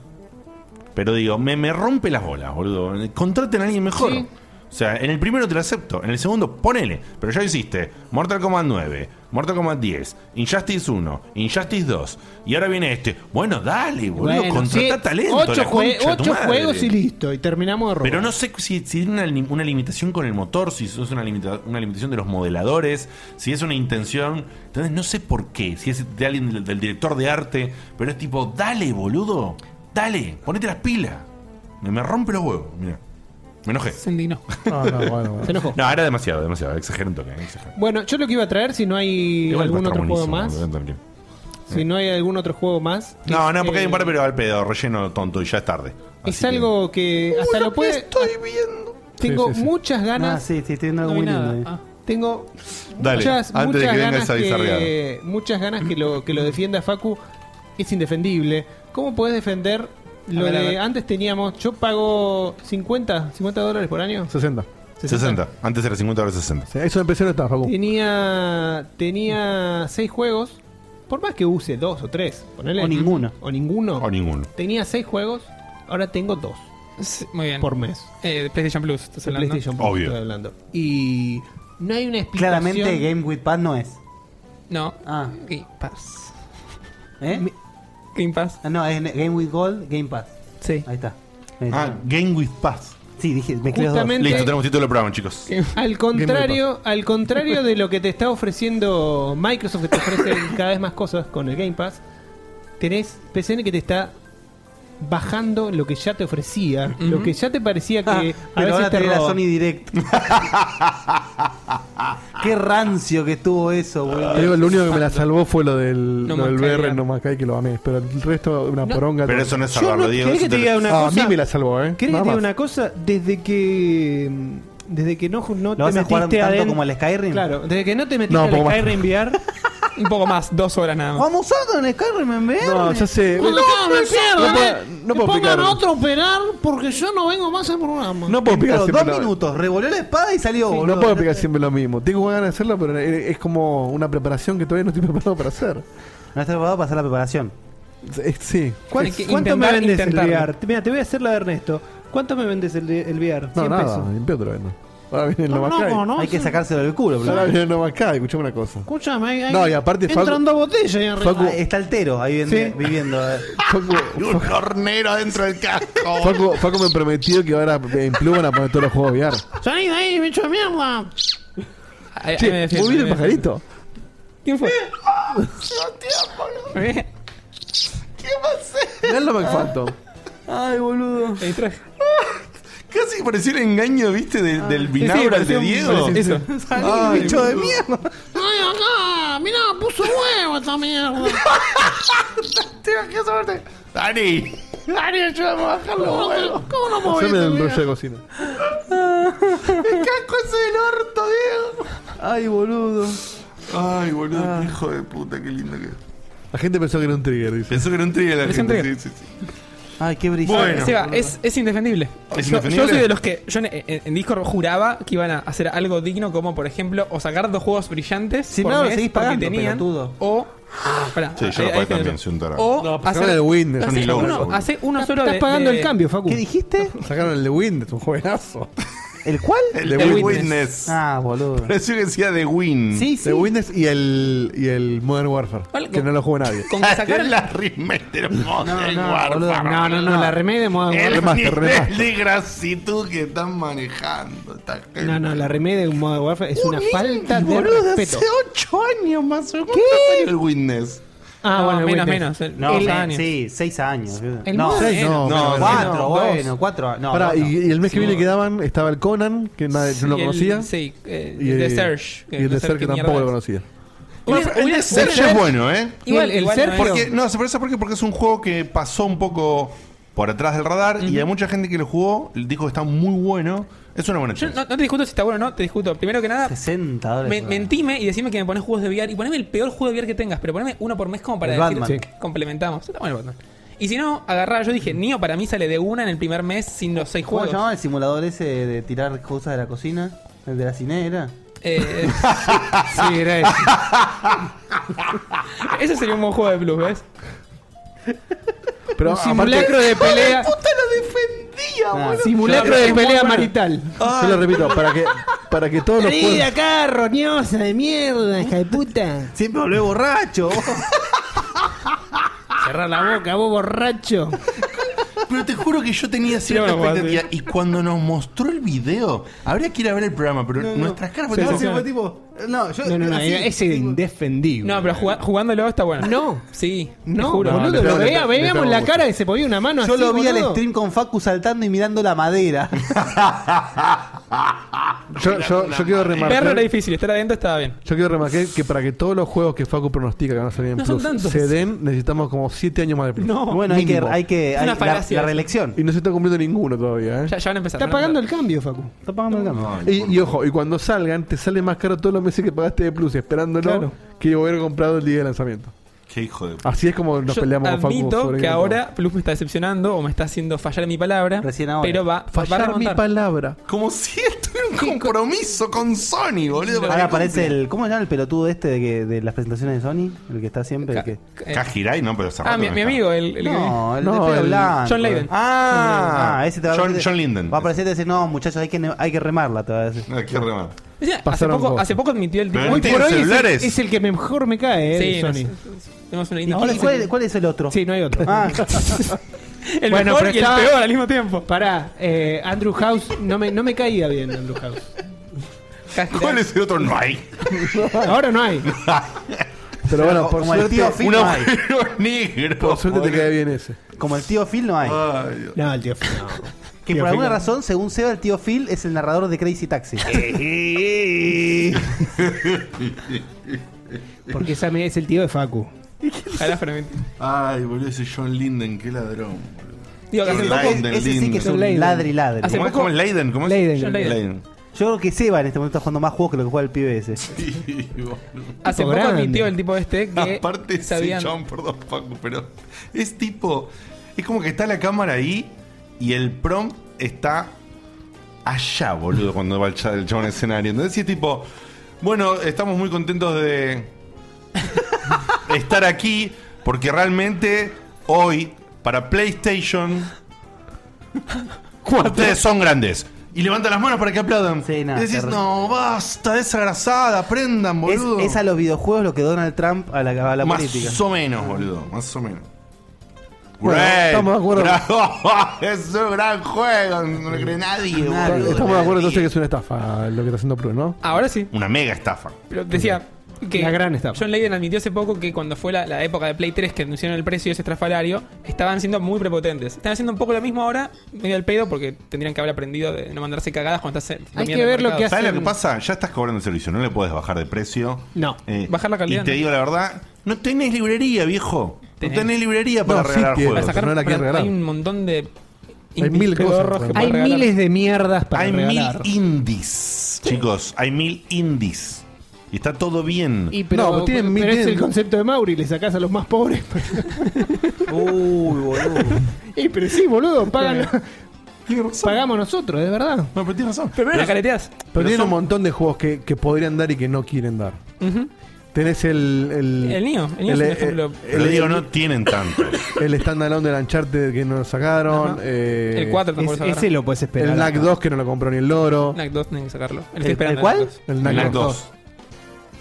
[SPEAKER 2] Pero digo, me, me rompe las bolas, boludo. Contraten a alguien mejor. O sea, en el primero te lo acepto, en el segundo ponele. Pero ya hiciste Mortal Kombat 9, Mortal Kombat 10, Injustice 1, Injustice 2. Y ahora viene este. Bueno, dale, boludo,
[SPEAKER 7] Bueno,
[SPEAKER 2] contrata
[SPEAKER 7] sí,
[SPEAKER 2] talento.
[SPEAKER 7] Ocho,
[SPEAKER 2] la
[SPEAKER 7] jue-
[SPEAKER 2] concha de tu
[SPEAKER 7] ocho
[SPEAKER 2] madre.
[SPEAKER 7] juegos y listo. Y terminamos de robar.
[SPEAKER 2] Pero no sé si, si tiene una, lim- una limitación con el motor, si es una, limita- una limitación de los modeladores, si es una intención. Entonces no sé por qué, si es de alguien del, del director de arte, pero es tipo, dale, boludo, dale, ponete las pilas. Me, me rompe los huevos, mira. Me enojé.
[SPEAKER 8] Se indignó.
[SPEAKER 5] No, no, bueno, bueno.
[SPEAKER 7] Se enojó.
[SPEAKER 2] No, era demasiado, demasiado. Exagero un toque, exagero.
[SPEAKER 7] Bueno, yo lo que iba a traer, si no hay
[SPEAKER 2] Igual va a
[SPEAKER 7] algún
[SPEAKER 2] estar
[SPEAKER 7] otro juego
[SPEAKER 2] buenísimo,
[SPEAKER 7] más.
[SPEAKER 2] boludo, tranquilo.
[SPEAKER 7] Si no hay algún otro juego más.
[SPEAKER 2] No,
[SPEAKER 7] es,
[SPEAKER 2] no, porque hay un par,
[SPEAKER 7] eh,
[SPEAKER 2] pero al pedo, relleno tonto y ya es tarde.
[SPEAKER 7] Es algo que hasta lo puede. estoy
[SPEAKER 2] viendo.
[SPEAKER 7] Tengo
[SPEAKER 2] Sí, sí, sí.
[SPEAKER 7] muchas ganas.
[SPEAKER 3] Ah, sí, sí, estoy viendo algo
[SPEAKER 7] No
[SPEAKER 3] muy
[SPEAKER 7] vi nada.
[SPEAKER 3] lindo. ahí.
[SPEAKER 7] Ah. Tengo
[SPEAKER 2] Dale, antes
[SPEAKER 7] muchas,
[SPEAKER 2] de
[SPEAKER 7] muchas
[SPEAKER 2] que venga
[SPEAKER 7] ganas
[SPEAKER 2] esa
[SPEAKER 7] que,
[SPEAKER 2] bizarreada.
[SPEAKER 7] muchas ganas que lo, que lo defienda Facu. Es indefendible. ¿Cómo podés defender lo
[SPEAKER 5] A ver, a
[SPEAKER 7] de
[SPEAKER 5] ver.
[SPEAKER 7] antes teníamos? Yo pago 50, 50 dólares por año.
[SPEAKER 5] 60.
[SPEAKER 2] 60. Antes era 50, ahora es 60.
[SPEAKER 5] Sí, eso empecé no está, Facu.
[SPEAKER 7] Tenía tenía 6 juegos. Por más que use dos o tres, ponele.
[SPEAKER 3] O ninguno.
[SPEAKER 7] O ninguno.
[SPEAKER 2] O ninguno.
[SPEAKER 7] Tenía 6 juegos, ahora tengo dos.
[SPEAKER 8] muy bien.
[SPEAKER 7] Por mes.
[SPEAKER 8] Eh, PlayStation Plus, estás
[SPEAKER 7] De
[SPEAKER 8] hablando.
[SPEAKER 7] PlayStation Plus Obvio. estoy hablando. Y no hay una explicación.
[SPEAKER 3] Claramente Game with Pad no es.
[SPEAKER 8] No.
[SPEAKER 3] Ah.
[SPEAKER 8] Game Pass.
[SPEAKER 3] ¿Eh? Ah,
[SPEAKER 8] Game Pass.
[SPEAKER 3] no, es Game with Gold, Game Pass.
[SPEAKER 8] Sí.
[SPEAKER 3] Ahí está.
[SPEAKER 2] Ah, Game with Pass.
[SPEAKER 3] Sí, dije, mezclé los dos.
[SPEAKER 7] Justamente-
[SPEAKER 2] Listo, tenemos título del programa, chicos.
[SPEAKER 7] Al contrario, al contrario de lo que te está ofreciendo Microsoft, que te ofrece cada vez más cosas con el Game Pass, tenés PCN que te está bajando lo que ya te ofrecía, lo que ya te parecía que a
[SPEAKER 3] Ah, pero
[SPEAKER 7] veces
[SPEAKER 3] ahora
[SPEAKER 7] eh, te
[SPEAKER 3] tenés la
[SPEAKER 7] roba.
[SPEAKER 3] Sony Direct. Qué rancio que estuvo eso, boludo.
[SPEAKER 5] Te digo, lo único que me la salvó fue lo del,
[SPEAKER 3] No
[SPEAKER 5] lo del
[SPEAKER 3] Man's Sky,
[SPEAKER 5] VR
[SPEAKER 3] ya.
[SPEAKER 5] en No Man's Sky, que lo amé. Pero el resto, una poronga.
[SPEAKER 2] Pero
[SPEAKER 5] todo.
[SPEAKER 2] eso no es Yo salvarlo, no- Diego, ¿querés eso que te te- diga una
[SPEAKER 5] Ah, A
[SPEAKER 2] cosa?
[SPEAKER 5] mí me la salvó, ¿eh?
[SPEAKER 7] ¿Querés que
[SPEAKER 5] Nada
[SPEAKER 7] te diga
[SPEAKER 5] más.
[SPEAKER 7] una cosa? Desde que mm, Desde que no, ju- no
[SPEAKER 3] ¿Lo vas a jugar tanto
[SPEAKER 7] aden-
[SPEAKER 3] como al Skyrim?
[SPEAKER 7] Claro, desde que no te metiste
[SPEAKER 3] No,
[SPEAKER 7] al
[SPEAKER 3] poco más.
[SPEAKER 7] Skyrim VR.
[SPEAKER 8] Un poco más, dos horas nada más.
[SPEAKER 3] Vamos a con Skyrim en VR.
[SPEAKER 5] No, ya sé.
[SPEAKER 9] No, me pierdo,
[SPEAKER 5] No puedo-
[SPEAKER 9] eh.
[SPEAKER 5] no puedo
[SPEAKER 9] Que pongan
[SPEAKER 5] explicar.
[SPEAKER 9] a otro a operar porque yo no vengo más al programa.
[SPEAKER 5] No puedo explicar siempre lo-
[SPEAKER 3] revolvió la espada y salió,
[SPEAKER 5] Sí, no puedo explicar siempre lo mismo. Tengo ganas de hacerlo, pero es es como una preparación que todavía no estoy preparado para hacer. Eh,
[SPEAKER 3] No estás preparado para hacer la preparación.
[SPEAKER 5] Sí.
[SPEAKER 7] ¿Cuán-
[SPEAKER 5] Es-
[SPEAKER 7] ¿Cuánto me vendes el VR? Mira, te voy a hacer la de Ernesto. ¿Cuánto me vendes el, el VR?
[SPEAKER 5] No,
[SPEAKER 7] 100
[SPEAKER 5] nada,
[SPEAKER 7] pesos.
[SPEAKER 5] limpio otra vez. No. Ahora viene el
[SPEAKER 7] No,
[SPEAKER 5] Novakai.
[SPEAKER 7] no, no, Hay que sí.
[SPEAKER 3] sacárselo del culo,
[SPEAKER 5] Ahora
[SPEAKER 3] boludo.
[SPEAKER 5] viene el Novakai, escuchame una cosa.
[SPEAKER 9] Escúchame, ahí- ahí
[SPEAKER 5] No, y aparte Facu-
[SPEAKER 9] entran dos botellas ahí arriba.
[SPEAKER 5] Facu-
[SPEAKER 3] Ah, está altero ahí viviendo. viviendo eh.
[SPEAKER 5] Facu,
[SPEAKER 2] Hornero dentro del casco.
[SPEAKER 5] Facu, Facu me prometió que ahora en Plus van a poner todos los juegos VR.
[SPEAKER 9] Salí de ahí, bicho de mierda.
[SPEAKER 8] Eh,
[SPEAKER 5] Che, ¿vos viste el pajarito?
[SPEAKER 8] ¿Quién fue?
[SPEAKER 9] ¿Eh?
[SPEAKER 2] ¿Qué pasé?
[SPEAKER 5] Mirá lo McPhantom.
[SPEAKER 2] Ay, boludo.
[SPEAKER 8] traje.
[SPEAKER 2] Casi pareció el engaño, viste, del,
[SPEAKER 8] Ah.
[SPEAKER 2] del vinagre al de Diego.
[SPEAKER 9] Salí,
[SPEAKER 2] Ay,
[SPEAKER 9] bicho de
[SPEAKER 2] boludo.
[SPEAKER 9] mierda. Ay, acá. Mirá, puso huevo esta mierda. Tío, qué suerte.
[SPEAKER 2] Dani.
[SPEAKER 9] Dani, ayúdame a bajarlo. ¿Cómo no moví?
[SPEAKER 5] Haceme
[SPEAKER 9] este
[SPEAKER 5] el
[SPEAKER 9] video?
[SPEAKER 5] rollo de cocina.
[SPEAKER 9] El casco ese del orto, Diego.
[SPEAKER 5] Ay, boludo.
[SPEAKER 2] Ay, boludo, qué hijo de puta, qué lindo que.
[SPEAKER 5] Ah. La gente pensó que era un trigger, dice.
[SPEAKER 2] Pensó que era un trigger la
[SPEAKER 8] Pensó
[SPEAKER 2] gente.
[SPEAKER 8] un trigger.
[SPEAKER 2] sí, sí, sí.
[SPEAKER 3] Ay, qué brillante.
[SPEAKER 2] Bueno.
[SPEAKER 8] Seba, es, es indefendible.
[SPEAKER 2] ¿Es
[SPEAKER 8] Yo- Yo,
[SPEAKER 2] indefendible?
[SPEAKER 8] soy de los que. Yo en, en- en Discord juraba que iban a hacer algo digno, como por ejemplo, o sacar dos juegos brillantes.
[SPEAKER 3] Si
[SPEAKER 8] por
[SPEAKER 3] no, lo
[SPEAKER 8] mes
[SPEAKER 3] seguís
[SPEAKER 8] porque
[SPEAKER 3] pagando,
[SPEAKER 8] tenían.
[SPEAKER 3] pelotudo.
[SPEAKER 8] O. Pará,
[SPEAKER 2] Sí, yo
[SPEAKER 8] ahí-
[SPEAKER 2] lo
[SPEAKER 8] ahí
[SPEAKER 2] pagué
[SPEAKER 8] tenés
[SPEAKER 2] también,
[SPEAKER 8] eso.
[SPEAKER 2] soy un tarado.
[SPEAKER 8] O hacer,
[SPEAKER 5] el de Windows.
[SPEAKER 8] hace uno, hace uno solo
[SPEAKER 7] Estás
[SPEAKER 8] de-
[SPEAKER 7] pagando
[SPEAKER 8] eh, de-
[SPEAKER 7] el cambio, Facu.
[SPEAKER 3] ¿Qué dijiste?
[SPEAKER 5] Sacaron el de Windows, un jovenazo.
[SPEAKER 3] ¿El cuál?
[SPEAKER 2] El de Witness. Witness.
[SPEAKER 3] Ah, boludo.
[SPEAKER 2] Pareció que decía de Win.
[SPEAKER 3] Sí,
[SPEAKER 5] De Windows y el, y el Modern Warfare.
[SPEAKER 8] Algo.
[SPEAKER 5] Que no lo jugó nadie.
[SPEAKER 8] Con
[SPEAKER 2] Ah,
[SPEAKER 7] Ah,
[SPEAKER 8] que sacaron
[SPEAKER 2] la remake de no,
[SPEAKER 7] No, no, no, la remake de Modern
[SPEAKER 2] El
[SPEAKER 7] Warfare.
[SPEAKER 2] nivel de grasitud que están manejando esta gente.
[SPEAKER 7] No, no, la remake de Modern Warfare es una
[SPEAKER 2] Un
[SPEAKER 7] falta
[SPEAKER 2] indie,
[SPEAKER 7] de
[SPEAKER 2] boludo,
[SPEAKER 7] respeto.
[SPEAKER 2] hace
[SPEAKER 9] 8 años más o menos.
[SPEAKER 2] ¿Qué? El Witness.
[SPEAKER 7] Ah,
[SPEAKER 8] No,
[SPEAKER 7] bueno, el
[SPEAKER 8] menos, menos.
[SPEAKER 7] Windows.
[SPEAKER 8] eh, el-
[SPEAKER 3] No,
[SPEAKER 8] el-
[SPEAKER 3] seis- sí, seis años.
[SPEAKER 8] El
[SPEAKER 3] no,
[SPEAKER 8] modo-
[SPEAKER 3] seis
[SPEAKER 5] no,
[SPEAKER 3] no, no,
[SPEAKER 5] no,
[SPEAKER 3] cuatro,
[SPEAKER 5] no,
[SPEAKER 3] bueno,
[SPEAKER 5] dos.
[SPEAKER 3] cuatro. No,
[SPEAKER 5] Pará,
[SPEAKER 3] dos
[SPEAKER 5] y,
[SPEAKER 3] no.
[SPEAKER 5] y el mes que
[SPEAKER 8] Sí,
[SPEAKER 5] viene
[SPEAKER 8] no.
[SPEAKER 5] quedaban, estaba el Conan, que nadie, yo no
[SPEAKER 8] y
[SPEAKER 5] lo
[SPEAKER 8] el-
[SPEAKER 5] conocía.
[SPEAKER 8] sí, eh,
[SPEAKER 5] y
[SPEAKER 8] el de
[SPEAKER 5] eh,
[SPEAKER 8] Surge, que
[SPEAKER 5] Y el
[SPEAKER 8] no
[SPEAKER 5] de
[SPEAKER 8] sé
[SPEAKER 5] Serge
[SPEAKER 8] qué
[SPEAKER 5] que
[SPEAKER 8] mierda
[SPEAKER 5] tampoco lo
[SPEAKER 8] es.
[SPEAKER 5] conocía.
[SPEAKER 8] Hubiera-
[SPEAKER 2] el
[SPEAKER 8] hubiera-
[SPEAKER 2] de Surge
[SPEAKER 8] hubiera-
[SPEAKER 2] es bueno, ¿eh?
[SPEAKER 8] Igual,
[SPEAKER 7] El- el
[SPEAKER 8] igual
[SPEAKER 7] Surge
[SPEAKER 8] no es-
[SPEAKER 2] Porque, no, se parece porque, porque es un juego que pasó un poco por atrás del radar y a mucha gente que lo jugó dijo que está muy bueno. Es una buena
[SPEAKER 8] Yo
[SPEAKER 2] chance.
[SPEAKER 8] no, no te discuto si está bueno o no, te discuto. Primero que nada,
[SPEAKER 3] 60 dólares.
[SPEAKER 8] me- mentime y decime que me pones juegos de VR y poneme el peor juego de VR que tengas, pero poneme uno por mes como para
[SPEAKER 3] El
[SPEAKER 8] decir
[SPEAKER 3] Batman.
[SPEAKER 8] "Sí, complementamos. Está bueno el Batman. Y si no, agarrá, yo dije, Nio para mí sale de una en el primer mes sin los seis
[SPEAKER 3] ¿Cómo se
[SPEAKER 8] juegos.
[SPEAKER 3] llamaba el simulador ese de tirar cosas de la cocina? ¿El de la cinera?
[SPEAKER 8] Eh,
[SPEAKER 7] Sí, era eso.
[SPEAKER 8] ese sería un buen juego de Plus, ¿ves?
[SPEAKER 5] Pero
[SPEAKER 7] Un
[SPEAKER 5] aparte-
[SPEAKER 7] simulacro de pelea.
[SPEAKER 3] Ah,
[SPEAKER 7] Simulacro de
[SPEAKER 8] Muy
[SPEAKER 7] pelea
[SPEAKER 8] bueno.
[SPEAKER 7] marital.
[SPEAKER 5] Yo lo repito, para que, para que todos los
[SPEAKER 7] Vení de
[SPEAKER 5] juegos.
[SPEAKER 7] acá, roñosa de mierda, hija de puta.
[SPEAKER 3] Siempre volvé borracho.
[SPEAKER 7] Cerrar la boca, vos borracho.
[SPEAKER 2] Pero te juro que yo tenía cierta
[SPEAKER 8] bueno,
[SPEAKER 2] expectativa. Y cuando nos mostró el video, habría que ir a ver el programa, pero nuestras caras
[SPEAKER 7] Sí,
[SPEAKER 2] fueron
[SPEAKER 7] sí,
[SPEAKER 2] como-
[SPEAKER 7] sí.
[SPEAKER 3] tipo, no, yo.
[SPEAKER 7] No, no, no,
[SPEAKER 3] así.
[SPEAKER 7] era- ese era indefendible.
[SPEAKER 8] No, pero juga- jugándolo está bueno.
[SPEAKER 7] No,
[SPEAKER 8] Sí, te
[SPEAKER 7] no,
[SPEAKER 8] juro.
[SPEAKER 7] boludo,
[SPEAKER 5] le
[SPEAKER 7] lo
[SPEAKER 5] pegamos,
[SPEAKER 7] veía-
[SPEAKER 5] le
[SPEAKER 7] veíamos
[SPEAKER 5] pegamos
[SPEAKER 7] la
[SPEAKER 5] mucho.
[SPEAKER 7] cara que se ponía una mano
[SPEAKER 3] Yo
[SPEAKER 7] Ah, así,
[SPEAKER 3] lo vi al
[SPEAKER 7] boludo.
[SPEAKER 3] stream con Facu saltando y mirando la madera.
[SPEAKER 5] Yo, yo, yo quiero
[SPEAKER 8] Perro era
[SPEAKER 5] remarcar.
[SPEAKER 8] difícil, estar adentro estaba bien.
[SPEAKER 5] Yo quiero remarcar que para que todos los juegos que Facu pronostica que van a salir en
[SPEAKER 8] No son
[SPEAKER 5] Plus
[SPEAKER 8] tantos.
[SPEAKER 5] se den, necesitamos como 7 años más de Plus.
[SPEAKER 8] No.
[SPEAKER 3] bueno, hay que.
[SPEAKER 5] Mínimo.
[SPEAKER 3] Hay que
[SPEAKER 8] Es una
[SPEAKER 3] hay- la- la,
[SPEAKER 8] falacia eso.
[SPEAKER 3] reelección.
[SPEAKER 5] Y no se está cumpliendo ninguno todavía, ¿eh?
[SPEAKER 8] Ya, ya van a empezar.
[SPEAKER 7] Está
[SPEAKER 8] van a
[SPEAKER 7] pagando
[SPEAKER 8] empezar.
[SPEAKER 7] el cambio, Facu.
[SPEAKER 3] Está pagando el cambio.
[SPEAKER 5] Y, y ojo, y cuando salgan, te sale más caro todos los meses que pagaste de Plus esperándolo
[SPEAKER 7] Claro.
[SPEAKER 5] que hubiera comprado el día de lanzamiento.
[SPEAKER 2] Qué hijo de
[SPEAKER 5] Así es como nos
[SPEAKER 8] Yo
[SPEAKER 5] peleamos con Facu.
[SPEAKER 8] admito
[SPEAKER 5] sobre
[SPEAKER 8] que
[SPEAKER 5] Game of Thrones.
[SPEAKER 8] ahora Plus me está decepcionando o me está haciendo fallar mi palabra.
[SPEAKER 3] Recién ahora.
[SPEAKER 8] Pero va, va a
[SPEAKER 5] Fallar mi
[SPEAKER 8] remontar.
[SPEAKER 5] palabra.
[SPEAKER 2] Como si esto era un compromiso con Sony, boludo. para
[SPEAKER 3] Ahora
[SPEAKER 2] que
[SPEAKER 3] aparece
[SPEAKER 2] cumpla.
[SPEAKER 3] el. ¿Cómo se llama el pelotudo este de, que, de las presentaciones de Sony? El que está siempre. el que...
[SPEAKER 8] Eh,
[SPEAKER 2] Kajirai, no, pero hace
[SPEAKER 8] ah,
[SPEAKER 2] rato
[SPEAKER 8] mi,
[SPEAKER 2] no
[SPEAKER 8] mi
[SPEAKER 2] está.
[SPEAKER 8] amigo, el, el-
[SPEAKER 3] No, el de
[SPEAKER 5] No,
[SPEAKER 3] pelo
[SPEAKER 5] el-
[SPEAKER 3] blanco.
[SPEAKER 8] John Layden.
[SPEAKER 2] Ah,
[SPEAKER 3] Ah, ese te va a
[SPEAKER 2] John,
[SPEAKER 3] aparecer-
[SPEAKER 2] John Linden.
[SPEAKER 3] Va a aparecer y te dice, no, muchachos, hay que, ne- hay que remarla. Te va a decir.
[SPEAKER 2] No, qué remate.
[SPEAKER 8] O sea, hace,
[SPEAKER 5] Pasaron
[SPEAKER 8] poco,
[SPEAKER 5] cosas.
[SPEAKER 8] hace poco admitió el tipo.
[SPEAKER 2] Pero-
[SPEAKER 7] Hoy
[SPEAKER 2] ¿Tienen
[SPEAKER 7] por hoy es el,
[SPEAKER 2] celulares?
[SPEAKER 7] es el que mejor me cae, eh, de
[SPEAKER 8] Sí, no
[SPEAKER 7] Sony.
[SPEAKER 8] sé, tenemos una
[SPEAKER 3] ¿Y,
[SPEAKER 8] linda.
[SPEAKER 3] qué-
[SPEAKER 8] Ahora sí.
[SPEAKER 3] cuál, cuál es el otro?
[SPEAKER 7] Sí, no hay otro.
[SPEAKER 3] Ah,
[SPEAKER 8] El
[SPEAKER 7] Bueno,
[SPEAKER 8] mejor
[SPEAKER 7] pero
[SPEAKER 8] y el
[SPEAKER 7] estaba-
[SPEAKER 8] peor al mismo tiempo.
[SPEAKER 7] Pará, eh, Andrew House, no me, no me caía bien Andrew House.
[SPEAKER 2] ¿Cuál es el otro? No hay.
[SPEAKER 7] Ahora no hay.
[SPEAKER 5] Pero bueno, por
[SPEAKER 3] como el tío
[SPEAKER 5] suerte,
[SPEAKER 3] Phil
[SPEAKER 2] Un
[SPEAKER 3] no hay.
[SPEAKER 2] agujero negro.
[SPEAKER 5] por suerte te
[SPEAKER 2] boludo.
[SPEAKER 5] cae bien ese.
[SPEAKER 3] Como el tío Phil no hay.
[SPEAKER 2] Ay, Dios.
[SPEAKER 7] No, el tío Phil, no.
[SPEAKER 3] que
[SPEAKER 7] tío
[SPEAKER 3] por alguna
[SPEAKER 7] Phil.
[SPEAKER 3] razón, según Seba, el tío Phil es el narrador de Crazy
[SPEAKER 2] Eh,
[SPEAKER 3] Taxi.
[SPEAKER 7] Porque esa me- es el tío de Facu.
[SPEAKER 8] Ojalá fuera mentira.
[SPEAKER 2] Ay, boludo, ese John Linden, qué ladrón. boludo.
[SPEAKER 8] Digo, hace
[SPEAKER 2] John
[SPEAKER 8] poco.
[SPEAKER 2] Linden,
[SPEAKER 3] Ese sí que es
[SPEAKER 2] lindo.
[SPEAKER 3] un
[SPEAKER 7] Leiden.
[SPEAKER 3] ladri ladri.
[SPEAKER 8] Hace
[SPEAKER 2] ¿Cómo es?
[SPEAKER 8] poco-
[SPEAKER 2] ¿Cómo es Leiden? ¿Cómo es?
[SPEAKER 7] Leiden.
[SPEAKER 8] John Leiden.
[SPEAKER 2] Leiden.
[SPEAKER 3] Yo creo que Seba en este momento está jugando más juegos que lo que juega el pibe ese.
[SPEAKER 8] Hace poco
[SPEAKER 3] Grande.
[SPEAKER 8] admitió el tipo este que
[SPEAKER 2] Aparte, ese
[SPEAKER 8] sabían-
[SPEAKER 2] chabón, perdón, Facu, pero es tipo. Es como que está la cámara ahí y el prompt está allá, boludo, cuando va el cha- el chabón al escenario. Entonces, sí es tipo. Bueno, estamos muy contentos de estar aquí porque realmente hoy, para PlayStation, ustedes son grandes. Y levanta las manos para que aplaudan.
[SPEAKER 3] nada,
[SPEAKER 2] Y decís,
[SPEAKER 3] terrible.
[SPEAKER 2] no, basta, desagrasada, aprendan,
[SPEAKER 3] Ah, Es,
[SPEAKER 2] boludo.
[SPEAKER 3] es a los videojuegos lo que Donald Trump a la, a la
[SPEAKER 2] más
[SPEAKER 3] política.
[SPEAKER 2] o menos, boludo. Más o menos.
[SPEAKER 3] Bueno,
[SPEAKER 2] Great.
[SPEAKER 3] estamos de acuerdo.
[SPEAKER 2] Gra- es un gran juego. No le cree nadie, boludo.
[SPEAKER 5] Estamos de acuerdo entonces que es una estafa lo que está haciendo Plus, ¿no?
[SPEAKER 8] Ahora sí.
[SPEAKER 2] Una mega estafa.
[SPEAKER 8] Pero decía que
[SPEAKER 5] La gran estafa.
[SPEAKER 8] John Layden admitió hace poco que cuando fue la, la época de Play 3 que anunciaron el precio de ese estrafalario, estaban siendo muy prepotentes. Están haciendo un poco lo mismo ahora, medio al pedo, porque tendrían que haber aprendido de no mandarse cagadas cuando estás dominando el mercado.
[SPEAKER 2] ¿Sabes lo que pasa? Ya estás cobrando el servicio, no le puedes bajar de precio.
[SPEAKER 8] No.
[SPEAKER 2] Eh,
[SPEAKER 8] Bajar la calidad,
[SPEAKER 2] Y te
[SPEAKER 8] no.
[SPEAKER 2] digo la verdad, no tenés librería, viejo.
[SPEAKER 8] Tenés.
[SPEAKER 2] No tenés librería para
[SPEAKER 8] No, sí
[SPEAKER 2] regalar
[SPEAKER 8] tiene,
[SPEAKER 2] juegos.
[SPEAKER 8] para sacar-
[SPEAKER 2] No la quiero
[SPEAKER 8] para-
[SPEAKER 2] regalar.
[SPEAKER 8] Hay un montón de.
[SPEAKER 2] Hay mil cosas
[SPEAKER 8] pedorros que
[SPEAKER 2] para regalar.
[SPEAKER 8] puedes
[SPEAKER 2] Hay
[SPEAKER 8] regalar.
[SPEAKER 2] miles
[SPEAKER 7] de mierdas
[SPEAKER 2] hay mil indies, chicos. Hay mil indies. Y está todo bien.
[SPEAKER 7] Y pero, pero es el concepto de Mauri, le sacás a los más pobres.
[SPEAKER 3] Uy, boludo.
[SPEAKER 7] y pero sí, boludo, pagan. Pagamos nosotros, es verdad. No,
[SPEAKER 2] pero tienes razón.
[SPEAKER 7] Pero,
[SPEAKER 8] la careteás.
[SPEAKER 5] Pero tienen un montón de juegos que, que podrían dar y que no quieren dar. Tenés el. El,
[SPEAKER 8] El Neo, el Neo es un ejemplo.
[SPEAKER 2] Pero eh, digo, no tienen tanto.
[SPEAKER 5] El standalone del Uncharted que no lo sacaron. eh,
[SPEAKER 8] El 4 tampoco
[SPEAKER 5] es-
[SPEAKER 8] lo sacaron. Ese lo puedes esperar.
[SPEAKER 5] El NAC
[SPEAKER 8] Ajá.
[SPEAKER 5] 2 que no lo compró ni el loro.
[SPEAKER 8] Knack 2 tienen que sacarlo. Lo
[SPEAKER 5] ¿El-
[SPEAKER 8] estoy esperando.
[SPEAKER 5] el cuál?
[SPEAKER 8] Knack 2.
[SPEAKER 5] El Knack Knack 2. 2.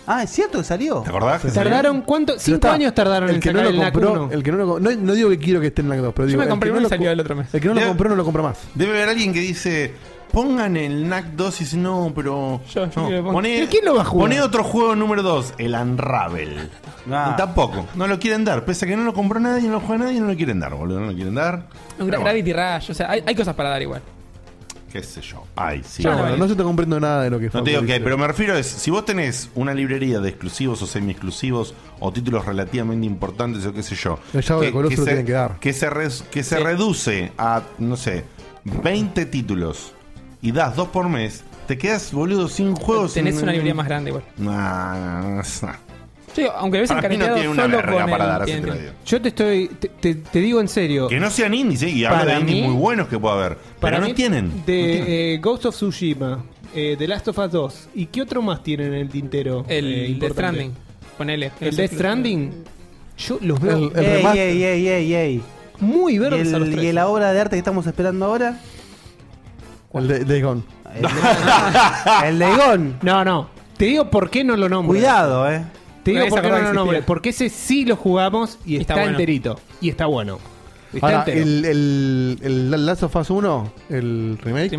[SPEAKER 3] Ah, es cierto que salió.
[SPEAKER 2] ¿Te acordás?
[SPEAKER 5] que
[SPEAKER 7] ¿Tardaron cuánto?
[SPEAKER 5] Pero
[SPEAKER 7] Cinco
[SPEAKER 5] está,
[SPEAKER 7] años tardaron
[SPEAKER 5] el
[SPEAKER 7] en
[SPEAKER 5] que
[SPEAKER 7] sacar
[SPEAKER 5] no
[SPEAKER 7] el
[SPEAKER 5] lo
[SPEAKER 7] NAC
[SPEAKER 5] compró,
[SPEAKER 7] 1.
[SPEAKER 5] el que no lo com- no, no digo que quiero que esté en el NAC 2, pero
[SPEAKER 8] Yo
[SPEAKER 5] digo
[SPEAKER 8] me compré
[SPEAKER 5] el que
[SPEAKER 8] uno
[SPEAKER 5] no
[SPEAKER 8] y
[SPEAKER 5] lo
[SPEAKER 8] salió
[SPEAKER 5] co-
[SPEAKER 8] el otro mes.
[SPEAKER 5] El que no lo
[SPEAKER 2] Debe-
[SPEAKER 5] compró no lo compra más.
[SPEAKER 2] Debe haber alguien que dice, pongan el NAC 2 y dice, no, pero...
[SPEAKER 8] Yo, yo quiero
[SPEAKER 2] no,
[SPEAKER 8] que pongan".
[SPEAKER 2] poné-
[SPEAKER 8] ¿Y quién lo va a jugar?
[SPEAKER 2] Poné otro juego número 2, el Unravel.
[SPEAKER 8] Ah.
[SPEAKER 2] Tampoco, no lo quieren dar. Pese a que no lo compró nadie, no lo juega nadie, no lo quieren dar, boludo. No lo quieren dar.
[SPEAKER 8] Gra-
[SPEAKER 2] Pero bueno,
[SPEAKER 8] Gravity Rush, o sea, hay, hay cosas para dar igual.
[SPEAKER 2] qué sé yo. Ay, sí.
[SPEAKER 5] Ya, bueno, no se está comprando nada de lo que
[SPEAKER 2] No
[SPEAKER 5] Facu
[SPEAKER 2] te digo que,
[SPEAKER 5] dice.
[SPEAKER 2] pero me refiero es, si vos tenés una librería de exclusivos o semi-exclusivos o títulos relativamente importantes o qué sé yo,
[SPEAKER 5] El Shadow
[SPEAKER 2] que,
[SPEAKER 5] del Colossus lo
[SPEAKER 2] se,
[SPEAKER 5] tienen que dar.
[SPEAKER 2] que se res- que se reduce a, no sé, 20 títulos y das dos por mes, te quedas, boludo, sin juegos.
[SPEAKER 8] Tenés
[SPEAKER 2] sin-
[SPEAKER 8] una librería más grande igual.
[SPEAKER 2] Nah, nah, nah.
[SPEAKER 8] Sí, aunque ves
[SPEAKER 2] Para mí no
[SPEAKER 8] encareteado
[SPEAKER 2] tiene una
[SPEAKER 8] solo
[SPEAKER 2] verga
[SPEAKER 8] con
[SPEAKER 2] para
[SPEAKER 8] el-
[SPEAKER 2] dar, así
[SPEAKER 8] tiene-
[SPEAKER 2] te lo digo.
[SPEAKER 7] Yo te estoy. Te, te- te digo en serio.
[SPEAKER 2] Que no sean indies, eh, y hablo
[SPEAKER 7] Para
[SPEAKER 2] de indies
[SPEAKER 7] mí-
[SPEAKER 2] muy buenos que puede haber, pero no
[SPEAKER 7] mí,
[SPEAKER 2] tienen.
[SPEAKER 7] De eh, Ghost of Tsushima, eh, The Last of Us 2. ¿Y qué otro más tienen en el tintero?
[SPEAKER 8] El
[SPEAKER 7] eh,
[SPEAKER 8] Death
[SPEAKER 7] importante?
[SPEAKER 8] Stranding. Ponele.
[SPEAKER 7] ¿El Death Stranding? Yo los veo.
[SPEAKER 3] El, ey, ey, ey, ey, ey.
[SPEAKER 7] Muy
[SPEAKER 3] verde.
[SPEAKER 7] verdes a los
[SPEAKER 3] Y,
[SPEAKER 7] tres.
[SPEAKER 3] la obra de arte que estamos esperando ahora.
[SPEAKER 5] El de Days Gone.
[SPEAKER 3] El de Gone.
[SPEAKER 7] No, no. Te digo por qué no lo nombro.
[SPEAKER 3] Cuidado, eh.
[SPEAKER 7] Te digo
[SPEAKER 3] Nadie
[SPEAKER 7] por
[SPEAKER 3] se
[SPEAKER 7] qué no
[SPEAKER 3] acordaba
[SPEAKER 7] lo
[SPEAKER 3] que
[SPEAKER 7] nombro.
[SPEAKER 3] existía.
[SPEAKER 7] Porque ese sí lo jugamos y,
[SPEAKER 3] está
[SPEAKER 7] está,
[SPEAKER 3] bueno.
[SPEAKER 7] enterito. Y está bueno. Está
[SPEAKER 5] Ahora,
[SPEAKER 7] entero.
[SPEAKER 5] el, el, el Last of Us 1, el remake,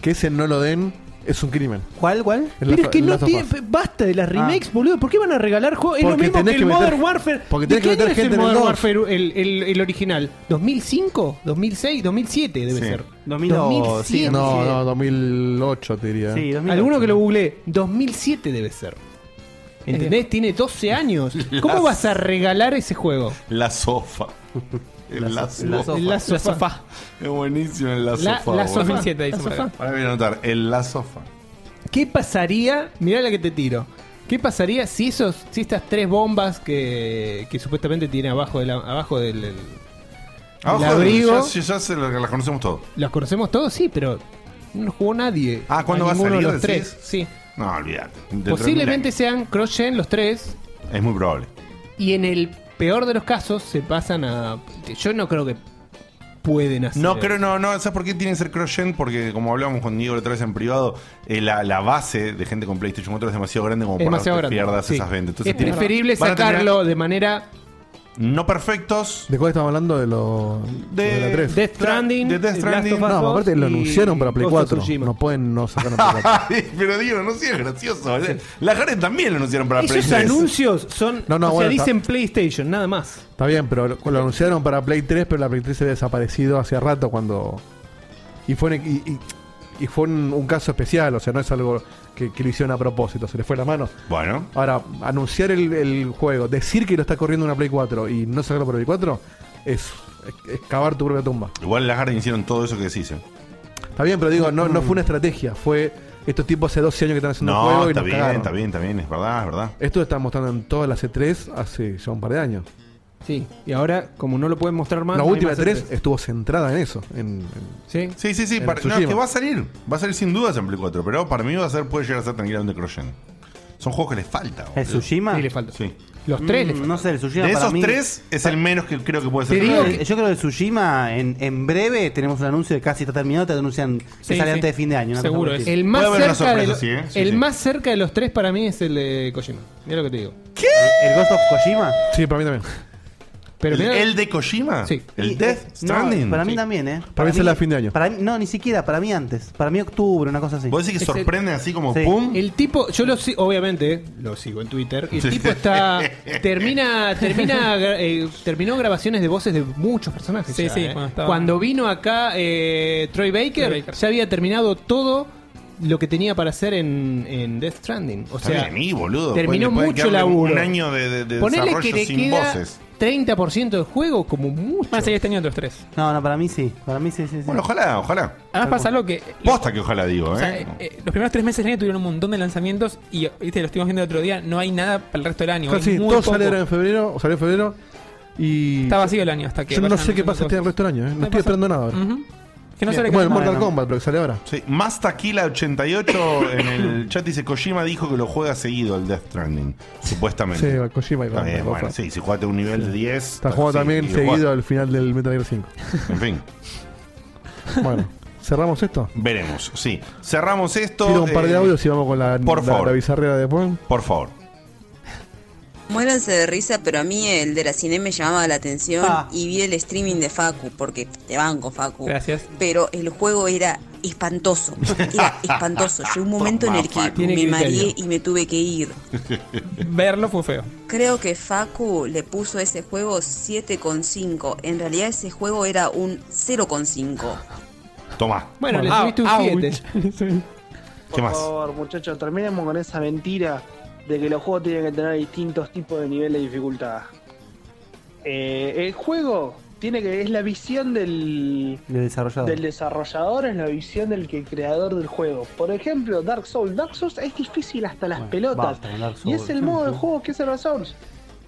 [SPEAKER 5] que ese no lo den, es un crimen.
[SPEAKER 3] ¿Cuál, cuál?
[SPEAKER 7] Pero es que no tiene. Basta de las remakes, boludo. ¿Por qué van a regalar juegos? Es
[SPEAKER 5] Ah.
[SPEAKER 7] lo
[SPEAKER 5] Porque
[SPEAKER 7] mismo que
[SPEAKER 5] tenés
[SPEAKER 7] el
[SPEAKER 5] que meter-
[SPEAKER 7] Modern Warfare.
[SPEAKER 5] porque
[SPEAKER 7] ¿De
[SPEAKER 5] tenés que
[SPEAKER 7] qué
[SPEAKER 5] meter
[SPEAKER 7] año es
[SPEAKER 5] gente en
[SPEAKER 7] el
[SPEAKER 5] el
[SPEAKER 7] Modern
[SPEAKER 5] dos?
[SPEAKER 7] Warfare, el, el- el original. ¿2005? ¿2006? ¿2007 debe
[SPEAKER 5] Sí.
[SPEAKER 7] ser?
[SPEAKER 5] 2007. no, no, 2008 te diría.
[SPEAKER 7] Sí, Alguno que lo googleé. 2007 debe ser. ¿Entendés? Tiene 12 años. ¿Cómo
[SPEAKER 2] Las-
[SPEAKER 7] vas a regalar ese juego?
[SPEAKER 2] La sofa. El la,
[SPEAKER 7] la
[SPEAKER 2] sofa.
[SPEAKER 7] sofa. La sofa.
[SPEAKER 2] Es buenísimo el la
[SPEAKER 7] La-
[SPEAKER 2] sofa. boludo.
[SPEAKER 7] la sofa. 2007 dice La por acá. sofa.
[SPEAKER 2] Ahora voy a anotar, el la sofa.
[SPEAKER 7] ¿Qué pasaría? Mirá la que te tiro. ¿Qué pasaría si esos, si estas tres bombas que, que supuestamente tiene abajo, de la- abajo del, del-
[SPEAKER 2] Abajo
[SPEAKER 7] del
[SPEAKER 2] del-
[SPEAKER 7] abrigo?
[SPEAKER 2] Ya, ya se lo- las conocemos todos.
[SPEAKER 7] Los conocemos todos, sí, pero no jugó nadie.
[SPEAKER 2] Ah, ¿cuándo
[SPEAKER 7] a
[SPEAKER 2] va a
[SPEAKER 7] ninguno
[SPEAKER 2] salir,
[SPEAKER 7] de los
[SPEAKER 2] decís?
[SPEAKER 7] tres? Sí.
[SPEAKER 2] No, olvídate. Dentro de
[SPEAKER 7] Posiblemente sean cross-gen los tres
[SPEAKER 2] mil años. Es muy probable.
[SPEAKER 7] y en el peor de los casos se pasan a... Yo no creo que pueden hacer
[SPEAKER 2] No, creo, no, no. ¿Sabes por qué tiene que ser cross-gen? Porque, como hablábamos con Diego la otra vez en privado, eh, la, la base de gente con PlayStation 4 es demasiado grande como para
[SPEAKER 7] Es
[SPEAKER 2] que
[SPEAKER 7] demasiado
[SPEAKER 2] te
[SPEAKER 7] grande.
[SPEAKER 2] pierdas
[SPEAKER 7] sí.
[SPEAKER 2] esas ventas. Entonces
[SPEAKER 7] es
[SPEAKER 2] tiene-
[SPEAKER 7] preferible
[SPEAKER 2] van a terminar
[SPEAKER 7] sacarlo de manera...
[SPEAKER 2] No perfectos.
[SPEAKER 5] ¿De cuál estamos hablando? De, lo,
[SPEAKER 2] De-
[SPEAKER 5] la 3.
[SPEAKER 7] Death Stranding,
[SPEAKER 2] De Death
[SPEAKER 7] Last
[SPEAKER 2] Stranding.
[SPEAKER 7] of Us
[SPEAKER 5] No,
[SPEAKER 7] 2
[SPEAKER 5] aparte lo
[SPEAKER 7] y
[SPEAKER 5] anunciaron para Play
[SPEAKER 7] Ghost of
[SPEAKER 5] 4.
[SPEAKER 7] Tsushima.
[SPEAKER 5] No pueden no sacarlo para Play 4.
[SPEAKER 2] Pero Diego, no seas gracioso. ¿eh? Las Jaren también lo anunciaron para
[SPEAKER 7] Esos
[SPEAKER 2] PlayStation.
[SPEAKER 7] anuncios son...
[SPEAKER 5] No, no,
[SPEAKER 7] o
[SPEAKER 5] bueno,
[SPEAKER 7] sea,
[SPEAKER 5] está-
[SPEAKER 7] dicen PlayStation, nada más.
[SPEAKER 5] Está bien, pero lo, lo anunciaron para Play 3, pero la Play 3 se había desaparecido hace rato cuando. Y fue, un- y, y- y fue un, un caso especial, o sea, no es algo que, que lo hicieron a propósito, se le fue la mano.
[SPEAKER 2] Bueno.
[SPEAKER 5] Ahora, anunciar el, el juego, decir que lo está corriendo una Play 4 y no sacarlo para Play 4, es, es cavar tu propia tumba.
[SPEAKER 2] Igual las Jaren hicieron todo eso que decís. ¿eh?
[SPEAKER 5] Está bien, pero digo, no, no fue una estrategia, fue Estos tipos hace 12 años que están haciendo un
[SPEAKER 2] No,
[SPEAKER 5] juego y
[SPEAKER 2] está
[SPEAKER 5] nos
[SPEAKER 2] bien,
[SPEAKER 5] cagaron.
[SPEAKER 2] está bien, está bien, es verdad, es verdad.
[SPEAKER 5] Esto lo están mostrando en todas las E3 hace ya un par de años.
[SPEAKER 7] Sí, y ahora, como no lo pueden mostrar más.
[SPEAKER 5] la
[SPEAKER 7] no hay
[SPEAKER 5] última
[SPEAKER 7] más
[SPEAKER 5] E3
[SPEAKER 7] E3.
[SPEAKER 5] estuvo centrada en eso. En, en-
[SPEAKER 7] Sí,
[SPEAKER 2] sí, sí, sí.
[SPEAKER 5] en
[SPEAKER 2] para- no,
[SPEAKER 5] Tsushima.
[SPEAKER 2] es que va a salir. Va a salir sin dudas en Play 4. Pero para mí va a ser, puede llegar a ser tranquilamente Crossgen. Son juegos que les falta. boludo.
[SPEAKER 3] ¿El Tsushima? Sí, le
[SPEAKER 7] falta.
[SPEAKER 2] Sí.
[SPEAKER 7] Los
[SPEAKER 3] Mm, No sé, el Tsushima
[SPEAKER 2] De
[SPEAKER 3] para
[SPEAKER 2] esos
[SPEAKER 3] mí-
[SPEAKER 2] tres es el menos que creo que puede ser.
[SPEAKER 3] Yo creo, yo creo que el Tsushima en, en breve tenemos un anuncio que casi está terminado, te anuncian
[SPEAKER 7] Sí,
[SPEAKER 3] que sale
[SPEAKER 7] sí.
[SPEAKER 3] antes de fin de año. una cosa por el estilo.
[SPEAKER 7] El, más cerca, de lo-
[SPEAKER 2] ¿eh?
[SPEAKER 7] el más cerca de los tres para mí es el de Kojima. Mira lo que te digo.
[SPEAKER 3] ¿Qué? ¿El Ghost of Kojima?
[SPEAKER 5] Sí, para mí también.
[SPEAKER 7] Pero
[SPEAKER 2] ¿El-
[SPEAKER 7] mirá-
[SPEAKER 2] el de Kojima?
[SPEAKER 7] Sí.
[SPEAKER 2] ¿El
[SPEAKER 3] Y- eh,
[SPEAKER 2] Death
[SPEAKER 3] no,
[SPEAKER 2] Stranding?
[SPEAKER 3] para mí
[SPEAKER 2] Sí.
[SPEAKER 3] también, ¿eh?
[SPEAKER 2] Para mí sale a fin de año.
[SPEAKER 3] para mí- no, ni siquiera, para mí antes. Para mí octubre, una cosa así.
[SPEAKER 2] ¿Vos decís que sorprende así como
[SPEAKER 3] Sí.
[SPEAKER 2] pum?
[SPEAKER 7] El tipo, yo lo sigo, obviamente, eh, lo sigo en Twitter. y El
[SPEAKER 2] Sí.
[SPEAKER 7] tipo está. Termina. termina gra- eh, terminó grabaciones de voces de muchos personajes.
[SPEAKER 8] Sí,
[SPEAKER 7] ya,
[SPEAKER 8] sí,
[SPEAKER 7] eh.
[SPEAKER 8] cuando estaba-
[SPEAKER 7] Cuando vino acá eh, Troy, Baker,
[SPEAKER 8] Troy Baker.
[SPEAKER 7] ya había terminado todo lo que tenía para hacer en, en Death Stranding. O
[SPEAKER 2] Está
[SPEAKER 7] sea,
[SPEAKER 2] bien ahí, boludo.
[SPEAKER 7] terminó
[SPEAKER 2] Puede- puede
[SPEAKER 7] mucho
[SPEAKER 2] quedarle
[SPEAKER 7] laburo.
[SPEAKER 2] Un año de, de- de
[SPEAKER 7] Ponele
[SPEAKER 2] desarrollo
[SPEAKER 7] que le
[SPEAKER 2] sin
[SPEAKER 7] queda
[SPEAKER 2] voces.
[SPEAKER 7] 30% del juego, como mucho. Más
[SPEAKER 8] allá este año otros tres.
[SPEAKER 3] No, no, para mí sí. Para mí sí, sí, sí.
[SPEAKER 2] Bueno, ojalá, ojalá.
[SPEAKER 8] Además pasa algo que
[SPEAKER 2] Posta que ojalá digo, ¿eh?
[SPEAKER 8] O sea, eh, eh, los primeros tres meses del año tuvieron un montón de lanzamientos y viste, lo estuvimos viendo el otro día, no hay nada para el resto del año.
[SPEAKER 5] Casi
[SPEAKER 8] hay muy
[SPEAKER 5] todos
[SPEAKER 8] poco.
[SPEAKER 5] salieron en febrero, o salió en febrero. Y
[SPEAKER 8] Está vacío el año hasta que
[SPEAKER 5] Yo no
[SPEAKER 8] vayan
[SPEAKER 5] sé qué
[SPEAKER 8] haciendo
[SPEAKER 5] pasa este
[SPEAKER 8] cosas.
[SPEAKER 5] el resto del año, ¿eh? no
[SPEAKER 8] Me
[SPEAKER 5] estoy esperando nada ahora.
[SPEAKER 8] Ujú. Que no
[SPEAKER 5] Bien.
[SPEAKER 8] sale
[SPEAKER 5] bueno,
[SPEAKER 8] casi
[SPEAKER 5] Mortal
[SPEAKER 8] nada.
[SPEAKER 5] Kombat, pero que sale ahora.
[SPEAKER 2] Sí, más taquila 88 en el chat dice Kojima dijo que lo juega seguido el Death Stranding,
[SPEAKER 5] Sí,
[SPEAKER 2] supuestamente.
[SPEAKER 5] Kojima y
[SPEAKER 2] Está bien,
[SPEAKER 5] Ragnarok.
[SPEAKER 2] bueno, sí, si jugaste un nivel de 10.
[SPEAKER 5] Está jugando
[SPEAKER 2] sí,
[SPEAKER 5] también
[SPEAKER 2] y lo
[SPEAKER 5] seguido al final del Metal Gear 5.
[SPEAKER 2] jugás. En fin,
[SPEAKER 5] Bueno, ¿cerramos esto?
[SPEAKER 2] veremos. Sí, cerramos esto.
[SPEAKER 5] Tiro un par de
[SPEAKER 2] eh,
[SPEAKER 5] audios y vamos con la,
[SPEAKER 2] por
[SPEAKER 5] la-
[SPEAKER 2] favor.
[SPEAKER 5] la bizarrera después.
[SPEAKER 2] Por favor.
[SPEAKER 6] Muéranse de risa, pero a mí el de la cine me llamaba la atención y vi el streaming de Facu, porque te banco, Facu.
[SPEAKER 8] Gracias.
[SPEAKER 6] Pero el juego era espantoso, era espantoso. Llegó un momento en el que
[SPEAKER 8] Toma, Facu. Tiene
[SPEAKER 6] me
[SPEAKER 8] criterio.
[SPEAKER 6] mareé y me tuve que ir.
[SPEAKER 8] Verlo fue feo.
[SPEAKER 6] Creo que Facu le puso a ese juego 7,5. En realidad ese juego era un 0,5.
[SPEAKER 2] Toma.
[SPEAKER 6] Bueno, le subiste un
[SPEAKER 2] siete. ¿Qué
[SPEAKER 22] Por
[SPEAKER 2] más?
[SPEAKER 22] favor, muchachos, terminemos con esa mentira de que los juegos tienen que tener distintos tipos de nivel de dificultad. Eh, el juego tiene que es la visión del,
[SPEAKER 3] Del desarrollador.
[SPEAKER 22] del desarrollador, es la visión del que creador del juego. Por ejemplo, Dark Souls. Dark Souls es difícil hasta las pelotas.
[SPEAKER 3] basta con Dark
[SPEAKER 22] Y
[SPEAKER 3] Souls.
[SPEAKER 22] es el modo de juego que es el Dark Souls.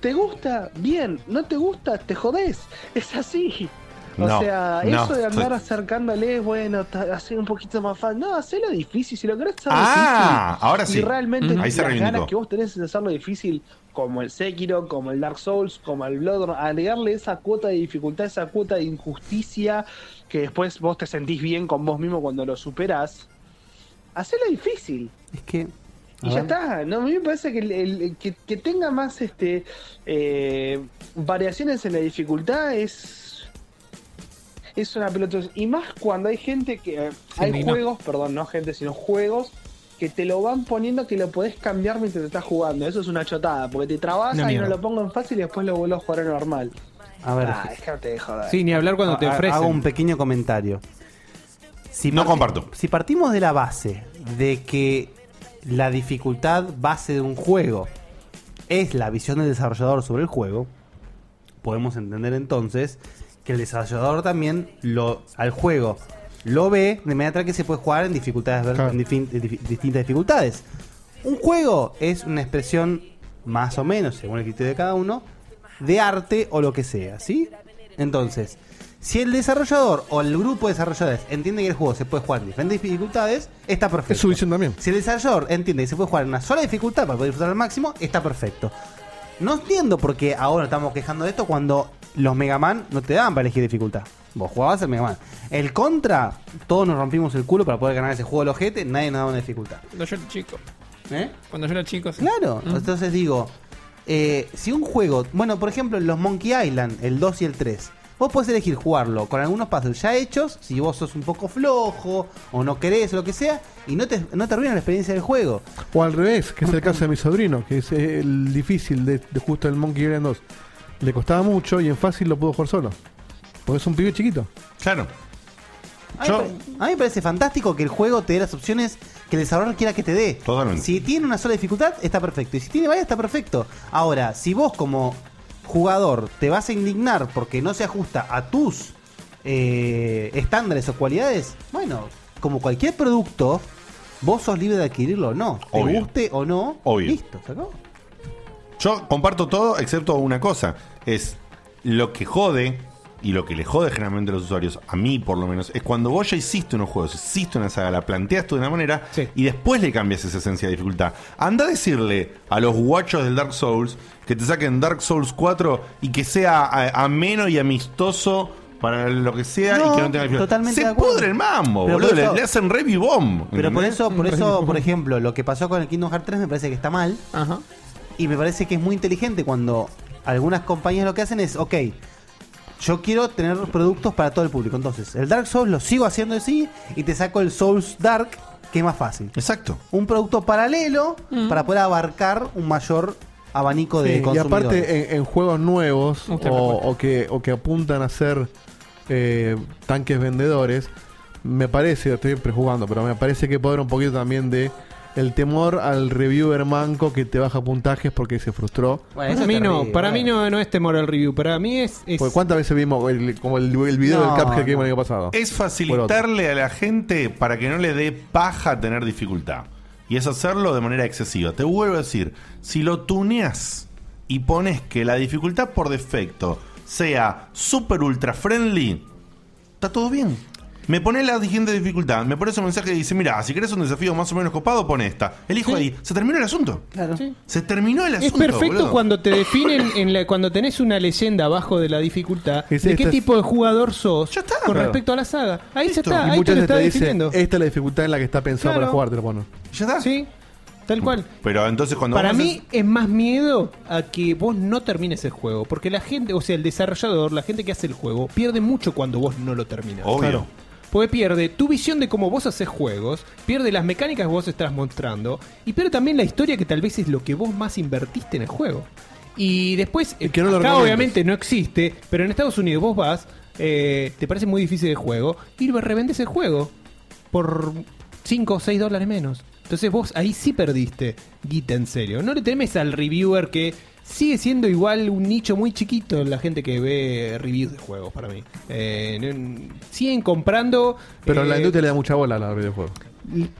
[SPEAKER 22] ¿Te gusta? Bien. ¿No te gusta? Te jodés. Es así. O
[SPEAKER 2] No,
[SPEAKER 22] sea,
[SPEAKER 2] no,
[SPEAKER 22] eso de andar
[SPEAKER 2] estoy-
[SPEAKER 22] acercándole, bueno, ta- hacer un poquito más fácil. No, hacelo difícil. Si lo querés hacer
[SPEAKER 2] Ah,
[SPEAKER 22] difícil
[SPEAKER 2] ahora sí.
[SPEAKER 22] Y realmente
[SPEAKER 2] Ujú. Ahí
[SPEAKER 22] las
[SPEAKER 2] se reivindicó.
[SPEAKER 22] ganas que vos tenés de hacerlo difícil, como el Sekiro, como el Dark Souls, como el Bloodborne, agregarle esa cuota de dificultad, esa cuota de injusticia, que después vos te sentís bien con vos mismo cuando lo superás, hacelo difícil.
[SPEAKER 3] Es que.
[SPEAKER 22] Y
[SPEAKER 3] A
[SPEAKER 22] ya
[SPEAKER 3] ver.
[SPEAKER 22] está, no, a mí me parece que, el- el- que, que tenga más este eh, variaciones en la dificultad es es una pelota. Y más cuando hay gente que. eh, hay
[SPEAKER 6] indignó.
[SPEAKER 22] juegos, perdón, no gente, sino juegos que te lo van poniendo que lo podés cambiar mientras estás jugando. Eso es una chotada, porque te trabas
[SPEAKER 7] Una
[SPEAKER 22] y no
[SPEAKER 7] mierda.
[SPEAKER 22] lo pongo en fácil y después lo vuelvo a jugar en normal.
[SPEAKER 3] A ver.
[SPEAKER 22] Ah, déjate de joder.
[SPEAKER 7] Sí, ni hablar cuando te
[SPEAKER 3] Ha- ha-
[SPEAKER 7] ofrecen.
[SPEAKER 3] Ah, Hago un pequeño comentario. Si no comparto. Si partimos de la base de que la dificultad base de un juego es la visión del desarrollador sobre el juego, podemos entender entonces que el desarrollador también lo al juego lo ve de manera tal que se puede jugar en dificultades ver- en difin- en difi- distintas dificultades. Un juego es una expresión más o menos, según el criterio de cada uno, de arte o lo que sea, ¿sí? Entonces, si el desarrollador o el grupo de desarrolladores entiende que el juego se puede jugar en diferentes dificultades, está perfecto. Es su
[SPEAKER 5] visión también.
[SPEAKER 3] Si el desarrollador entiende que se puede jugar en una sola dificultad para poder disfrutar al máximo, está perfecto. No entiendo por qué ahora estamos quejando de esto cuando los Mega Man no te daban para elegir dificultad. Vos jugabas el Mega Man. El contra, todos nos rompimos el culo para poder ganar ese juego de los jetes, nadie nos daba una dificultad.
[SPEAKER 8] Cuando yo era chico.
[SPEAKER 3] ¿Eh?
[SPEAKER 8] Cuando yo era chico. sí.
[SPEAKER 3] Claro,
[SPEAKER 8] Ujú.
[SPEAKER 3] entonces digo, eh, si un juego, bueno, por ejemplo, los Monkey Island, el 2 y el 3, vos podés elegir jugarlo con algunos pasos ya hechos, si vos sos un poco flojo o no querés o lo que sea, y no te, no te arruina la experiencia del juego.
[SPEAKER 5] O al revés, que es el caso de mi sobrino, que es el difícil de, de justo el Monkey Island 2. Le costaba mucho y en fácil lo pudo jugar solo. Porque es un pibe chiquito.
[SPEAKER 2] Claro.
[SPEAKER 3] A mí, me- a mí me parece fantástico que el juego te dé las opciones que el desarrollador quiera que te dé. Si tiene una sola dificultad, está perfecto. Y si tiene varias, está perfecto. Ahora, si vos como jugador te vas a indignar porque no se ajusta a tus eh, estándares o cualidades, bueno, como cualquier producto, Vos sos libre de adquirirlo o no. Te
[SPEAKER 2] Obvio.
[SPEAKER 3] guste o no.
[SPEAKER 2] Obvio.
[SPEAKER 3] Listo, se acabó.
[SPEAKER 2] Yo comparto todo excepto una cosa. Es lo que jode y lo que le jode generalmente a los usuarios, a mí por lo menos, es cuando vos ya hiciste unos juegos, hiciste una saga, la planteas tú de una manera y después le cambias esa esencia de dificultad. Anda a decirle a los guachos del Dark Souls que te saquen Dark Souls 4 y que sea eh, ameno y amistoso para lo que sea y
[SPEAKER 3] No,
[SPEAKER 2] que no tenga dificultad.
[SPEAKER 3] totalmente de
[SPEAKER 2] Se
[SPEAKER 3] acuerdo.
[SPEAKER 2] pudre el mambo,
[SPEAKER 3] Pero
[SPEAKER 2] boludo.
[SPEAKER 3] por eso-
[SPEAKER 2] le, le hacen review bomb.
[SPEAKER 3] Pero por
[SPEAKER 2] ¿entendés?
[SPEAKER 3] eso, por eso, por ejemplo, lo que pasó con el Kingdom Hearts 3 me parece que está mal. Y me parece que es muy inteligente cuando algunas compañías lo que hacen es, ok, yo quiero tener productos para todo el público. Entonces, el Dark Souls lo sigo haciendo así y te saco el Souls Dark, que es más fácil.
[SPEAKER 2] Exacto.
[SPEAKER 3] Un producto paralelo
[SPEAKER 5] Mm.
[SPEAKER 3] para poder abarcar un mayor abanico de
[SPEAKER 5] Sí, y
[SPEAKER 3] consumidores.
[SPEAKER 5] aparte eh, en, en juegos nuevos o,
[SPEAKER 3] Usted responde.
[SPEAKER 5] o que, o que apuntan a ser eh, tanques vendedores, me parece, estoy prejugando, pero me parece que puede haber un poquito también de el temor al reviewer manco que te baja puntajes porque se frustró.
[SPEAKER 7] para mí no, para mí no, no es temor al review, para mí es... es-
[SPEAKER 5] Porque ¿Cuántas veces vimos el, como el, el video
[SPEAKER 7] No,
[SPEAKER 5] del Cuphead que
[SPEAKER 7] no.
[SPEAKER 5] vimos el año pasado?
[SPEAKER 2] Es
[SPEAKER 5] Por otro.
[SPEAKER 2] facilitarle a la gente para que no le dé paja tener dificultad. Y es hacerlo de manera excesiva. Te vuelvo a decir, si lo tuneas y pones que la dificultad por defecto sea super ultra friendly, está todo bien. Me pones la siguiente dificultad, me pones un mensaje que dice, mira, si querés un desafío más o menos copado, pon esta. Elijo ahí. Se terminó el asunto. Se terminó el
[SPEAKER 7] Es
[SPEAKER 2] asunto.
[SPEAKER 7] perfecto
[SPEAKER 2] boludo.
[SPEAKER 7] cuando te definen, en la, cuando tenés una leyenda abajo de la dificultad,
[SPEAKER 5] Es-
[SPEAKER 7] de qué
[SPEAKER 5] estás-
[SPEAKER 7] tipo de jugador sos con
[SPEAKER 5] Claro.
[SPEAKER 7] respecto a la saga. Ahí ya
[SPEAKER 5] Y
[SPEAKER 7] está, ahí te
[SPEAKER 5] muchas
[SPEAKER 7] lo
[SPEAKER 5] veces
[SPEAKER 7] está
[SPEAKER 5] te dice,
[SPEAKER 7] definiendo.
[SPEAKER 5] esta es la dificultad en la que está pensado
[SPEAKER 7] Claro.
[SPEAKER 5] para jugar, te lo ponen.
[SPEAKER 2] Ya está.
[SPEAKER 7] Sí, tal cual.
[SPEAKER 2] Pero entonces cuando
[SPEAKER 7] Para
[SPEAKER 2] vos haces-
[SPEAKER 7] mí es más miedo a que vos no termines el juego. Porque la gente, o sea, el desarrollador, la gente que hace el juego, pierde mucho cuando vos no lo terminas.
[SPEAKER 2] Obvio.
[SPEAKER 7] Porque pierde tu visión de cómo vos haces juegos, pierde las mecánicas que vos estás mostrando, y pierde también la historia que tal vez es lo que vos más invertiste en el juego. Y después,
[SPEAKER 5] Eh, lo
[SPEAKER 7] acá
[SPEAKER 5] recomiendes.
[SPEAKER 7] obviamente no existe, pero en Estados Unidos vos vas, eh, te parece muy difícil el juego, y revendés el juego por 5 o 6 dólares menos. Entonces vos ahí sí perdiste guita en serio. No le temes al reviewer que sigue siendo igual un nicho muy chiquito la gente que ve reviews de juegos para mí. Eh, no- siguen comprando.
[SPEAKER 5] Pero
[SPEAKER 7] eh,
[SPEAKER 5] la industria le da mucha bola a los videojuegos.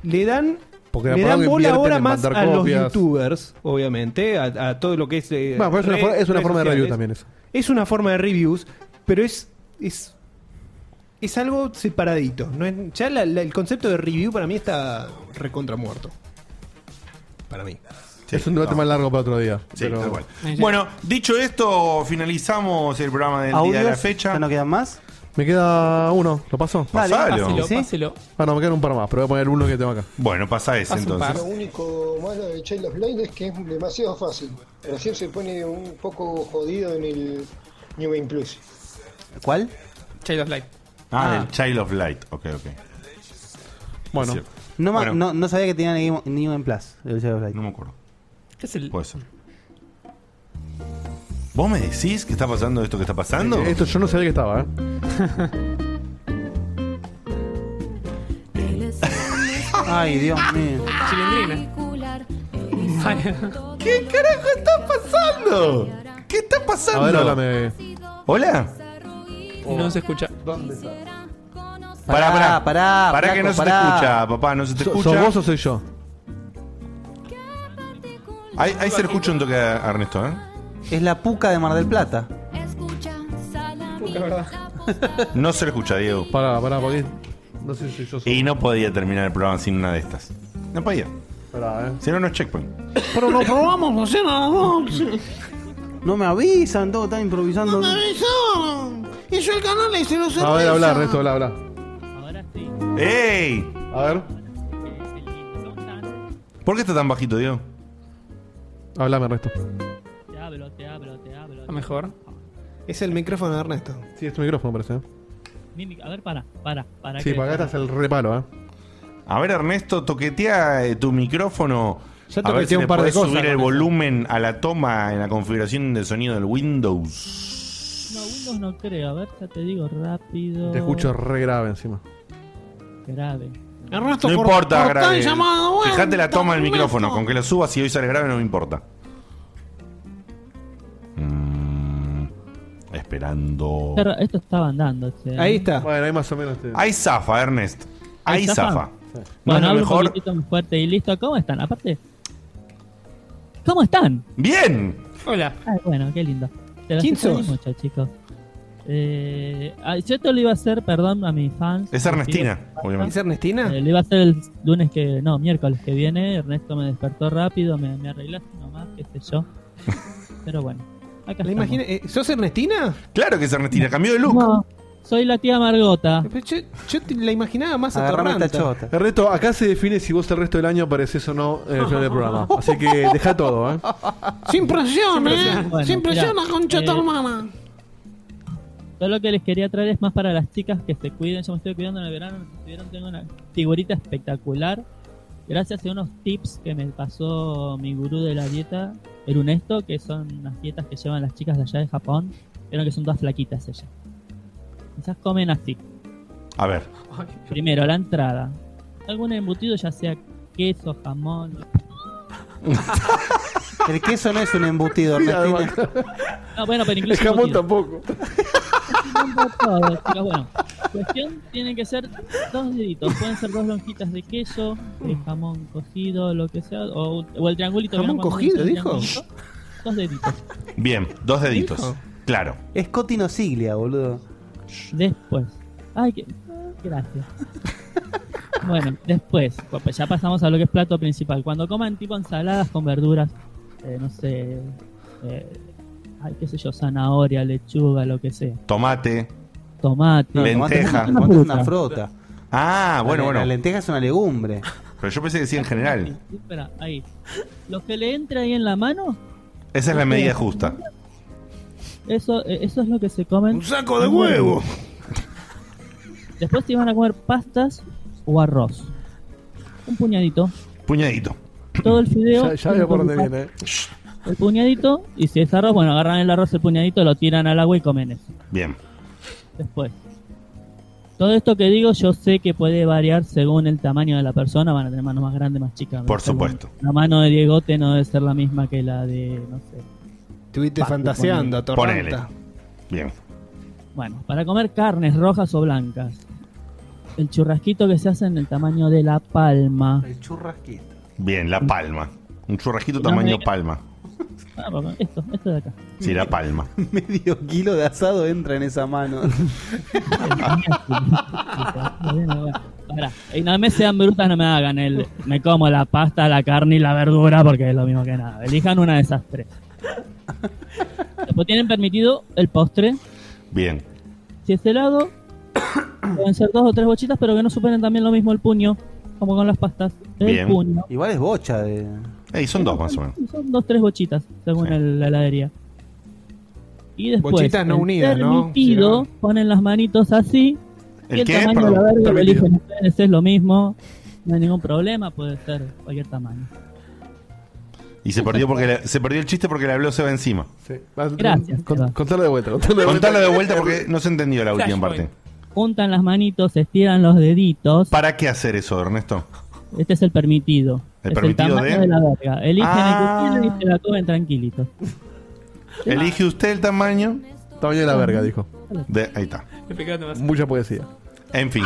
[SPEAKER 7] le dan
[SPEAKER 5] Porque
[SPEAKER 7] le
[SPEAKER 5] por
[SPEAKER 7] dan
[SPEAKER 5] algo
[SPEAKER 7] bola
[SPEAKER 5] invierten
[SPEAKER 7] ahora
[SPEAKER 5] en
[SPEAKER 7] más
[SPEAKER 5] mandar
[SPEAKER 7] a los
[SPEAKER 5] copias.
[SPEAKER 7] youtubers, obviamente, a, a todo lo que es. eh,
[SPEAKER 5] Bueno, pero es una
[SPEAKER 7] red-
[SPEAKER 5] for- es una
[SPEAKER 7] redes
[SPEAKER 5] forma de review
[SPEAKER 7] sociales.
[SPEAKER 5] también eso.
[SPEAKER 7] Es una forma de reviews, pero es. es es algo separadito. No es- ya la- la- el concepto de review para mí está recontra muerto. Para mí.
[SPEAKER 5] es un debate
[SPEAKER 2] no.
[SPEAKER 5] más largo para otro día.
[SPEAKER 2] Sí,
[SPEAKER 5] pero-
[SPEAKER 2] tal cual. Bueno, dicho esto, finalizamos el programa del día de la
[SPEAKER 5] ¿Audios?
[SPEAKER 2] fecha.
[SPEAKER 5] ¿Ya
[SPEAKER 3] no quedan más?
[SPEAKER 5] Me queda uno, ¿lo paso?
[SPEAKER 2] Dale, Pasalo. páselo,
[SPEAKER 5] ¿Sí?
[SPEAKER 2] páselo.
[SPEAKER 5] Ah, no, me quedan un par más, pero voy a poner uno que tengo acá.
[SPEAKER 2] Bueno, pasa ese entonces.
[SPEAKER 21] Lo único malo de Child of Light es que es demasiado fácil. Recién se pone un poco jodido en el New Game Plus.
[SPEAKER 3] ¿Cuál?
[SPEAKER 8] Child of Light.
[SPEAKER 2] Ah,
[SPEAKER 3] Ah.
[SPEAKER 2] del Child of Light. Ok, ok.
[SPEAKER 5] Bueno.
[SPEAKER 3] No, ma-
[SPEAKER 2] Bueno.
[SPEAKER 3] no, no sabía que tenía ni ni un en Plus. No
[SPEAKER 2] me acuerdo.
[SPEAKER 8] ¿Qué es el
[SPEAKER 2] Puede ser. ¿Vos me decís que está pasando esto que está pasando?
[SPEAKER 5] Eh, Esto yo no sabía que estaba, ¿eh?
[SPEAKER 3] Ay, Dios mío.
[SPEAKER 2] ¿Qué carajo está pasando? ¿Qué está pasando?
[SPEAKER 5] A ver, háblame.
[SPEAKER 2] ¿Hola?
[SPEAKER 8] No se escucha.
[SPEAKER 5] ¿Dónde está?
[SPEAKER 2] Pará, pará, pará. Pará que
[SPEAKER 5] flaco,
[SPEAKER 2] no se
[SPEAKER 5] pará.
[SPEAKER 2] te escucha, papá, no se te
[SPEAKER 5] ¿Sos-
[SPEAKER 2] escucha.
[SPEAKER 5] ¿Sos vos o soy yo?
[SPEAKER 2] Ahí, ahí se le escucha un toque a Ernesto, ¿eh?
[SPEAKER 3] Es la puca de Mar del Plata.
[SPEAKER 2] No se le escucha, Diego.
[SPEAKER 5] Pará, pará, porque no sé si yo soy.
[SPEAKER 2] Y no podía terminar el programa sin una de estas. No podía.
[SPEAKER 5] Pará, eh.
[SPEAKER 2] Si no, no es checkpoint.
[SPEAKER 9] Pero lo probamos recién a la noche.
[SPEAKER 3] No me avisan, todo está improvisando.
[SPEAKER 9] Me avisaron. Y yo el canal le hice los
[SPEAKER 5] A ver, habla, Ernesto, habla, habla.
[SPEAKER 2] ¡Ey!
[SPEAKER 5] A ver.
[SPEAKER 2] ¿Por qué está tan bajito, Diego?
[SPEAKER 5] Háblame, Ernesto.
[SPEAKER 8] A mejor.
[SPEAKER 7] Es el micrófono de Ernesto.
[SPEAKER 5] Sí, es tu micrófono, parece. ¿eh?
[SPEAKER 18] A ver, para, para, para.
[SPEAKER 5] Sí,
[SPEAKER 18] que-
[SPEAKER 5] para acá estás el repalo, ¿eh?
[SPEAKER 2] A ver, Ernesto, toquetea eh, tu micrófono.
[SPEAKER 5] Ya
[SPEAKER 2] a ver
[SPEAKER 5] toqueteé un par de
[SPEAKER 2] podés
[SPEAKER 5] cosas
[SPEAKER 2] subir el
[SPEAKER 5] con
[SPEAKER 2] volumen a la toma en la configuración de sonido del Windows.
[SPEAKER 18] No, Windows no creo. A ver, ya te digo rápido.
[SPEAKER 5] Te escucho re grave encima.
[SPEAKER 18] Grave.
[SPEAKER 9] Ernesto,
[SPEAKER 2] No
[SPEAKER 9] por-
[SPEAKER 2] importa,
[SPEAKER 9] por tal
[SPEAKER 2] grave.
[SPEAKER 9] llamado, bueno,
[SPEAKER 2] Fijate la toma del
[SPEAKER 9] Ernesto.
[SPEAKER 2] micrófono. Con que lo subas y hoy sale grave no me importa. Mm, esperando.
[SPEAKER 18] Esto estaba andando. che.
[SPEAKER 2] Ahí está.
[SPEAKER 5] Bueno, ahí más o menos. Te...
[SPEAKER 2] Ahí zafa, Ernest. Ahí
[SPEAKER 18] zafa?
[SPEAKER 2] zafa. No es
[SPEAKER 18] Bueno,
[SPEAKER 2] lo
[SPEAKER 18] hablo un
[SPEAKER 2] mejor.
[SPEAKER 18] poquitito más fuerte y listo. ¿Cómo están? Aparte, ¿cómo están?
[SPEAKER 2] ¡Bien!
[SPEAKER 18] Hola. bueno, qué lindo. Te los
[SPEAKER 7] ¿Quién
[SPEAKER 18] extrañé
[SPEAKER 7] sos?
[SPEAKER 18] mucho, chicos. Eh, ay, yo te lo iba a hacer, perdón, a mis fans.
[SPEAKER 2] Es Ernestina, obviamente.
[SPEAKER 18] ¿Es Ernestina? lo iba a hacer el lunes que... No, miércoles que viene. Ernesto me despertó rápido, me, me arreglaste nomás, qué sé yo. Pero bueno, acá estamos.
[SPEAKER 7] ¿La imagina- eh, ¿Sos Ernestina?
[SPEAKER 2] Claro que es Ernestina, cambió de look.
[SPEAKER 18] No, soy la tía Margota.
[SPEAKER 7] Pero Yo, yo te la imaginaba más atorranta.
[SPEAKER 5] Ernesto, acá se define si vos el resto del año apareces o no en el final del programa. Así que deja todo, ¿eh?
[SPEAKER 18] Sin
[SPEAKER 9] Sin presión, eh.
[SPEAKER 18] presión. Bueno,
[SPEAKER 9] Sin presión,
[SPEAKER 18] mirá,
[SPEAKER 9] la concha de tu
[SPEAKER 18] eh,
[SPEAKER 9] hermana.
[SPEAKER 18] Yo lo que les quería traer es más para las chicas que se cuiden. Yo me estoy cuidando en el verano. me estuvieron- Tengo una figurita espectacular. Gracias a unos tips que me pasó mi gurú de la dieta, Erunesto, que son unas dietas que llevan las chicas de allá de Japón. Vieron que son todas flaquitas ellas. Quizás comen así.
[SPEAKER 2] A ver.
[SPEAKER 18] Primero, la entrada. Algún embutido, ya sea queso, jamón.
[SPEAKER 3] El queso no es un embutido, Ernestina.
[SPEAKER 18] No, bueno, pero incluso
[SPEAKER 3] El jamón
[SPEAKER 5] tampoco.
[SPEAKER 18] todo, chicos, bueno. Cuestión tienen que ser dos deditos, pueden ser dos lonjitas de queso, de jamón cocido, lo que sea, o, o el triangulito.
[SPEAKER 7] Mm.
[SPEAKER 18] ¿vieron
[SPEAKER 7] ¿Jamón
[SPEAKER 18] cuando
[SPEAKER 7] cogido,
[SPEAKER 18] dicen
[SPEAKER 7] dijo?
[SPEAKER 18] triangulito? Dos deditos.
[SPEAKER 2] Bien, dos deditos. Claro.
[SPEAKER 3] Es Cotino Siglia, boludo.
[SPEAKER 18] Después. Ay, que- gracias. Bueno, después, pues ya pasamos a lo que es plato principal. Cuando coman tipo ensaladas con verduras, eh, no sé, eh, ay, qué sé yo, zanahoria, lechuga, lo que sea.
[SPEAKER 2] Tomate.
[SPEAKER 18] Tomate.
[SPEAKER 2] No, el tomate Lenteja.
[SPEAKER 3] es una- el tomate es una frota.
[SPEAKER 2] Ah, bueno,
[SPEAKER 3] La-
[SPEAKER 2] bueno.
[SPEAKER 3] La lenteja es una legumbre.
[SPEAKER 2] Pero yo pensé que sí en general.
[SPEAKER 18] Espera, ahí. Lo que le entra ahí en la mano,
[SPEAKER 2] Esa es la medida justa.
[SPEAKER 18] eso, eh, eso es lo que se comen. ¡Un
[SPEAKER 2] saco de huevo!
[SPEAKER 18] Después te van a comer pastas o arroz. Un puñadito.
[SPEAKER 2] Puñadito.
[SPEAKER 18] Todo el fideo.
[SPEAKER 5] Ya, ya veo por dónde viene. ¿eh?
[SPEAKER 18] El puñadito. Y si es arroz, bueno, agarran el arroz, el puñadito, lo tiran al agua y comen eso.
[SPEAKER 2] Bien.
[SPEAKER 18] Después. Todo esto que digo, yo sé que puede variar según el tamaño de la persona. Van a tener manos más grandes, más chicas.
[SPEAKER 2] Por
[SPEAKER 18] Según-
[SPEAKER 2] supuesto.
[SPEAKER 18] La mano de Diegote no debe ser la misma que la de, no sé.
[SPEAKER 7] Estuviste
[SPEAKER 18] Paco,
[SPEAKER 7] fantaseando,
[SPEAKER 2] Ponele.
[SPEAKER 7] atorranta.
[SPEAKER 2] Bien.
[SPEAKER 18] Bueno, para comer carnes rojas o blancas. El churrasquito que se hace en el tamaño de la palma.
[SPEAKER 3] El churrasquito.
[SPEAKER 2] Bien, la palma. Un churrasquito
[SPEAKER 18] No,
[SPEAKER 2] tamaño
[SPEAKER 18] me-
[SPEAKER 2] palma.
[SPEAKER 18] Ah, porque esto, esto de acá.
[SPEAKER 2] Sí, la palma.
[SPEAKER 3] Medio kilo de asado entra en esa mano.
[SPEAKER 18] Pará, y no me sean brutas, no me hagan el. Me como la pasta, la carne y la verdura porque es lo mismo que nada. Elijan una de esas tres. Después tienen permitido el postre.
[SPEAKER 2] Bien.
[SPEAKER 18] Si es helado, pueden ser dos o tres bochitas, pero que no superen también lo mismo el puño, como con las pastas. El
[SPEAKER 2] Bien.
[SPEAKER 18] puño.
[SPEAKER 3] Igual es bocha de.
[SPEAKER 2] Ey, son dos más o menos.
[SPEAKER 18] Son dos, tres bochitas, según el- la heladería. Y después.
[SPEAKER 7] Bochitas no
[SPEAKER 18] el
[SPEAKER 7] unidas, ¿no?
[SPEAKER 18] Permitido, ponen las manitos así.
[SPEAKER 2] ¿El
[SPEAKER 18] y el
[SPEAKER 2] qué?
[SPEAKER 18] tamaño
[SPEAKER 2] Perdón.
[SPEAKER 18] de la verga lo
[SPEAKER 2] Permitido.
[SPEAKER 18] eligen ustedes, es lo mismo. No hay ningún problema, puede ser cualquier tamaño.
[SPEAKER 2] Y se perdió porque le- se perdió el chiste porque le habló Seba encima.
[SPEAKER 5] Sí. Vas-
[SPEAKER 18] Gracias,
[SPEAKER 5] con-
[SPEAKER 18] Seba.
[SPEAKER 5] contalo de vuelta. Contalo de vuelta.
[SPEAKER 2] Contalo de vuelta porque no se entendió la última parte.
[SPEAKER 18] Juntan las manitos, estiran los deditos.
[SPEAKER 2] ¿Para qué hacer eso, Ernesto?
[SPEAKER 18] Este es el permitido.
[SPEAKER 2] El
[SPEAKER 18] es
[SPEAKER 2] permitido
[SPEAKER 18] el tamaño
[SPEAKER 2] de-
[SPEAKER 18] de... la verga. Eligen
[SPEAKER 2] Ah.
[SPEAKER 18] el que quieren y se la comen tranquilitos.
[SPEAKER 2] Elige usted el tamaño.
[SPEAKER 5] Tamaño de la verga, dijo.
[SPEAKER 2] De, ahí está.
[SPEAKER 5] Mucha poesía.
[SPEAKER 2] En fin.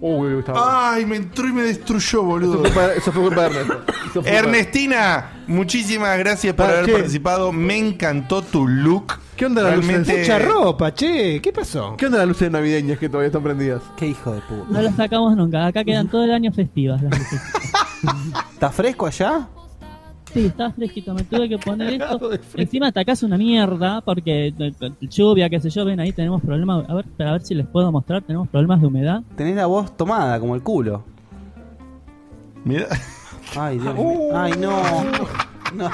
[SPEAKER 5] Uy, uy, estaba-
[SPEAKER 2] Ay, me entró y me destruyó, boludo.
[SPEAKER 5] Eso fue culpa- Eso fue culpa de Ernesto. Eso fue culpa de-
[SPEAKER 2] Ernestina, muchísimas gracias por
[SPEAKER 5] Ah,
[SPEAKER 2] haber
[SPEAKER 5] che.
[SPEAKER 2] participado. Me encantó tu look.
[SPEAKER 5] ¿Qué onda la luz de-
[SPEAKER 2] Realmente-
[SPEAKER 5] Mucha
[SPEAKER 7] ropa, che. ¿Qué pasó?
[SPEAKER 5] ¿Qué onda las luces navideñas que todavía están prendidas?
[SPEAKER 3] Qué hijo de puta.
[SPEAKER 18] No las sacamos nunca. Acá quedan todo el año festivas las luces.
[SPEAKER 3] ¿Está fresco allá?
[SPEAKER 18] Sí, estaba fresquito, me tuve que poner esto. Encima hasta acá es una mierda, porque eh, lluvia, qué sé yo, ven ahí tenemos problemas. A ver, para ver si les puedo mostrar, tenemos problemas de humedad.
[SPEAKER 3] Tenés la voz tomada como el culo.
[SPEAKER 2] Mira.
[SPEAKER 3] Ay, Dios
[SPEAKER 2] Uh.
[SPEAKER 3] mío. Ay, no. No.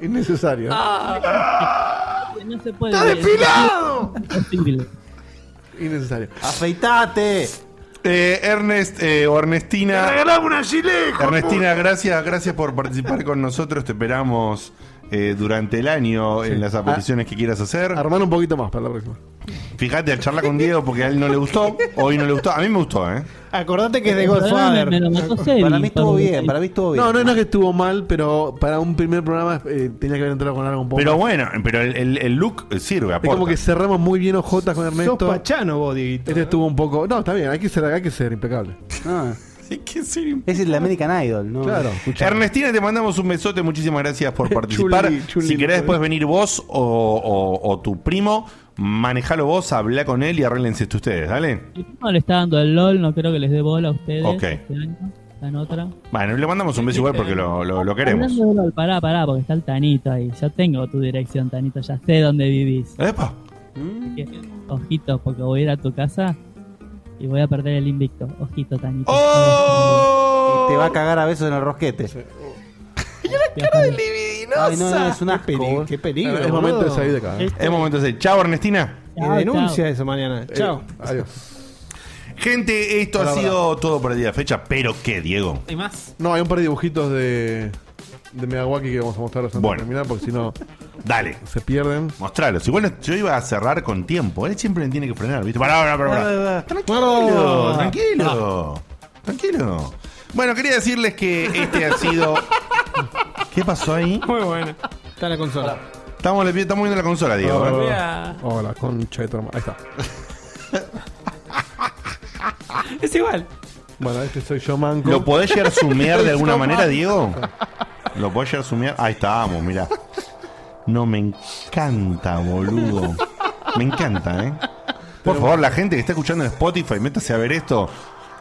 [SPEAKER 5] Innecesario. Ah.
[SPEAKER 18] No se puede.
[SPEAKER 9] ¡Está
[SPEAKER 18] ver.
[SPEAKER 9] depilado!
[SPEAKER 18] Horrible.
[SPEAKER 5] Innecesario.
[SPEAKER 3] ¡Afeitate!
[SPEAKER 2] Eh, Ernest eh, o Ernestina.
[SPEAKER 9] Regalame una gilet.
[SPEAKER 2] Ernestina, gracias, gracias por participar con nosotros. Te esperamos eh, durante el año en las apariciones que quieras hacer.
[SPEAKER 5] Armar un poquito más para la próxima.
[SPEAKER 2] Fíjate, charla con Diego porque a él no le gustó, hoy no le gustó. A mí me gustó, ¿eh?
[SPEAKER 7] Acordate que es de
[SPEAKER 5] Pero pará,
[SPEAKER 7] Godfather.
[SPEAKER 5] me- me lo mató Sebi,
[SPEAKER 7] Para mí estuvo
[SPEAKER 5] porque-
[SPEAKER 7] bien, para mí estuvo
[SPEAKER 5] No,
[SPEAKER 7] bien.
[SPEAKER 5] no, no es que estuvo mal, pero para un primer programa eh, tenía que haber entrado con algo un poco.
[SPEAKER 2] Pero
[SPEAKER 5] más.
[SPEAKER 2] bueno, pero el, el- el look sirve,
[SPEAKER 5] Es
[SPEAKER 2] aporta.
[SPEAKER 5] como que cerramos muy bien Ojotas con Ernesto.
[SPEAKER 2] Sos
[SPEAKER 5] pachano, Este estuvo un poco. No, está bien, hay que ser, hay que Ah. ser impecable.
[SPEAKER 3] Es el American Idol, ¿no?
[SPEAKER 5] Claro.
[SPEAKER 2] Ernestina, te mandamos un besote. Muchísimas gracias por participar.
[SPEAKER 5] Chuli, chuli,
[SPEAKER 2] si querés
[SPEAKER 5] chuli.
[SPEAKER 2] después venir vos o, o- o tu primo, manejalo vos, habla con él y arréglense esto ustedes, ¿dale?
[SPEAKER 18] No le está dando el LOL, no creo que les dé bola a ustedes.
[SPEAKER 2] Ok.
[SPEAKER 18] Este año, está en otra.
[SPEAKER 2] Bueno, le mandamos un beso igual porque lo, lo- lo queremos.
[SPEAKER 18] Hablando de LOL, pará, pará, porque está el Tanito ahí. Yo tengo tu dirección, Tanito, ya sé dónde vivís. Mm.
[SPEAKER 2] ¡Epa!
[SPEAKER 18] Ojito, porque voy a ir a tu casa y voy a perder el invicto. Ojito, Tanito.
[SPEAKER 3] Y te va a cagar a besos en el rosquete.
[SPEAKER 18] La cara de libidinosa.
[SPEAKER 3] Ay, no, no, es un asco. boludo.
[SPEAKER 7] qué
[SPEAKER 5] peligro, Es momento boludo. de salir de acá, ¿eh?
[SPEAKER 2] Es momento de salir. Chao, Ernestina.
[SPEAKER 7] Y denuncia eso mañana.
[SPEAKER 2] Eh,
[SPEAKER 7] Chao.
[SPEAKER 5] Adiós.
[SPEAKER 2] Gente, esto
[SPEAKER 5] Hola,
[SPEAKER 2] ha
[SPEAKER 5] hola.
[SPEAKER 2] sido todo por el día de fecha, pero ¿qué, Diego?
[SPEAKER 5] ¿Hay más? No, hay un par de dibujitos de, de Megawaki que vamos a mostrar antes
[SPEAKER 2] Bueno.
[SPEAKER 5] de terminar, porque si no.
[SPEAKER 2] Dale.
[SPEAKER 5] Se pierden.
[SPEAKER 2] Mostralos. Igual yo iba a cerrar con tiempo. Él siempre me tiene que frenar, ¿viste? Pará, pará, pará, pará. Tranquilo,
[SPEAKER 5] Ah.
[SPEAKER 2] tranquilo. Tranquilo. Bueno, quería decirles que este ha sido. ¿Qué pasó ahí?
[SPEAKER 7] Muy bueno. Está la consola.
[SPEAKER 2] Estamos, estamos viendo la consola, Diego.
[SPEAKER 5] Hola, hola, concha de tu hermana. Ahí está.
[SPEAKER 8] Ah, Es igual.
[SPEAKER 5] Bueno, este soy yo, Manco.
[SPEAKER 2] ¿Lo podés llegar a sumear de alguna
[SPEAKER 5] Yo,
[SPEAKER 2] manera,
[SPEAKER 5] Manco.
[SPEAKER 2] Diego? ¿Lo podés llegar a sumear? Ahí estábamos, mirá. No, me encanta, boludo. Me encanta, ¿eh? Por favor, la gente que está escuchando en Spotify, métase a ver esto.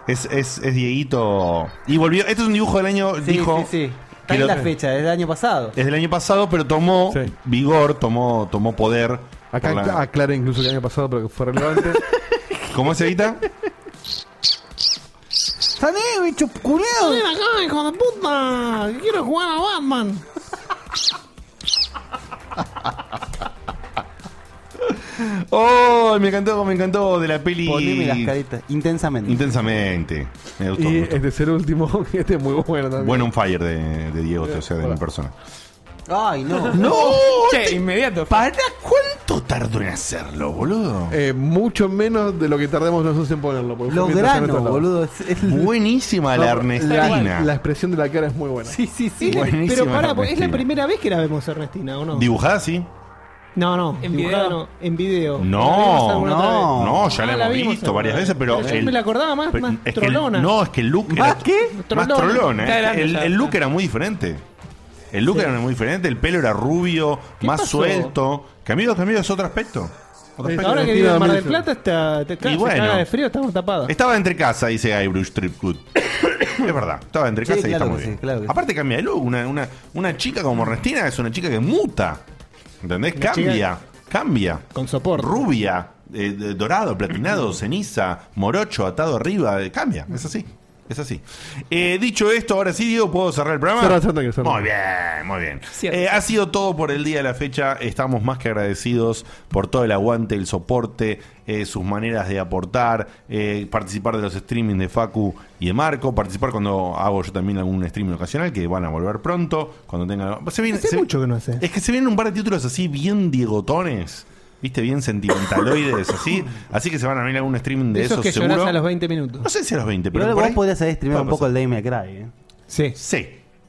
[SPEAKER 2] Es, es, es Dieguito. Y volvió. Este es un dibujo del año,
[SPEAKER 3] Sí,
[SPEAKER 2] dijo.
[SPEAKER 3] sí, sí.
[SPEAKER 2] que
[SPEAKER 3] Está
[SPEAKER 2] lo-
[SPEAKER 3] en la fecha, del año pasado.
[SPEAKER 2] Es del año pasado, pero tomó vigor, tomó, tomó poder.
[SPEAKER 5] Acá
[SPEAKER 2] por la-
[SPEAKER 5] aclaré incluso que el año pasado, pero que fue relevante.
[SPEAKER 2] ¿Cómo se evita?
[SPEAKER 9] ¡Sané, bicho culiao! ¡Ven acá, hijo de puta! que ¡Quiero jugar a Batman!
[SPEAKER 2] ¡Oh! Me encantó, me encantó de la peli.
[SPEAKER 3] Poneme las caritas. Intensamente.
[SPEAKER 2] Intensamente. Me gustó.
[SPEAKER 5] y
[SPEAKER 2] me gustó.
[SPEAKER 5] este es el último. Este es muy bueno también.
[SPEAKER 2] Bueno, un fire de, de Diego, o sea, de mi persona.
[SPEAKER 3] Ay, no.
[SPEAKER 2] ¡No!
[SPEAKER 8] Che, inmediato.
[SPEAKER 2] ¿Para cuánto tardó en hacerlo, boludo?
[SPEAKER 5] Eh, mucho menos de lo que tardemos nosotros en ponerlo. porque
[SPEAKER 3] Los
[SPEAKER 5] fue mientras en otro
[SPEAKER 3] granos,
[SPEAKER 5] lado.
[SPEAKER 3] boludo.
[SPEAKER 2] Buenísima la
[SPEAKER 5] No,
[SPEAKER 2] Ernestina.
[SPEAKER 5] La, la expresión de la cara es muy buena. Sí,
[SPEAKER 3] sí,
[SPEAKER 7] Sí, le- pero pará, es la
[SPEAKER 2] Ernestina.
[SPEAKER 7] primera vez que la vemos Ernestina, ¿o no?
[SPEAKER 2] ¿Dibujada, sí?
[SPEAKER 7] No, no.
[SPEAKER 8] En
[SPEAKER 7] dibujada
[SPEAKER 8] video.
[SPEAKER 7] no, en video. ¿La vimos
[SPEAKER 2] No,
[SPEAKER 7] alguna otra
[SPEAKER 2] no,
[SPEAKER 7] vez?
[SPEAKER 2] no, ya
[SPEAKER 7] Ah,
[SPEAKER 2] la hemos
[SPEAKER 7] vimos
[SPEAKER 2] visto
[SPEAKER 7] alguna
[SPEAKER 2] varias
[SPEAKER 7] vez.
[SPEAKER 2] veces, pero.
[SPEAKER 7] Yo
[SPEAKER 2] el-
[SPEAKER 7] me la acordaba más,
[SPEAKER 2] pero
[SPEAKER 7] más
[SPEAKER 2] es que el-
[SPEAKER 7] trolona.
[SPEAKER 2] no, es que el look
[SPEAKER 7] ¿Más
[SPEAKER 2] era.
[SPEAKER 7] qué?
[SPEAKER 2] Más
[SPEAKER 7] Trolona.
[SPEAKER 2] trolona.
[SPEAKER 7] Está
[SPEAKER 2] eh.
[SPEAKER 7] grande
[SPEAKER 2] El,
[SPEAKER 7] ya,
[SPEAKER 2] el
[SPEAKER 7] está.
[SPEAKER 2] look era muy diferente. El look era muy diferente, el pelo era rubio, más
[SPEAKER 7] pasó?
[SPEAKER 2] suelto. Camilo, Camilo es otro aspecto. Otro aspecto.
[SPEAKER 7] Ahora que vive en Mar del Plata, está, te,
[SPEAKER 2] Y
[SPEAKER 7] claro, se
[SPEAKER 2] bueno.
[SPEAKER 7] caga de frío, estamos tapados.
[SPEAKER 2] Estaba entre casa, dice Guybrush Tripwood. es verdad, estaba entre
[SPEAKER 7] Sí,
[SPEAKER 2] casa y
[SPEAKER 7] claro
[SPEAKER 2] está muy
[SPEAKER 7] que
[SPEAKER 2] bien.
[SPEAKER 7] sí, claro que sí.
[SPEAKER 2] Aparte cambia de look. Una, una, una chica como Ernestina es una chica que muta. ¿Entendés?
[SPEAKER 7] Una chica-
[SPEAKER 2] cambia, cambia. Con soporte. Rubia, eh, de- dorado, platinado, ceniza, morocho, atado arriba. eh, cambia, es así. Es así. Eh, dicho esto, ahora sí, Diego, ¿puedo cerrar el programa?
[SPEAKER 5] Cerrá, cerrá, tranquilo, cerrá.
[SPEAKER 2] Muy bien, muy bien. Eh, ha sido todo por el día de la fecha. Estamos más que agradecidos por todo el aguante, el soporte, eh, sus maneras de aportar, eh, participar de los streamings de Facu y de Marco, participar cuando hago yo también algún streaming ocasional, que van a volver pronto, cuando tengan... Se viene-
[SPEAKER 7] Hace
[SPEAKER 2] se-
[SPEAKER 7] mucho que no hace.
[SPEAKER 2] es que se vienen un par de títulos así bien diegotones, viste, bien sentimentaloides, así. Así que se van a venir algún streaming de
[SPEAKER 7] Esos
[SPEAKER 2] esos,
[SPEAKER 7] que llorás
[SPEAKER 2] seguro.
[SPEAKER 7] a los 20 minutos.
[SPEAKER 2] No sé si a los 20, pero
[SPEAKER 3] Pero
[SPEAKER 2] por
[SPEAKER 3] vos
[SPEAKER 2] ahí-
[SPEAKER 3] podrías haber streameado un
[SPEAKER 2] puede
[SPEAKER 3] poco el Dave May Cry, ¿eh?
[SPEAKER 7] Sí.
[SPEAKER 2] Sí.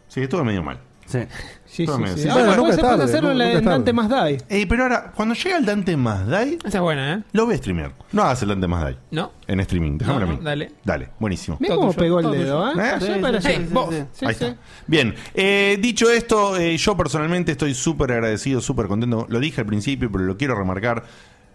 [SPEAKER 2] Sí, estuve medio mal.
[SPEAKER 3] Sí.
[SPEAKER 7] Sí,
[SPEAKER 2] Estuve
[SPEAKER 7] sí,
[SPEAKER 2] medio-
[SPEAKER 7] sí.
[SPEAKER 2] sí.
[SPEAKER 7] Ahora después se puede hacerlo en la- en Dante Más Dai.
[SPEAKER 2] Eh, pero ahora, cuando llega el Dante Más Dai.
[SPEAKER 8] Esa es buena, ¿eh?
[SPEAKER 2] Lo voy a streamear. No hagas el Dante Más Dai.
[SPEAKER 8] No.
[SPEAKER 2] En streaming, déjamelo
[SPEAKER 8] No,
[SPEAKER 2] a
[SPEAKER 8] no,
[SPEAKER 2] mí.
[SPEAKER 8] dale.
[SPEAKER 2] Dale, buenísimo.
[SPEAKER 7] Mira cómo pegó el dedo, ¿eh?
[SPEAKER 2] ¿Eh?
[SPEAKER 7] Allá para allá.
[SPEAKER 8] Sí, sí,
[SPEAKER 7] Vos.
[SPEAKER 8] sí.
[SPEAKER 7] Sí,
[SPEAKER 2] Ahí
[SPEAKER 7] sí.
[SPEAKER 2] está. Bien, eh, dicho esto, eh, yo personalmente estoy súper agradecido, súper contento. Lo dije al principio, pero lo quiero remarcar.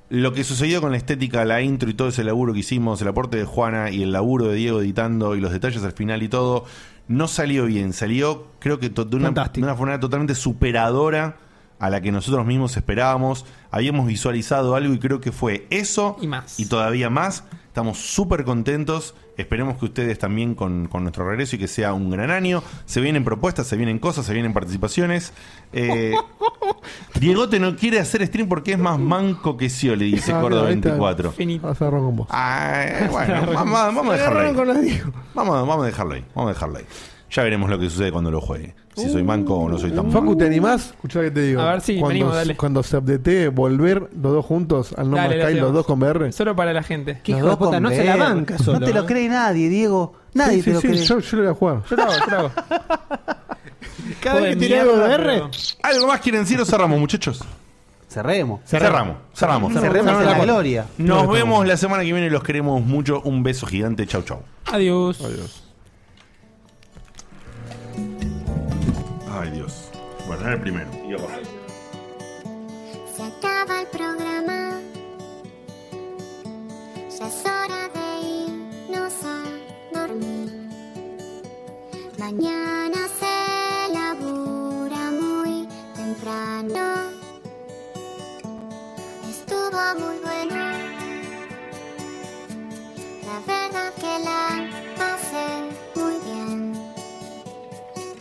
[SPEAKER 2] Lo que sucedió con la estética, la intro y todo ese laburo que hicimos, el aporte de Juana y el laburo de Diego editando y los detalles al final y todo, no salió bien. Salió, creo que to- de una, de una forma totalmente superadora a la que nosotros mismos esperábamos. Habíamos visualizado algo y creo que fue eso
[SPEAKER 8] Y más.
[SPEAKER 2] y todavía más. Estamos súper contentos. Esperemos que ustedes también con, con nuestro regreso y que sea un gran año. Se vienen propuestas, se vienen cosas, se vienen participaciones. Eh, Diegote no quiere hacer stream porque es más manco que yo, le dice
[SPEAKER 5] Ah,
[SPEAKER 2] Córdoba
[SPEAKER 5] mira, ahí está.
[SPEAKER 2] 24.
[SPEAKER 5] Vas a agarrar con vos.
[SPEAKER 2] Ah, eh, bueno, vamos, vamos a dejarlo ahí. Vamos, a- vamos a dejarlo ahí. Vamos a dejarlo ahí. Ya veremos lo que sucede cuando lo juegue.
[SPEAKER 8] Uh.
[SPEAKER 2] Si soy manco o no soy tan manco.
[SPEAKER 5] Facu, Uh, ¿te animás? Escuchá que te digo.
[SPEAKER 8] A ver, sí, me
[SPEAKER 5] cuando,
[SPEAKER 8] animo, dale.
[SPEAKER 5] cuando se updatee, volver los dos juntos al No
[SPEAKER 8] Dale,
[SPEAKER 5] Man's
[SPEAKER 8] lo
[SPEAKER 5] Sky, los
[SPEAKER 8] hacemos.
[SPEAKER 5] dos con VR.
[SPEAKER 8] Solo para la gente.
[SPEAKER 5] Los dos con VR.
[SPEAKER 3] No
[SPEAKER 7] ¿eh?
[SPEAKER 3] te lo cree nadie, Diego. Nadie
[SPEAKER 5] Sí,
[SPEAKER 3] te
[SPEAKER 5] sí,
[SPEAKER 3] lo
[SPEAKER 5] sí,
[SPEAKER 3] cree.
[SPEAKER 5] Yo, yo lo voy a jugar.
[SPEAKER 8] Yo lo hago, yo lo hago.
[SPEAKER 7] Cada vez que tiene algo de R.
[SPEAKER 2] ¿Algo más quieren decir o cerramos, muchachos?
[SPEAKER 3] Cerremos.
[SPEAKER 2] Cerramos. Cerramos.
[SPEAKER 3] Cerremos en la gloria.
[SPEAKER 2] Nos
[SPEAKER 3] Cerramos.
[SPEAKER 2] vemos la semana que viene. Los queremos mucho. Un beso gigante. Chau, chau.
[SPEAKER 8] Adiós.
[SPEAKER 2] Ay, Dios. Bueno, era el primero. Y abajo.
[SPEAKER 28] Se acaba el programa. Ya es hora de irnos a dormir. Mañana se labura muy temprano. Estuvo muy bueno. La verdad que la pasé muy bien.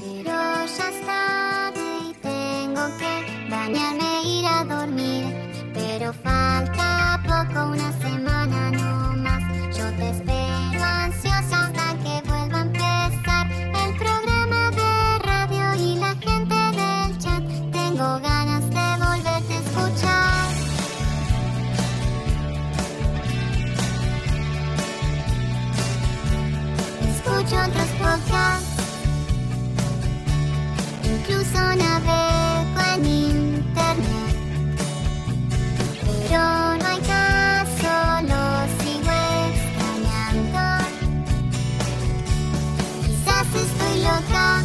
[SPEAKER 28] Pero ya es tarde y tengo que bañarme e ir a dormir. Pero falta poco, una semana no más. Yo te espero ansiosa hasta que vuelva a empezar el programa de radio y la gente del chat. Tengo ganas de volverte a escuchar. Escucho otros podcasts. Incluso navego en internet. Pero no hay caso, lo sigo extrañando. Quizás estoy loca.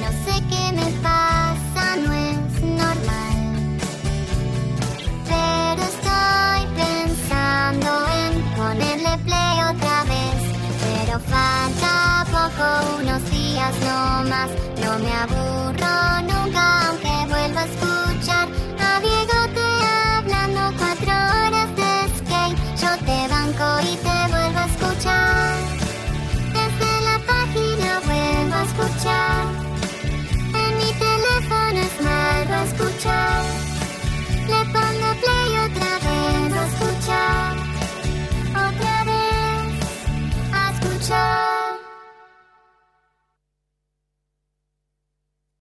[SPEAKER 28] No sé qué me pasa, no es normal. Pero estoy pensando en ponerle play otra vez. Pero falta poco, unos días no más. No me aburro nunca